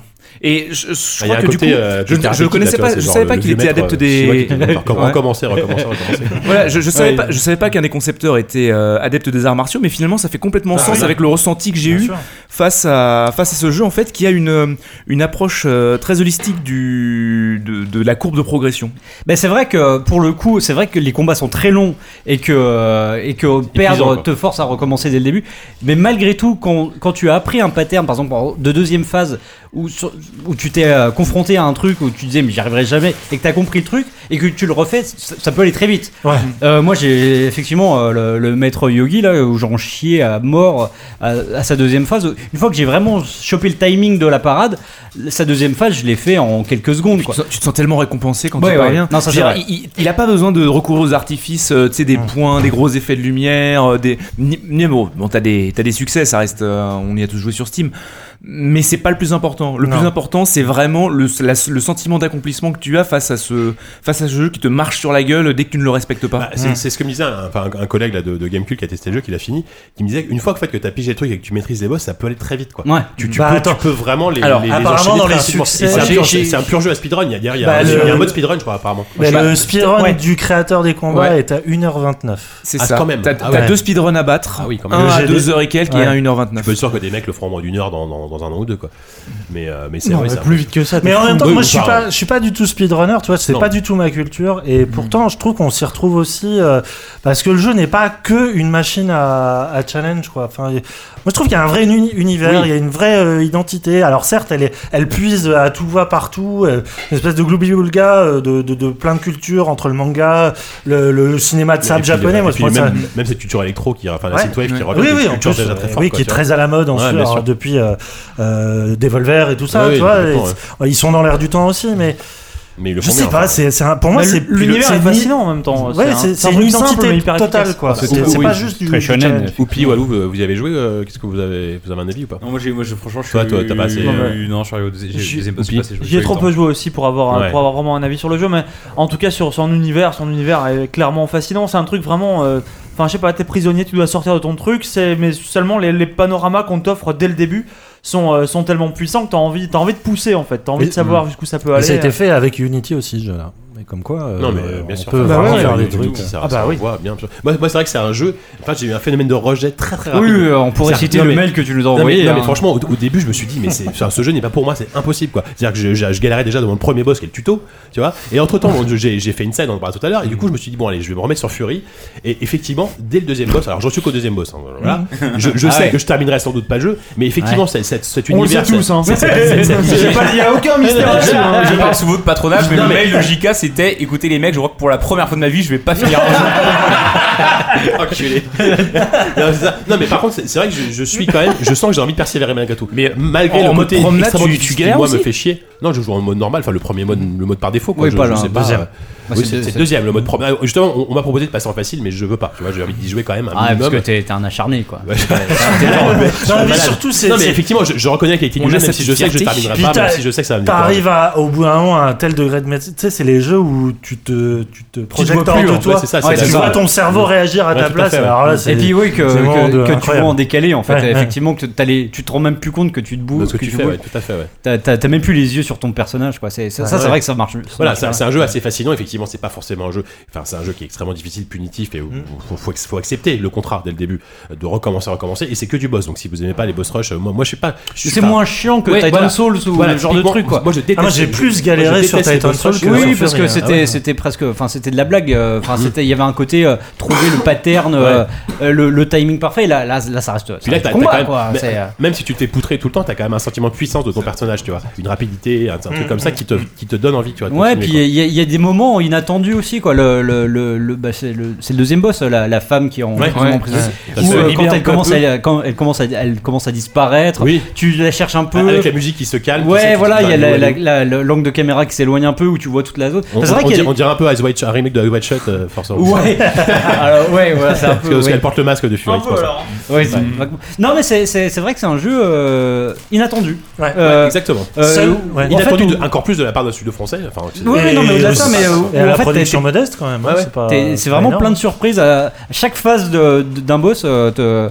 Et je, je
il Bah, y a
crois
un
que du coup,
côté, euh,
je,
Peter
je
Abbott,
connaissais
là,
pas,
tu vois,
je
c'est
savais
genre
pas
le
qu'il était
vieux maître,
adepte
euh, chinois qui
des.
te dit, Recommencer,
[LAUGHS] Ouais.
recommencer, recommencer, recommencer.
Voilà, je, je savais
Ouais.
pas, je savais pas qu'un des concepteurs était euh, adepte des arts martiaux, mais finalement ça fait complètement
Ah,
sens
oui.
avec le ressenti que j'ai
Bien
eu
sûr.
face à face à ce jeu en fait, qui a une euh, une approche euh, très holistique du de, de la courbe de progression.
Mais Ben, c'est vrai que pour le coup, c'est vrai que les combats sont très longs et que, euh, et que perdre
quoi.
te force à recommencer dès le début. Mais malgré tout, quand, quand tu as appris un pattern, par exemple, en- de deuxième phase, où, sur- où tu t'es euh, confronté à un truc où tu disais mais j'y arriverai jamais et que tu as compris le truc et que tu le refais, ça, ça peut aller très vite.
Ouais.
Euh, moi, j'ai effectivement euh, le, le maître Yogi là où j'en chiais à mort à, à sa deuxième phase. Une fois que j'ai vraiment chopé le timing de la parade, sa deuxième phase, je l'ai fait en quelques secondes. quoi.
Tu te sens tellement récompensé quand
Ouais,
tu
ouais.
parviens.
Non, ça,
Je veux
c'est
dire,
vrai.
il, il- il a pas besoin de recourir aux artifices, euh, tu sais, des points, des gros effets de lumière, euh, des. ni- ni- Bon, bon, t'as des, t'as des succès, ça reste. euh, on y a tous joué sur Steam. Mais c'est pas le plus important. Le
Non.
plus important, c'est vraiment le, la- le sentiment d'accomplissement que tu as face à, ce, face à ce jeu qui te marche sur la gueule dès que tu ne le respectes pas.
Bah, c'est c'est ce que me disait un, enfin, un- un collègue là, de, de Gamecube qui a testé le jeu, qui l'a fini, qui me disait qu'une fois que, fait, que tu as pigé le truc et que tu maîtrises les boss, ça peut aller très vite. Quoi.
Ouais.
Tu, tu
Bah,
peux,
attends.
tu peux vraiment les,
Alors,
les, les
apparemment,
enchaîner
dans
très
les
rapidement. Et
succès-
C'est un,
J'ai-
pur-
j'ai-
c'est un pur jeu à speedrun. Il y a, il y a- il y a
Bah,
un- il y a
le-
un mode speedrun, je crois, apparemment.
Mais
Bah,
le speedrun
Ouais.
du créateur des combats
Ouais.
est à 1h29.
C'est
Ah,
ça.
quand même.
T'as
Ah
t'as
ouais.
deux speedruns à battre.
Ah oui, quand même.
un
Le
à
GD.
2 heures et quelques et
Ouais.
un à
Je
1h29.
suis sûr que des mecs le feront en moins d'une heure dans, dans, dans un an ou deux. Quoi. Mais, euh, mais c'est
Non,
vrai,
mais
c'est un-
plus vite
que ça.
Mais en même temps,
Oui,
moi
ou
je suis
pas,
pas,
ouais.
je suis pas du tout speedrunner, tu vois, c'est
Non. Mm.
pas du tout ma culture. Et pourtant, je trouve qu'on s'y retrouve aussi euh, parce que le jeu n'est pas que une machine à, à challenge, quoi. Enfin, y- moi je trouve qu'il y a un vrai uni- univers, il
Oui.
y a une vraie euh, identité. Alors certes, elle est, elle puise à tout va partout, euh, une espèce de gloobie-boulga euh, de, de, de plein de cultures entre le manga, le, le cinéma de
Et
sable
puis,
japonais.
euh,
Moi
et
je
puis
pense
même,
que ça-
même cette culture électro qui enfin la
Ouais.
synthwave qui
Oui,
revient
oui,
une
en
culture
plus,
déjà très
euh,
forte
oui,
quoi,
qui est
tu vois.
très à la mode en
Ouais,
Suisse,
bien
alors,
sûr.
depuis euh, euh, Devolver et tout ça,
Ouais,
tu
oui,
vois,
complètement,
et- ils sont dans l'air du temps aussi, mais
mais ils le
je
font
sais
bien,
pas,
enfin.
c'est c'est un- pour moi
Mais
c'est
Bah, l'univers
c'est
est
ni-
fascinant en même temps.
Ouais, c'est
un
c'est une
truc simple, mais
identité
hyper
totale
efficace.
quoi.
C'est
C'est
cool,
c'est
oui.
pas juste du
Très
du
shonen.
challenge.
Oupi, Walou, euh, vous y avez joué euh, Qu'est-ce que vous avez Vous avez un avis ou pas
Non, moi, j'ai- moi, je- franchement, je suis.
Toi, toi, t'as euh, pas assez-
Non, mais- non, je suis arrivé au deuxi- j'ai-
J'y-
deuxième poste, j'ai pas assez joué,
J'y
j'ai
ai
pas eu
trop
le
peu
temps.
joué aussi pour avoir, un-
Ouais.
pour avoir vraiment un avis sur le jeu, mais en tout cas sur son univers, son univers est clairement fascinant. C'est un truc vraiment. euh, Enfin, je sais pas, t'es prisonnier, tu dois sortir de ton truc, c'est, mais seulement les, les panoramas qu'on t'offre dès le début sont, euh, sont tellement puissants que t'as envie, t'as envie de pousser en fait, t'as envie
Mais-
de savoir jusqu'où ça peut
Et
aller. euh.
ça a été fait avec Unity aussi ce jeu-là. Mais comme quoi, euh,
Non mais euh,
on
bien sûr.
peut
Enfin,
vraiment
oui,
faire
oui,
des
oui, oui,
trucs.
ça-
Bah Ah bah
ça
oui.
voit bien sûr. Moi, moi, c'est vrai que c'est un jeu. Enfin, j'ai eu un phénomène de rejet très très
Oui,
rapide.
euh, on pourrait
C'est-à-dire-
citer
non,
le
mais-
mail que tu nous as
Non, mais-
envoyé.
non, mais,
hein.
franchement, au, au début, je me suis dit, mais c'est, enfin, ce jeu n'est pas pour moi, c'est impossible quoi. C'est-à-dire que je, je- je galérais déjà dans mon premier boss qui est le tuto, tu vois. Et entre temps, j'ai, j'ai fait une scène, on en parlait tout à l'heure, et du coup, je me suis dit, bon, allez, je vais me remettre sur Fury. Et effectivement, dès le deuxième boss, alors j'en suis qu'au deuxième boss, hein, voilà. Je, je
Ah
sais
ouais.
que je terminerai sans doute pas le jeu, mais effectivement,
Ouais.
c'est, c'est- cet
On le
univers.
sait tous,
c'est-
hein.
c'est- c'est- c'est-
[LAUGHS]
J'ai pas- Il y a aucun mystère là-dessus. hein.
Je parle sous votre patronage, mais le mail de JK c'était écoutez les mecs, je crois que pour la première fois de ma vie, je vais pas finir un jeu. [LAUGHS] Enculé.
non, c'est ça. Non, mais par contre, c'est, c'est vrai que je, je suis quand même, je sens que j'ai envie de persévérer malgré tout. Mais malgré
en
le
mode
côté
promenade,
extrêmement
tu-
difficile
tu
qui,
galères
moi, me
aussi
fait chier. Non, je joue en mode normal, enfin le premier mode, le mode par défaut. Quoi.
Oui,
je,
pas
je
le
sais pas.
deuxième.
euh,
Bah,
oui,
c'est
c'est
le-
c'est
c'est-
le deuxième, le mode promenade. Justement, on, on m'a proposé de passer en facile, mais je veux pas. Tu vois, j'ai envie d'y jouer quand même un
Ah, parce
minimum.
que t'es t'es un acharné quoi.
Ouais, t'es genre, mais-
Non, mais
malade.
surtout, c'est-
Non, mais
c'est-
effectivement, je, je reconnais la qualité
On
du jeu,
a
même
cette
si je sais que je
fierté.
terminerai
Puis
pas, même
t'as-
si je sais que ça va me
T'arrives à- au bout d'un moment à un tel degré de maîtrise. Tu sais, c'est les jeux où tu te, tu te
vois
projectes
plus,
hors
en
de
fait,
toi.
c'est ça,
Ouais,
c'est
tu
ça.
vois ton cerveau réagir à ta place. alors là, c'est-
et puis oui, que, euh,
c'est vraiment
que,
de-
que tu
incroyable.
vois en décalé en fait.
Ouais, ouais.
Effectivement, que t'as les- tu te rends même plus compte que tu te bouges.
De ce que tu fais,
bouges.
ouais, tout à fait, ouais.
T'as- T'as t'as même plus les yeux sur ton personnage quoi. C'est- Ça, ça, c'est vrai que ça marche. ça
Voilà,
marche
c'est un-
bien.
c'est un jeu assez fascinant. Effectivement, c'est pas forcément un jeu. Enfin, c'est un jeu qui est extrêmement difficile, punitif,
Mm.
et où faut, faut, faut accepter le contrat dès le début, euh, de recommencer, recommencer. Et c'est que du boss. Donc, si vous aimez pas les boss rush, euh, moi, moi, je suis pas. je suis
C'est
pas-
moins chiant que
Ouais,
Titan
voilà.
Souls ou
Voilà,
le genre de
typiquement,
truc quoi. Ah,
Moi, je déteste. moi, je déteste les boss rush.
Oui, parce que hein. Ah, c'était c'était presque, enfin c'était de la blague. euh, Enfin c'était, il y avait un côté euh, trouver [LAUGHS] le pattern, euh, euh, le, le timing parfait. Là, là, là, ça reste. ça
Puis là,
reste
t'as-
combat,
t'as quand
quoi.
même, mais-
C'est, euh,
même si tu te fais poutrer tout le temps, t'as quand même un sentiment de puissance de ton personnage, tu vois. Une rapidité, un, un truc
Mm,
comme ça qui te, qui te donne envie, tu vois. de
Ouais,
continuer,
puis
quoi.
il y, a- il y a des moments inattendus aussi, quoi. Le, le, le, le- bah, c'est le, c'est le deuxième boss, la, la femme qui est en
Ouais,
prison.
ouais.
en prison.
Ouais.
Où,
Ça se
euh,
libère
quand
peu
elle
à
commence,
peu.
à, quand elle commence à, elle commence à disparaître, tu la cherches un peu.
Avec la musique qui se calme. tu sais,
Ouais,
tu-
voilà,
tu
il y a
vas
la- la-
éloigner.
la- la- l'angle de caméra qui s'éloigne un peu où tu vois toute la zone.
On,
C'est vrai
on
qu'il y a
dirait-
des-
on dirait un peu Eyes Wide Shut- un remake de Eyes Wide Shut, euh, forcément. [LAUGHS]
Ouais. Alors, ouais, voilà, c'est un
Parce
peu,
que- Parce
ouais.
qu'elle porte le masque hein, de Fury. c'est pour ça.
Ouais, c'est vaguement- Non, mais c'est- c'est c'est vrai que c'est un jeu euh, inattendu. Euh,
Ouais, exactement.
euh, où- en
Il a
fait,
attendu
où-
de- encore plus de la part d'un studio français. Enfin, c'est-
Oui, oui, non, mais au-delà de ça, mais euh,
Et à
où,
la
en fait,
production
t'es-
modeste, quand même, hein,
Ouais, ouais.
c'est pas-
T'es-
c'est
C'est
pas
vraiment
énorme.
plein de surprises. À à chaque phase de- de- d'un boss, euh, te-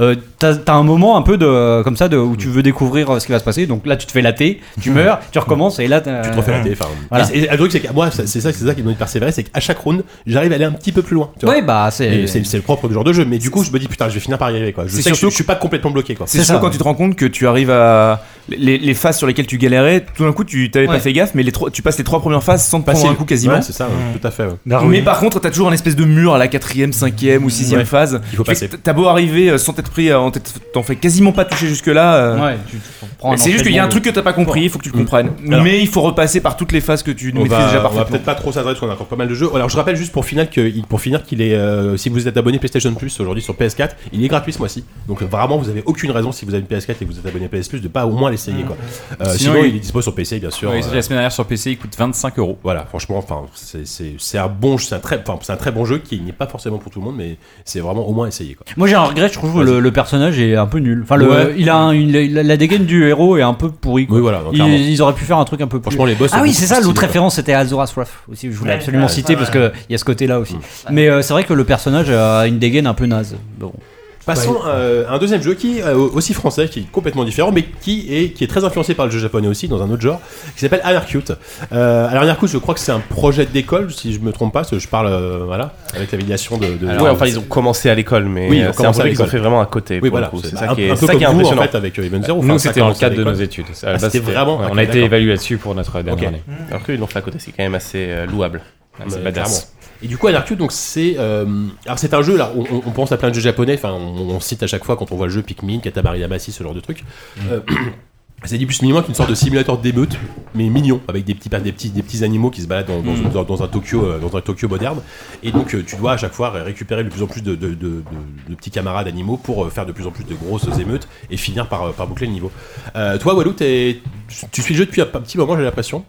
euh, t'as t'as un moment un peu de comme ça de, où tu veux découvrir euh, ce qui va se passer. Donc là, tu te fais latter,
[LAUGHS]
tu meurs, tu recommences et là, tu
Tu te refais la télé, enfin,
Voilà.
Et, et le truc, c'est que moi, ça- c'est ça, c'est ça qui m'a donné de persévérer, c'est qu'à chaque round, j'arrive à aller un petit peu plus loin. tu vois.
Ouais, bah, c'est-
Et c'est c'est le propre du genre de jeu. Mais du coup, je me dis putain, je vais finir par y arriver quoi. Je
C'est
sais que je,
surtout
je suis pas complètement bloqué quoi.
Bah, C'est surtout quand tu te rends compte que tu arrives à les, les phases sur lesquelles tu galérais, tout d'un coup tu t'avais
Ouais.
pas fait gaffe, mais les trois, tu passes les trois premières phases sans te
Facile.
prendre un coup quasiment.
Ouais, c'est ça, ouais, tout à fait. ouais.
Mais par contre, t'as toujours un espèce de mur à la quatrième, cinquième ou sixième
Ouais,
phase.
qu'il faut
Fait que
passer.
T'as beau arriver euh, sans t'être pris, euh, en tête- t'en fais quasiment pas toucher jusque là.
Ouais, tu- tu prends un
c'est juste qu'il y a un
entraînement
truc que t'as pas compris, il faut que tu le comprennes. mais il faut repasser par toutes les phases que tu
On
maîtrises
va,
déjà
on va
parfaitement.
peut-être pas trop s'adresser, on a encore pas mal de jeux. Alors je rappelle juste pour finir que pour finir qu'il est euh, si vous êtes abonné PlayStation Plus aujourd'hui sur PS4, il est gratuit ce mois-ci. Donc euh, vraiment vous avez aucune raison si vous avez une PS4 et que vous êtes abonné PS Plus de pas au moins l'essayer quoi. Euh, sinon,
Sinon,
il
il-
est dispo sur PC bien sûr.
Ouais,
Euh,
La semaine dernière sur PC, il coûte 25 euros.
Voilà, franchement, enfin, c'est- c'est c'est un bon, c'est un très, enfin, c'est un très bon jeu qui n'est pas forcément pour tout le monde, mais c'est vraiment au moins essayer quoi.
Moi j'ai un regret, je trouve
Vas-y.
le, le personnage est un peu nul. Enfin, le,
Ouais.
il a un- une- la- la dégaine du héros est un peu pourrie. quoi.
Oui, voilà,
Ils,
clairement.
ils auraient pu faire un truc un peu plus.
Franchement, les boss
Ah
sont
oui,
beaucoup
c'est ça.
plus
L'autre
stylés,
référence c'était Azora Swaff aussi. Je voulais
Ouais,
absolument
ouais,
citer
ouais,
parce que il y a ce côté-là aussi. Mais euh, c'est vrai que le personnage a une dégaine un peu naze. Bon. hein,
Passons euh, à un deuxième jeu qui est euh, aussi français, qui est complètement différent, mais qui est, qui est très influencé par le jeu japonais aussi, dans un autre genre, qui s'appelle Anarchute. Euh, alors Anarchute, je crois que c'est un projet d'école, si je me trompe pas, parce que je parle euh, voilà, avec la validation de... de-
ouais, enfin, ils ont commencé à l'école, mais
Oui, ils ont
euh, c'est un
commencé à
projet qu'ils ont
l'école.
fait vraiment à côté.
Oui,
pour
voilà,
le coup.
c'est
C'est
un-
ça qui
un
est,
peu
c'est ça qui est
comme vous, en
impressionnant.
fait, avec, euh, Even Zero, enfin,
Nous,
ça
c'était dans le
commence à
cadre de nos
l'école.
études. À la
Ah,
base,
c'était vraiment-
ouais,
ok,
On a été
d'accord.
évalué là-dessus pour notre dernière
Ok. Mm. Ah,
année.
Alors qu'ils l'ont fait à côté, c'est quand même assez euh, louable.
Ouais, Ah, c'est
Mais
badass.
clairement. Et du coup, Anarchute, donc c'est, euh, alors c'est un jeu. Là, on, on- on pense à plein de jeux japonais. Enfin, on, on cite à chaque fois quand on voit le jeu Pikmin, Katamari Damacy, ce genre de truc.
Mm.
Euh, [CLEARS THROAT] c'est ni plus ni moins qu'une sorte de simulateur d'émeute, mais mignon, avec des petits, des petits, des petits animaux qui se baladent dans, dans,
Mm.
dans- dans un Tokyo, euh, dans un Tokyo moderne. Et donc, euh, tu dois à chaque fois récupérer de plus en plus de, de- de- de- de petits camarades animaux pour euh, faire de plus en plus de grosses émeutes et finir par, euh, par boucler le niveau. Euh, toi, Walou, t'es- tu- tu suis le jeu depuis un petit moment, j'ai l'impression.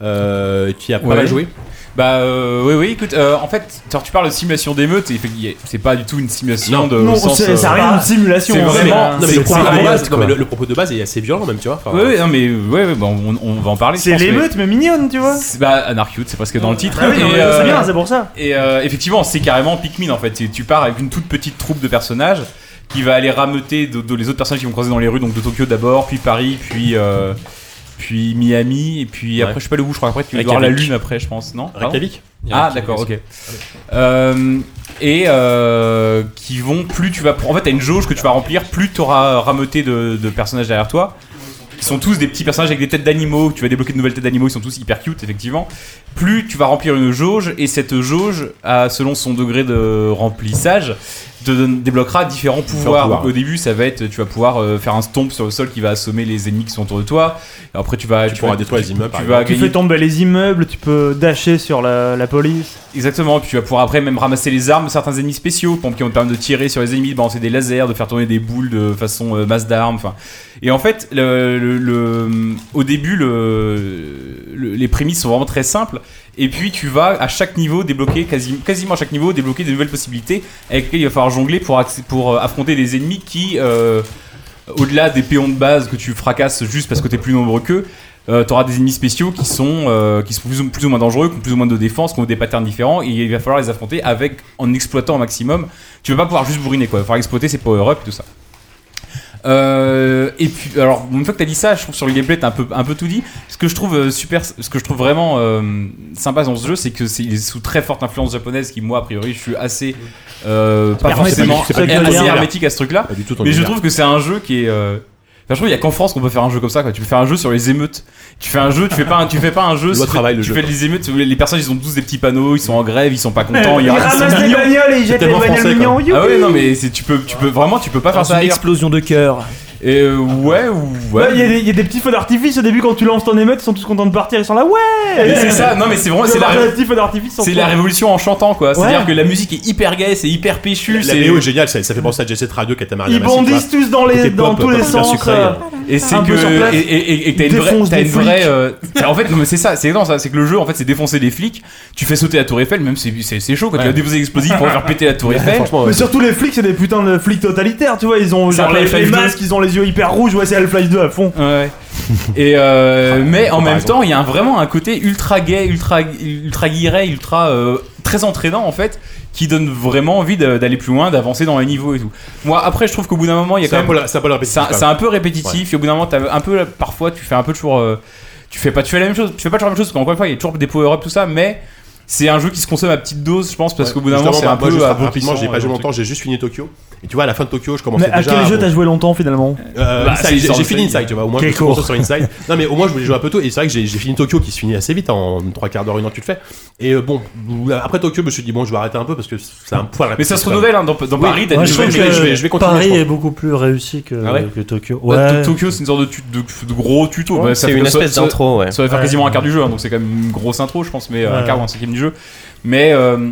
Euh, tu y as pas
Ouais.
mal joué.
Bah euh, oui, oui, écoute, euh, en fait, alors, tu parles de simulation d'émeute, et fait qu'il y a- c'est pas du tout une simulation
Non,
de.
non,
au sens,
c'est- ça a
euh,
rien de simulation,
C'est
hein,
vraiment.
Non, mais
c'est-
le propos,
c'est
de
la
base,
réalité,
non,
quoi.
mais le- le propos de base est assez violent, même, tu vois. enfin,
Ouais, ouais, non, mais ouais, ouais, bah, on, on va en parler. je
C'est
pense, mais-
l'émeute, mais mignonne, tu vois.
C'est- Bah, Anarchute, c'est presque dans le titre.
Ah oui,
Et,
non, mais
euh,
c'est bien, c'est pour ça.
Et euh, effectivement, c'est carrément Pikmin en fait. Tu, tu pars avec une toute petite troupe de personnages qui va aller rameuter de, de- les autres personnages qui vont croiser dans les rues, donc de Tokyo d'abord, puis Paris, puis euh, puis Miami, et puis
Ouais.
après je sais pas le où, je crois après tu vas voir
Reykjavik.
la lune après, je pense, non Pardon
Reykjavik
Ah d'accord, ok. Euh, et euh, qui vont plus tu vas en fait t'as une jauge que tu vas remplir, plus t'auras rameuté de, de personnages derrière toi. Ils sont tous des petits personnages avec des têtes d'animaux, tu vas débloquer de nouvelles têtes d'animaux, ils sont tous hyper cute effectivement. Plus tu vas remplir une jauge, et cette jauge, à- selon son degré de remplissage, te donne- débloquera différents pouvoirs.
pouvoirs.
Donc, au début, ça va être, tu vas pouvoir euh, faire un stomp sur le sol qui va assommer les ennemis qui sont autour de toi. Et après, tu vas, tu,
pourras
vas-
détruire
tu-
les immeubles, par
Tu vas
Tu
gagner
fais tomber les immeubles, tu peux dasher sur la, la police.
Exactement, puis tu vas pouvoir après même ramasser les armes de certains ennemis spéciaux, pompes qui vont te permettre de tirer sur les ennemis, de balancer des lasers, de faire tourner des boules de façon euh, masse d'armes. Enfin, et en fait, le, le- le- au début, le, le- les prémices sont vraiment très simples. Et puis tu vas à chaque niveau débloquer quasi- quasiment à chaque niveau débloquer des nouvelles possibilités avec lesquelles il va falloir jongler pour acc- pour euh, affronter des ennemis qui euh, au-delà des péons de base que tu fracasses juste parce que t'es plus nombreux qu'eux, euh, t'auras des ennemis spéciaux qui sont, euh, qui sont plus, ou, plus ou moins dangereux, qui ont plus ou moins de défense, qui ont des patterns différents, et il va falloir les affronter avec, en exploitant au maximum. Tu vas pas pouvoir juste bourriner, quoi. Il va falloir exploiter ses power-up et tout ça. Euh, et puis, alors, une fois que t'as dit ça, je trouve que sur le gameplay, t'as un peu, un peu tout dit. Ce que je trouve euh, super, ce que je trouve vraiment euh, sympa dans ce jeu, c'est que c'est il est sous très forte influence japonaise, qui moi, a priori, je suis assez euh, pas
Hermétique,
forcément
c'est pas du tout
assez
ton univers.
hermétique à ce truc-là.
Pas du tout ton
Mais je
univers.
trouve que c'est un jeu qui est. euh, Enfin, je trouve qu'il y a qu'en France qu'on peut faire un jeu comme ça. Quoi. Tu peux faire un jeu sur les émeutes. Tu fais un jeu, tu fais pas un, tu fais pas un jeu.
Il
sur-
retravaille le
tu
jeu,
fais
quoi.
des émeutes. Les personnes, ils ont tous des petits panneaux, ils sont en grève, ils sont pas contents.
Ils
ils sont
ramassent les
mignons.
bagnoles et ils
C'est
jettent les
tellement
bagnoles
français, quoi.
mignons,
Ah ouais,
youpi.
non, mais c'est- tu peux, tu peux vraiment, tu peux pas faire ça.
une
ailleurs.
Ah, bah, explosion de cœur.
Et euh, ouais, ou- ouais.
Ouais, Il y, a des- il y a des petits feux d'artifice au début quand tu lances ton émeute, ils sont tous contents de partir, ils sont là, ouais!
Mais c'est ça, non, mais c'est vraiment-
Tu
c'est
vas
la-
voir les petits feux d'artifice, ils sont
C'est la
contents.
révolution en chantant quoi.
Ouais.
C'est-à-dire que la musique est hyper gaie, c'est hyper péchu.
La
c'est-
BO est géniale, ça, ça fait penser à Jet Set Radio, Katamari
Ils
Damacy, tu
bondissent
vois.
tous dans, les,
Côté
dans
pop,
tous les
hyper
sens.
sucré,
euh,
hein.
Et c'est
un peu sur
que
place.
et, et- et- et que t'as une vraie,
Défonce
t'as
des
une vraie
flics.
euh, t'as- en fait non mais c'est ça, c'est évident ça, c'est que le jeu en fait c'est défoncer les flics. Tu fais sauter la Tour Eiffel, même c'est c'est c'est chaud quand tu vas déposer l'explosif pour faire péter la Tour Eiffel.
Mais surtout les flics, c'est des putains de flics totalitaires, tu vois, ils ont
C'est
genre, les,
Half-Life
les
2.
masques, ils ont les yeux hyper rouges, ouais, c'est Half-Life 2 à fond.
Ouais. Et euh,
Ah,
mais en même
raison.
temps, il y a un- vraiment un côté ultra gay, ultra ultra guiré, ultra euh, très entraînant en fait, qui donne vraiment envie de- d'aller plus loin, d'avancer dans les niveaux et tout. Moi, après, je trouve qu'au bout d'un moment, il y a
C'est
quand
un peu
même
la- c'est un peu la répétition,
c'est un-
quand même.
c'est un peu répétitif. Et au bout d'un moment, t'as un peu la- parfois, tu fais un peu toujours, euh, tu fais pas, tu fais la même chose, tu fais pas toujours la même chose. Parce qu'encore une fois, il y a toujours des power-up tout ça, mais c'est un jeu qui se consomme à petite dose, je pense, parce qu'au bout d'un moment,
Justement,
c'est
bah,
un
moi,
peu euh,
juste
à
rapidement, j'ai pas joué longtemps, j'ai juste fini Tokyo. Et tu vois, à la fin de Tokyo, je commençais
Mais à
déjà.
quel
à-
jeu t'as joué longtemps finalement
Euh,
Bah,
Inside,
c'est
j'ai
sur
j'ai fini
Inside.
Inside, tu vois. Au moins, je
Qui
me
est
suis concentré
court.
sur Inside. Non, mais au moins, je voulais jouer un peu tôt. Et c'est vrai que j'ai j'ai fini Tokyo qui se finit assez vite. En trois quarts d'heure, une heure, tu le fais. Et euh, bon, après Tokyo, je me suis dit, bon, je vais arrêter un peu parce que c'est un poil.
Mais ça se renouvelle hein, dans, dans
Oui.
Paris. t'as
Moi,
des
je trouve
nouvelles-
que- je vais- je vais continuer,
Paris
je pense.
est beaucoup plus réussi que,
Ah ouais
que Tokyo.
Bah,
Ouais.
Tokyo, c'est une sorte de, tu- de- de gros
oh,
tuto.
Ouais,
Bah, ça
c'est
fait-
une
ça-
espèce
ça-
d'intro, ouais.
Ça va faire
Ouais.
quasiment un quart du jeu, hein, donc c'est quand même une grosse intro, je pense, mais euh, un
Ouais.
quart ou un cinquième du jeu. Mais euh,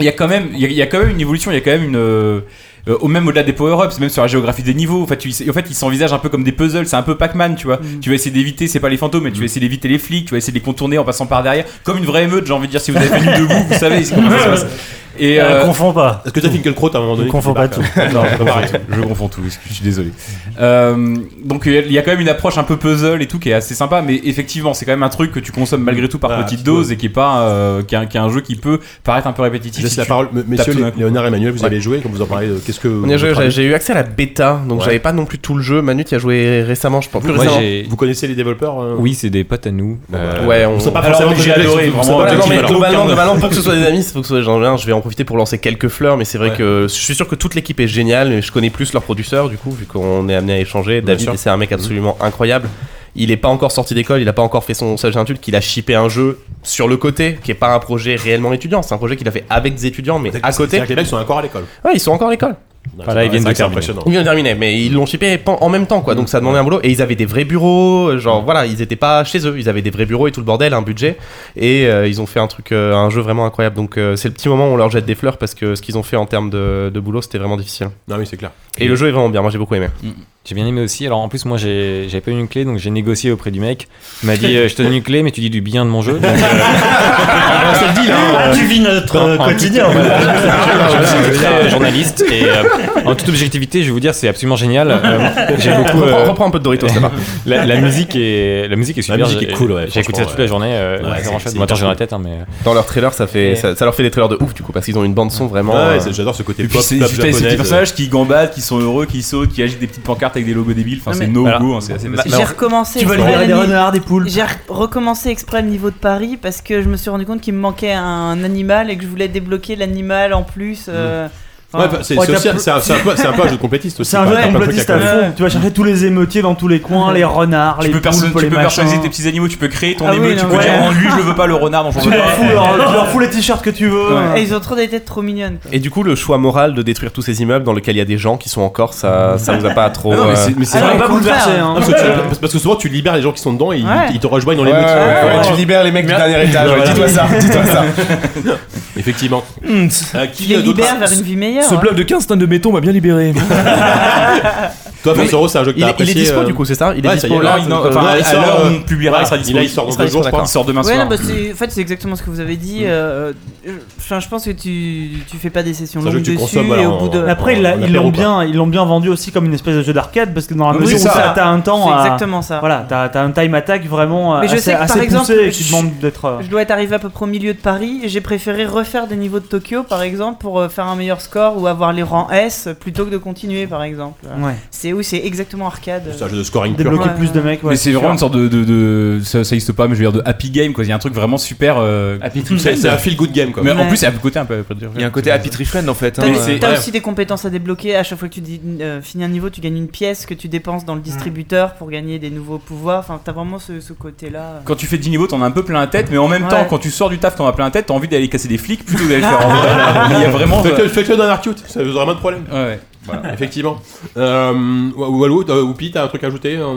il y a quand même, il y a- il y, a quand même une évolution, il y a quand même une. euh, euh, au même au-delà des power-ups, même sur la géographie des niveaux, en fait, tu, en fait ils s'envisagent un peu comme des puzzles, c'est un peu Pac-Man, tu vois.
Mm.
Tu vas essayer d'éviter, c'est pas les fantômes, mais
Mm.
tu vas essayer d'éviter les flics, tu vas essayer de les contourner en passant par derrière, comme une vraie émeute, j'ai envie de dire, si vous avez fait une debout, vous savez c'est comment ça
[LAUGHS]
se passe. Et,
Euh, confonds pas.
Est-ce que t'as Finkielkraut à un moment
Ne
donné qui
confonds pas
débarque, [LAUGHS]
tout.
euh,
non, je
c'est pas
confonds
pareil.
tout. Je confonds tout, excuse- je suis désolé. Euh, donc il y a quand même une approche un peu puzzle et tout qui est assez sympa, mais effectivement c'est quand même un truc que tu consommes malgré tout par petite dose et qui est pas euh, qui est un, qui est un jeu qui peut paraître un peu répétitif.
Je laisse
si
la
tu
parole,
tapes
messieurs
tout d'un
Lé-
coup.
Léonard et Emmanuel, vous
Ouais.
avez joué, quand vous en parlez, euh, qu'est-ce que.
On y a joué,
votre
j'ai
avis
j'ai eu accès à la bêta, donc
Ouais.
j'avais pas non plus tout le jeu. Manu, tu as joué récemment, je pense. Plus
Moi,
récemment.
j'ai-
Vous connaissez les développeurs euh bah,
Oui, c'est des potes à nous. Euh,
Ouais, bah, on-
Ils sont pas
Alors,
forcément
j'ai
obligés
adoré,
d'être-
vraiment,
ils sont pas
voilà, non,
obligés
mais
d'être- [LAUGHS]
globalement,
aucun-
globalement, pour que ce soit des amis, il faut que ce soit des gens bien. Je vais en profiter pour lancer quelques fleurs, mais c'est vrai que je suis sûr que toute l'équipe est géniale. et Je connais plus leurs producteurs, du coup, vu qu'on est amené à échanger. David,
sûr. Mm-hmm.
c'est un mec absolument incroyable. Il est pas encore sorti d'école, il a pas encore fait son stage d'intulte, qu'il a shippé un jeu sur le côté, qui est pas un projet réellement étudiant. C'est un projet qu'il a fait avec des étudiants, mais à côté.
C'est-à-dire que les mecs sont encore à l'école.
Ouais, ils sont encore à l'école.
Voilà, ils viennent de
C'est
terminer.
impressionnant.
Ils viennent de terminer, mais ils l'ont shippé pen- en même temps, quoi. Donc ça demandait un boulot. Et ils avaient des vrais bureaux, euh, genre voilà, ils étaient pas chez eux. Ils avaient des vrais bureaux et tout le bordel, un budget. Et euh, ils ont fait un truc, euh, un jeu vraiment incroyable. Donc euh, c'est le petit moment où on leur jette des fleurs parce que ce qu'ils ont fait en termes de, de boulot, c'était vraiment difficile.
Non, oui, c'est clair.
Et le jeu est vraiment bien. Moi j'ai beaucoup aimé.
Mm, J'ai bien aimé aussi. Alors en plus, moi, j'ai- j'avais pas eu une clé, donc j'ai négocié auprès du mec. Il m'a dit euh, Je te donne une clé, mais tu dis du bien de mon jeu. Donc, euh, on se le dit là. hein.
Ah, tu vis notre euh,
en- en-
quotidien.
Je suis très journaliste et euh, en toute objectivité, je vais vous dire, c'est absolument génial. Euh, J'ai beaucoup. euh,
Reprends, reprends un peu de Doritos, ça va.
[LAUGHS] la, la musique est la musique est super.
musique
j'ai-
est cool, ouais,
J'ai écouté ça
franchement,
toute la journée. Euh,
Ouais,
ouais,
c'est-
grand
c'est
chose. Bon, attends,
hyper
j'ai dans la
cool.
tête, hein, mais.
Dans leur trailer, ça fait,
Et-
ça, ça leur fait des trailers de ouf du coup parce qu'ils ont une bande son vraiment.
Ah ouais,
euh,
c'est- j'adore ce côté
Et puis
pop,
c'est
pop
putain, c'est des
japonaise.
personnages qui gambadent, qui sont heureux, qui sautent, qui agitent des petites pancartes avec des logos débiles. Enfin,
Non,
c'est
mais-
no
Voilà.
go, hein, c'est assez facile.
J'ai recommencé.
Tu vas
exprès
libérer des
l'anime-
renards, des poules.
J'ai re- recommencé exprès le niveau de Paris parce que je me suis rendu compte qu'il me manquait un animal et que je voulais débloquer l'animal en plus.
Mm.
euh,
Ouais,
enfin,
bah, c'est
Ah. Ouais,
c'est
t'as
aussi un-
plus-
c'est un, c'est un peu- c'est un peu un jeu de complétiste aussi.
C'est un
quoi.
jeu
T'as plein de
complotiste à
trucs à
fond. Tu vas chercher tous les émeutiers dans tous les coins, les renards,
Tu
les
peux,
poules,
perso- tu
les
peux personnaliser
machins.
tes petits animaux, tu peux créer ton
Ah oui,
émeute, tu
non,
peux
ouais.
[LAUGHS]
dire en lui je veux pas le renard, dont j'en
Tu
veux
leur
pas.
fous leur- tu leur fous les t-shirts que tu veux.
Ouais.
Et ils ont trop d'idées trop mignonnes. quoi.
Et du coup, le choix moral de détruire tous ces immeubles dans lesquels il y a des gens qui sont encore, ça, ça nous a pas trop.
Ah non, mais
euh,
c'est- mais c'est
Ah
vrai.
non,
pas
au contraire.
bouleversé, hein.
Non, parce, que tu- parce- parce que souvent tu libères les gens qui sont dedans et ils,
Ouais.
ils te rejoignent dans les
Ouais, ouais,
meutes.
ouais,
Ouais.
tu libères les mecs du dernier étage. ouais, Dis-toi ça, dis-toi ça.
[LAUGHS]
Hmm.
Effectivement. Euh,
Tu
qui
les
euh, d'autre
libères vers une vie meilleure.
Ce
hein.
bloc de 15 tonnes de béton m'a bien libéré.
Toi,
Non, mais
Force Euro, c'est un jeu que
il
t'as
est- il est
apprécié.
dispo,
euh,
du coup, c'est ça Il est
ouais,
dispo
y
là,
ouais,
il-
euh,
enfin,
ouais,
à
il sort,
l'heure où
euh,
on publiera,
ouais,
il sera dispo.
sort
Il
dans deux
sera
jours, je
dispo,
crois.
d'accord. Il sort demain
Ouais,
soir.
non, bah, c'est- en fait, c'est exactement ce que vous avez dit.
Mm.
euh, euh, enfin, je pense que tu, tu fais pas des sessions
C'est un jeu
longues
que tu
dessus
consommes, euh, voilà,
et au
en-
bout de.
en-
Après, ils l'a-
en
ils l'ont
apéro, quoi.
bien, ils l'ont bien vendu aussi comme une espèce de jeu d'arcade parce que dans la
Oui,
mesure où
c'est ça.
ça, t'as un temps,
C'est
à-
exactement ça.
Voilà, t'as t'as un time attack vraiment euh,
Mais je
assez,
sais que, par
assez poussé
exemple,
et qui
je-
demande d'être. euh,
Je dois être arrivé à peu près au milieu de Paris et j'ai préféré refaire des niveaux de Tokyo par exemple pour euh, faire un meilleur score ou avoir les rangs S plutôt que de continuer par exemple. Euh,
Ouais.
C'est oui, c'est exactement arcade.
C'est un jeu de scoring pur.
Débloquer
Ouais,
plus de mecs. ouais,
mais c'est
sûr.
vraiment une sorte de, de, de- ça, ça existe pas mais je veux dire de happy game quoi il y a un truc vraiment super euh,
C'est c'est un feel good game, quoi.
mais en
Ouais.
plus c'est à côté un peu après dire-
[LAUGHS] Il y a un côté happy tree friend en fait. hein.
T'as
Mais c'est-
t'as
ouais.
aussi des compétences à débloquer. À chaque fois que tu dis- euh, finis un niveau, tu gagnes une pièce que tu dépenses dans le distributeur pour gagner des nouveaux pouvoirs. Enfin, t'as vraiment ce, ce côté-là.
quand tu fais 10 niveaux t'en as un peu plein la tête mais en même
Ouais.
temps quand tu sors du taf t'en as plein la tête t'as envie d'aller casser des flics plutôt que d'aller faire en- Ah, il y a vraiment euh,
Fais que- Fais que d'un arcute, ça vous aura moins de problème.
Ouais, ouais.
Effectivement. Euh, Walou, euh, Whoopi, t'as un truc à ajouter euh,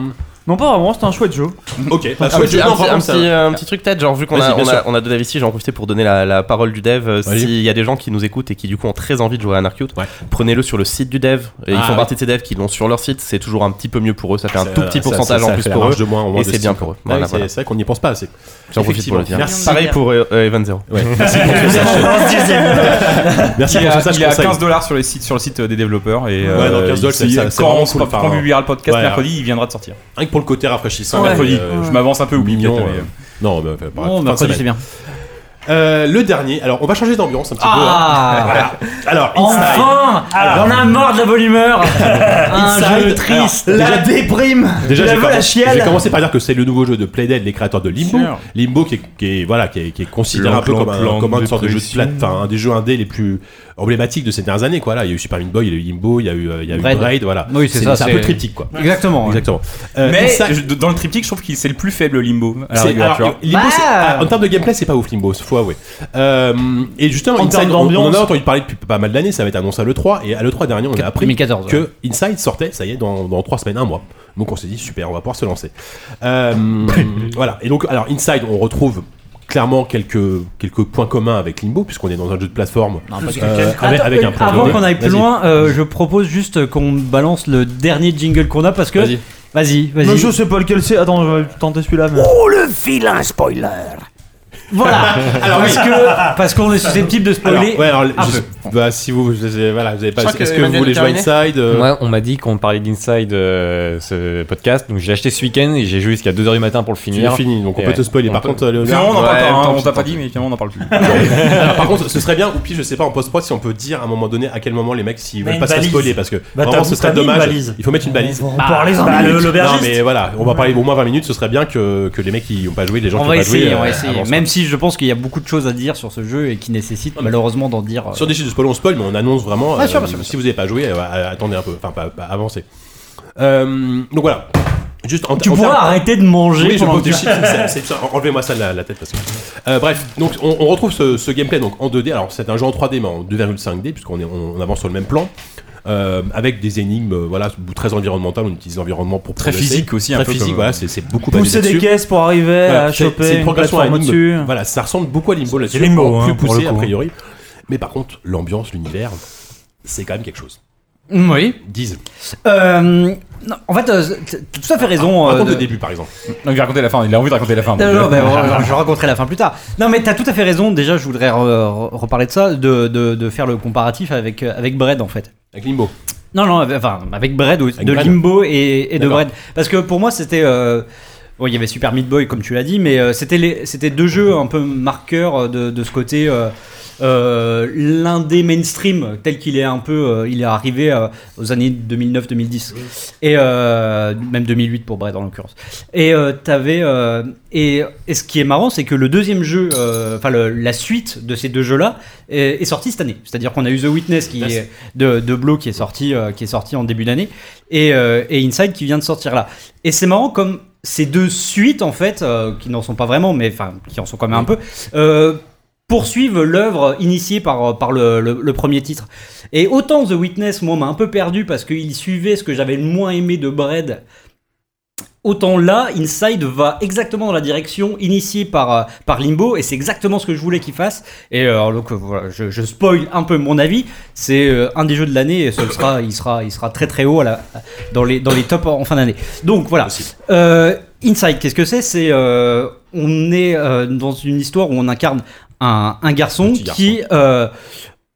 Non, pas vraiment, c'était [LAUGHS] un chouette jeu.
Ok, bah,
Un
chouette,
petit,
je
un
non,
petit-
par
un
contre, ça-
petit- un petit truc peut-être, genre vu qu'on
Vas-y,
a,
bien
on a,
sûr.
on a deux avis ici, j'en profite pour donner la, la parole du dev. Euh,
Vas-y.
S'il y a des gens qui nous écoutent et qui du coup ont très envie de jouer à Anarchute,
Ouais.
prenez-le sur le site du dev. Et ils
Ah,
font
ouais.
partie de ces devs qui l'ont sur leur site, c'est toujours un petit peu mieux pour eux, ça fait un
ça-
tout petit
ça-
pourcentage
ça- ça
en plus
fait la
pour eux.
marge de moins, au moins
et
de
c'est
six,
bien
quoi.
pour eux.
Ouais,
Voilà,
c'est
voilà.
c'est vrai qu'on n'y pense pas assez.
J'en profite pour le dire.
Merci.
Pareil pour euh, euh, Evan Zero.
Ouais. [LAUGHS]
[LAUGHS]
Merci
il y
pour
a,
ce sage
il y a
conseil.
15 dollars sur, les sites- sur le site euh, des développeurs et euh,
Ouais, non, 15 dollars,
si-
c'est- c'est- c'est
quand,
vraiment
on
cool,
quand
enfin,
on publiera le podcast
ouais.
mercredi il viendra de sortir
Rien que pour le côté rafraîchissant.
mercredi
euh,
je m'avance un peu au
mignon.
peut-être, mais,
euh, Non, mais euh, pareil, fin
Bon,
de
mercredi,
semaine.
c'est bien.
Euh, le dernier, alors on va changer d'ambiance un petit
Ah.
peu. hein. Voilà. Alors, Inside.
Enfin On a marre de la
[LAUGHS]
volumeur Un jeu
Inside,
triste
alors,
La
déjà-
déprime
Déjà,
la
j'ai
veux,
commencé-
la chiale
j'ai commencé par dire que c'est le nouveau jeu de Playdead, les créateurs de Limbo.
Sûr.
Limbo qui est, qui est- voilà, qui est, qui est considéré
Plan,
un peu
plan,
comme, un-
plan
comme
de
une sorte de jeu de
pression.
plate, enfin, un des jeux indés les plus emblématiques de ces dernières années, quoi. Là, il y a eu Super Meat Boy, il y a eu Limbo, il y a eu, euh, il y a eu
Braid.
Braid, voilà.
Oui, c'est ça,
C'est un
c'est-
peu triptyque, quoi.
Exactement. ouais.
Exactement. Euh,
mais
Inside-
je- dans le triptyque je trouve que c'est le plus faible limbo à la
C'est-
rigueur,
alors,
tu vois.
Limbo,
Bah
c'est- ah, en termes de gameplay, c'est pas ouf Limbo, faut avouer. Euh, et justement,
En
Inside,
termes
on, on en
d'ambiance.
a entendu parler depuis pas mal d'années, ça va être annoncé à l'E3, et à l'E3 dernier, on a appris
2014, ouais.
que Inside sortait, ça y est, dans, dans 3 semaines, un mois. Donc on s'est dit, super, on va pouvoir se lancer.
[LAUGHS]
Euh, voilà, et donc, alors Inside, on retrouve clairement quelques, quelques points communs avec Limbo, puisqu'on est dans un jeu de plateforme
Non, parce que-
euh, avec,
Attends,
avec un
euh,
plan de
avant
jeu.
qu'on aille plus
Vas-y.
loin, euh, je propose juste qu'on balance le dernier jingle qu'on a parce que.
Vas-y.
Vas-y, vas-y.
Non, je sais pas lequel c'est. Attends, je vais tenter celui-là. mais-
Oh, le vilain spoiler
Voilà. parce
Ah.
que parce qu'on est susceptible de
Alors,
spoiler.
ouais, alors,
un
je- bah, si vous, je- voilà, vous avez pas,
crois que
est-ce que vous
Emmanuel
voulez jouer
a
Inside euh,
Moi, on m'a dit qu'on parlait d'Inside euh, ce podcast, donc j'ai acheté ce week-end et j'ai joué jusqu'à 2h du matin pour le
Tu l'as
finir.
fini, donc on
Et
peut
ouais.
te spoiler.
On
Par
peut-
contre, Léonard,
Finalement, on en parle
Ouais,
pas, hein,
tant
on
pis,
t'a
tant
pas dit, mais finalement, on en parle
[LAUGHS]
plus.
[LAUGHS]
Alors, par contre, ce serait bien, ou puis je sais pas en post-prod si on peut dire à un moment donné à quel moment les mecs s'ils
Mais
veulent
une
pas se faire
balise.
spoiler parce que
Bah,
vraiment
t'as-
ce
t'as
serait
mis une
dommage.
balise.
Il faut mettre une balise.
On parlait en
bah, le-
minutes.
l'aubergiste.
Non mais voilà, on va parler au moins 20 minutes, ce serait bien que, que les mecs qui ont pas joué, les gens
on
qui ont
va
pas
essayer,
joué.
on
euh,
va essayer.
avancent.
Même si je pense qu'il y a beaucoup de choses à dire sur ce jeu et qui nécessite malheureusement d'en dire. euh,
Sur des chiffres de spoil, on spoil, mais on annonce vraiment.
Ah, sûr,
euh,
bien sûr, bien
Si vous n'avez pas joué, euh, euh, attendez un peu, enfin pas, pas- avancez. Euh, donc voilà. Juste en
Tu
en
pourras
termes-
arrêter de manger
Oui, je
pendant
pose
que
du
tu-
chiffre, c'est- c'est- c'est- Enlevez-moi ça de la, la tête parce que. Euh, bref, donc on, on retrouve ce, ce gameplay donc en 2D. Alors c'est un jeu en 3D mais en 2,5D puisqu'on est on, on avance sur le même plan. euh, avec des énigmes euh, voilà très environnementales on utilise l'environnement pour
Très
progresser.
physique aussi, un
très
peu
physique
comme-
voilà c'est c'est beaucoup
Pousser
basé
des
là-dessus.
caisses pour arriver à
Voilà, c'est- c'est
choper
une
une
progression à
plateforme
énigme.
au-dessus.
voilà ça ressemble beaucoup à Limbo là-dessus
C'est Limbo,
encore
hein,
plus
pour le
poussé a
coup.
priori mais par contre l'ambiance l'univers c'est quand même quelque chose
Oui.
disent Ah,
Euh, non, en fait, euh, t'as t'as tout à fait raison. euh,
raconte
de-
le début par exemple
Non, il va raconter la fin, il a envie de raconter la fin. euh,
Non, non,
[LAUGHS]
ben, on- je raconterai la fin plus tard. Non, mais t'as tout à fait raison. Déjà, je voudrais re- re- reparler de ça, de, de- de faire le comparatif avec, euh, avec Bread en fait.
avec Limbo
Non, non, avec- enfin, avec Bread, ou- de
Bread.
Limbo et, et de
D'accord.
Bread. Parce que pour moi, c'était. euh, bon, il y avait Super Meat Boy, comme tu l'as dit, mais euh, c'était les- c'était deux jeux un peu marqueurs de, de ce côté. euh, euh, l'un des mainstream tel qu'il est un peu euh, il est arrivé euh, aux années 2009-2010 et euh, même 2008 pour Bread en l'occurrence et euh, t'avais euh, et, et ce qui est marrant c'est que le deuxième jeu euh, enfin le- la suite de ces deux jeux là est, est sorti cette année c'est à dire qu'on a eu The Witness qui est de, de Blo qui est sorti euh, qui est sorti en début d'année et, euh, et Inside qui vient de sortir là et c'est marrant comme ces deux suites en fait euh, qui n'en sont pas vraiment mais enfin qui en sont quand même un peu euh, poursuivent l'œuvre initiée par, euh, par le, le- le premier titre. Et autant The Witness, moi, m'a un peu perdu parce qu'il suivait ce que j'avais le moins aimé de Bread. Autant là, Inside va exactement dans la direction initiée par, euh, par Limbo, et c'est exactement ce que je voulais qu'il fasse. Et euh, alors, donc, euh, voilà, je, je spoil un peu mon avis. C'est euh, un des jeux de l'année, et ce
[COUGHS]
sera, il, sera, il sera très très haut à la- dans, les, dans les tops en, en fin d'année. Donc voilà. Euh, Inside, qu'est-ce que c'est C'est. euh, on est euh, dans une histoire où on incarne un, un garçon, qui. euh,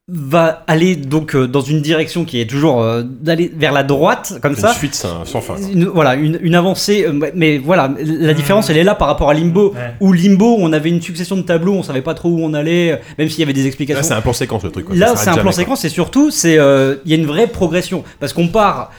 va aller donc euh, dans une direction qui est toujours euh, d'aller vers la droite comme
Une
ça
suite sans sans fin. quoi.
une- voilà, une, une avancée. euh, mais- Mais voilà, la différence, elle est là par rapport à Limbo.
Ouais.
Où Limbo, on avait une succession de tableaux, on savait pas trop où on allait, euh, même s'il y avait des explications.
Là, c'est un plan séquence le truc. quoi. Ça
Là,
s'arrête
c'est un
jamais,
plan
quoi.
séquence et surtout, c'est euh, il y a une vraie progression parce qu'on part.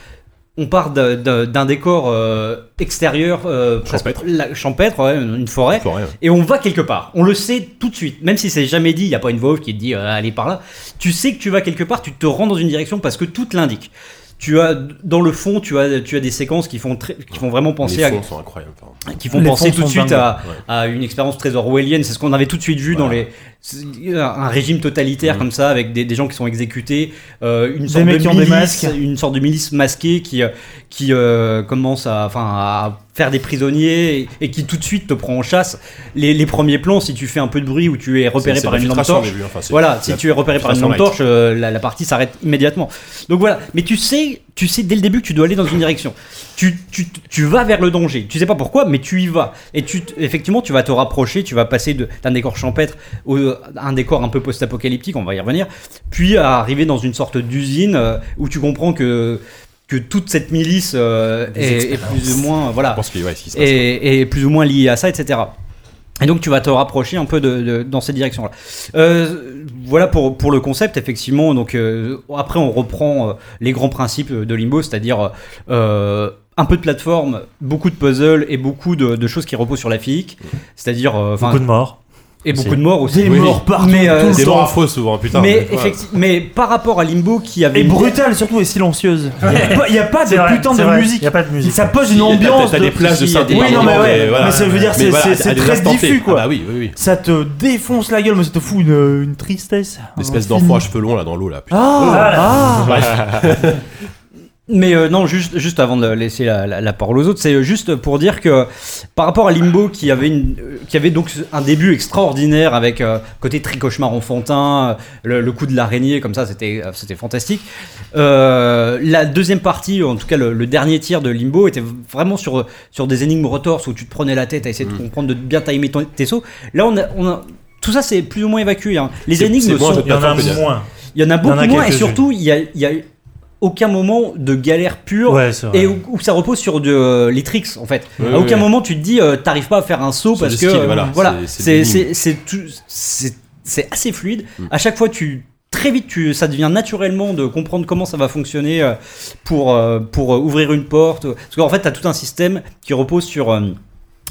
On part de- de- d'un décor euh, extérieur, euh, presque-
Champêtre.
la- champêtre, ouais, une forêt,
Faut rien.
et on va quelque part. On le sait tout de suite, même si c'est jamais dit, il n'y a pas une voix off qui te dit euh, allez par là. Tu sais que tu vas quelque part, tu te rends dans une direction parce que tout te l'indique. Tu as dans le fond, tu as tu as des séquences qui font très- qui font vraiment penser
Les
à Ah,
fonds sont incroyables. enfin.
qui font
Ah, Les
penser
fonds
tout de
sont
suite
dingues,
à,
ouais.
à une expérience très orwellienne. C'est ce qu'on avait tout de suite vu dans les c'est un régime totalitaire comme ça, avec des, des gens qui sont exécutés, euh, une sorte
mecs
de
qui ont des
milice,
masques.
une sorte de milice masquée qui euh, qui euh, commence à enfin à faire des prisonniers et, et qui tout de suite te prend en chasse. Les, les premiers plans, si tu fais un peu de bruit ou tu es repéré
C'est- c'est
par
la
une lampe
filtration au
torche,
début, enfin, c'est-
voilà,
c'est
si
la
tu es repéré par une
filtration
lampe torche,
light.
euh, la, la partie s'arrête immédiatement. Donc voilà, mais tu sais, tu sais dès le début que tu dois aller dans une direction. Tu, tu, tu vas vers le danger. Tu sais pas pourquoi, mais tu y vas. Et tu, t- effectivement, tu vas te rapprocher, tu vas passer de- d'un décor champêtre au- à un décor un peu post-apocalyptique, on va y revenir, puis à arriver dans une sorte d'usine euh, où tu comprends que que toute cette milice euh, est, est plus ou moins voilà
Je pense que ouais, ce qui se passe.
et, et plus ou moins lié à ça, etc. Et donc tu vas te rapprocher un peu de, de- dans cette direction-là. Euh, voilà pour, pour le concept, effectivement. Donc euh, après on reprend euh, les grands principes de Limbo, c'est-à-dire euh, un peu de plateforme, beaucoup de puzzles et beaucoup de, de choses qui reposent sur la physique, c'est-à-dire euh, enfin,
Beaucoup de morts.
et beaucoup de morts aussi.
Des
Oui.
morts partout,
Mais, euh,
tout
Des
le
morts
temps.
affreux souvent, putain.
mais,
des fois.
effecti- mais par rapport à Limbo qui avait
Et
une-
brutale surtout et silencieuse. Il n'y a, pas
C'est
de
vrai,
putain
c'est
de
vrai.
musique.
Y a pas de musique.
Ça pose
Si,
une
t'as-
ambiance.
T'as
de-
des plages de
si, il y a
synthé.
des-
par
Oui, non,
moment,
mais
ouais.
des- voilà.
Mais ça veut dire,
Mais
c'est-
voilà,
c'est-
à
c'est
des
très
instants T.
diffus, quoi.
Ah bah oui, oui, oui.
Ça te défonce la gueule, mais ça te fout une, une tristesse.
Ah,
Une espèce
Un
d'enfant à
film.
cheveux longs là dans l'eau là. putain.
Ah, ah
[LAUGHS]
Mais euh, non, juste, juste avant de laisser la, la- la parole aux autres, c'est euh, juste pour dire que par rapport à Limbo qui avait, une, euh, qui avait donc un début extraordinaire avec euh, côté très cauchemar enfantin, euh, le, le coup de l'araignée comme ça, c'était euh, c'était fantastique. Euh, la deuxième partie, en tout cas le, le dernier tiers de Limbo, était vraiment sur, sur des énigmes retorses où tu te prenais la tête à essayer de comprendre, de bien timer ton- tes sauts. Là, on a, on a- tout ça, c'est plus ou moins évacué. hein. Les
C'est-
énigmes
c'est moins
sont
un jeu
Il y en a
Plateforme pédiale.
moins.
il y en a beaucoup
Il y en a
moins et
quelques-unes.
surtout, il y a, il y a aucun moment de galère pure
Ouais, c'est vrai.
et où, où ça repose sur de, euh, les tricks en fait.
Oui,
à aucun
oui.
moment tu te dis euh, t'arrives pas à faire un saut
Sur
parce
le
que
skill,
euh,
voilà,
voilà,
c'est- c'est Mm.
c'est
l'énigme.
c'est c'est tout- c'est- c'est assez fluide. À chaque fois tu très vite tu ça devient naturellement de comprendre comment ça va fonctionner euh, pour euh, pour euh, ouvrir une porte parce qu'en fait t'as tout un système qui repose sur euh,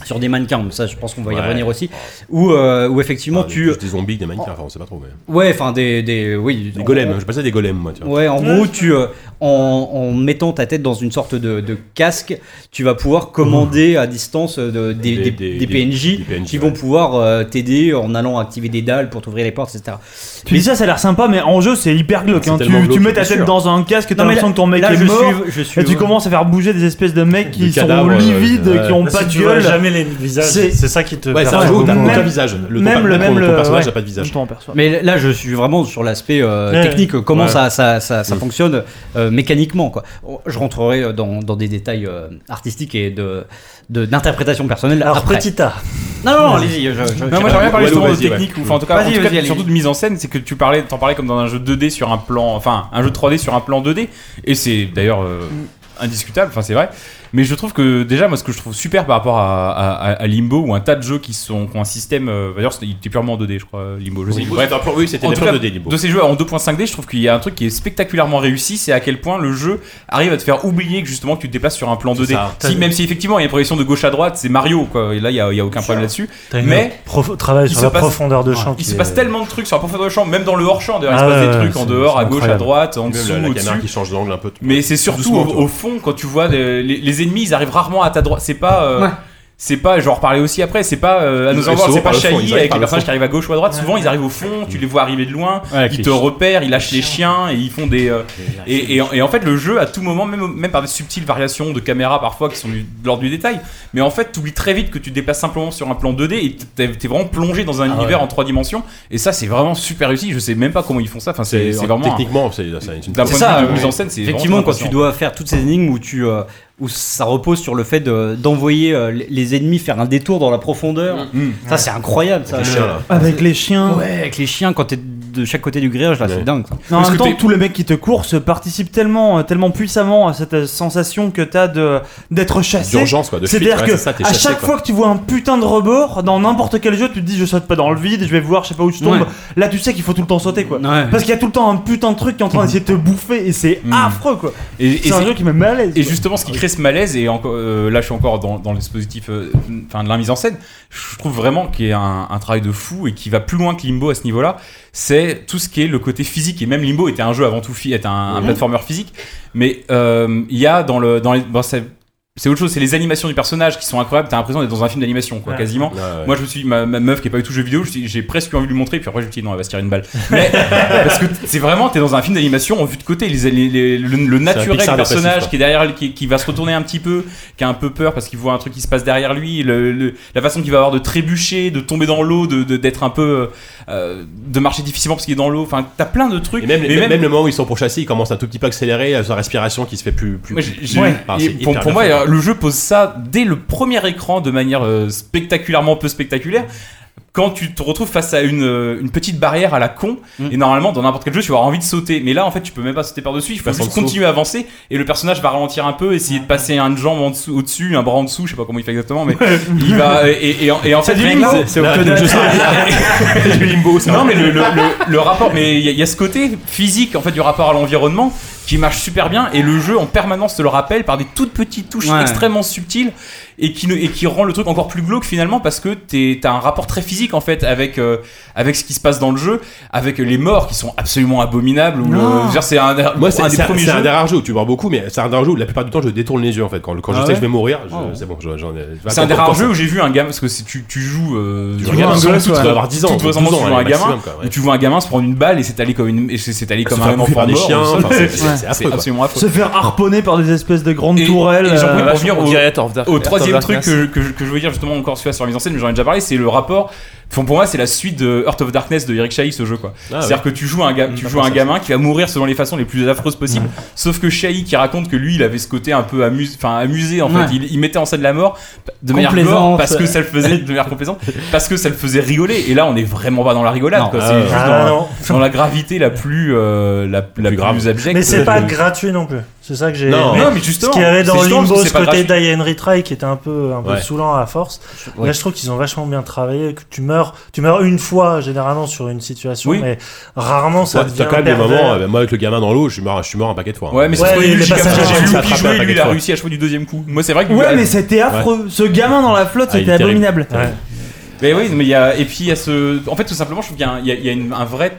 sur des mannequins, mais ça je pense qu'on va y
Ouais. Oh.
revenir aussi, où, euh, où effectivement
Ah, des-
tu...
plus Des zombies, des mannequins, enfin on sait pas trop. mais-
Ouais, enfin des... des oui,
Des golems, je passais des golems moi, tu vois.
Ouais, en gros, tu, euh, en, en mettant ta tête dans une sorte de, de casque, tu vas pouvoir commander à distance euh, de- des, des-
Des- des-
des PNJ
des PNJ,
qui
ouais.
vont pouvoir euh, t'aider en allant activer des dalles pour t'ouvrir les portes, etc.
Tu dis ça, ça a l'air sympa, mais en jeu, c'est hyper glauque.
C'est
hein.
tellement
Tu, tu
glauque,
mets ta
bien
tête
sûr.
dans un casque, t'as
Non, mais
l'impression
là-
que ton mec
là,
est
je
mort.
suis- je suis-
et tu commences à faire bouger des espèces de mecs qui
Des
sont
cadavres, euh,
livides,
ouais.
qui ont
Bah,
pas
si
de
tu vois
gueule.
jamais les visages.
C'est-
C'est ça qui te.
Ouais, c'est un
perturbe
jeu où t'as
beaucoup.
aucun
Même-
visage. Le- ton
Même
pa-
le
ton-
même
Ton
le-
personnage
ouais.
n'a pas de visage.
Je t'en aperçois.
Mais là, je suis vraiment sur l'aspect euh,
Ouais.
technique, euh, comment
Ouais.
ça, ça, ça, ça fonctionne euh, mécaniquement. Quoi. Je rentrerai euh, dans, dans des détails euh, artistiques et de de- d'interprétation personnelle
Alors,
après.
petit A.
Non, non, non, allez-y. je- je-
Non, moi j'aimerais bien parler
Walou,
justement de
vas-y, ouais.
technique, ou enfin en tout cas,
Vas-y,
en tout
vas-y,
cas,
allez.
surtout de mise en scène, c'est que tu parlais, t'en parlais comme dans un jeu 2D sur un plan, enfin un jeu 3D sur un plan 2D, et c'est d'ailleurs euh, indiscutable, enfin c'est vrai. Mais je trouve que déjà, moi ce que je trouve super par rapport à, à- à Limbo ou un tas de jeux qui sont qui ont un système, euh, d'ailleurs c'était- il était purement 2D, je crois, Limbo. Je sais,
Limbo,
bref.
c'était un plan- Oui, c'était
En
des
tout
plans
cas,
de Limbo.
de ces jeux en 2.5D, je trouve qu'il y a un truc qui est spectaculairement réussi, c'est à quel point le jeu arrive à te faire oublier que justement que tu te déplaces sur un plan 2D.
ça.
Si- même si effectivement il y a une progression de gauche à droite, c'est Mario quoi. Et là il y a, il y a aucun problème là-dessus.
T'as une
Mais
prof- travail
il
sur
se
la
passe-
profondeur de
Ouais.
champ.
Il
qui
se
est-
passe tellement de trucs sur la profondeur de champ, même dans le hors-champ, d'ailleurs,
Ah
il se passe
ouais,
des trucs
ouais,
en
c'est-
dehors,
c'est
à gauche, à
incroyable.
droite, en
Même
dessous,
la- la caméra qui
au-dessus.
change d'angle un peu. tu-
Mais c'est surtout
Doucement,
au,
toi.
au fond, quand tu vois les, les- les ennemis, ils arrivent rarement à ta droite. C'est pas. euh,
Ouais.
c'est pas, je vais en reparler aussi après, c'est pas euh, à
Ils
nous en
arrivent
voir,
souvent
c'est pas
par le fond, ils
Chahi
arrivent
avec
par
les
le
personnages
fond.
qui arrivent à gauche ou à droite. Souvent, ils arrivent au fond, tu les vois arriver de loin,
Ouais,
ils
cliché.
te repèrent, ils lâchent les chiens et ils font des. euh, et, et en- et en fait, le jeu, à tout moment, même, même par des subtiles variations de caméra parfois qui sont du- de l'ordre du détail, mais en fait, tu oublies très vite que tu te déplaces simplement sur un plan 2D et t'es t'es vraiment plongé dans un
Ah
univers
ouais.
en trois dimensions. Et ça, c'est vraiment super réussi. Je sais même pas comment ils font ça. Enfin, c'est
C'est-
c'est vraiment. un-
techniquement, c'est- c'est une-
D'un point
C'est
de vue de
ouais.
mise en scène, c'est
effectivement
vraiment
quand
très
tu dois faire toutes ces énigmes où tu euh, où ça repose sur le fait de- d'envoyer euh, les- les ennemis faire un détour dans la profondeur.
Mm.
Ça c'est incroyable ça.
Avec les
Le-
chiens, là.
Avec les chiens.
Ouais, avec les chiens quand t'es de chaque côté du grillage là, c'est dingue. ça.
Mais en
Parce
même
que
temps,
t'es-
tous les mecs qui te coursent participent tellement, euh, tellement puissamment à cette euh, sensation que t'as de d'être chassé.
D'urgence, quoi, de fuite,
C'est-à-dire
ouais,
que
c'est ça, t'es
à
chassé,
chaque
quoi.
fois que tu vois un putain de rebord dans n'importe quel jeu, tu te dis je saute pas dans le vide, je vais voir, je sais pas où je tombe.
Ouais.
Là, tu sais qu'il faut tout le temps sauter quoi.
Ouais.
Parce qu'il y a tout le temps un putain de truc qui est en train d'essayer de te bouffer et c'est affreux quoi.
Hmm. Et- et
c'est un
c'est-
jeu qui me met mal à l'aise.
Et
quoi.
justement, ce qui crée ce malaise, et encore, euh, là je suis encore dans, dans le dispositif euh, enfin, de la mise en scène, je trouve vraiment qu'il y a un, un travail de fou et qui va plus loin que Limbo à ce niveau-là, c'est tout ce qui est le côté physique. Et même Limbo était un jeu avant tout, fi- était un, un platformer physique, mais euh, il y a dans le. Dans les, bon, c'est- c'est autre chose, c'est les animations du personnage qui sont incroyables. T'as l'impression d'être dans un film d'animation, quoi,
Ouais.
quasiment.
Ouais, ouais.
Moi, je me suis dit, ma, ma meuf qui est pas du tout jeu vidéo, je me suis dit, j'ai presque eu envie de lui montrer, puis après, je me suis dit, non, elle va se tirer une balle. Mais, parce que c'est vraiment, t'es dans un film d'animation en vue de côté, les- les- les- le, le naturel
Pixar
du
dépressif,
personnage
quoi.
qui est derrière, qui, qui va se retourner un petit peu, qui a un peu peur parce qu'il voit un truc qui se passe derrière lui, le- le- la façon qu'il va avoir de trébucher, de tomber dans l'eau, de, de- d'être un peu, euh, de marcher difficilement parce qu'il est dans l'eau. Enfin, t'as plein de trucs.
Et même,
Mais
même, même le moment où ils sont pour chasser, ils commencent un tout petit peu à accélérer, euh, sa respiration qui se fait plus. plus
Moi, j'ai- j'ai-
plus-
et
enfin, c'est
pour,
hyper bien
pour moi,
fait.
euh, le jeu pose ça dès le premier écran de manière euh, spectaculairement peu spectaculaire. Quand tu te retrouves face à une, euh, une petite barrière à la con, et normalement dans n'importe quel jeu tu vas avoir envie de sauter, mais là en fait tu peux même pas sauter par dessus, il faut
passes en
juste
dessous.
continuer à avancer et le personnage va ralentir un peu, essayer de passer un jambe en dessous, au-dessus, un bras en dessous, je sais pas comment il fait exactement, mais il va et, et- et en- et en fait
du
rien que
limbo.
ça-
C'est au
Là,
[LAUGHS]
code
donc, je sais- hein.
du limbo. Non, mais le, le- le- le rapport, mais il y, a- il y a ce côté physique en fait du rapport à l'environnement qui marche super bien et le jeu en permanence te le rappelle par des toutes petites touches
Ouais.
extrêmement subtiles et qui ne- et qui rend le truc encore plus glauque finalement parce que t'es- t'as un rapport très physique en fait avec euh, avec ce qui se passe dans le jeu, avec les morts qui sont absolument abominables. Ou le-
Non.
je veux dire, c'est un, des-
Moi, c'est
un
c'est
des
un,
premiers
c'est un
jeux.
des rares jeux où tu meurs beaucoup, mais c'est un des rares jeux où la plupart du temps je détourne les yeux en fait. Quand, quand je
Ah
sais que
ouais
je vais mourir, je-
Oh.
c'est bon, je- j'en ai-
C'est un des
quand-
rares
quand-
jeux où j'ai vu un gamin, parce que c'est- tu, tu joues, euh,
Tu
tu
vois un
regardes
gosse,
toute-
ouais. Tu dois avoir 10 ans,
toute vraisemblance, tu
12 ans,
vois un
allez,
gamin,
maximum, quoi, ouais.
et tu vois un gamin se prendre une balle et s'étaler comme une, et s'étaler [LAUGHS] comme
se faire
un enfant
bouffer par des
mort,
chiens,
au sol,
enfin,
c'est-
c'est-
c'est-
c'est
c'est
affreux, quoi.
absolument affreux.
se faire harponner par des espèces de grandes
Et-
tourelles.
et j'en
euh,
pouvais
Pour
Pour venir au- Au troisième truc
que
que, que, je- que je veux dire justement encore sur la mise en scène, mais j'en ai déjà parlé, c'est le rapport. Enfin, pour moi, c'est la suite de Heart of Darkness de Eric Chahi, ce jeu quoi.
Ah,
C'est-à-dire que tu joues un, ga- tu joues un gamin qui va mourir selon les façons les plus affreuses possibles. Sauf que Chahi qui raconte que lui, il avait ce côté un peu amuse, enfin amusé en
Ouais.
fait. Il, il mettait en scène la mort de manière
Complaisante.
gore parce que ça le faisait de manière complaisante, parce que ça le faisait rigoler. Et là, on est vraiment pas dans la rigolade.
Non.
quoi.
Ah,
C'est
ouais.
juste
Ah,
dans, la-
non.
dans la gravité la plus euh, la, la plus,
grave.
abjecte.
Mais c'est pas
de-
gratuit non plus. C'est ça que j'ai.
Non.
aimé.
Non, mais justement.
Ce qu'il y avait dans
c'est justement
Limbo,
parce que
ce
c'est pas
côté
gratuit.
Die and Retry qui était un peu, un peu
Ouais.
saoulant à force.
Ouais.
Là, je trouve qu'ils ont vachement bien travaillé. Que tu meurs, tu meurs une fois généralement sur une situation,
Oui.
mais rarement ça
Ouais,
devient
T'as quand même des
pervers.
moments, euh, moi avec le gamin dans l'eau, je suis mort, je suis mort un paquet de fois. hein.
Ouais, mais c'est
Ouais,
trop
les-
nul,
les
Chica,
passages
j'ai
à
vu
ça
Loupi
attrape
jouer,
un
lui,
paquet
il
de
a
fois.
réussi à jouer du deuxième coup. Moi, c'est vrai que.
Ouais, mais c'était affreux. Ce gamin dans la flotte,
Ah, il est
c'était
terrible.
abominable.
Ouais.
Mais oui, mais il y a. Et puis, il y a ce. En fait, tout simplement, je trouve qu'il y a un, il y a- il y a une- un vrai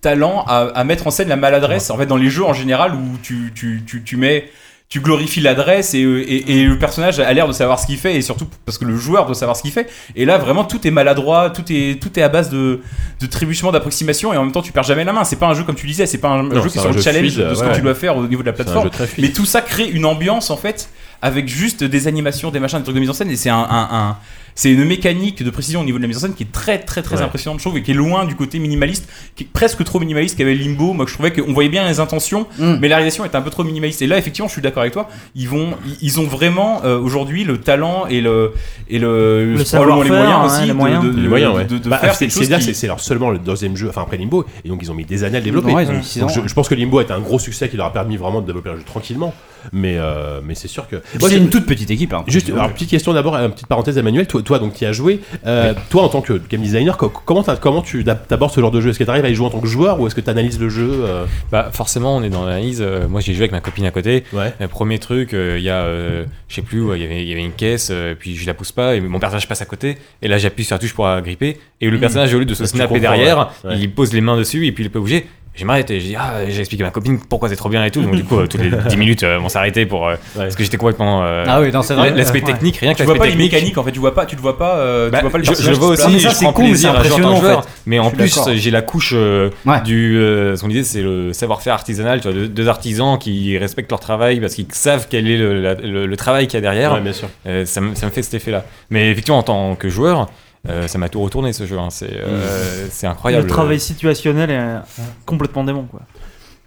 talent à, à mettre en scène la maladresse. En fait, dans les jeux en général où tu, tu, tu, tu mets. Tu glorifies l'adresse et, euh, et, et le personnage a l'air de savoir ce qu'il fait et surtout parce que le joueur doit savoir ce qu'il fait. Et là, vraiment, tout est maladroit, tout est, tout est à base de, de trébuchements, d'approximations et en même temps, tu perds jamais la main. C'est pas un jeu comme tu disais, c'est pas un jeu
c'est
qui est
un
sur le
jeu
challenge
fluide,
de ce
ouais.
que tu dois faire au niveau de la
C'est un
plateforme.
jeu très fluide.
Mais tout ça crée une ambiance en fait, avec juste des animations, des machins, des trucs de mise en scène, et c'est un, un- un- c'est une mécanique de précision au niveau de la mise en scène qui est très très très
Ouais.
impressionnante, je trouve, et qui est loin du côté minimaliste, qui est presque trop minimaliste qu'avait Limbo. Moi, je trouvais qu'on voyait bien les intentions,
Mm.
mais la réalisation était un peu trop minimaliste. Et là, effectivement, je suis d'accord avec toi. Ils vont, ils- ils ont vraiment euh, aujourd'hui le talent et le et le,
Le
probablement les
savoir-faire,
moyens
hein,
aussi
les
de-
moyens.
de,
Les
de-
moyens, ouais.
de- de
Bah,
faire
c'est
quelque
c'est
chose
là,
qui-
c'est- c'est leur seulement le deuxième jeu, enfin après Limbo, et donc ils ont mis des années à le développer.
Ouais, ils ont mis six
Donc,
ans.
je, je pense que Limbo est un gros succès qui leur a permis vraiment de développer un jeu tranquillement, mais euh, mais c'est sûr que. Moi,
C'est
j'ai-
une toute petite équipe. hein.
Juste, alors, petite question d'abord, euh, petite parenthèse, Emmanuel. Toi, toi donc, qui as joué, euh, toi, en tant que game designer, co- comment, t'as- comment tu d'ab- t'abordes ce genre de jeu Est-ce que tu arrives à y jouer en tant que joueur ou est-ce que tu analyses le jeu euh,
Bah forcément, on est dans l'analyse. euh, moi, j'ai joué avec ma copine à côté.
Ouais.
Le premier truc, euh, il y a, euh, je sais plus, où, il y avait- il y avait une caisse, euh, puis je la pousse pas, et mon personnage passe à côté, et là j'appuie sur la touche pour la gripper, et le personnage, au lieu de se
Là, Hmm. tu
snapper
comprends,
derrière,
ouais. Ouais.
il pose les mains dessus, et puis il peut bouger. je m'arrêtais, j'ai dit, ah, j'ai expliqué à ma copine pourquoi c'est trop bien et tout. Donc, du coup, euh,
[LAUGHS]
toutes les 10 minutes, euh, on s'arrêtait pour. euh, Parce que j'étais complètement. euh,
Ah oui, non, c'est vrai.
L'aspect
Ouais.
technique, rien que
Tu vois pas
l'aspect
les
technique.
mécaniques en fait, tu vois pas, tu le vois pas, euh, tu
Bah,
vois pas le
je, je
personnage
vois
qui se
aussi,
balade.
mais ça,
je
c'est
prends
cool,
plaisir
c'est
à jouer en tant que
impressionnant, en
joueur,
fait.
mais en
Je suis
plus
d'accord.
j'ai la couche euh,
Ouais.
du. euh, son idée, c'est le savoir-faire artisanal, tu vois, de- deux artisans qui respectent leur travail parce qu'ils savent quel est le, la- le- le travail qu'il y a derrière.
Ouais, bien sûr.
Euh, ça, me, ça me fait cet effet-là. Mais effectivement, en tant que joueur, euh, ça m'a tout retourné ce jeu. hein. C'est
Mm.
euh, c'est incroyable.
Le travail situationnel est euh, complètement démon, quoi.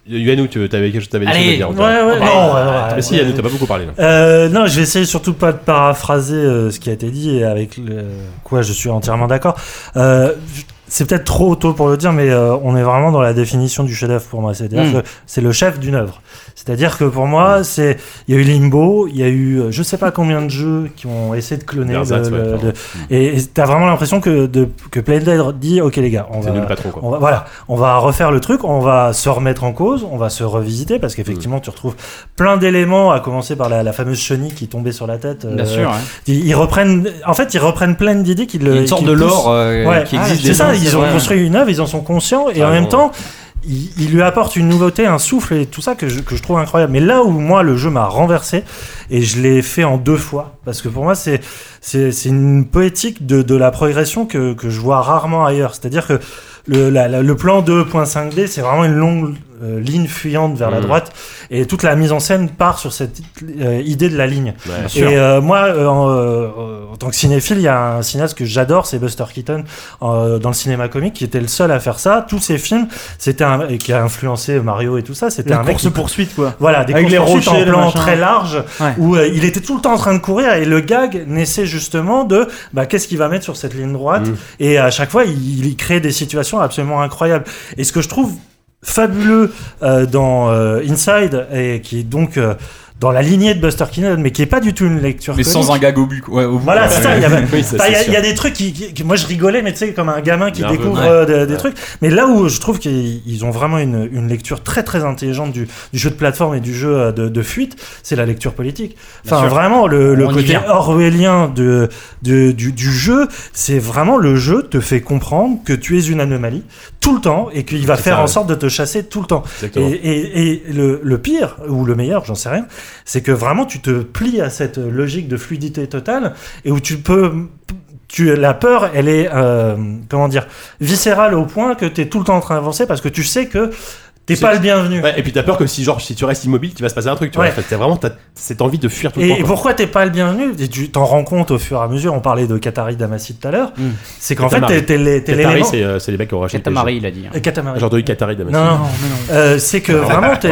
Yannou, tu avais quelque chose t'avais des
Allez.
choses à dire.
Ouais,
Antoine.
ouais, non, ouais, ouais,
Ah, Mais si,
ouais.
Yannou, t'as pas beaucoup parlé là.
Euh, non, je vais essayer surtout pas de paraphraser euh, ce qui a été dit et avec le- quoi je suis entièrement d'accord. Euh, je- c'est peut-être trop tôt pour le dire, mais euh, on est vraiment dans la définition du chef-d'œuvre pour moi. C'est-à-dire
Mm.
que c'est le chef d'une œuvre. C'est-à-dire que pour moi, c'est il y a eu Limbo, il y a eu euh, je sais pas combien de jeux qui ont essayé de cloner.
Ersatz,
le-
ouais,
le-
pardon.
le- et et t'as vraiment l'impression que de, que Playdead dit ok les gars, on
C'est
va
nul pas trop, quoi.
on va, voilà, on va refaire le truc, on va se remettre en cause, on va se revisiter parce
Mm.
qu'effectivement tu retrouves plein d'éléments, à commencer par la, la fameuse chenille qui tombait sur la tête. euh,
Bien sûr. ouais.
Ils, ils reprennent, en fait, ils reprennent plein d'idées qui
Il
le.
y a une sorte
qui
de
poussent.
lore euh,
Ouais.
qui
Ah,
existe
C'est ça,
déjà.
ils ont
Ouais.
construit une œuvre, ils en sont conscients et
Ah,
en même
bon.
temps. Il, il lui apporte une nouveauté, un souffle et tout ça que je, que je trouve incroyable. Mais là où moi le jeu m'a renversé et je l'ai fait en deux fois parce que pour moi c'est c'est c'est une poétique de, de la progression que, que je vois rarement ailleurs. C'est-à-dire que le, la- la- le plan 2.5D, c'est vraiment une longue euh, ligne fuyante vers la
Mhm.
droite et toute la mise en scène part sur cette euh, idée de la ligne.
Ouais.
Et euh, moi, euh, en, euh, en tant que cinéphile, il y a un cinéaste que j'adore, c'est Buster Keaton euh, dans le cinéma comique, qui était le seul à faire ça. Tous ses films, c'était un et qui a influencé Mario et tout ça. C'était
La
un mec qui-
course-poursuite, quoi.
voilà, des
Avec les
courses en
rochers, le
plan
machin.
très large
Ouais.
où euh, il était tout le temps en train de courir et le gag naissait justement de bah, qu'est-ce qu'il va mettre sur cette ligne droite
Mm.
et à chaque fois il, il crée des situations absolument incroyables et ce que je trouve fabuleux euh, dans euh, Inside et qui est donc euh, dans la lignée de Buster Keaton mais qui est pas du tout une lecture
Mais
comique.
sans un gag au but. quoi. Ouais, au bout.
Voilà,
Ouais,
c'est
ouais.
ça. Il y, avait-
[LAUGHS] Oui, ça,
Bah, il y a-
c'est
il y a des trucs qui, qui- qui- moi je rigolais, mais tu sais, comme un gamin qui
Nerveux,
découvre
ouais.
euh, des, des
Ouais.
trucs. Mais là où je trouve qu'ils ils ont vraiment une, une lecture très très intelligente du, du jeu de plateforme et du jeu euh, de, de fuite, c'est la lecture politique. Enfin,
sûr.
vraiment, le, le
On y
côté
vient.
orwellien de, de- du, du jeu, c'est vraiment le jeu te fait comprendre que tu es une anomalie tout le temps et qu'il va
C'est
faire
ça,
en
ouais.
sorte de te chasser tout le temps. Et,
Exactement.
et- et le, le pire, ou le meilleur, j'en sais rien, c'est que vraiment tu te plies à cette logique de fluidité totale et où tu peux. Tu, la peur, elle est, euh, comment dire, viscérale au point que tu es tout le temps en train d'avancer parce que tu sais que t'es
C'est-
pas le bienvenu.
Ouais, et puis t'as peur que si genre si tu restes immobile, tu vas se passer un truc. Tu vois,
Ouais.
en fait, t'as vraiment t'as cette envie de fuir tout le
Et,
temps.
et
quoi.
pourquoi t'es pas le bienvenu Et Tu t'en rends compte au fur et à mesure. On parlait de Qatari Damassi tout à l'heure.
Hmm.
Mm.
Hmm. C'est qu'en fait,
Katamari.
t'es- t'es l'é- t'es
Qatari,
l'élément.
c'est euh, c'est les mecs qui ont racheté.
Katamari, il a dit. hein.
Euh, Katamari.
Genre de Qatari d'Amazon.
Non, non, Euh, c'est que vraiment, t'es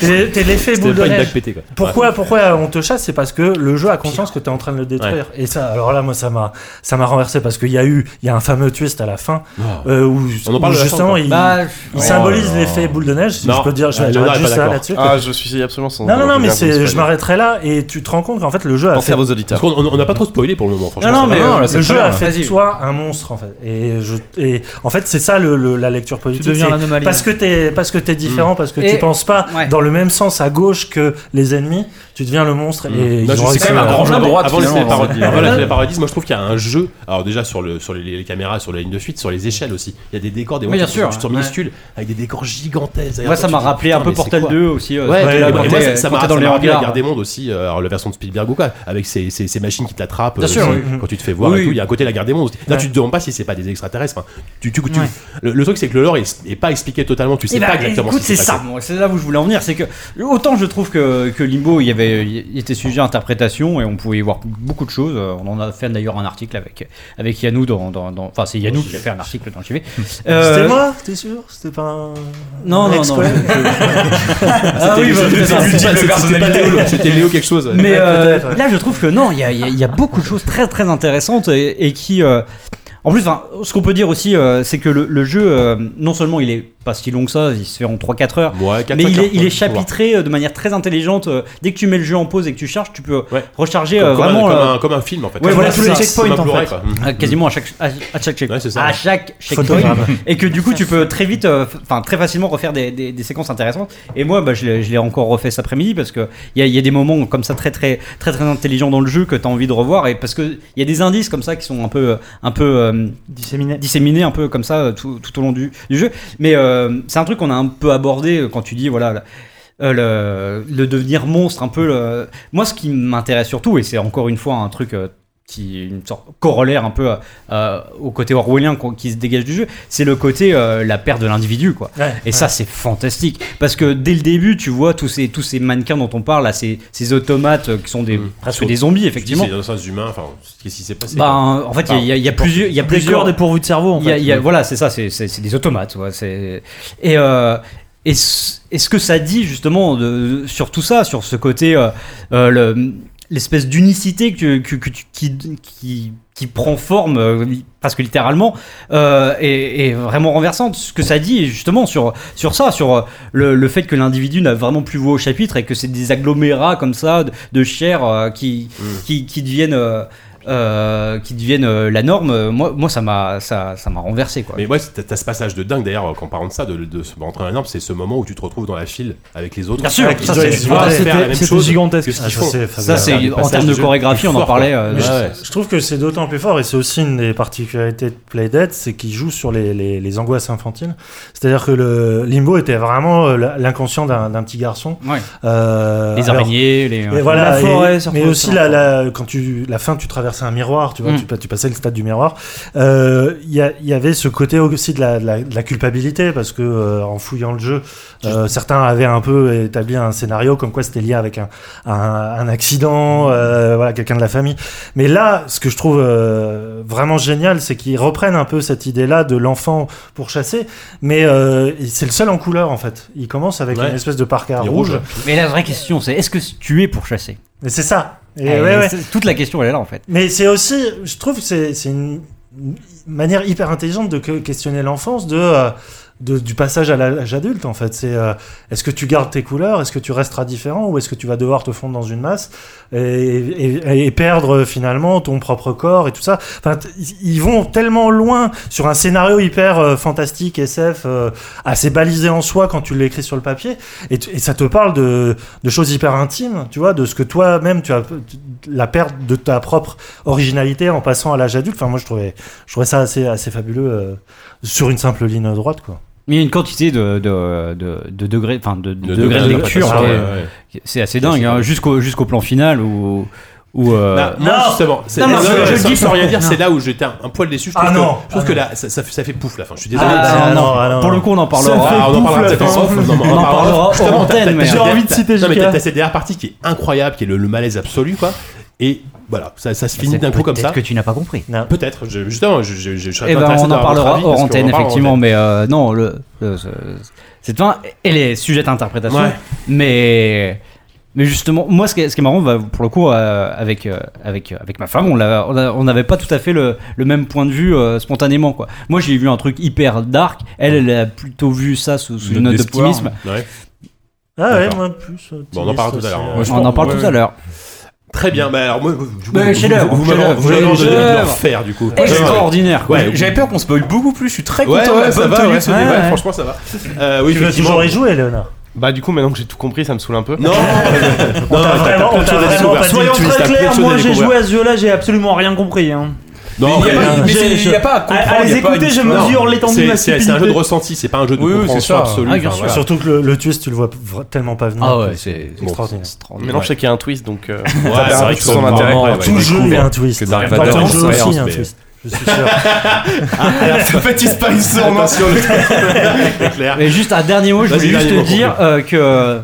t'es- t'es l'effet
Ah, C'était
boule de
pas une
neige.
blague pétée quoi.
Pourquoi, pourquoi on te chasse C'est parce que le jeu a conscience que tu es en train de le détruire. Et ça, alors là, moi, ça m'a, ça m'a renversé parce qu'il y a eu, il y a un fameux twist à la fin
Oh.
euh, où,
On en parle
où
à la fin,
justement
quoi.
il,
Bah,
il
ouais.
symbolise
Oh là là.
l'effet boule de neige. Si
Non.
je peux dire, je
Ah,
vais
Léonard est
juste
pas
ça
d'accord.
là-dessus.
Ah, je suis absolument sans.
non, non, non, mais
Regarde,
c'est,
spoil.
je m'arrêterai là et tu te rends compte qu'en fait le jeu a
Pensez
fait.
à vos auditeurs.
Parce qu'on on- on n'a pas trop spoilé pour le moment, franchement.
Non, non,
ça
mais
va.
non, là, c'est
le jeu
très
a
bien.
fait de
Vas-y.
toi un monstre en fait. Et, je, et en fait, c'est ça le, le- la lecture
Tu
politique.
deviens
c'est-
l'anomalie.
parce que t'es parce que t'es différent, parce que
Et-
tu penses pas
Ouais.
dans le même sens à gauche que les ennemis, tu deviens le monstre. Et
Non,
ils
Mm. je-
ont
c'est quand
réussi
même un
à-
grand jeu
à droite,
Avant de hein. laisser les
finalement.
parodies. Avant de laisser les parodies, moi je trouve qu'il y a un jeu. Alors déjà sur le sur les, les caméras, sur la ligne de fuite, sur les échelles aussi. Il y a des décors, des
Oui, bien
voitures qui
sûr,
sont- qui sont
ouais.
minuscules avec des décors gigantesques.
Moi, ça m'a rappelé un peu Portal 2 aussi. euh,
Ouais,
quand
et
t'es là,
moi,
quand
et moi,
t'es-
ça- ça
quand
m'a
t'es dans
ça
les
m'a rappelé la
hangars.
guerre des mondes aussi, euh, alors la version de Spielberg ou quoi, avec ces, ces, ces machines qui t'attrapent,
Bien
euh,
sûr,
c'est-
oui.
quand tu te fais voir
Oui,
et tout,
oui.
il y a à côté la guerre des mondes. aussi. Là,
Ouais.
tu te demandes pas si c'est pas des extraterrestres. Enfin, tu, tu, tu-
Ouais.
le, le truc, c'est que le lore est, est pas expliqué totalement, tu sais
Eh ben,
pas exactement
écoute,
ce qui
c'est
s'est
ça.
passé.
moi, C'est là où je voulais en venir, c'est que autant je trouve que, que Limbo, il y avait, il était sujet à interprétation et on pouvait y voir beaucoup de choses. Euh, On en a fait d'ailleurs un article avec avec Yannou dans, dans, dans- enfin c'est Yannou qui a fait un article dans le JV. Euh,
C'était moi, t'es sûr C'était pas un.
Non, non,
un
non.
[LAUGHS]
ex-collègue
Ah oui, bah,
C'était-
c'est ça.
c'était- c'était- c'était pas Léo, C'était Léo quelque chose.
Mais
Ouais,
euh,
peut-être, ouais.
là, je trouve que non, il y a, il y a- il y a beaucoup de choses très très intéressantes et, et qui. euh, en plus, enfin, ce qu'on peut dire aussi, euh, c'est que le, le jeu, euh, non seulement il est pas si long que ça, il se fait en 3-4 heures,
Ouais, quatre,
mais
cinq
il est,
heures,
il est
faut voir.
chapitré euh, de manière très intelligente. euh, Dès que tu mets le jeu en pause et que tu charges, tu peux
Ouais.
recharger
Comme-
euh,
comme un-
vraiment
comme
euh,
un- comme un film en fait.
Ouais, voilà, tous les
C'est ça,
checkpoints,
comme un
en
Blu-ray,
fait.
quoi. Mm.
à- quasiment à chaque à, à chaque checkpoint.
Ouais, c'est ça.
à chaque checkpoint.
Photogramme.
Et que du coup, tu peux très vite, euh, f- enfin très facilement refaire des, des- des séquences intéressantes. Et moi, bah, je l'ai- je l'ai encore refait cet après-midi parce que il y a, il y a des moments comme ça très très très très intelligents dans le jeu que tu as envie de revoir et parce que il y a des indices comme ça qui sont un peu un peu euh,
Disséminé.
disséminés un peu comme ça euh, tout, tout au long du, du jeu. Mais euh, euh, c'est un truc qu'on a un peu abordé euh, quand tu dis voilà. le- euh, le, le devenir monstre un peu le- moi ce qui m'intéresse surtout et c'est encore une fois un truc euh, qui est une sorte corollaire un peu euh, euh, au côté orwellien qu'on- qui se dégage du jeu c'est le côté euh, la perte de l'individu quoi
Ouais,
et ça c'est fantastique parce que dès le début tu vois tous ces tous ces mannequins dont on parle là, ces, ces automates euh, qui sont
Mmh.
des presque des zombies effectivement
C'est dans le sens humain, enfin, qu'est-ce qui s'est passé
bah,
quoi
en fait, il y a- il y, a- il y a
Enfin,
plusieurs. il Y a plusieurs
corps dépourvus de cerveau, en
Il y a-
fait.
il y a- voilà, c'est ça, c'est- c'est c'est des automates. ouais, c'est- et euh, et ce et ce que ça dit, justement, de- sur tout ça, sur ce côté. euh, euh, le- l'espèce d'unicité que, que- que tu- qui, qui, qui prend forme, euh, li- presque littéralement, euh, et, et vraiment renversante. Ce que ça dit, justement, sur, sur ça, sur euh, le, le fait que l'individu n'a vraiment plus voix au chapitre et que c'est des agglomérats comme ça de, de chair euh, qui, qui, qui deviennent. euh, euh, qui deviennent euh, la norme, euh, moi, moi ça m'a ça, ça m'a renversé quoi.
Mais moi, t'as t'as ce passage de dingue d'ailleurs, quand parlant de ça, de, de se rentrer un exemple, c'est ce moment où tu te retrouves dans la file avec les autres.
Bien sûr,
Avec les
ça,
autres,
c'est-
et tu vois,
ah,
faire
c'était-
la même
c'était
chose
gigantesque.
que ce qu'ils
Ah, ça,
font.
c'est
Faire
fabuleux. Ça, c'est-
des
en
passages
termes de
jeu
chorégraphie, on en
fort, quoi.
parlait, euh,
Mais
Mais je-
ouais.
je, trouve que c'est d'autant plus fort, et c'est aussi une des particularités de Playdead, c'est qu'il joue sur les, les- les angoisses infantiles. C'est-à-dire que le Limbo était vraiment euh, la- l'inconscient d'un d'un petit garçon.
Ouais.
Euh,
Les araignées, les-
et voilà,
La forêt,
et-
surtout,
mais aussi
c'est
la, la- quand tu la fin, tu traversais un miroir, tu vois,
Mm.
tu, pa- tu passais le stade du miroir. Euh, Il y, a- il y avait ce côté aussi de la, de la- de la culpabilité parce que euh, en fouillant le jeu, euh, certains avaient un peu établi un scénario comme quoi c'était lié avec un, un- un
Mm.
accident, euh, voilà, quelqu'un de la famille. Mais là, ce que je trouve euh, vraiment génial, c'est qu'ils reprennent un peu cette idée-là de l'enfant pour chasser, mais euh, c'est le seul en couleur en fait. Il commence avec
Ouais.
une espèce de parka
Il est
rouge.
rouge. Mais la vraie question c'est est-ce que tu es pour chasser
Mais c'est ça. Et
Eh,
ouais, ouais.
c'est- Toute la question elle est là en fait.
Mais c'est aussi, je trouve, que c'est c'est une une manière hyper intelligente de que- questionner l'enfance, de, euh, de- du passage à l'âge adulte en fait. C'est euh, est-ce que tu gardes tes couleurs, est-ce que tu resteras différent, ou est-ce que tu vas devoir te fondre dans une masse et, et- et perdre euh, finalement ton propre corps et tout ça. Enfin, t- ils vont tellement loin sur un scénario hyper euh, fantastique SF euh, assez balisé en soi quand tu l'écris sur le papier, et, tu- et ça te parle de, de choses hyper intimes, tu vois, de ce que toi-même tu as la perte de ta propre originalité en passant à l'âge adulte. Enfin, moi, je trouvais, je trouvais ça assez, assez fabuleux euh, sur une simple ligne droite, quoi.
Mais il y a une quantité de, de, de, de degrés, enfin de, de
De
degrés de
degrés
lecture.
d'interprétation,
qui est-
Ah ouais, ouais.
qui est- C'est assez dingue, hein, jusqu'au jusqu'au plan final où. où euh,
Bah, moi, justement, c'est-
Non, non,
non,
je-
non,
je
sans-
le dis
sans
sans-
rien dire,
non.
c'est là où j'étais un, un poil déçu. Je trouve
Ah
que,
non,
je trouve
ah
que
non.
là, ça, ça, fait- ça fait pouf la fin. Je suis désolé.
Ah,
C'est-
non,
c'est-
non, ah, non. Pour le coup, on en parlera.
Ça fait
Ah, on en
pouf,
parlera
la
peut-être
fin.
en off.
Non, mais
On en parlera
Justement,
hors antenne,
t'as-
mais-
t'as-
J'ai envie de
t'as-
citer
Non, mais
JK.
t'as cette dernière partie qui est incroyable, qui est le, le malaise absolu, quoi. Et voilà, ça, ça se finit
Ah, c'est
d'un coup comme
peut-être
ça.
que tu n'as pas compris.
Peut-être, je- justement, je, je, je, je serais
Eh ben,
intéressé
on en
d'avoir votre
parlera
avis,
hors
parce qu'on en
antenne,
parle en
effectivement, mais euh, non, le, le- ce- cette fin, elle est sujette à interprétation.
Ouais.
Mais, mais justement, moi, ce qui est, ce qui est marrant, bah, pour le coup, euh, avec, euh, avec, euh, avec ma femme, on l'a- on a- on n'avait pas tout à fait le, le même point de vue euh, spontanément. Quoi. Moi, j'ai vu un truc hyper dark. Elle, elle a plutôt vu ça sous, sous une note d'optimisme.
Ah ouais,
D'accord.
moi plus. euh,
Bon, on en parle tout à l'heure. hein.
On en parle tout à l'heure.
Très bien, bah alors moi, vous- du coup,
Mais
vous-
chef-d'œuvre,
vous m'avez
chef-d'œuvre,
vous m'avez
chef-d'œuvre.
donné de l'enfer du coup.
Extraordinaire, quoi.
Ouais,
J'avais
peur qu'on spoil beaucoup plus, je suis très
Ouais,
content de la
ouais, ça
bonne
va,
tenue
ouais,
de ce
ouais,
débat.
ouais, franchement ça va. Euh, oui,
Tu vas
effectivement.
toujours y
jouer, Léonard
Bah du coup maintenant que j'ai tout compris ça me saoule un peu. [LAUGHS]
Non,
non,
t'as
vraiment-
plein de
on t'a
choses à
vraiment
découvrir.
pas dit
Soyons
que tu
très
listes
clairs,
plein de choses
Moi,
à
j'ai
découvrir.
joué à ce jeu-là, j'ai absolument rien compris. Hein.
Non,
Mais il y a
mais-
pas- mais c'est-
je-
il y a pas à comprendre,
à- à
il y a
les
pas à
écouter, je
discuter.
mesure
Non,
l'étendue de ma stupidité. C'est un jeu de ressenti, c'est pas un jeu de
Oui, oui, c'est
compréhension
ça.
absolue.
Ah, bien
enfin,
sûr.
voilà.
Surtout que le, le twist, tu le vois v- tellement pas venir.
Ah ouais,
quoi.
c'est-
C'est extraordinaire.
Mais non, je sais qu'il y a un twist donc. euh,
Ouais,
ça perd un
c'est vrai
peu
que
tout
sur
son
le
intérêt.
moment, Dans tout jeu, il y a un twist.
Que Dark
Dans
Vador,
ton
il
jeu
s'en
aussi,
sort,
il y a un
mais-
twist. Je
[LAUGHS]
suis sûr.
Ah,
Le petit Spicer, non
Attention, le- clair.
Mais juste un dernier mot, je
Vas-y,
voulais juste
dernier
te
mot
dire
pour
euh, que euh,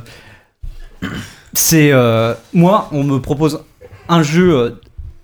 c'est euh, moi, on me propose un jeu euh,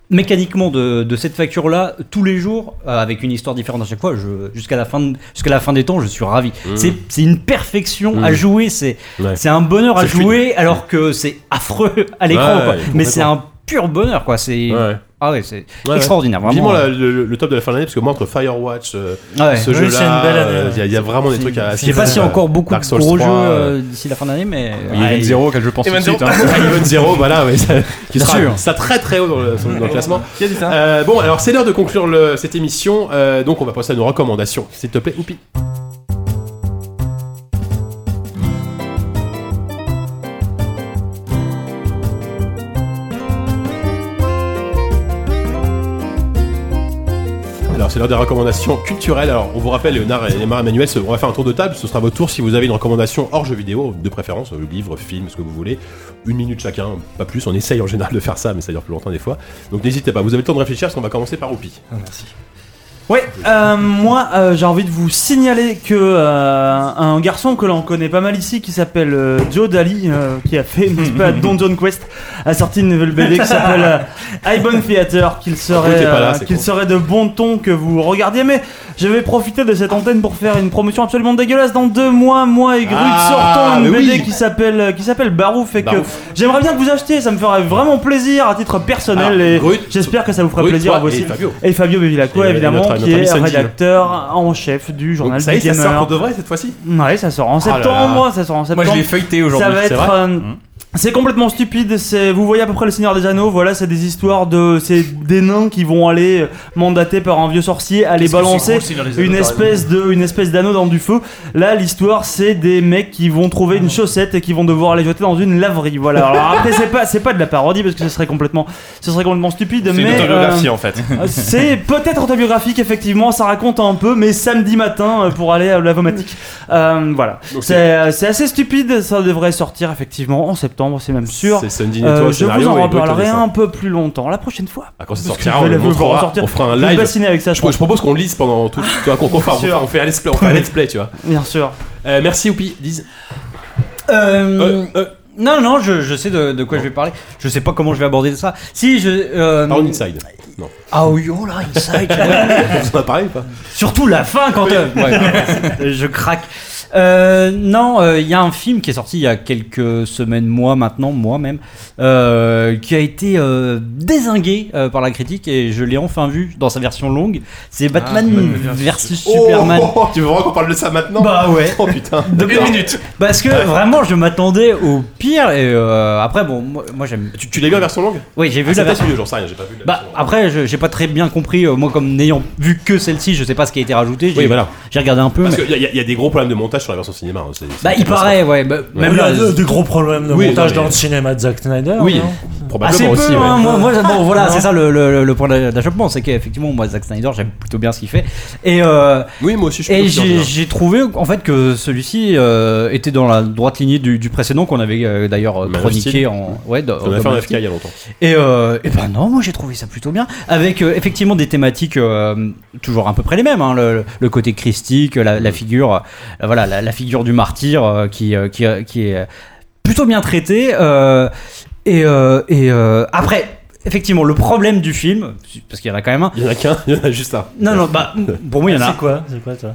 mécaniquement de, de cette facture-là tous les jours euh, avec une histoire différente à chaque fois. Je- Jusqu'à la fin de- jusqu'à la fin des temps, je suis ravi.
Mm.
C'est c'est une perfection
Mm.
à jouer, c'est
Ouais.
c'est un bonheur à
C'est fluide.
jouer alors que c'est affreux à l'écran.
Ouais,
quoi.
ouais,
Mais c'est
complètement.
un pur bonheur, quoi. C'est
Ouais.
ah ouais, c'est
Ouais, ouais.
extraordinaire, vraiment.
Vivement la- le, le- le top de la fin de l'année, parce que moi, entre Firewatch, euh,
Ouais.
ce
Oui,
jeu-là,
c'est une belle année,
euh, il y a- il y, a vraiment des
C'est-
trucs à.
Je sais pas s'il y a encore beaucoup de
euh, Dark Souls
gros
3,
jeux
euh,
euh, d'ici la fin d'année, mais.
Il y a Event
Ouais.
Zero, auquel je pense tout de
[LAUGHS]
suite. hein. [LAUGHS] Event Zero, voilà, ouais, ça, qui
Bien
sera,
sûr.
ça très très haut dans le, dans le classement. Euh, bon, alors c'est l'heure de conclure le- cette émission, euh, donc on va passer à nos recommandations. S'il te plaît, Oupi. Alors, Alors, c'est l'heure des recommandations culturelles. Alors, on vous rappelle, Léonard et Lémar Emmanuel, ce- on va faire un tour de table. Ce sera votre tour si vous avez une recommandation hors jeu vidéo, de préférence, euh, livre, film, ce que vous voulez. Une minute chacun, pas plus. On essaye en général de faire ça, mais ça dure plus longtemps des fois. Donc, n'hésitez pas. Vous avez le temps de réfléchir parce qu'on va commencer par Oupi.
Ah,
merci.
Ouais, euh, moi euh, j'ai envie de vous signaler que euh, un garçon que l'on connaît pas mal ici qui s'appelle euh, Joe Daly, euh, qui a fait n'est-ce
[LAUGHS]
pas Dungeon Quest, a sorti une nouvelle BD qui s'appelle euh, Ibon Theater, qu'il
Ah, oui,
serait,
Ah, t'es pas là,
euh,
c'est
qu'il
con.
serait de bon ton que vous regardiez, mais je vais profiter de cette antenne pour faire une promotion absolument dégueulasse. Dans deux mois, moi et Grut
Ah,
sortons une
mais
BD
oui.
qui s'appelle euh, qui s'appelle Barouf et
Barouf.
que j'aimerais bien que vous achetiez, ça me ferait vraiment plaisir à titre personnel
Alors,
et
Grut,
j'espère que ça vous fera
Grut,
plaisir
toi
à vous aussi.
et Fabio.
Et Fabio
Et,
Bevilacqua,
euh,
évidemment,
notre-
qui
notre ami
est
Sandy.
rédacteur en chef du journal
Donc, ça y est,
du
ça
Gamer.
sort pour de vrai cette fois-ci
Ouais, ça sort en
là là.
septembre, ça sort en
Moi,
septembre.
je l'ai feuilleté
ça
aujourd'hui.
va
c'est
être
vrai.
euh, c'est complètement stupide, c'est vous voyez à peu près le Seigneur des Anneaux, voilà, c'est des histoires de c'est des nains qui vont aller euh, mandatés par un vieux sorcier aller
Qu'est-ce que c'est
balancer
cool, Seigneur des Anneaux,
une
t'as
espèce de une espèce d'anneau dans du feu. Là, l'histoire c'est des mecs qui vont trouver une chaussette et qui vont devoir les jeter dans une laverie. Voilà. Alors après c'est pas c'est pas de la parodie parce que ce serait complètement ce serait complètement stupide
C'est
mais
une autobiographie
euh,
en fait.
c'est peut-être autobiographique, effectivement, ça raconte un peu, mais samedi matin euh, pour aller à l'avomatique. Euh, voilà.
Donc,
C'est euh, c'est assez stupide, ça devrait sortir effectivement en septembre, c'est même sûr.
C'est Sunday
Euh,
Network
je vous
scénario
en
et Grut au
reparlerai
dessin.
un peu plus longtemps, la prochaine fois.
Ah, quand ça
Parce que
sortira,
je
on
vais
le
vous
montrera,
ressortir.
on fera un
Je vais
live.
bassiner avec ça, je
Je, je propose qu'on le lise pendant tout, qu'on qu'on- qu'on fasse- on, fait, on fait un let's play, on fait un let's play, tu
[LAUGHS]
vois.
Bien sûr.
Euh, merci Oupi, Lise.
Euh,
Euh, euh,
Non, non, je, je sais de, de quoi je vais parler. Je sais pas comment je vais aborder ça. Si, je. euh,
Par une inside. Non.
Ah oui, oh là, Inside.
On en a parlé ou pas
Surtout la fin quand euh, ouais, [LAUGHS] je craque. Euh, non, euh, il y a un film qui est sorti il y a quelques semaines, mois maintenant, moi-même, euh, qui a été euh, désingué euh, par la critique et je l'ai enfin vu dans sa version longue. C'est Batman versus Superman.
Ah, Oh, oh, oh, tu veux vraiment qu'on parle de ça maintenant
Bah
[LAUGHS]
ouais.
Oh putain.
Une minute. Parce que vraiment, je m'attendais au pire et euh, après, bon, moi, moi, j'aime.
Tu, tu l'as vu en version longue
Oui, j'ai vu
Ah,
la
c'est
version.
pas celui, j'en sais rien, j'ai pas vu la
Bah
version longue.
après, je- j'ai pas très bien compris. euh, moi, comme n'ayant vu que celle-ci, je sais pas ce qui a été rajouté. J'ai
Oui, voilà.
j'ai regardé un peu.
Parce
mais-
qu'il y, a- y a des gros problèmes de montage sur la version cinéma. hein, c'est- c'est
Bah, il
catastrophe.
paraît, ouais. bah, Même
Même
là,
là, de, de gros problèmes de
Oui, non,
montage
mais-
dans le cinéma de Zack Snyder.
Oui,
non
Assez
probablement
peu,
aussi.
hein,
ouais.
moi,
[LAUGHS]
moi, bon, voilà, c'est ça le, le- le point d'a- d'achoppement, c'est qu'effectivement, moi, Zack Snyder, j'aime plutôt bien ce qu'il fait. Et, euh,
Oui, moi aussi je
et
peux le
j'ai
dire.
j'ai trouvé en fait que celui-ci euh, était dans la droite lignée du, du précédent qu'on avait euh, d'ailleurs euh,
Man of
chroniqué
Steel.
en. Ouais, dans-
Bah, On a
dans
fait
Man
un
of
FK il y a longtemps.
et, euh, et ben non, moi j'ai trouvé ça plutôt bien. Avec euh, effectivement des thématiques euh, toujours à peu près les mêmes. hein, le, le côté christique, la,
Mm.
la figure, euh, voilà, la, la figure du martyr euh, qui, euh, qui, euh, qui est euh, plutôt bien traitée. euh, et euh, et euh, après, effectivement, le problème du film, parce qu'il y en a quand même un.
Il y en a qu'un, [LAUGHS] il y en a juste un.
Non, non, bah, pour moi il y en a.
C'est quoi C'est quoi toi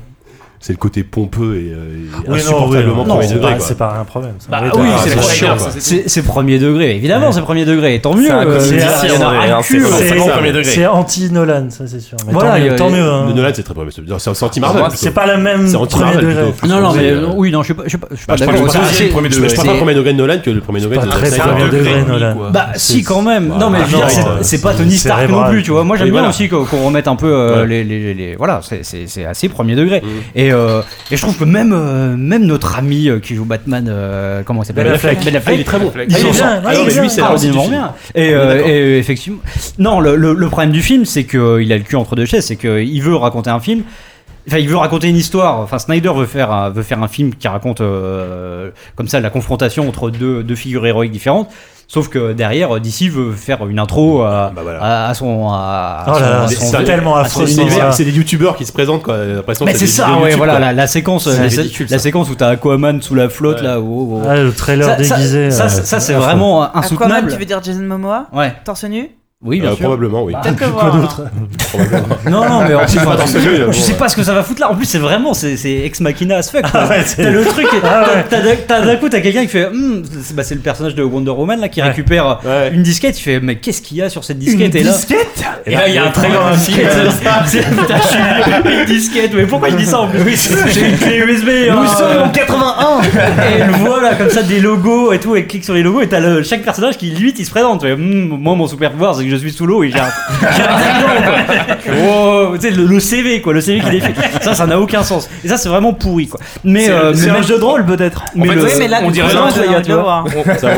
C'est le côté pompeux et, euh, et
Oui, non, oui,
insupportablement
non,
premier
c'est
degré,
pas-
quoi.
c'est pas un problème. ça.
Bah
Oui,
oui,
t'as-
c'est
c'est
le premier
chiant,
degré.
quoi.
C'est c'est premier degré, évidemment, c'est premier degré. Et tant mieux.
C'est un
euh,
côté
il y en a
difficile,
un
hein,
cul,
c'est-
euh,
c'est-
C'est-
vraiment premier degré.
C'est anti-Nolan, ça c'est sûr. Mais
Voilà,
tant
il y a-
mieux, tant mieux. hein.
Le Nolan, c'est très premier. C'est c'est anti-Marvel.
Moi,
plutôt.
C'est pas la même.
C'est anti-Marvel,
premier degré.
plutôt.
Non, non, mais
C'est, euh,
oui, non, je suis pas, je suis pas, je suis pas
Ah, je
d'accord.
parle- je parle-
C'est-
je
premier
je-
degré.
Je parle pas le premier degré de Nolan que le premier degré
Pas
de Zack
très
Snyder.
premier degré,
degré,
Nolan.
quoi.
Bah si quand même.
Bah,
non mais je veux
non,
dire, c'est-
euh,
c'est pas
c'est-
Tony
c'est
Stark non
cérébral.
plus, tu vois. Moi j'aime
Oui,
bien
voilà.
aussi qu'on qu'on remette un peu euh,
Ouais. Mm.
les, les, les- les- voilà, c'est- c'est c'est assez premier degré. Et euh, et je trouve que même euh, même notre ami euh, qui joue Batman, euh, comment il s'appelle
Ben Affleck.
Ben
Ah, il est très bon.
il
Il
est
est
bien,
bien,
Ah, non, mais lui, c'est la réussite du
extraordinairement
film.
bien. Et,
Ah, On est
euh,
d'accord.
et effectivement, non, le, le- le problème du film, c'est qu'il a le cul entre deux chaises, c'est qu'il veut raconter un film. Enfin, il veut raconter une histoire. Enfin, Snyder veut faire un, veut faire un film qui raconte euh, comme ça la confrontation entre deux, deux figures héroïques différentes. Sauf que derrière, DC veut faire une intro à,
Bah voilà.
à- à son à, à
Oh là
son-
là,
à
Ah, c'est
son-
ça.
c'est tellement
à son
affreux.
C'est-
univers.
ça.
C'est des youtubeurs qui se présentent quoi. J'ai l'impression
Mais
que
c'est
des
ça,
vidéos
ouais,
YouTube,
voilà,
quoi.
la, la séquence,
C'est
la,
ridicule,
la
ça.
séquence où t'as Aquaman sous la flotte
Ouais.
là. wow, wow.
Ah, le trailer
Ça- ça-
déguisé.
ça,
euh,
ça, ça, c'est
affreux.
vraiment
Aquaman,
insoutenable.
tu veux dire Jason Momoa
Ouais,
Torse nu Bah,
oui, bien
Euh,
sûr.
Probablement, oui.
Peut-être que voir.
Probablement.
Non, non, mais en plus,
Ah,
enfin,
dans ce jeu,
je
bon,
sais
ouais.
pas ce que ça va foutre là. En plus, c'est vraiment, c'est c'est ex machina as fuck. quoi.
Ah ouais, c'est-
T'as le truc, et
Ah
t'as-
ouais.
t'as d'un- t'as d'un coup, t'as quelqu'un qui fait, Hmm, c'est bah, c'est le personnage de Wonder Woman là qui
Ouais.
récupère
Ouais.
une disquette. Il fait, mais qu'est-ce qu'il y a sur cette disquette Et là,
Et là, il y a un très grand film.
C'est- Putain, je suis vieux, une disquette. Mais pourquoi je dis ça en plus J'ai une clé USB.
hein.
Nous sommes en 81 Et elle voit là comme ça des logos et tout. Elle clique sur les logos et t'as le- chaque personnage qui limite il se présente. Tu fais, Hmm, moi, mon super pouvoir, c'est que
je suis sous l'eau et j'ai un, j'ai un diplôme, quoi. Je fais, wow, tu sais, le, le CV, quoi, le CV qui défile. Ça, ça n'a aucun sens. Et ça, c'est vraiment pourri, quoi. Mais
C'est-
euh,
c'est
mais
un
même-
jeu de rôle,
peut-être.
En fait, ouais, mais là, on dirait l'intro,
les gars,
hein,
tu
de
vois.
voir. Ça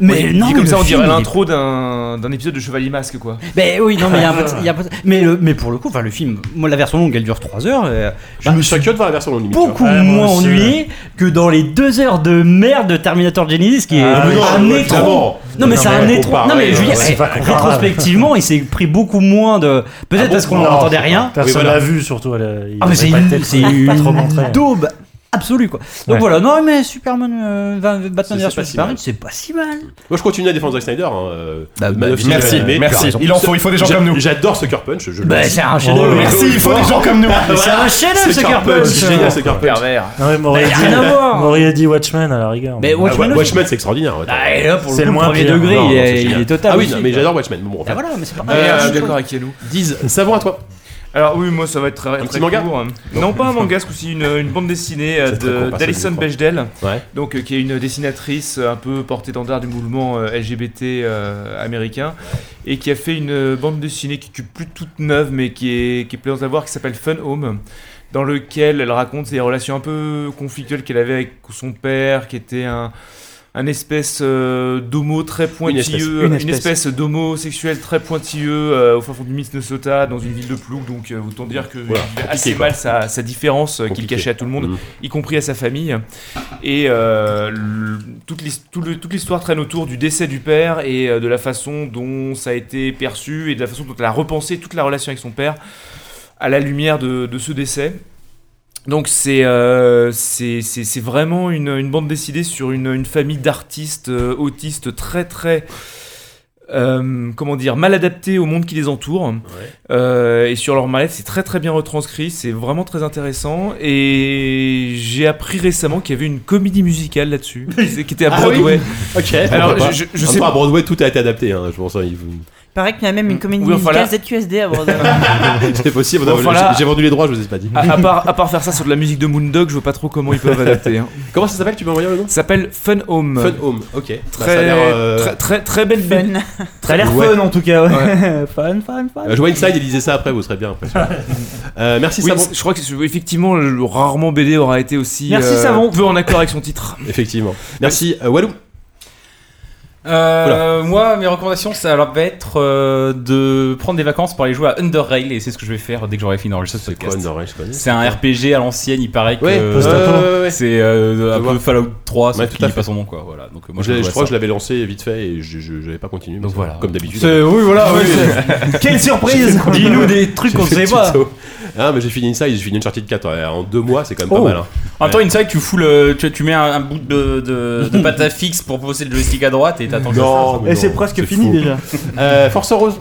Mais
Dit
non,
comme
le
ça, on
film,
dirait
il est
l'intro d'un d'un épisode de Chevalier Masque, quoi.
Mais Ben oui, non, mais il
[LAUGHS]
y a un peu- il y a un peu- mais, le- mais pour le coup, enfin, le film, moi, la version longue, elle dure 3 heures. et, euh, je me suis
curieux de voir la version longue.
Beaucoup
Ouais, moi
moins
aussi,
ennuyé que dans les 2 heures de merde de Terminator Genesis, qui est
Ah, mais non,
un
ouais,
étron.
évidemment.
Non, mais
Non,
c'est
mais
un
faut
étron.
pas,
Non, mais je veux
ouais,
dire,
c'est
eh,
pas grave.
rétrospectivement, il s'est pris beaucoup moins de. Peut-être parce qu'on l'entendait rien.
Personne
Oui, voilà.
l'a vu, surtout. elle, euh, il
Ah, mais c'est
avait pas
une-
été-
c'est
pas trop
une
montré. hein.
daube absolue, quoi. Donc
Ouais.
voilà, non, mais Superman, euh, va- Batman
C'est- c'est
vs
pas si
Superman,
mal.
c'est pas si mal.
Moi, je continue à défendre Zack Snyder. hein, euh, Man
bah,
of Steel,
merci,
mais-
merci.
tu as raison.
Il en faut, il faut des gens
J'a-
comme nous.
J'adore Sucker Punch. je le
Bah,
dis.
c'est un chef-d'œuvre.
Oh,
Merci, il faut des gens comme nous.
[LAUGHS]
Ah
Voilà.
C'est un chef-d'œuvre, Sucker Punch.
C'est génial, Sucker Punch.
Non, mais m'aurait
Mais
dit,
rien à voir.
m'aurait dit Watchmen à la rigueur.
Mais
Ah,
Watchmen,
Wa-
aussi.
Watchmen, c'est extraordinaire. attends.
Ah, et là, pour le,
C'est
coup,
le moins
premier
pire.
degré,
Non,
il,
non, c'est
est, il
génial.
est total.
Ah oui,
aussi,
non, mais
quoi.
j'adore Watchmen. Bon,
Ah
enfin,
voilà, mais c'est pas
Mais,
mal.
euh,
C'est
je suis
cool.
d'accord avec Yelou.
disent, savons à toi.
Alors oui, moi ça va être très,
petit
très
manga
court. Non, pas un manga, c'est aussi une, une bande dessinée euh,
C'est très
de-
court, personne
d'Alison
n'y croit.
Bechdel,
Ouais.
donc euh, qui est une dessinatrice euh, un peu portée d'andard du mouvement euh, LGBT euh, américain, et qui a fait une euh, bande dessinée qui n'est plus toute neuve, mais qui est, qui est plaisante à voir, qui s'appelle Fun Home, dans lequel elle raconte ses relations un peu conflictuelles qu'elle avait avec son père, qui était un un espèce euh, d'homo très pointilleux, euh, une
Une espèce.
espèce,
Une espèce.
d'homosexuel très pointilleux euh, au fin fond du Minnesota, dans une ville de plouc. Donc euh, autant dire que
Voilà,
il vivait
compliqué,
assez
quoi.
mal sa, sa différence euh, qu'il
Compliqué.
cachait à tout le monde,
Mhm.
y compris à sa famille. Et euh, le- toute l'his- tout le- toute l'histoire traîne autour du décès du père et euh, de la façon dont ça a été perçu et de la façon dont elle a repensé toute la relation avec son père à la lumière de, de ce décès. Donc c'est euh, c'est- c'est c'est vraiment une, une bande dessinée sur une, une famille d'artistes euh, autistes très très euh, comment dire mal adaptés au monde qui les entoure Euh, et sur leur mal c'est très très bien retranscrit c'est vraiment très intéressant et j'ai appris récemment qu'il y avait une comédie musicale
[LAUGHS]
là-dessus qui était à
Ah oui
Broadway
Ok.
alors
pourquoi
je, je-
pas.
je
En
sais
même temps, à
pas
Broadway, tout a été adapté. hein, Je pense. hein, ils vous- [LAUGHS]
Paraît qu'il y a même
Mm.
une comédie
Oui, enfin,
musicale
là-
ZQSD à Broadway.
C'est possible.
Bon,
non, mais
voilà.
j'ai- J'ai vendu les droits, je vous ai pas dit.
à, à
[LAUGHS]
part, à part faire ça sur de la musique de Moondog je vois pas trop comment ils peuvent adapter hein.
[LAUGHS] Comment ça s'appelle Tu peux envoyer le nom
ça s'appelle Fun Home
Fun Home. Ok. Bah, ça a
Très,
l'air, euh,
très, très, très belle
Fun.
BD.
Ça a l'air
Ouais.
fun en tout cas. [LAUGHS] ouais. fun, fun, fun.
Euh, Je vois une slide et lisez ça après, vous serez bien
[LAUGHS]
impressionné. Euh, merci
Oui,
Savon.
c'est- je crois que c'est- effectivement, le- rarement BD aura été aussi euh,
Merci, Savon.
peu en accord avec son titre.
[LAUGHS] Effectivement. Merci euh, Walou.
Euh, moi, mes recommandations, ça alors, va être euh, de prendre des vacances pour aller jouer à Under Rail, et c'est ce que je vais faire dès que j'aurai fini d'enregistrer ce
C'est quoi
podcast.
Andorre, je connais.
C'est un RPG à l'ancienne, il paraît que
Ouais,
euh,
post-apo.
ouais, ouais.
c'est euh,
Je
un peu
vois.
Fallout 3,
Ouais,
sauf
tout
qu'il
à
dit
fait.
pas son nom quoi. Voilà. Donc euh, moi
Je, l'ai-
je,
je crois que je
l'ai.
l'avais lancé vite fait et je- je n'avais pas continué. mais
Donc
c'est-
voilà.
Comme d'habitude.
C'est- Oui, voilà,
[LAUGHS]
oui.
Quelle surprise
Dis-nous des trucs
J'ai
qu'on ne
fait
sait
le
pas.
tuto. Ah, mais j'ai fini Inside, j'ai fini Uncharted 4. ouais, En deux mois, c'est quand même
Oh.
pas mal. hein.
En même temps, Inside, tu fous le, tu, tu mets un, un bout de, de,
[LAUGHS]
de pâte à fixe pour poser le joystick à droite et t'attends. que ça
Non, mais
Et
non,
c'est presque fini
faux.
[LAUGHS]
déjà.
Euh, Force Rose.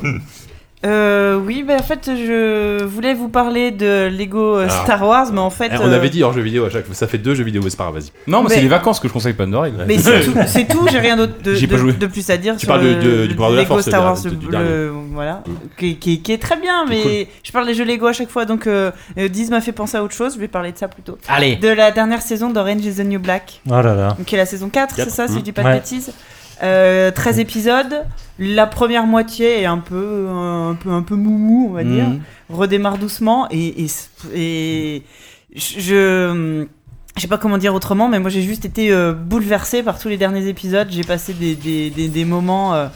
Euh, oui, bah, en fait, je voulais vous parler de Lego euh,
Ah.
Star Wars, mais en fait.
Eh, On
euh,
avait dit hors jeu vidéo à chaque fois. Ça fait deux jeux vidéo, mais c'est pas grave, vas-y.
Non, mais,
Mais-
c'est les vacances que je conseille pas de Noël.
Mais c'est tout, c'est tout, j'ai rien d'autre de,
J'ai pas
de-
joué.
de plus à dire
Tu
sur
parles de-
le-
de- du
le
pouvoir de la
Lego
force,
Star
le-
Wars,
du-
le-
du
le-
dernier.
voilà, qui, qui- qui est très bien, mais je parle des jeux Lego à chaque fois, donc euh, euh, Diz m'a fait penser à autre chose, je vais parler de ça plutôt.
Allez.
De la dernière saison d'Orange is the New Black,
Oh là là. Mmh.
qui est la saison 4,
Quatre,
c'est ça, si
mm.
je dis pas de
Ouais. Mmh.
bêtises. Euh, 13 épisodes, la première moitié est un peu, euh, un peu, un peu moumou, on va
Mmh.
dire
Mm.
redémarre doucement et, et, et je- je je sais pas comment dire autrement, mais moi j'ai juste été euh, bouleversée par tous les derniers épisodes. J'ai passé des, des, des, des moments euh,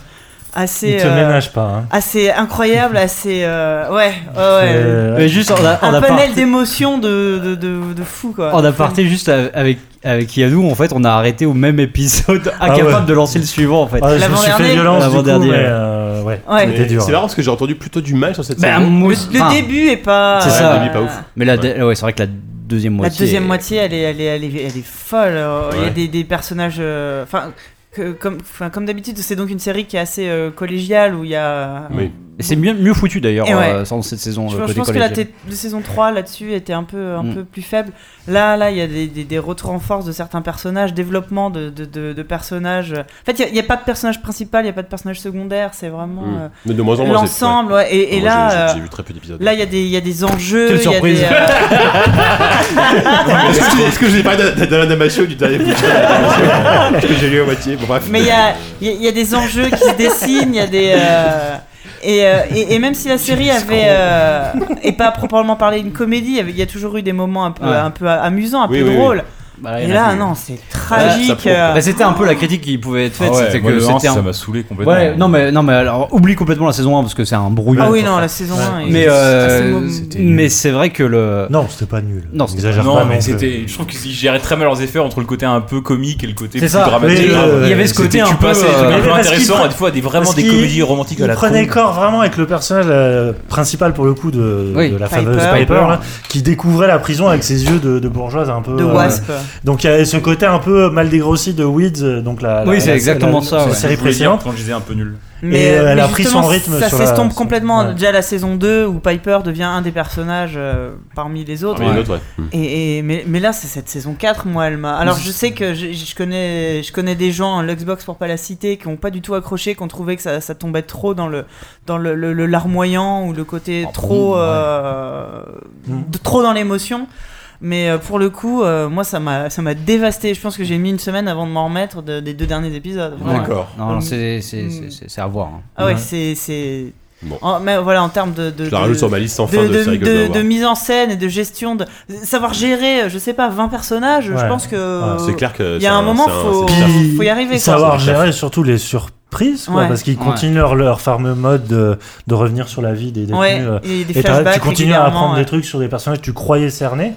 Il
assez
te
euh,
ménage pas. hein.
assez incroyables, assez euh, ouais ouais, ouais.
C'est-
Mais juste, on a,
euh, un
on a
panel
parté-
d'émotions de, de, de, de fou quoi.
on a parté juste à- avec, avec Yannou, en fait, on a arrêté au même épisode, [LAUGHS]
Ah
incapable
ouais.
de lancer le suivant, en fait.
Ah, je me suis
L'avant-dernier.
fait violence du coup,
L'avant-dernier,
mais
ouais.
euh, ouais,
Ouais.
c'était
Mais
dur.
C'est marrant parce que j'ai entendu plutôt du mal sur cette
Bah,
série.
moi-
le, le
enfin,
début est pas
C'est ça.
Le début est pas ouf.
Mais la,
Ouais.
ouais. ouais, c'est vrai que la deuxième
La
moitié.
deuxième
est-
moitié, elle est, elle est, elle est, elle est folle. euh, Il y a
Ouais.
des, des personnages. euh, Enfin, que- comme, enfin, comme d'habitude, c'est donc une série qui est assez euh, collégiale où il y a.
Oui.
C'est mieux, mieux foutu d'ailleurs
Et ouais.
euh, sans cette saison.
Je,
euh,
pense- je
côté
pense que la,
collégial.
t- la saison 3 là-dessus était un peu, un
Mm.
peu plus faible. Là, là, il y a des, des- des retours en force de certains personnages, développement de, de, de- de personnages. En fait, il y a- il n'y a, pas de personnage principal, il n'y a pas de personnage secondaire. C'est vraiment
Mm.
euh,
Mais de moins en moins. c'est- ouais.
l'ensemble. ouais, Et, et
Moi, j'ai-
là,
j'ai-
euh,
j'ai vu très peu d'épisodes.
là, il y a des- il y a des enjeux.
Quelle
il y a
surprise.
des, euh,
[LAUGHS]
Est-ce que j'ai- Est-ce que j'ai pas d'Alain Damasio du dernier [LAUGHS]
[LAUGHS]
bouquin Parce que j'ai lu à moitié. Bon, bref.
Mais il y a, il y a- il y a des enjeux qui se dessinent, il y a des. euh, Et, euh, et, et même si la série avait euh, et pas à proprement parler une comédie, il y avait- il y a toujours eu des moments un peu,
Ouais.
un peu amusants, un
Oui,
peu
oui, oui.
drôles.
Bah,
et
il y en a
là,
plus.
non, c'est tragique. euh.
Bah, c'était un peu la critique qui pouvait être faite.
Ah ouais,
c'était
moi,
que
le
c'était
un, ça
un-
m'a saoulé complètement.
Ouais, non, mais, non, mais alors, oublie complètement la saison 1 parce que c'est un brouillon.
Ah oui, non, la saison 1 est
Mais,
assez
euh,
mo-
c'était nul. mais c'est vrai que le.
Non, c'était pas nul.
Non, c'était
Exagère
pas
pas
Non, mais
non plus.
c'était. Je trouve qu'ils géraient très mal leurs effets entre le côté un peu comique et le côté
C'est
plus
ça,
dramatique.
mais,
Ah,
euh, il y avait ce
C'était-
côté un
tu
peu,
passes à des trucs un
euh,
peu
parce qu'il
intéressants,
pre-
à des fois des vraiment
parce
des
qu'il-
comédies romantiques à
il
la con.
prenait corps vraiment avec le personnage euh, principal pour le coup de,
Oui,
de la
Piper.
fameuse Piper,
Piper.
là, qui découvrait la prison avec ses yeux de, de bourgeoise un peu euh,
De wasp.
donc il y a ce côté un peu mal dégrossi de Weeds euh, donc la, la-
Oui, c'est
la-
exactement
la-
ça,
la
ouais.
série
Je voulais dire
précédente
quand je disais un peu nul.
Mais,
et, euh,
euh,
elle
mais
a pris son
justement,
rythme
Ça
sur la-
s'estompe
sur-
complètement.
ouais.
Déjà la saison 2 où Piper devient un des personnages euh, parmi les autres.
Parmi les autres, ouais. Mm.
Et, et- mais, mais là, c'est cette saison 4, moi, elle m'a. Alors je sais que je, je connais, je connais des gens en Luxbox pour pas la citer qui ont pas du tout accroché, qui ont trouvé que ça, ça tombait trop dans le dans le, le- le larmoyant ou le côté
Ah,
trop euh,
Mm.
de- trop dans l'émotion. Mais euh, pour le coup, euh, moi, ça m'a ça m'a dévasté. Je pense que j'ai mis une semaine avant de m'en remettre de- des deux derniers épisodes. vraiment.
D'accord. Non, non,
Euh,
c'est- c'est c'est- c'est- c'est à voir. hein.
ah ouais,
Ouais.
c'est c'est.
Bon.
En, mais voilà, en termes de, de,
Je la
de-
rajoute sur ma liste sans fin de séries que je dois voir.
de mise en scène et de gestion, de savoir gérer, je sais pas, 20 personnages. Je
Ouais.
pense que
Ouais, Ah, c'est clair que
il y a
c'est
un
un-
moment,
c'est un-
faut,
c'est
Puis,
faut y arriver. quoi.
savoir gérer surtout les surprises quoi,
Ouais.
parce qu'ils
Ouais.
continuent leur, leur fameux mode de, de revenir sur la vie des détenus
Ouais,
euh,
et des
t'arrêtes- tu
flashbacks
continues à
régulièrement,
apprendre
ouais.
des trucs sur des personnages que tu croyais cerner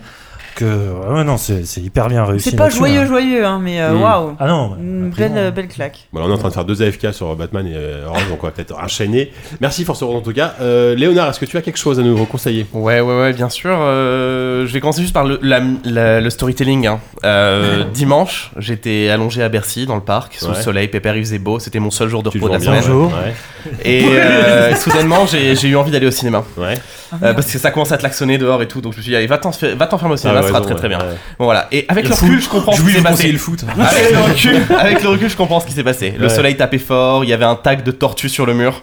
que ouais, non c'est c'est hyper bien réussi
C'est pas
là-dessus,
joyeux,
hein.
joyeux, hein, mais euh,
Mm.
waouh.
Ah non, bah,
Une
après,
belle,
non.
belle claque.
Voilà, on est en train de faire deux AFK sur Batman et euh, Orange, donc on va peut-être enchaîner. Merci Force Rose en tout cas. Euh, Léonard, est-ce que tu as quelque chose à nous conseiller
Ouais, ouais, ouais, bien sûr. euh, je vais commencer juste par le, la- la- le storytelling. hein.
[LAUGHS]
Euh, dimanche, j'étais allongé à Bercy dans le parc, sous
Ouais.
le soleil, pépère, il faisait beau, c'était mon seul jour de
Tu le
repos de la
vends bien,
semaine.
ouais. Ouais.
Et
[LAUGHS]
euh, soudainement, j'ai j'ai eu envie d'aller au cinéma.
Ouais.
Euh, parce que ça commence à klaxonner dehors et tout, donc je me suis dit, allez, va t'en faire- va t'enfermer au cinéma,
Ah ouais,
ça sera
raison,
très très
ouais,
bien.
ouais.
Bon voilà, et avec le,
foot.
recul, je comprends ce
Je
qui
voulais
s'est
vous
passé.
conseiller le foot. [LAUGHS]
Avec le recul, avec le recul, je comprends ce qui s'est passé. Le
Ouais.
soleil tapait fort, il y avait un tag de tortue sur le mur.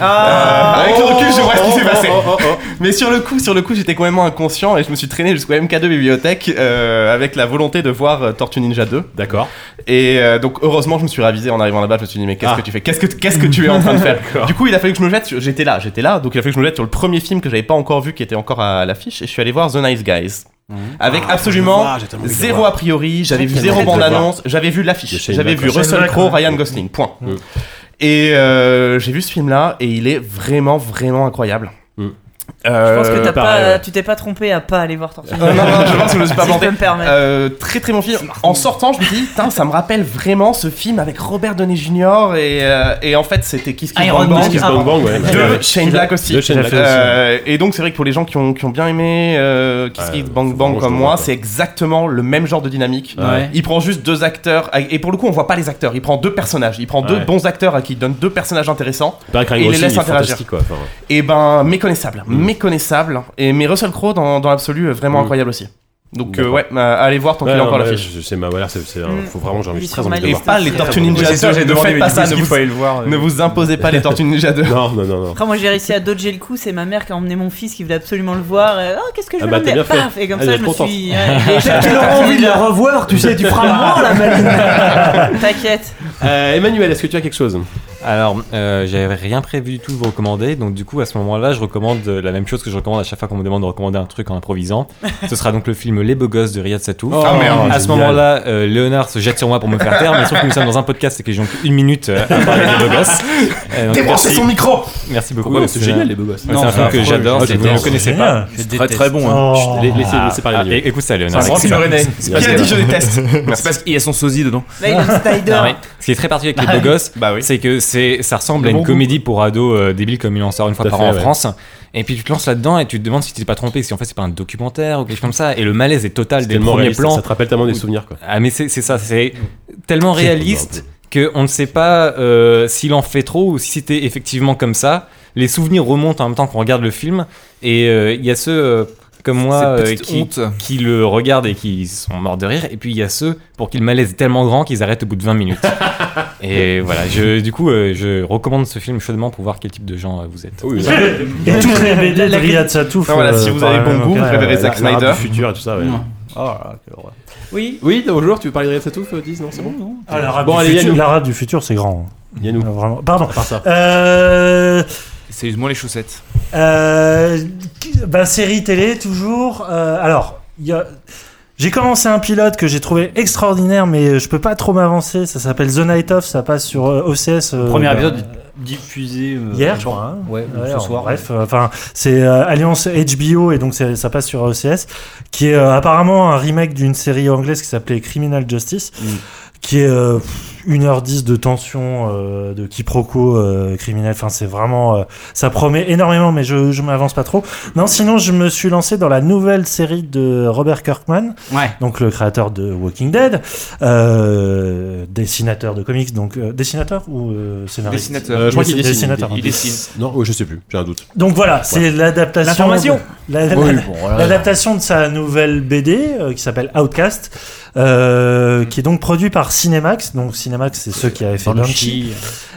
Ah,
Avec le recul, je vois ce qui s'est passé.
oh, oh, oh.
Mais sur le coup, sur le coup, j'étais complètement inconscient et je me suis traîné jusqu'au MK2 bibliothèque euh, avec la volonté de voir euh, Tortue Ninja 2.
D'accord.
Et euh, donc heureusement, je me suis ravisé en arrivant là-bas. Je me suis dit mais qu'est-ce
Ah.
que tu fais Qu'est-ce que qu'est-ce que tu es en train de faire Du coup, il a fallu que je me jette. sur- J'étais là, j'étais là. Donc il a fallu que je me jette sur le premier film que j'avais pas encore vu, qui était encore à l'affiche. Et je suis allé voir The Nice Guys.
Mmh.
Avec absolument zéro a priori, j'avais vu zéro
envie de le
bande
voir.
annonce, j'avais vu
De
l'affiche,
Shane
j'avais vu
Black,
Russell
Shane
Crowe,
Black,
Ryan Gosling, point.
Mm.
Et euh, j'ai vu ce film là et il est vraiment vraiment incroyable.
Mm.
je pense
Euh,
que t'as
pareil,
pas,
ouais.
tu t'es pas trompé à pas aller voir
[LAUGHS]
Tortue.
euh, non, non, je pense que je me suis
[LAUGHS]
pas
Si je
planté.
peux me permettre.
Euh, très très bon film. En sortant, je me dis, putain, ça me rappelle vraiment ce film avec Robert Downey Jr. et, euh, et en fait, c'était Kiss Kiss
Iron
Bang Bang
Man.
Kiss
Ah,
Bang Bang, ouais.
de Shane Black aussi.
De Shane Black
Euh, et donc, c'est vrai que pour les gens qui ont, qui ont bien aimé euh, Kiss
Ouais,
Kiss
faut
Bang
vraiment
Bang
que
comme
je le
moi,
voie,
c'est exactement le même genre de dynamique.
Ouais.
Il prend juste deux acteurs, ah, et pour le coup, on voit pas les acteurs. Il prend deux personnages, il prend deux
Ouais.
bons acteurs à qui il donne deux personnages intéressants.
Barry
Et
Crane
il
aussi,
les
il est
laisse interagir.
fantastique quoi. Enfin,
Et ben, méconnaissable, méconnaissable. Et mais Russell Crowe dans, dans l'absolu, vraiment
Mm.
incroyable aussi. Donc, euh,
D'accord.
ouais, euh, allez voir tant qu'il
ouais,
est encore
ouais,
à l'affiche.
je- C'est ma voilà, c'est c'est un.
Mm.
Faut vraiment, j'ai envie-
Il est
très
sur
envie
ma
de le
Et
liste.
voir.
pas les Tortues Ninja 2, ne faites pas ça, ne vous,
aller le voir.
ne vous imposez pas les Tortues Ninja 2.
Non, non, non, non.
Après, moi j'ai réussi à dodger le coup, c'est ma mère qui a emmené mon fils qui voulait absolument le voir. Et, oh, qu'est-ce que je
Ah
vais
bah,
l'emmener
t'as bien
Paf Et comme
Elle
ça,
est
je me
contente.
suis. ouais, j'ai-
Tu auras envie de la revoir, tu sais,
[LAUGHS]
tu feras le la
[LAUGHS] T'inquiète.
Euh, Emmanuel, est-ce que tu as quelque chose
Alors, euh, j'avais rien prévu du tout de vous recommander, donc du coup, à ce moment-là, je recommande euh, la même chose que je recommande à chaque fois qu'on me demande de recommander un truc
[LAUGHS]
en improvisant. Ce sera donc le film Les Beaux Gosses de Riyad Satouf.
Oh, Ah, merde.
à ce
génial.
moment-là, euh, Léonard se jette sur moi pour me faire taire, mais sauf que nous sommes dans un podcast et que j'ai donc une minute euh, à parler des Beaux
[LAUGHS]
Gosses. Euh, donc, merci,
micro
merci beaucoup.
Pourquoi C'est génial les beaux gosses.
Ouais, c'est un film que j'adore, je ne le connaissais pas.
Très très bon. hein.
Oh.
Laissez- Laissez parler.
Ah,
Emmanuel.
é- écoute ça,
C'est un
Léonard.
grand film rennais.
C'est
Qui a dit je
[LAUGHS]
[LAUGHS]
déteste
C'est parce qu'il y a son sosie dedans.
Bah,
Là,
Ah
Snyder.
ouais. Ce qui est très particulier avec les beaux gosses,
Bah oui.
c'est que c'est, ça ressemble
Le
à une
bon goût.
comédie pour ados euh, débiles comme il en sort une fois
Tout à
par
fait,
an en
ouais.
France. Et puis tu te lances là-dedans et tu te demandes si tu t'es pas trompé, si en fait c'est pas un documentaire ou quelque chose comme ça. Et le malaise est total dès le
tellement
premier
réaliste,
plan.
Ça te rappelle tellement des souvenirs quoi.
Ah mais c'est, c'est ça, c'est tellement réaliste que on ne sait pas euh, s'il en fait trop ou si c'était effectivement comme ça. Les souvenirs remontent en même temps qu'on regarde le film et euh, il y a ceux euh, comme moi
Cette
euh,
petite
qui,
honte.
qui le regardent et qui sont morts de rire et puis il y a ceux pour qui le malaise est tellement grand qu'ils arrêtent au bout de 20 minutes. et voilà, je, du coup euh, je recommande ce film chaudement pour voir quel type de gens euh, vous êtes.
Oui,
[LAUGHS]
[LAUGHS]
Et toutes les BD de Riyad Satouf.
Ah, voilà, si
euh,
vous
par
avez
la
bon
même
goût, vous
occasion.
préférez Zack Snyder.
du futur et tout ça. ouais.
Ah,
Oui.
Oui, bonjour, tu veux parler de Riyad Satouf, euh, Diz Non, c'est bon
Ah, L'arabe
Bon,
du
allez,
futur-
Yannou.
l'arabe du futur, c'est grand.
Yannou,
Euh, Vraiment. Pardon.
par ça.
Euh,
Ça use moins les chaussettes.
Euh, bah, série télé, toujours. Euh, alors, il y a- j'ai commencé un pilote que j'ai trouvé extraordinaire, mais je peux pas trop m'avancer. Ça s'appelle The Night Off, ça passe sur euh, OCS. euh,
Premier
bah,
épisode diffusé euh,
Hier, je crois. hein.
Ouais, ou
Ouais,
ce
en-
soir.
Bref, euh, enfin, c'est euh, Alliance HBO et donc c'est- ça passe sur OCS, qui est euh, apparemment un remake d'une série anglaise qui s'appelait Criminal Justice,
Mm.
qui est euh, pff, 1h10 de tension, euh, de quiproquo euh, criminel. Enfin, c'est vraiment, euh, ça promet énormément, mais je, je m'avance pas trop. Non, sinon, je me suis lancé dans la nouvelle série de Robert Kirkman,
Ouais.
donc le créateur de Walking Dead, euh, dessinateur de comics, donc euh, dessinateur ou euh, scénariste.
Dessinateur.
Euh, je crois qu'il
Dessinateur.
dessine.
Dessinateur.
Il dessine.
Non, oh, je sais plus, j'ai un doute.
Donc voilà, c'est l'adaptation.
L'information.
La- la-
Oui, bon, voilà.
L'adaptation de sa nouvelle BD euh, qui s'appelle Outcast, euh, qui est donc produit par Cinemax. Donc Cinemax, c'est ceux qui avaient fait Banshee.
Banshee.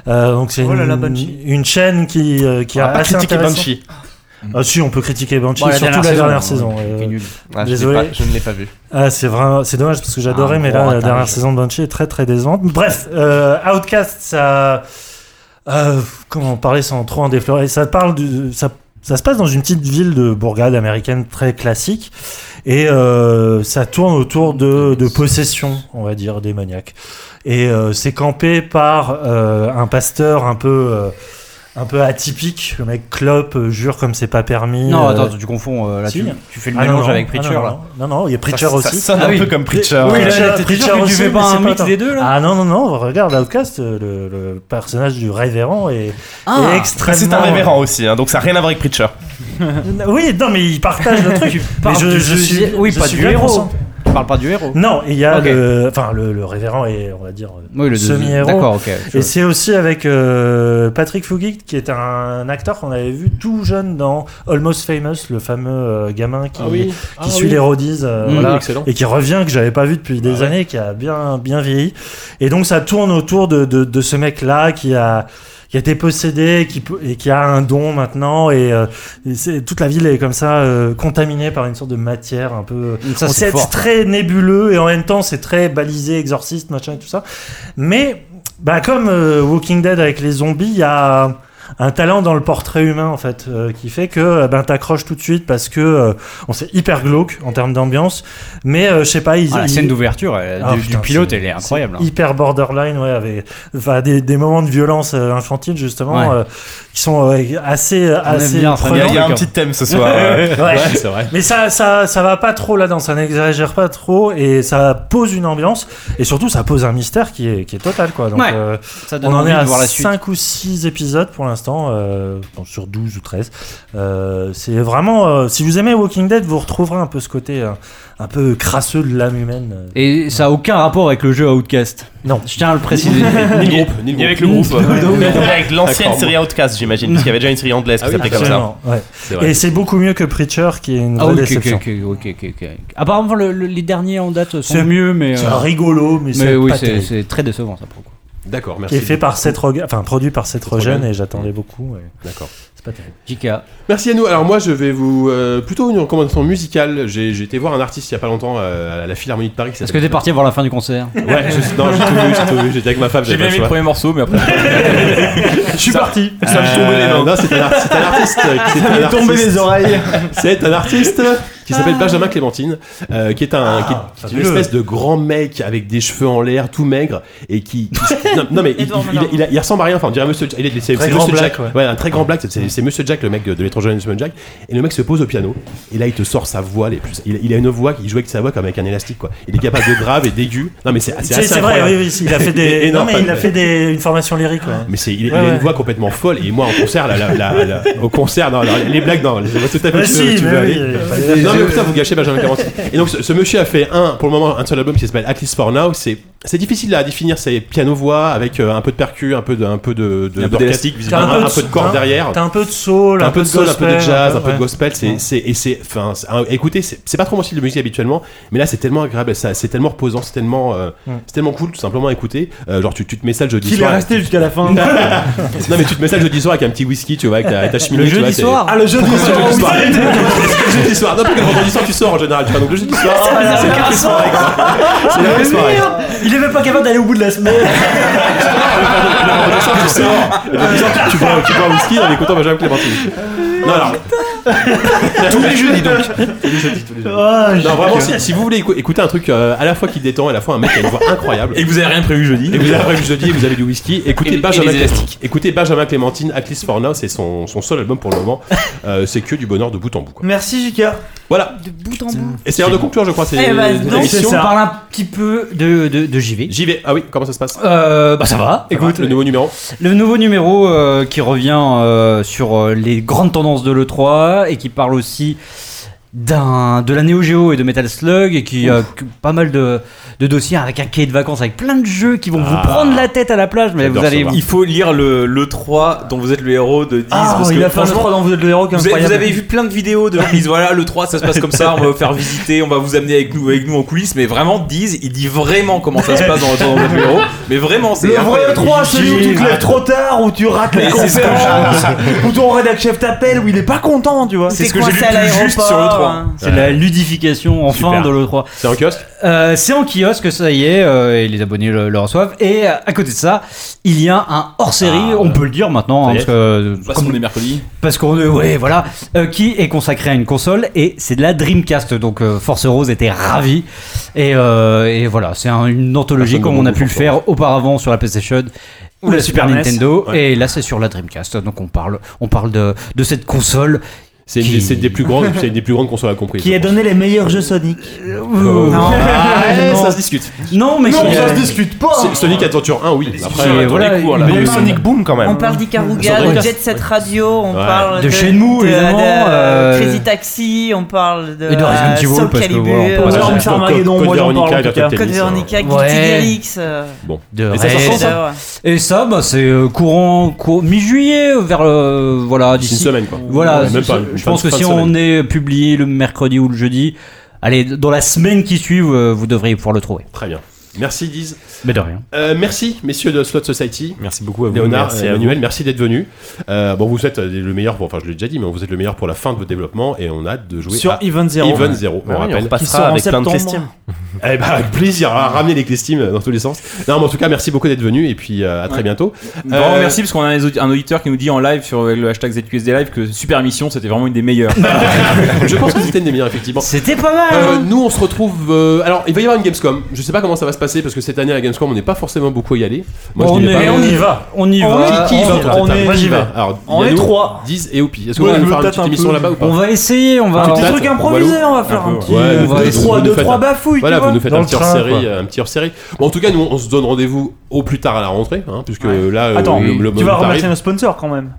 Euh, donc c'est
Oh là là,
une,
Banshee.
une chaîne qui, euh, qui
On
a
va pas
assez
critiquer
intéressant-
Banshee.
Ah si, on peut critiquer Banshee,
Bon, la
surtout
dernière
la dernière
saison, hein.
saison.
ouais, qui est
euh,
nulle.
Ah, je l'ai
Désolé.
pas- Je ne l'ai pas
[LAUGHS]
vu.
ah, c'est vrai, c'est dommage parce que j'adorais,
Ah,
mais
gros
là, la
ratage.
dernière saison de Banshee est très très décevante. Bref, euh, Outcast, ça, euh, comment parler sans trop en déflorer Ça parle du, ça, ça se passe dans une petite ville de bourgade américaine très classique, et euh, ça tourne autour de, de possession, on va dire, démoniaque. Et euh, c'est campé par euh, un pasteur un peu. euh, un peu atypique, le mec clope, euh, jure comme c'est pas permis.
Non,
euh,
attends, tu confonds. euh, là,
si.
tu, tu fais le
Ah, non,
mélange
non.
avec
Ah, non,
Preacher, là.
non, non, non, il y a Preacher
Ça-
aussi.
Ça sonne
Ah
un
oui.
peu comme Preacher.
Oui, là,
Ouais, Preacher-
t'es
Preacher
sûr que tu
aussi,
fais
mais
pas
c'est
un
pas
mix
tant.
des deux, là
Ah non, non, non, regarde Outcast, euh, le, le personnage du révérend est,
Ah. Bah,
est
Après,
extrêmement.
C'est un révérend aussi, hein, donc ça n'a rien à voir avec Preacher.
Oui, non, mais il partage le
[LAUGHS]
truc.
parles
je,
du-
je
du-
suis,
oui,
je
pas
suis
du
bien
héros.
conscient.
Tu parles pas du héros.
Non, il y a
Ok.
le. Enfin, le, le révérend est, on va dire, euh,
Oui, le deuxième.
semi-héros.
D'accord, ok. je-
Et c'est aussi avec euh, Patrick Fugit, qui est un acteur qu'on avait vu tout jeune dans Almost Famous, le fameux euh, gamin qui, qui suit les roadies. euh,
Mmh.
voilà.
excellent.
et qui revient que j'avais pas vu depuis des années, qui a bien bien vieilli. Et donc ça tourne autour de, de, de ce mec là qui a qui a été possédé qui, peut- et qui a un don maintenant et, euh, et c'est- toute la ville est comme ça euh, contaminée par une sorte de matière un peu
Ça,
on
c'est
sait,
fort.
très nébuleux et en même temps c'est très balisé exorciste machin et tout ça mais bah comme euh, Walking Dead avec les zombies il y a un talent dans le portrait humain en fait euh, qui fait que euh, ben t'accroches tout de suite parce que euh, on c'est hyper glauque en termes d'ambiance mais euh, je sais pas ils,
Ah, la
ils-
scène d'ouverture euh,
Ah,
du,
putain,
du pilote,
c'est-
elle est incroyable. hein.
hyper borderline ouais avec enfin, des, des moments de violence euh, infantile justement
Ouais.
euh, qui sont euh, assez assez
bien ça,
Il y a-
prenants.
il y a un
D'accord.
petit thème ce
[LAUGHS]
soir. hein. ouais.
Ouais.
Ouais, c'est vrai.
Mais ça, ça, ça va pas trop là-dedans, ça n'exagère pas trop et ça pose une ambiance et surtout ça pose un mystère qui est, qui est total quoi. Donc,
Ouais.
euh,
Ça donne
on en
envie
est
de
à
voir la suite.
5 ou 6 épisodes pour l'instant, euh, bon, sur 12 ou 13. Euh, c'est vraiment, euh, si vous aimez Walking Dead, vous retrouverez un peu ce côté euh, un peu crasseux de l'âme humaine. euh.
Et ça a aucun rapport avec le jeu Outcast.
Non.
Je tiens à le préciser.
Ni le groupe, ni le
Ni
groupe.
avec le groupe.
[LAUGHS] Avec l'ancienne
D'accord,
série Outcast, j'imagine, parce qu'il y avait déjà une série anglaise qui
Ah oui,
s'appelait comme ça.
Absolument, ouais.
C'est vrai.
Et c'est beaucoup mieux que Preacher qui est une
Ah,
vraie
ok, ok,
déception.
ok, ok, ok, ok. Apparemment, le- le- les derniers en date
C'est-
sont mieux, mais.
C'est
euh,
rigolo, mais,
mais
c'est
oui,
pas
c'est
terrible.
c'est très décevant, ça, pour le coup.
D'accord, merci.
Qui est fait par Seth Rogen, enfin produit par Seth Rogen
Rogen.
et j'attendais beaucoup. ouais.
D'accord.
C'est pas terrible.
JK.
Merci à nous. Alors moi, je vais vous euh, plutôt une recommandation musicale. J'ai j'ai été voir un artiste il y a pas longtemps euh, à la Philharmonie de Paris. qui
Est-ce que t'es parti voir la fin du concert
s'appelle- Ouais. je- non, j'ai tout vu, j'ai tout vu. J'étais avec ma femme.
J'ai bien aimé le
choix.
premier morceau,
[LAUGHS]
mais après.
Je suis parti.
Ça me tombait les mains. Euh, Non, c'est un, ar- c'est un [LAUGHS] artiste. qui- c'est un artiste.
oreilles.
[LAUGHS] C'est un artiste qui s'appelle
Ah.
Benjamin Clémentine, euh, qui est un qui est- qui est une espèce de grand mec avec des cheveux en l'air, tout maigre, et qui, qui- non, non, mais il, il- il- il- il ressemble à rien. Enfin, on dirait Monsieur, Jack- il est, c'est,
Très
c'est
grand
Monsieur
black,
Jack,
ouais.
un très grand black. c'est- C'est, c'est Monsieur Jack, le mec de, de l'étranger de Monsieur Jack, et le mec se pose au piano, et là il te sort sa voix les plus. Il, il a une voix qui joue avec sa voix comme avec un élastique quoi. Il est capable de grave et d'aigu. Non mais c'est, c'est
C'est
assez
c'est vrai,
incroyable.
oui, oui, il a fait
Et-
des.
[LAUGHS] et
Non,
non, pas
mais il a
de-
fait des, une formation lyrique. ouais.
Mais c'est, il, il
Ouais,
a une
ouais.
voix complètement folle et moi en concert, là, là, là, là, au concert, non, alors, les blagues, non, je vois tout à fait
Ah
où tu veux-
si,
tu veux
mais oui.
aller.
il fallait-
Non mais putain, vous gâchez Benjamin Clémentine. Et donc ce, ce monsieur a fait un, pour le moment, un seul album qui s'appelle At least for now. C'est c'est difficile à définir. C'est piano voix avec euh, un peu de percu, un peu de un peu de, de
Un peu d'élastique,
d'orchestre, un, un peu de corps
t'as-
derrière.
hein, T'as un peu de soul,
T'as un peu de soul, un peu de
gospel,
jazz, un peu de
ouais.
gospel, c'est, c'est, et c'est, enfin, c'est un- écoutez, c'est, c'est pas trop mon style de musique habituellement, mais là c'est tellement agréable, ça, c'est tellement reposant, c'est tellement, euh, c'est tellement cool, tout simplement à écouter. Euh, genre tu, tu te mets ça le jeudi
Qu'il est
soir.
resté jusqu'à la fin.
Non mais tu te mets ça le jeudi soir avec un petit whisky, tu vois, avec ta, avec ta cheminée.
Le
tu vois,
jeudi
c'est-
soir
Ah, le jeu du
le jeudi soir. [LAUGHS] le jeudi soir. Non, parce que le vendredi soir, tu sors en général. Tu vois, donc le jeudi soir, c'est la vraie soirée. quoi. C'est la vraie soirée.
[LAUGHS] Il Il est même pas capable d'aller au bout de la semaine.
tu sors, et depuis ça, tu, tu bois, tu bois un whisky avec autant Benjamin Clémentine. Non, alors. tous les jeudis donc. Tous les jeudis, tous les jeudis. non, vraiment, si, si vous voulez écou- écouter un truc euh, à la fois qui détend et à la fois un mec qui a une voix incroyable.
Et vous avez rien prévu jeudi.
Et vous avez prévu jeudi et vous avez du whisky. Écoutez,
Et- et
Benjamin,
les élastiques.
écoutez Benjamin Clémentine, At least for Now, c'est son, son seul album pour le moment. Euh, c'est que du bonheur de bout en bout. quoi.
Merci, Jika.
Voilà.
De bout en bout.
Et c'est l'heure de conclure, je crois. C'est
Eh ben,
c'est
donc,
l'émission.
c'est ça.
On parle un petit peu de, de, de JV.
J'y vais. Ah oui, comment ça se passe
Euh, bah ça va, écoute.
le nouveau numéro.
Le nouveau numéro euh, qui revient euh, sur euh, les grandes tendances de l'E3 et qui parle aussi d'un de la Neo Geo et de Metal Slug et qui a pas mal de, de dossiers avec un cahier de vacances avec plein de jeux qui vont
Ah.
vous prendre la tête à la plage mais
J'adore
vous allez
ça,
vous-
moi.
Il faut lire le, le 3 dont vous êtes le héros de 10.
Ah,
parce que
il a fait un
franchement,
3 dans Vous êtes le héros qui est
vous avez, vous
incroyable.
avez vu plein de vidéos
[LAUGHS]
de gens qui disent voilà le 3 ça se passe comme ça on va vous faire visiter on va vous amener avec nous avec nous en coulisses mais vraiment disent il dit vraiment comment ça se passe dans dans le numéro mais vraiment c'est
Le vrai
incroyable. Ah,
3, celui où tu te lèves trop tard, où tu rates les
Mais c'est ça,
conférences, où ton rédac chef t'appelle, où il est pas content, tu vois.
C'est
T'es
ce que j'ai
coincé
lu
à
plus juste
l'aéroport,
sur E le 3.
hein.
c'est la ludification enfin de l'E3
C'est en kiosque
Euh, c'est en kiosque, ça y est, euh, et les abonnés le, le reçoivent. Et euh, à côté de ça, il y a un hors-série,
Ah,
on peut le dire maintenant,
ça
hein,
y
parce
est.
que, euh,
Parce
comme-
qu'on est mercredi.
parce qu'on est, ouais, voilà, euh, qui est consacré à une console et c'est de la Dreamcast. Donc euh, Force Rose était ravi. Et, euh, et voilà, c'est un- une anthologie
Personne
comme
ne
on a
beaucoup
pu le faire auparavant sur la PlayStation ou la Super E
Super NES.
Nintendo.
Ouais.
Et là, c'est sur la Dreamcast. Donc on parle, on parle de, de cette console
C'est une,
Qui-
c'est une des plus
euh,
grandes, c'est une des plus grandes consoles à compris.
Qui a donné les meilleurs jeux Sonic.
Oh.
[LAUGHS]
Non.
Eh, ça se discute.
Non, mais qui-
discute pas.
C'est- Sonic Adventure 1, oui. Après,
qui-
euh,
voilà,
Mais
ils
il y a eu
ont-
Sonic Boom quand
On
même.
parle d'Ikaruga,
Sur
de
Dreamcast.
Jet Set Radio, on
Ouais.
parle
De Shenmue,
de,
évidemment,
de
euh,
Crazy Taxi, on parle de
Et de Resident
euh,
Evil,
Soul
parce que,
Calibur,
voilà, on
voilà,
Arms
c'est-
Armageddon,
Code
moi, j'en
Veronica,
parle, en tout
Virtua
cas.
Code
Tennis,
Veronica, Guilty
Ouais.
Delix, euh,
euh, Bon.
de
Et ça hein. sort
Raid.
sans ça
chef-d'œuvre.
Et ça, bah, c'est euh, courant, cour- mi-juillet, euh, vers euh, voilà
D'ici
d'ici.
une semaine, quoi.
Voilà,
Ouais, même
c'est-
pas.
je pense que si on est publié le mercredi ou le jeudi, allez, dans la semaine qui suit, euh, vous devriez pouvoir le trouver.
Très bien. Merci, Diz.
Mais de rien.
Euh, merci, messieurs de Slot Society.
Merci beaucoup à vous.
Léonard,
Merci
euh,
à vous.
Emmanuel, merci d'être venus. Euh, bon, vous êtes euh, le meilleur, pour- enfin je l'ai déjà dit, mais vous êtes le meilleur pour la fin de votre développement et on a hâte de jouer
Sur
à
Even Zero.
Even Zero, on
Ouais,
rappelle.
Bah on
Qui
repassera
sort en
avec plein de
septembre.
questions.
Eh ben, avec plaisir, à ramener les clés dans tous les sens. Non, mais en tout cas, merci beaucoup d'être venu et puis euh, à très
Ouais.
bientôt.
Bon,
Euh,
merci parce qu'on a un audi- un auditeur qui nous dit en live sur le hashtag ZQSD live que Super Mission c'était vraiment une des meilleures.
[LAUGHS] Je pense que c'était une des meilleures, effectivement.
C'était pas mal.
Euh,
hein
nous, on se retrouve. euh, alors, il va y avoir une Gamescom. Je sais pas comment ça va se passer parce que cette année à la Gamescom, on n'est pas forcément beaucoup à y aller. Moi,
On
je n'y
est-
vais
Et
pas.
on y va.
On y
On
va.
est qui,
on-
va pas.
Attends,
on est-
moi, j'y
va.
vais. Alors,
On est
Yano,
trois.
Diz et Opi. Est-ce que
Ouais,
vous allez
je
nous faire
me
une
tâte
petite
un
émission
peu.
là-bas ou
on
pas
va essayer, on va.
Ah, Tu
Des
Peut-être.
trucs improvisés, on va faire un
peu,
petit.
ouais.
euh,
Ouais,
des
vous
trois-
nous
Deux,
faites
trois
un-
bafouilles, tu
Voilà, vous
vois.
nous faites
Dans
un
le
petit
train,
hors-série.
quoi.
euh, Un petit hors-série. Bon, en tout cas, nous, on se donne rendez-vous au plus tard à la rentrée, hein, puisque là, euh,
Attends,
le, le
tu vas
moment
remercier
arrive.
nos sponsors quand même.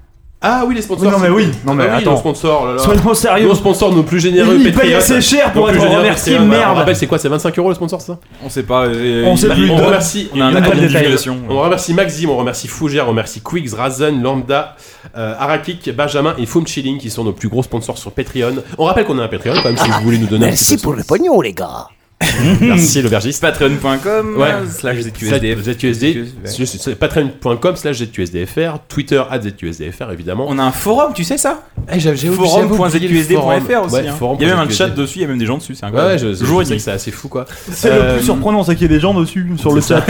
Ah oui, les sponsors.
Oui, non, mais
c'est-
oui. Non, mais
Ah oui,
attends.
nos sponsors. là, là.
Soyons sérieux.
Nos sponsors, nos plus généreux.
Ils payent
Patriotes.
assez cher pour
Nos plus
être
généreux
remerciés,
Patreon. On
merde.
rappelle, c'est quoi C'est 25 euros le sponsor, c'est ça
On sait pas. euh,
On sait
il-
plus.
On
Donne-
remercie. On a un
donne
accord
le
de
détail.
divulgation.
On remercie Maxime, on remercie Fougère, on remercie Quicks, Razen, Lambda, euh, Arakik, Benjamin et Foom Chilling qui sont nos plus gros sponsors sur Patreon. On rappelle qu'on a un Patreon quand même si vous voulez nous donner un
Merci
petit peu
pour le pognon, les gars.
[LAUGHS]
de- Merci l'aubergiste.
Patreon.com
Ouais.
slash ZQSD.
ZQSD, c'est- c'est- c'est patreon.com slash ZQSDFR, Twitter à ZQSDFR évidemment.
On a un forum, tu sais ça
Eh,
Forum.zqsd.fr
Forum.zqsd.fr aussi.
Ouais,
hein.
forum.
Il y a même un chat dessus, il y a même des gens dessus, c'est
Ouais, ouais,
incroyable.
je, je,
Jour et
je sais que
nuit.
c'est assez fou quoi.
C'est le
Euh,
plus surprenant, c'est qu'il y a des gens dessus, sur le chat.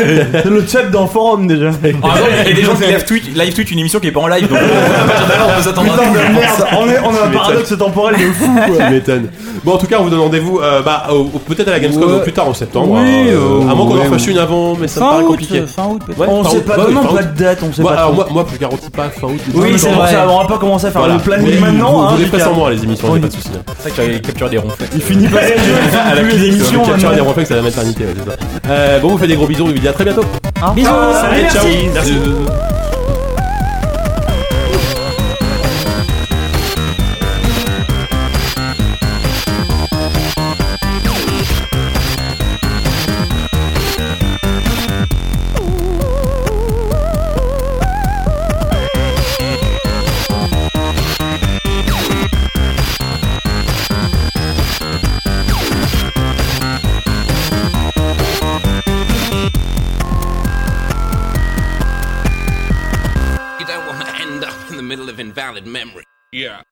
le chat d'un forum
[LAUGHS]
déjà.
En même temps, Ah, il y a des gens qui live tweet, live tweet une émission qui est pas en live, donc euh, à partir de là, on peut s'attendre à
Putain
tout.
de merde, [LAUGHS] on, est, on a un
m'étonnes.
paradoxe temporel de fou.
[LAUGHS] Tu m'étonnes. Bon, en tout cas, on vous donne rendez-vous euh, bah, au- au- peut-être à la Gamescom
Ouais.
ou plus tard en septembre.
Oui,
hein,
euh,
à moins qu'on en
ouais,
fasse
ouais.
une avant, mais ça me
Fin
paraît
août,
compliqué.
euh, fin août, peut-être.
Ouais,
On
fin
sait
août,
pas,
bah oui,
non,
fin
pas
août.
de date, on sait
Moi,
pas.
alors,
trop.
moi, moi, je garantis pas fin août.
oui, c'est
c'est
pour
vrai.
ça, on va pas commencer à faire
Voilà.
le planning
Oui,
maintenant.
Vous,
hein,
vous les faites
Lucas.
sans moi, les émissions,
Oui.
j'ai pas de soucis. hein.
C'est vrai que j'avais capturé des ronds.
Il
[LAUGHS]
finit pas les jeux, il
À la
finit plus les
cuisse,
émissions.
Capture
maintenant.
des rencontres, c'est la maternité. ouais, c'est ça. Euh, bon, vous faites des gros bisous, on vous dit à très bientôt.
Bisous, salut,
Allez, ciao.
merci.
Merci.
You don't want to end up in the middle of invalid memory. Yeah.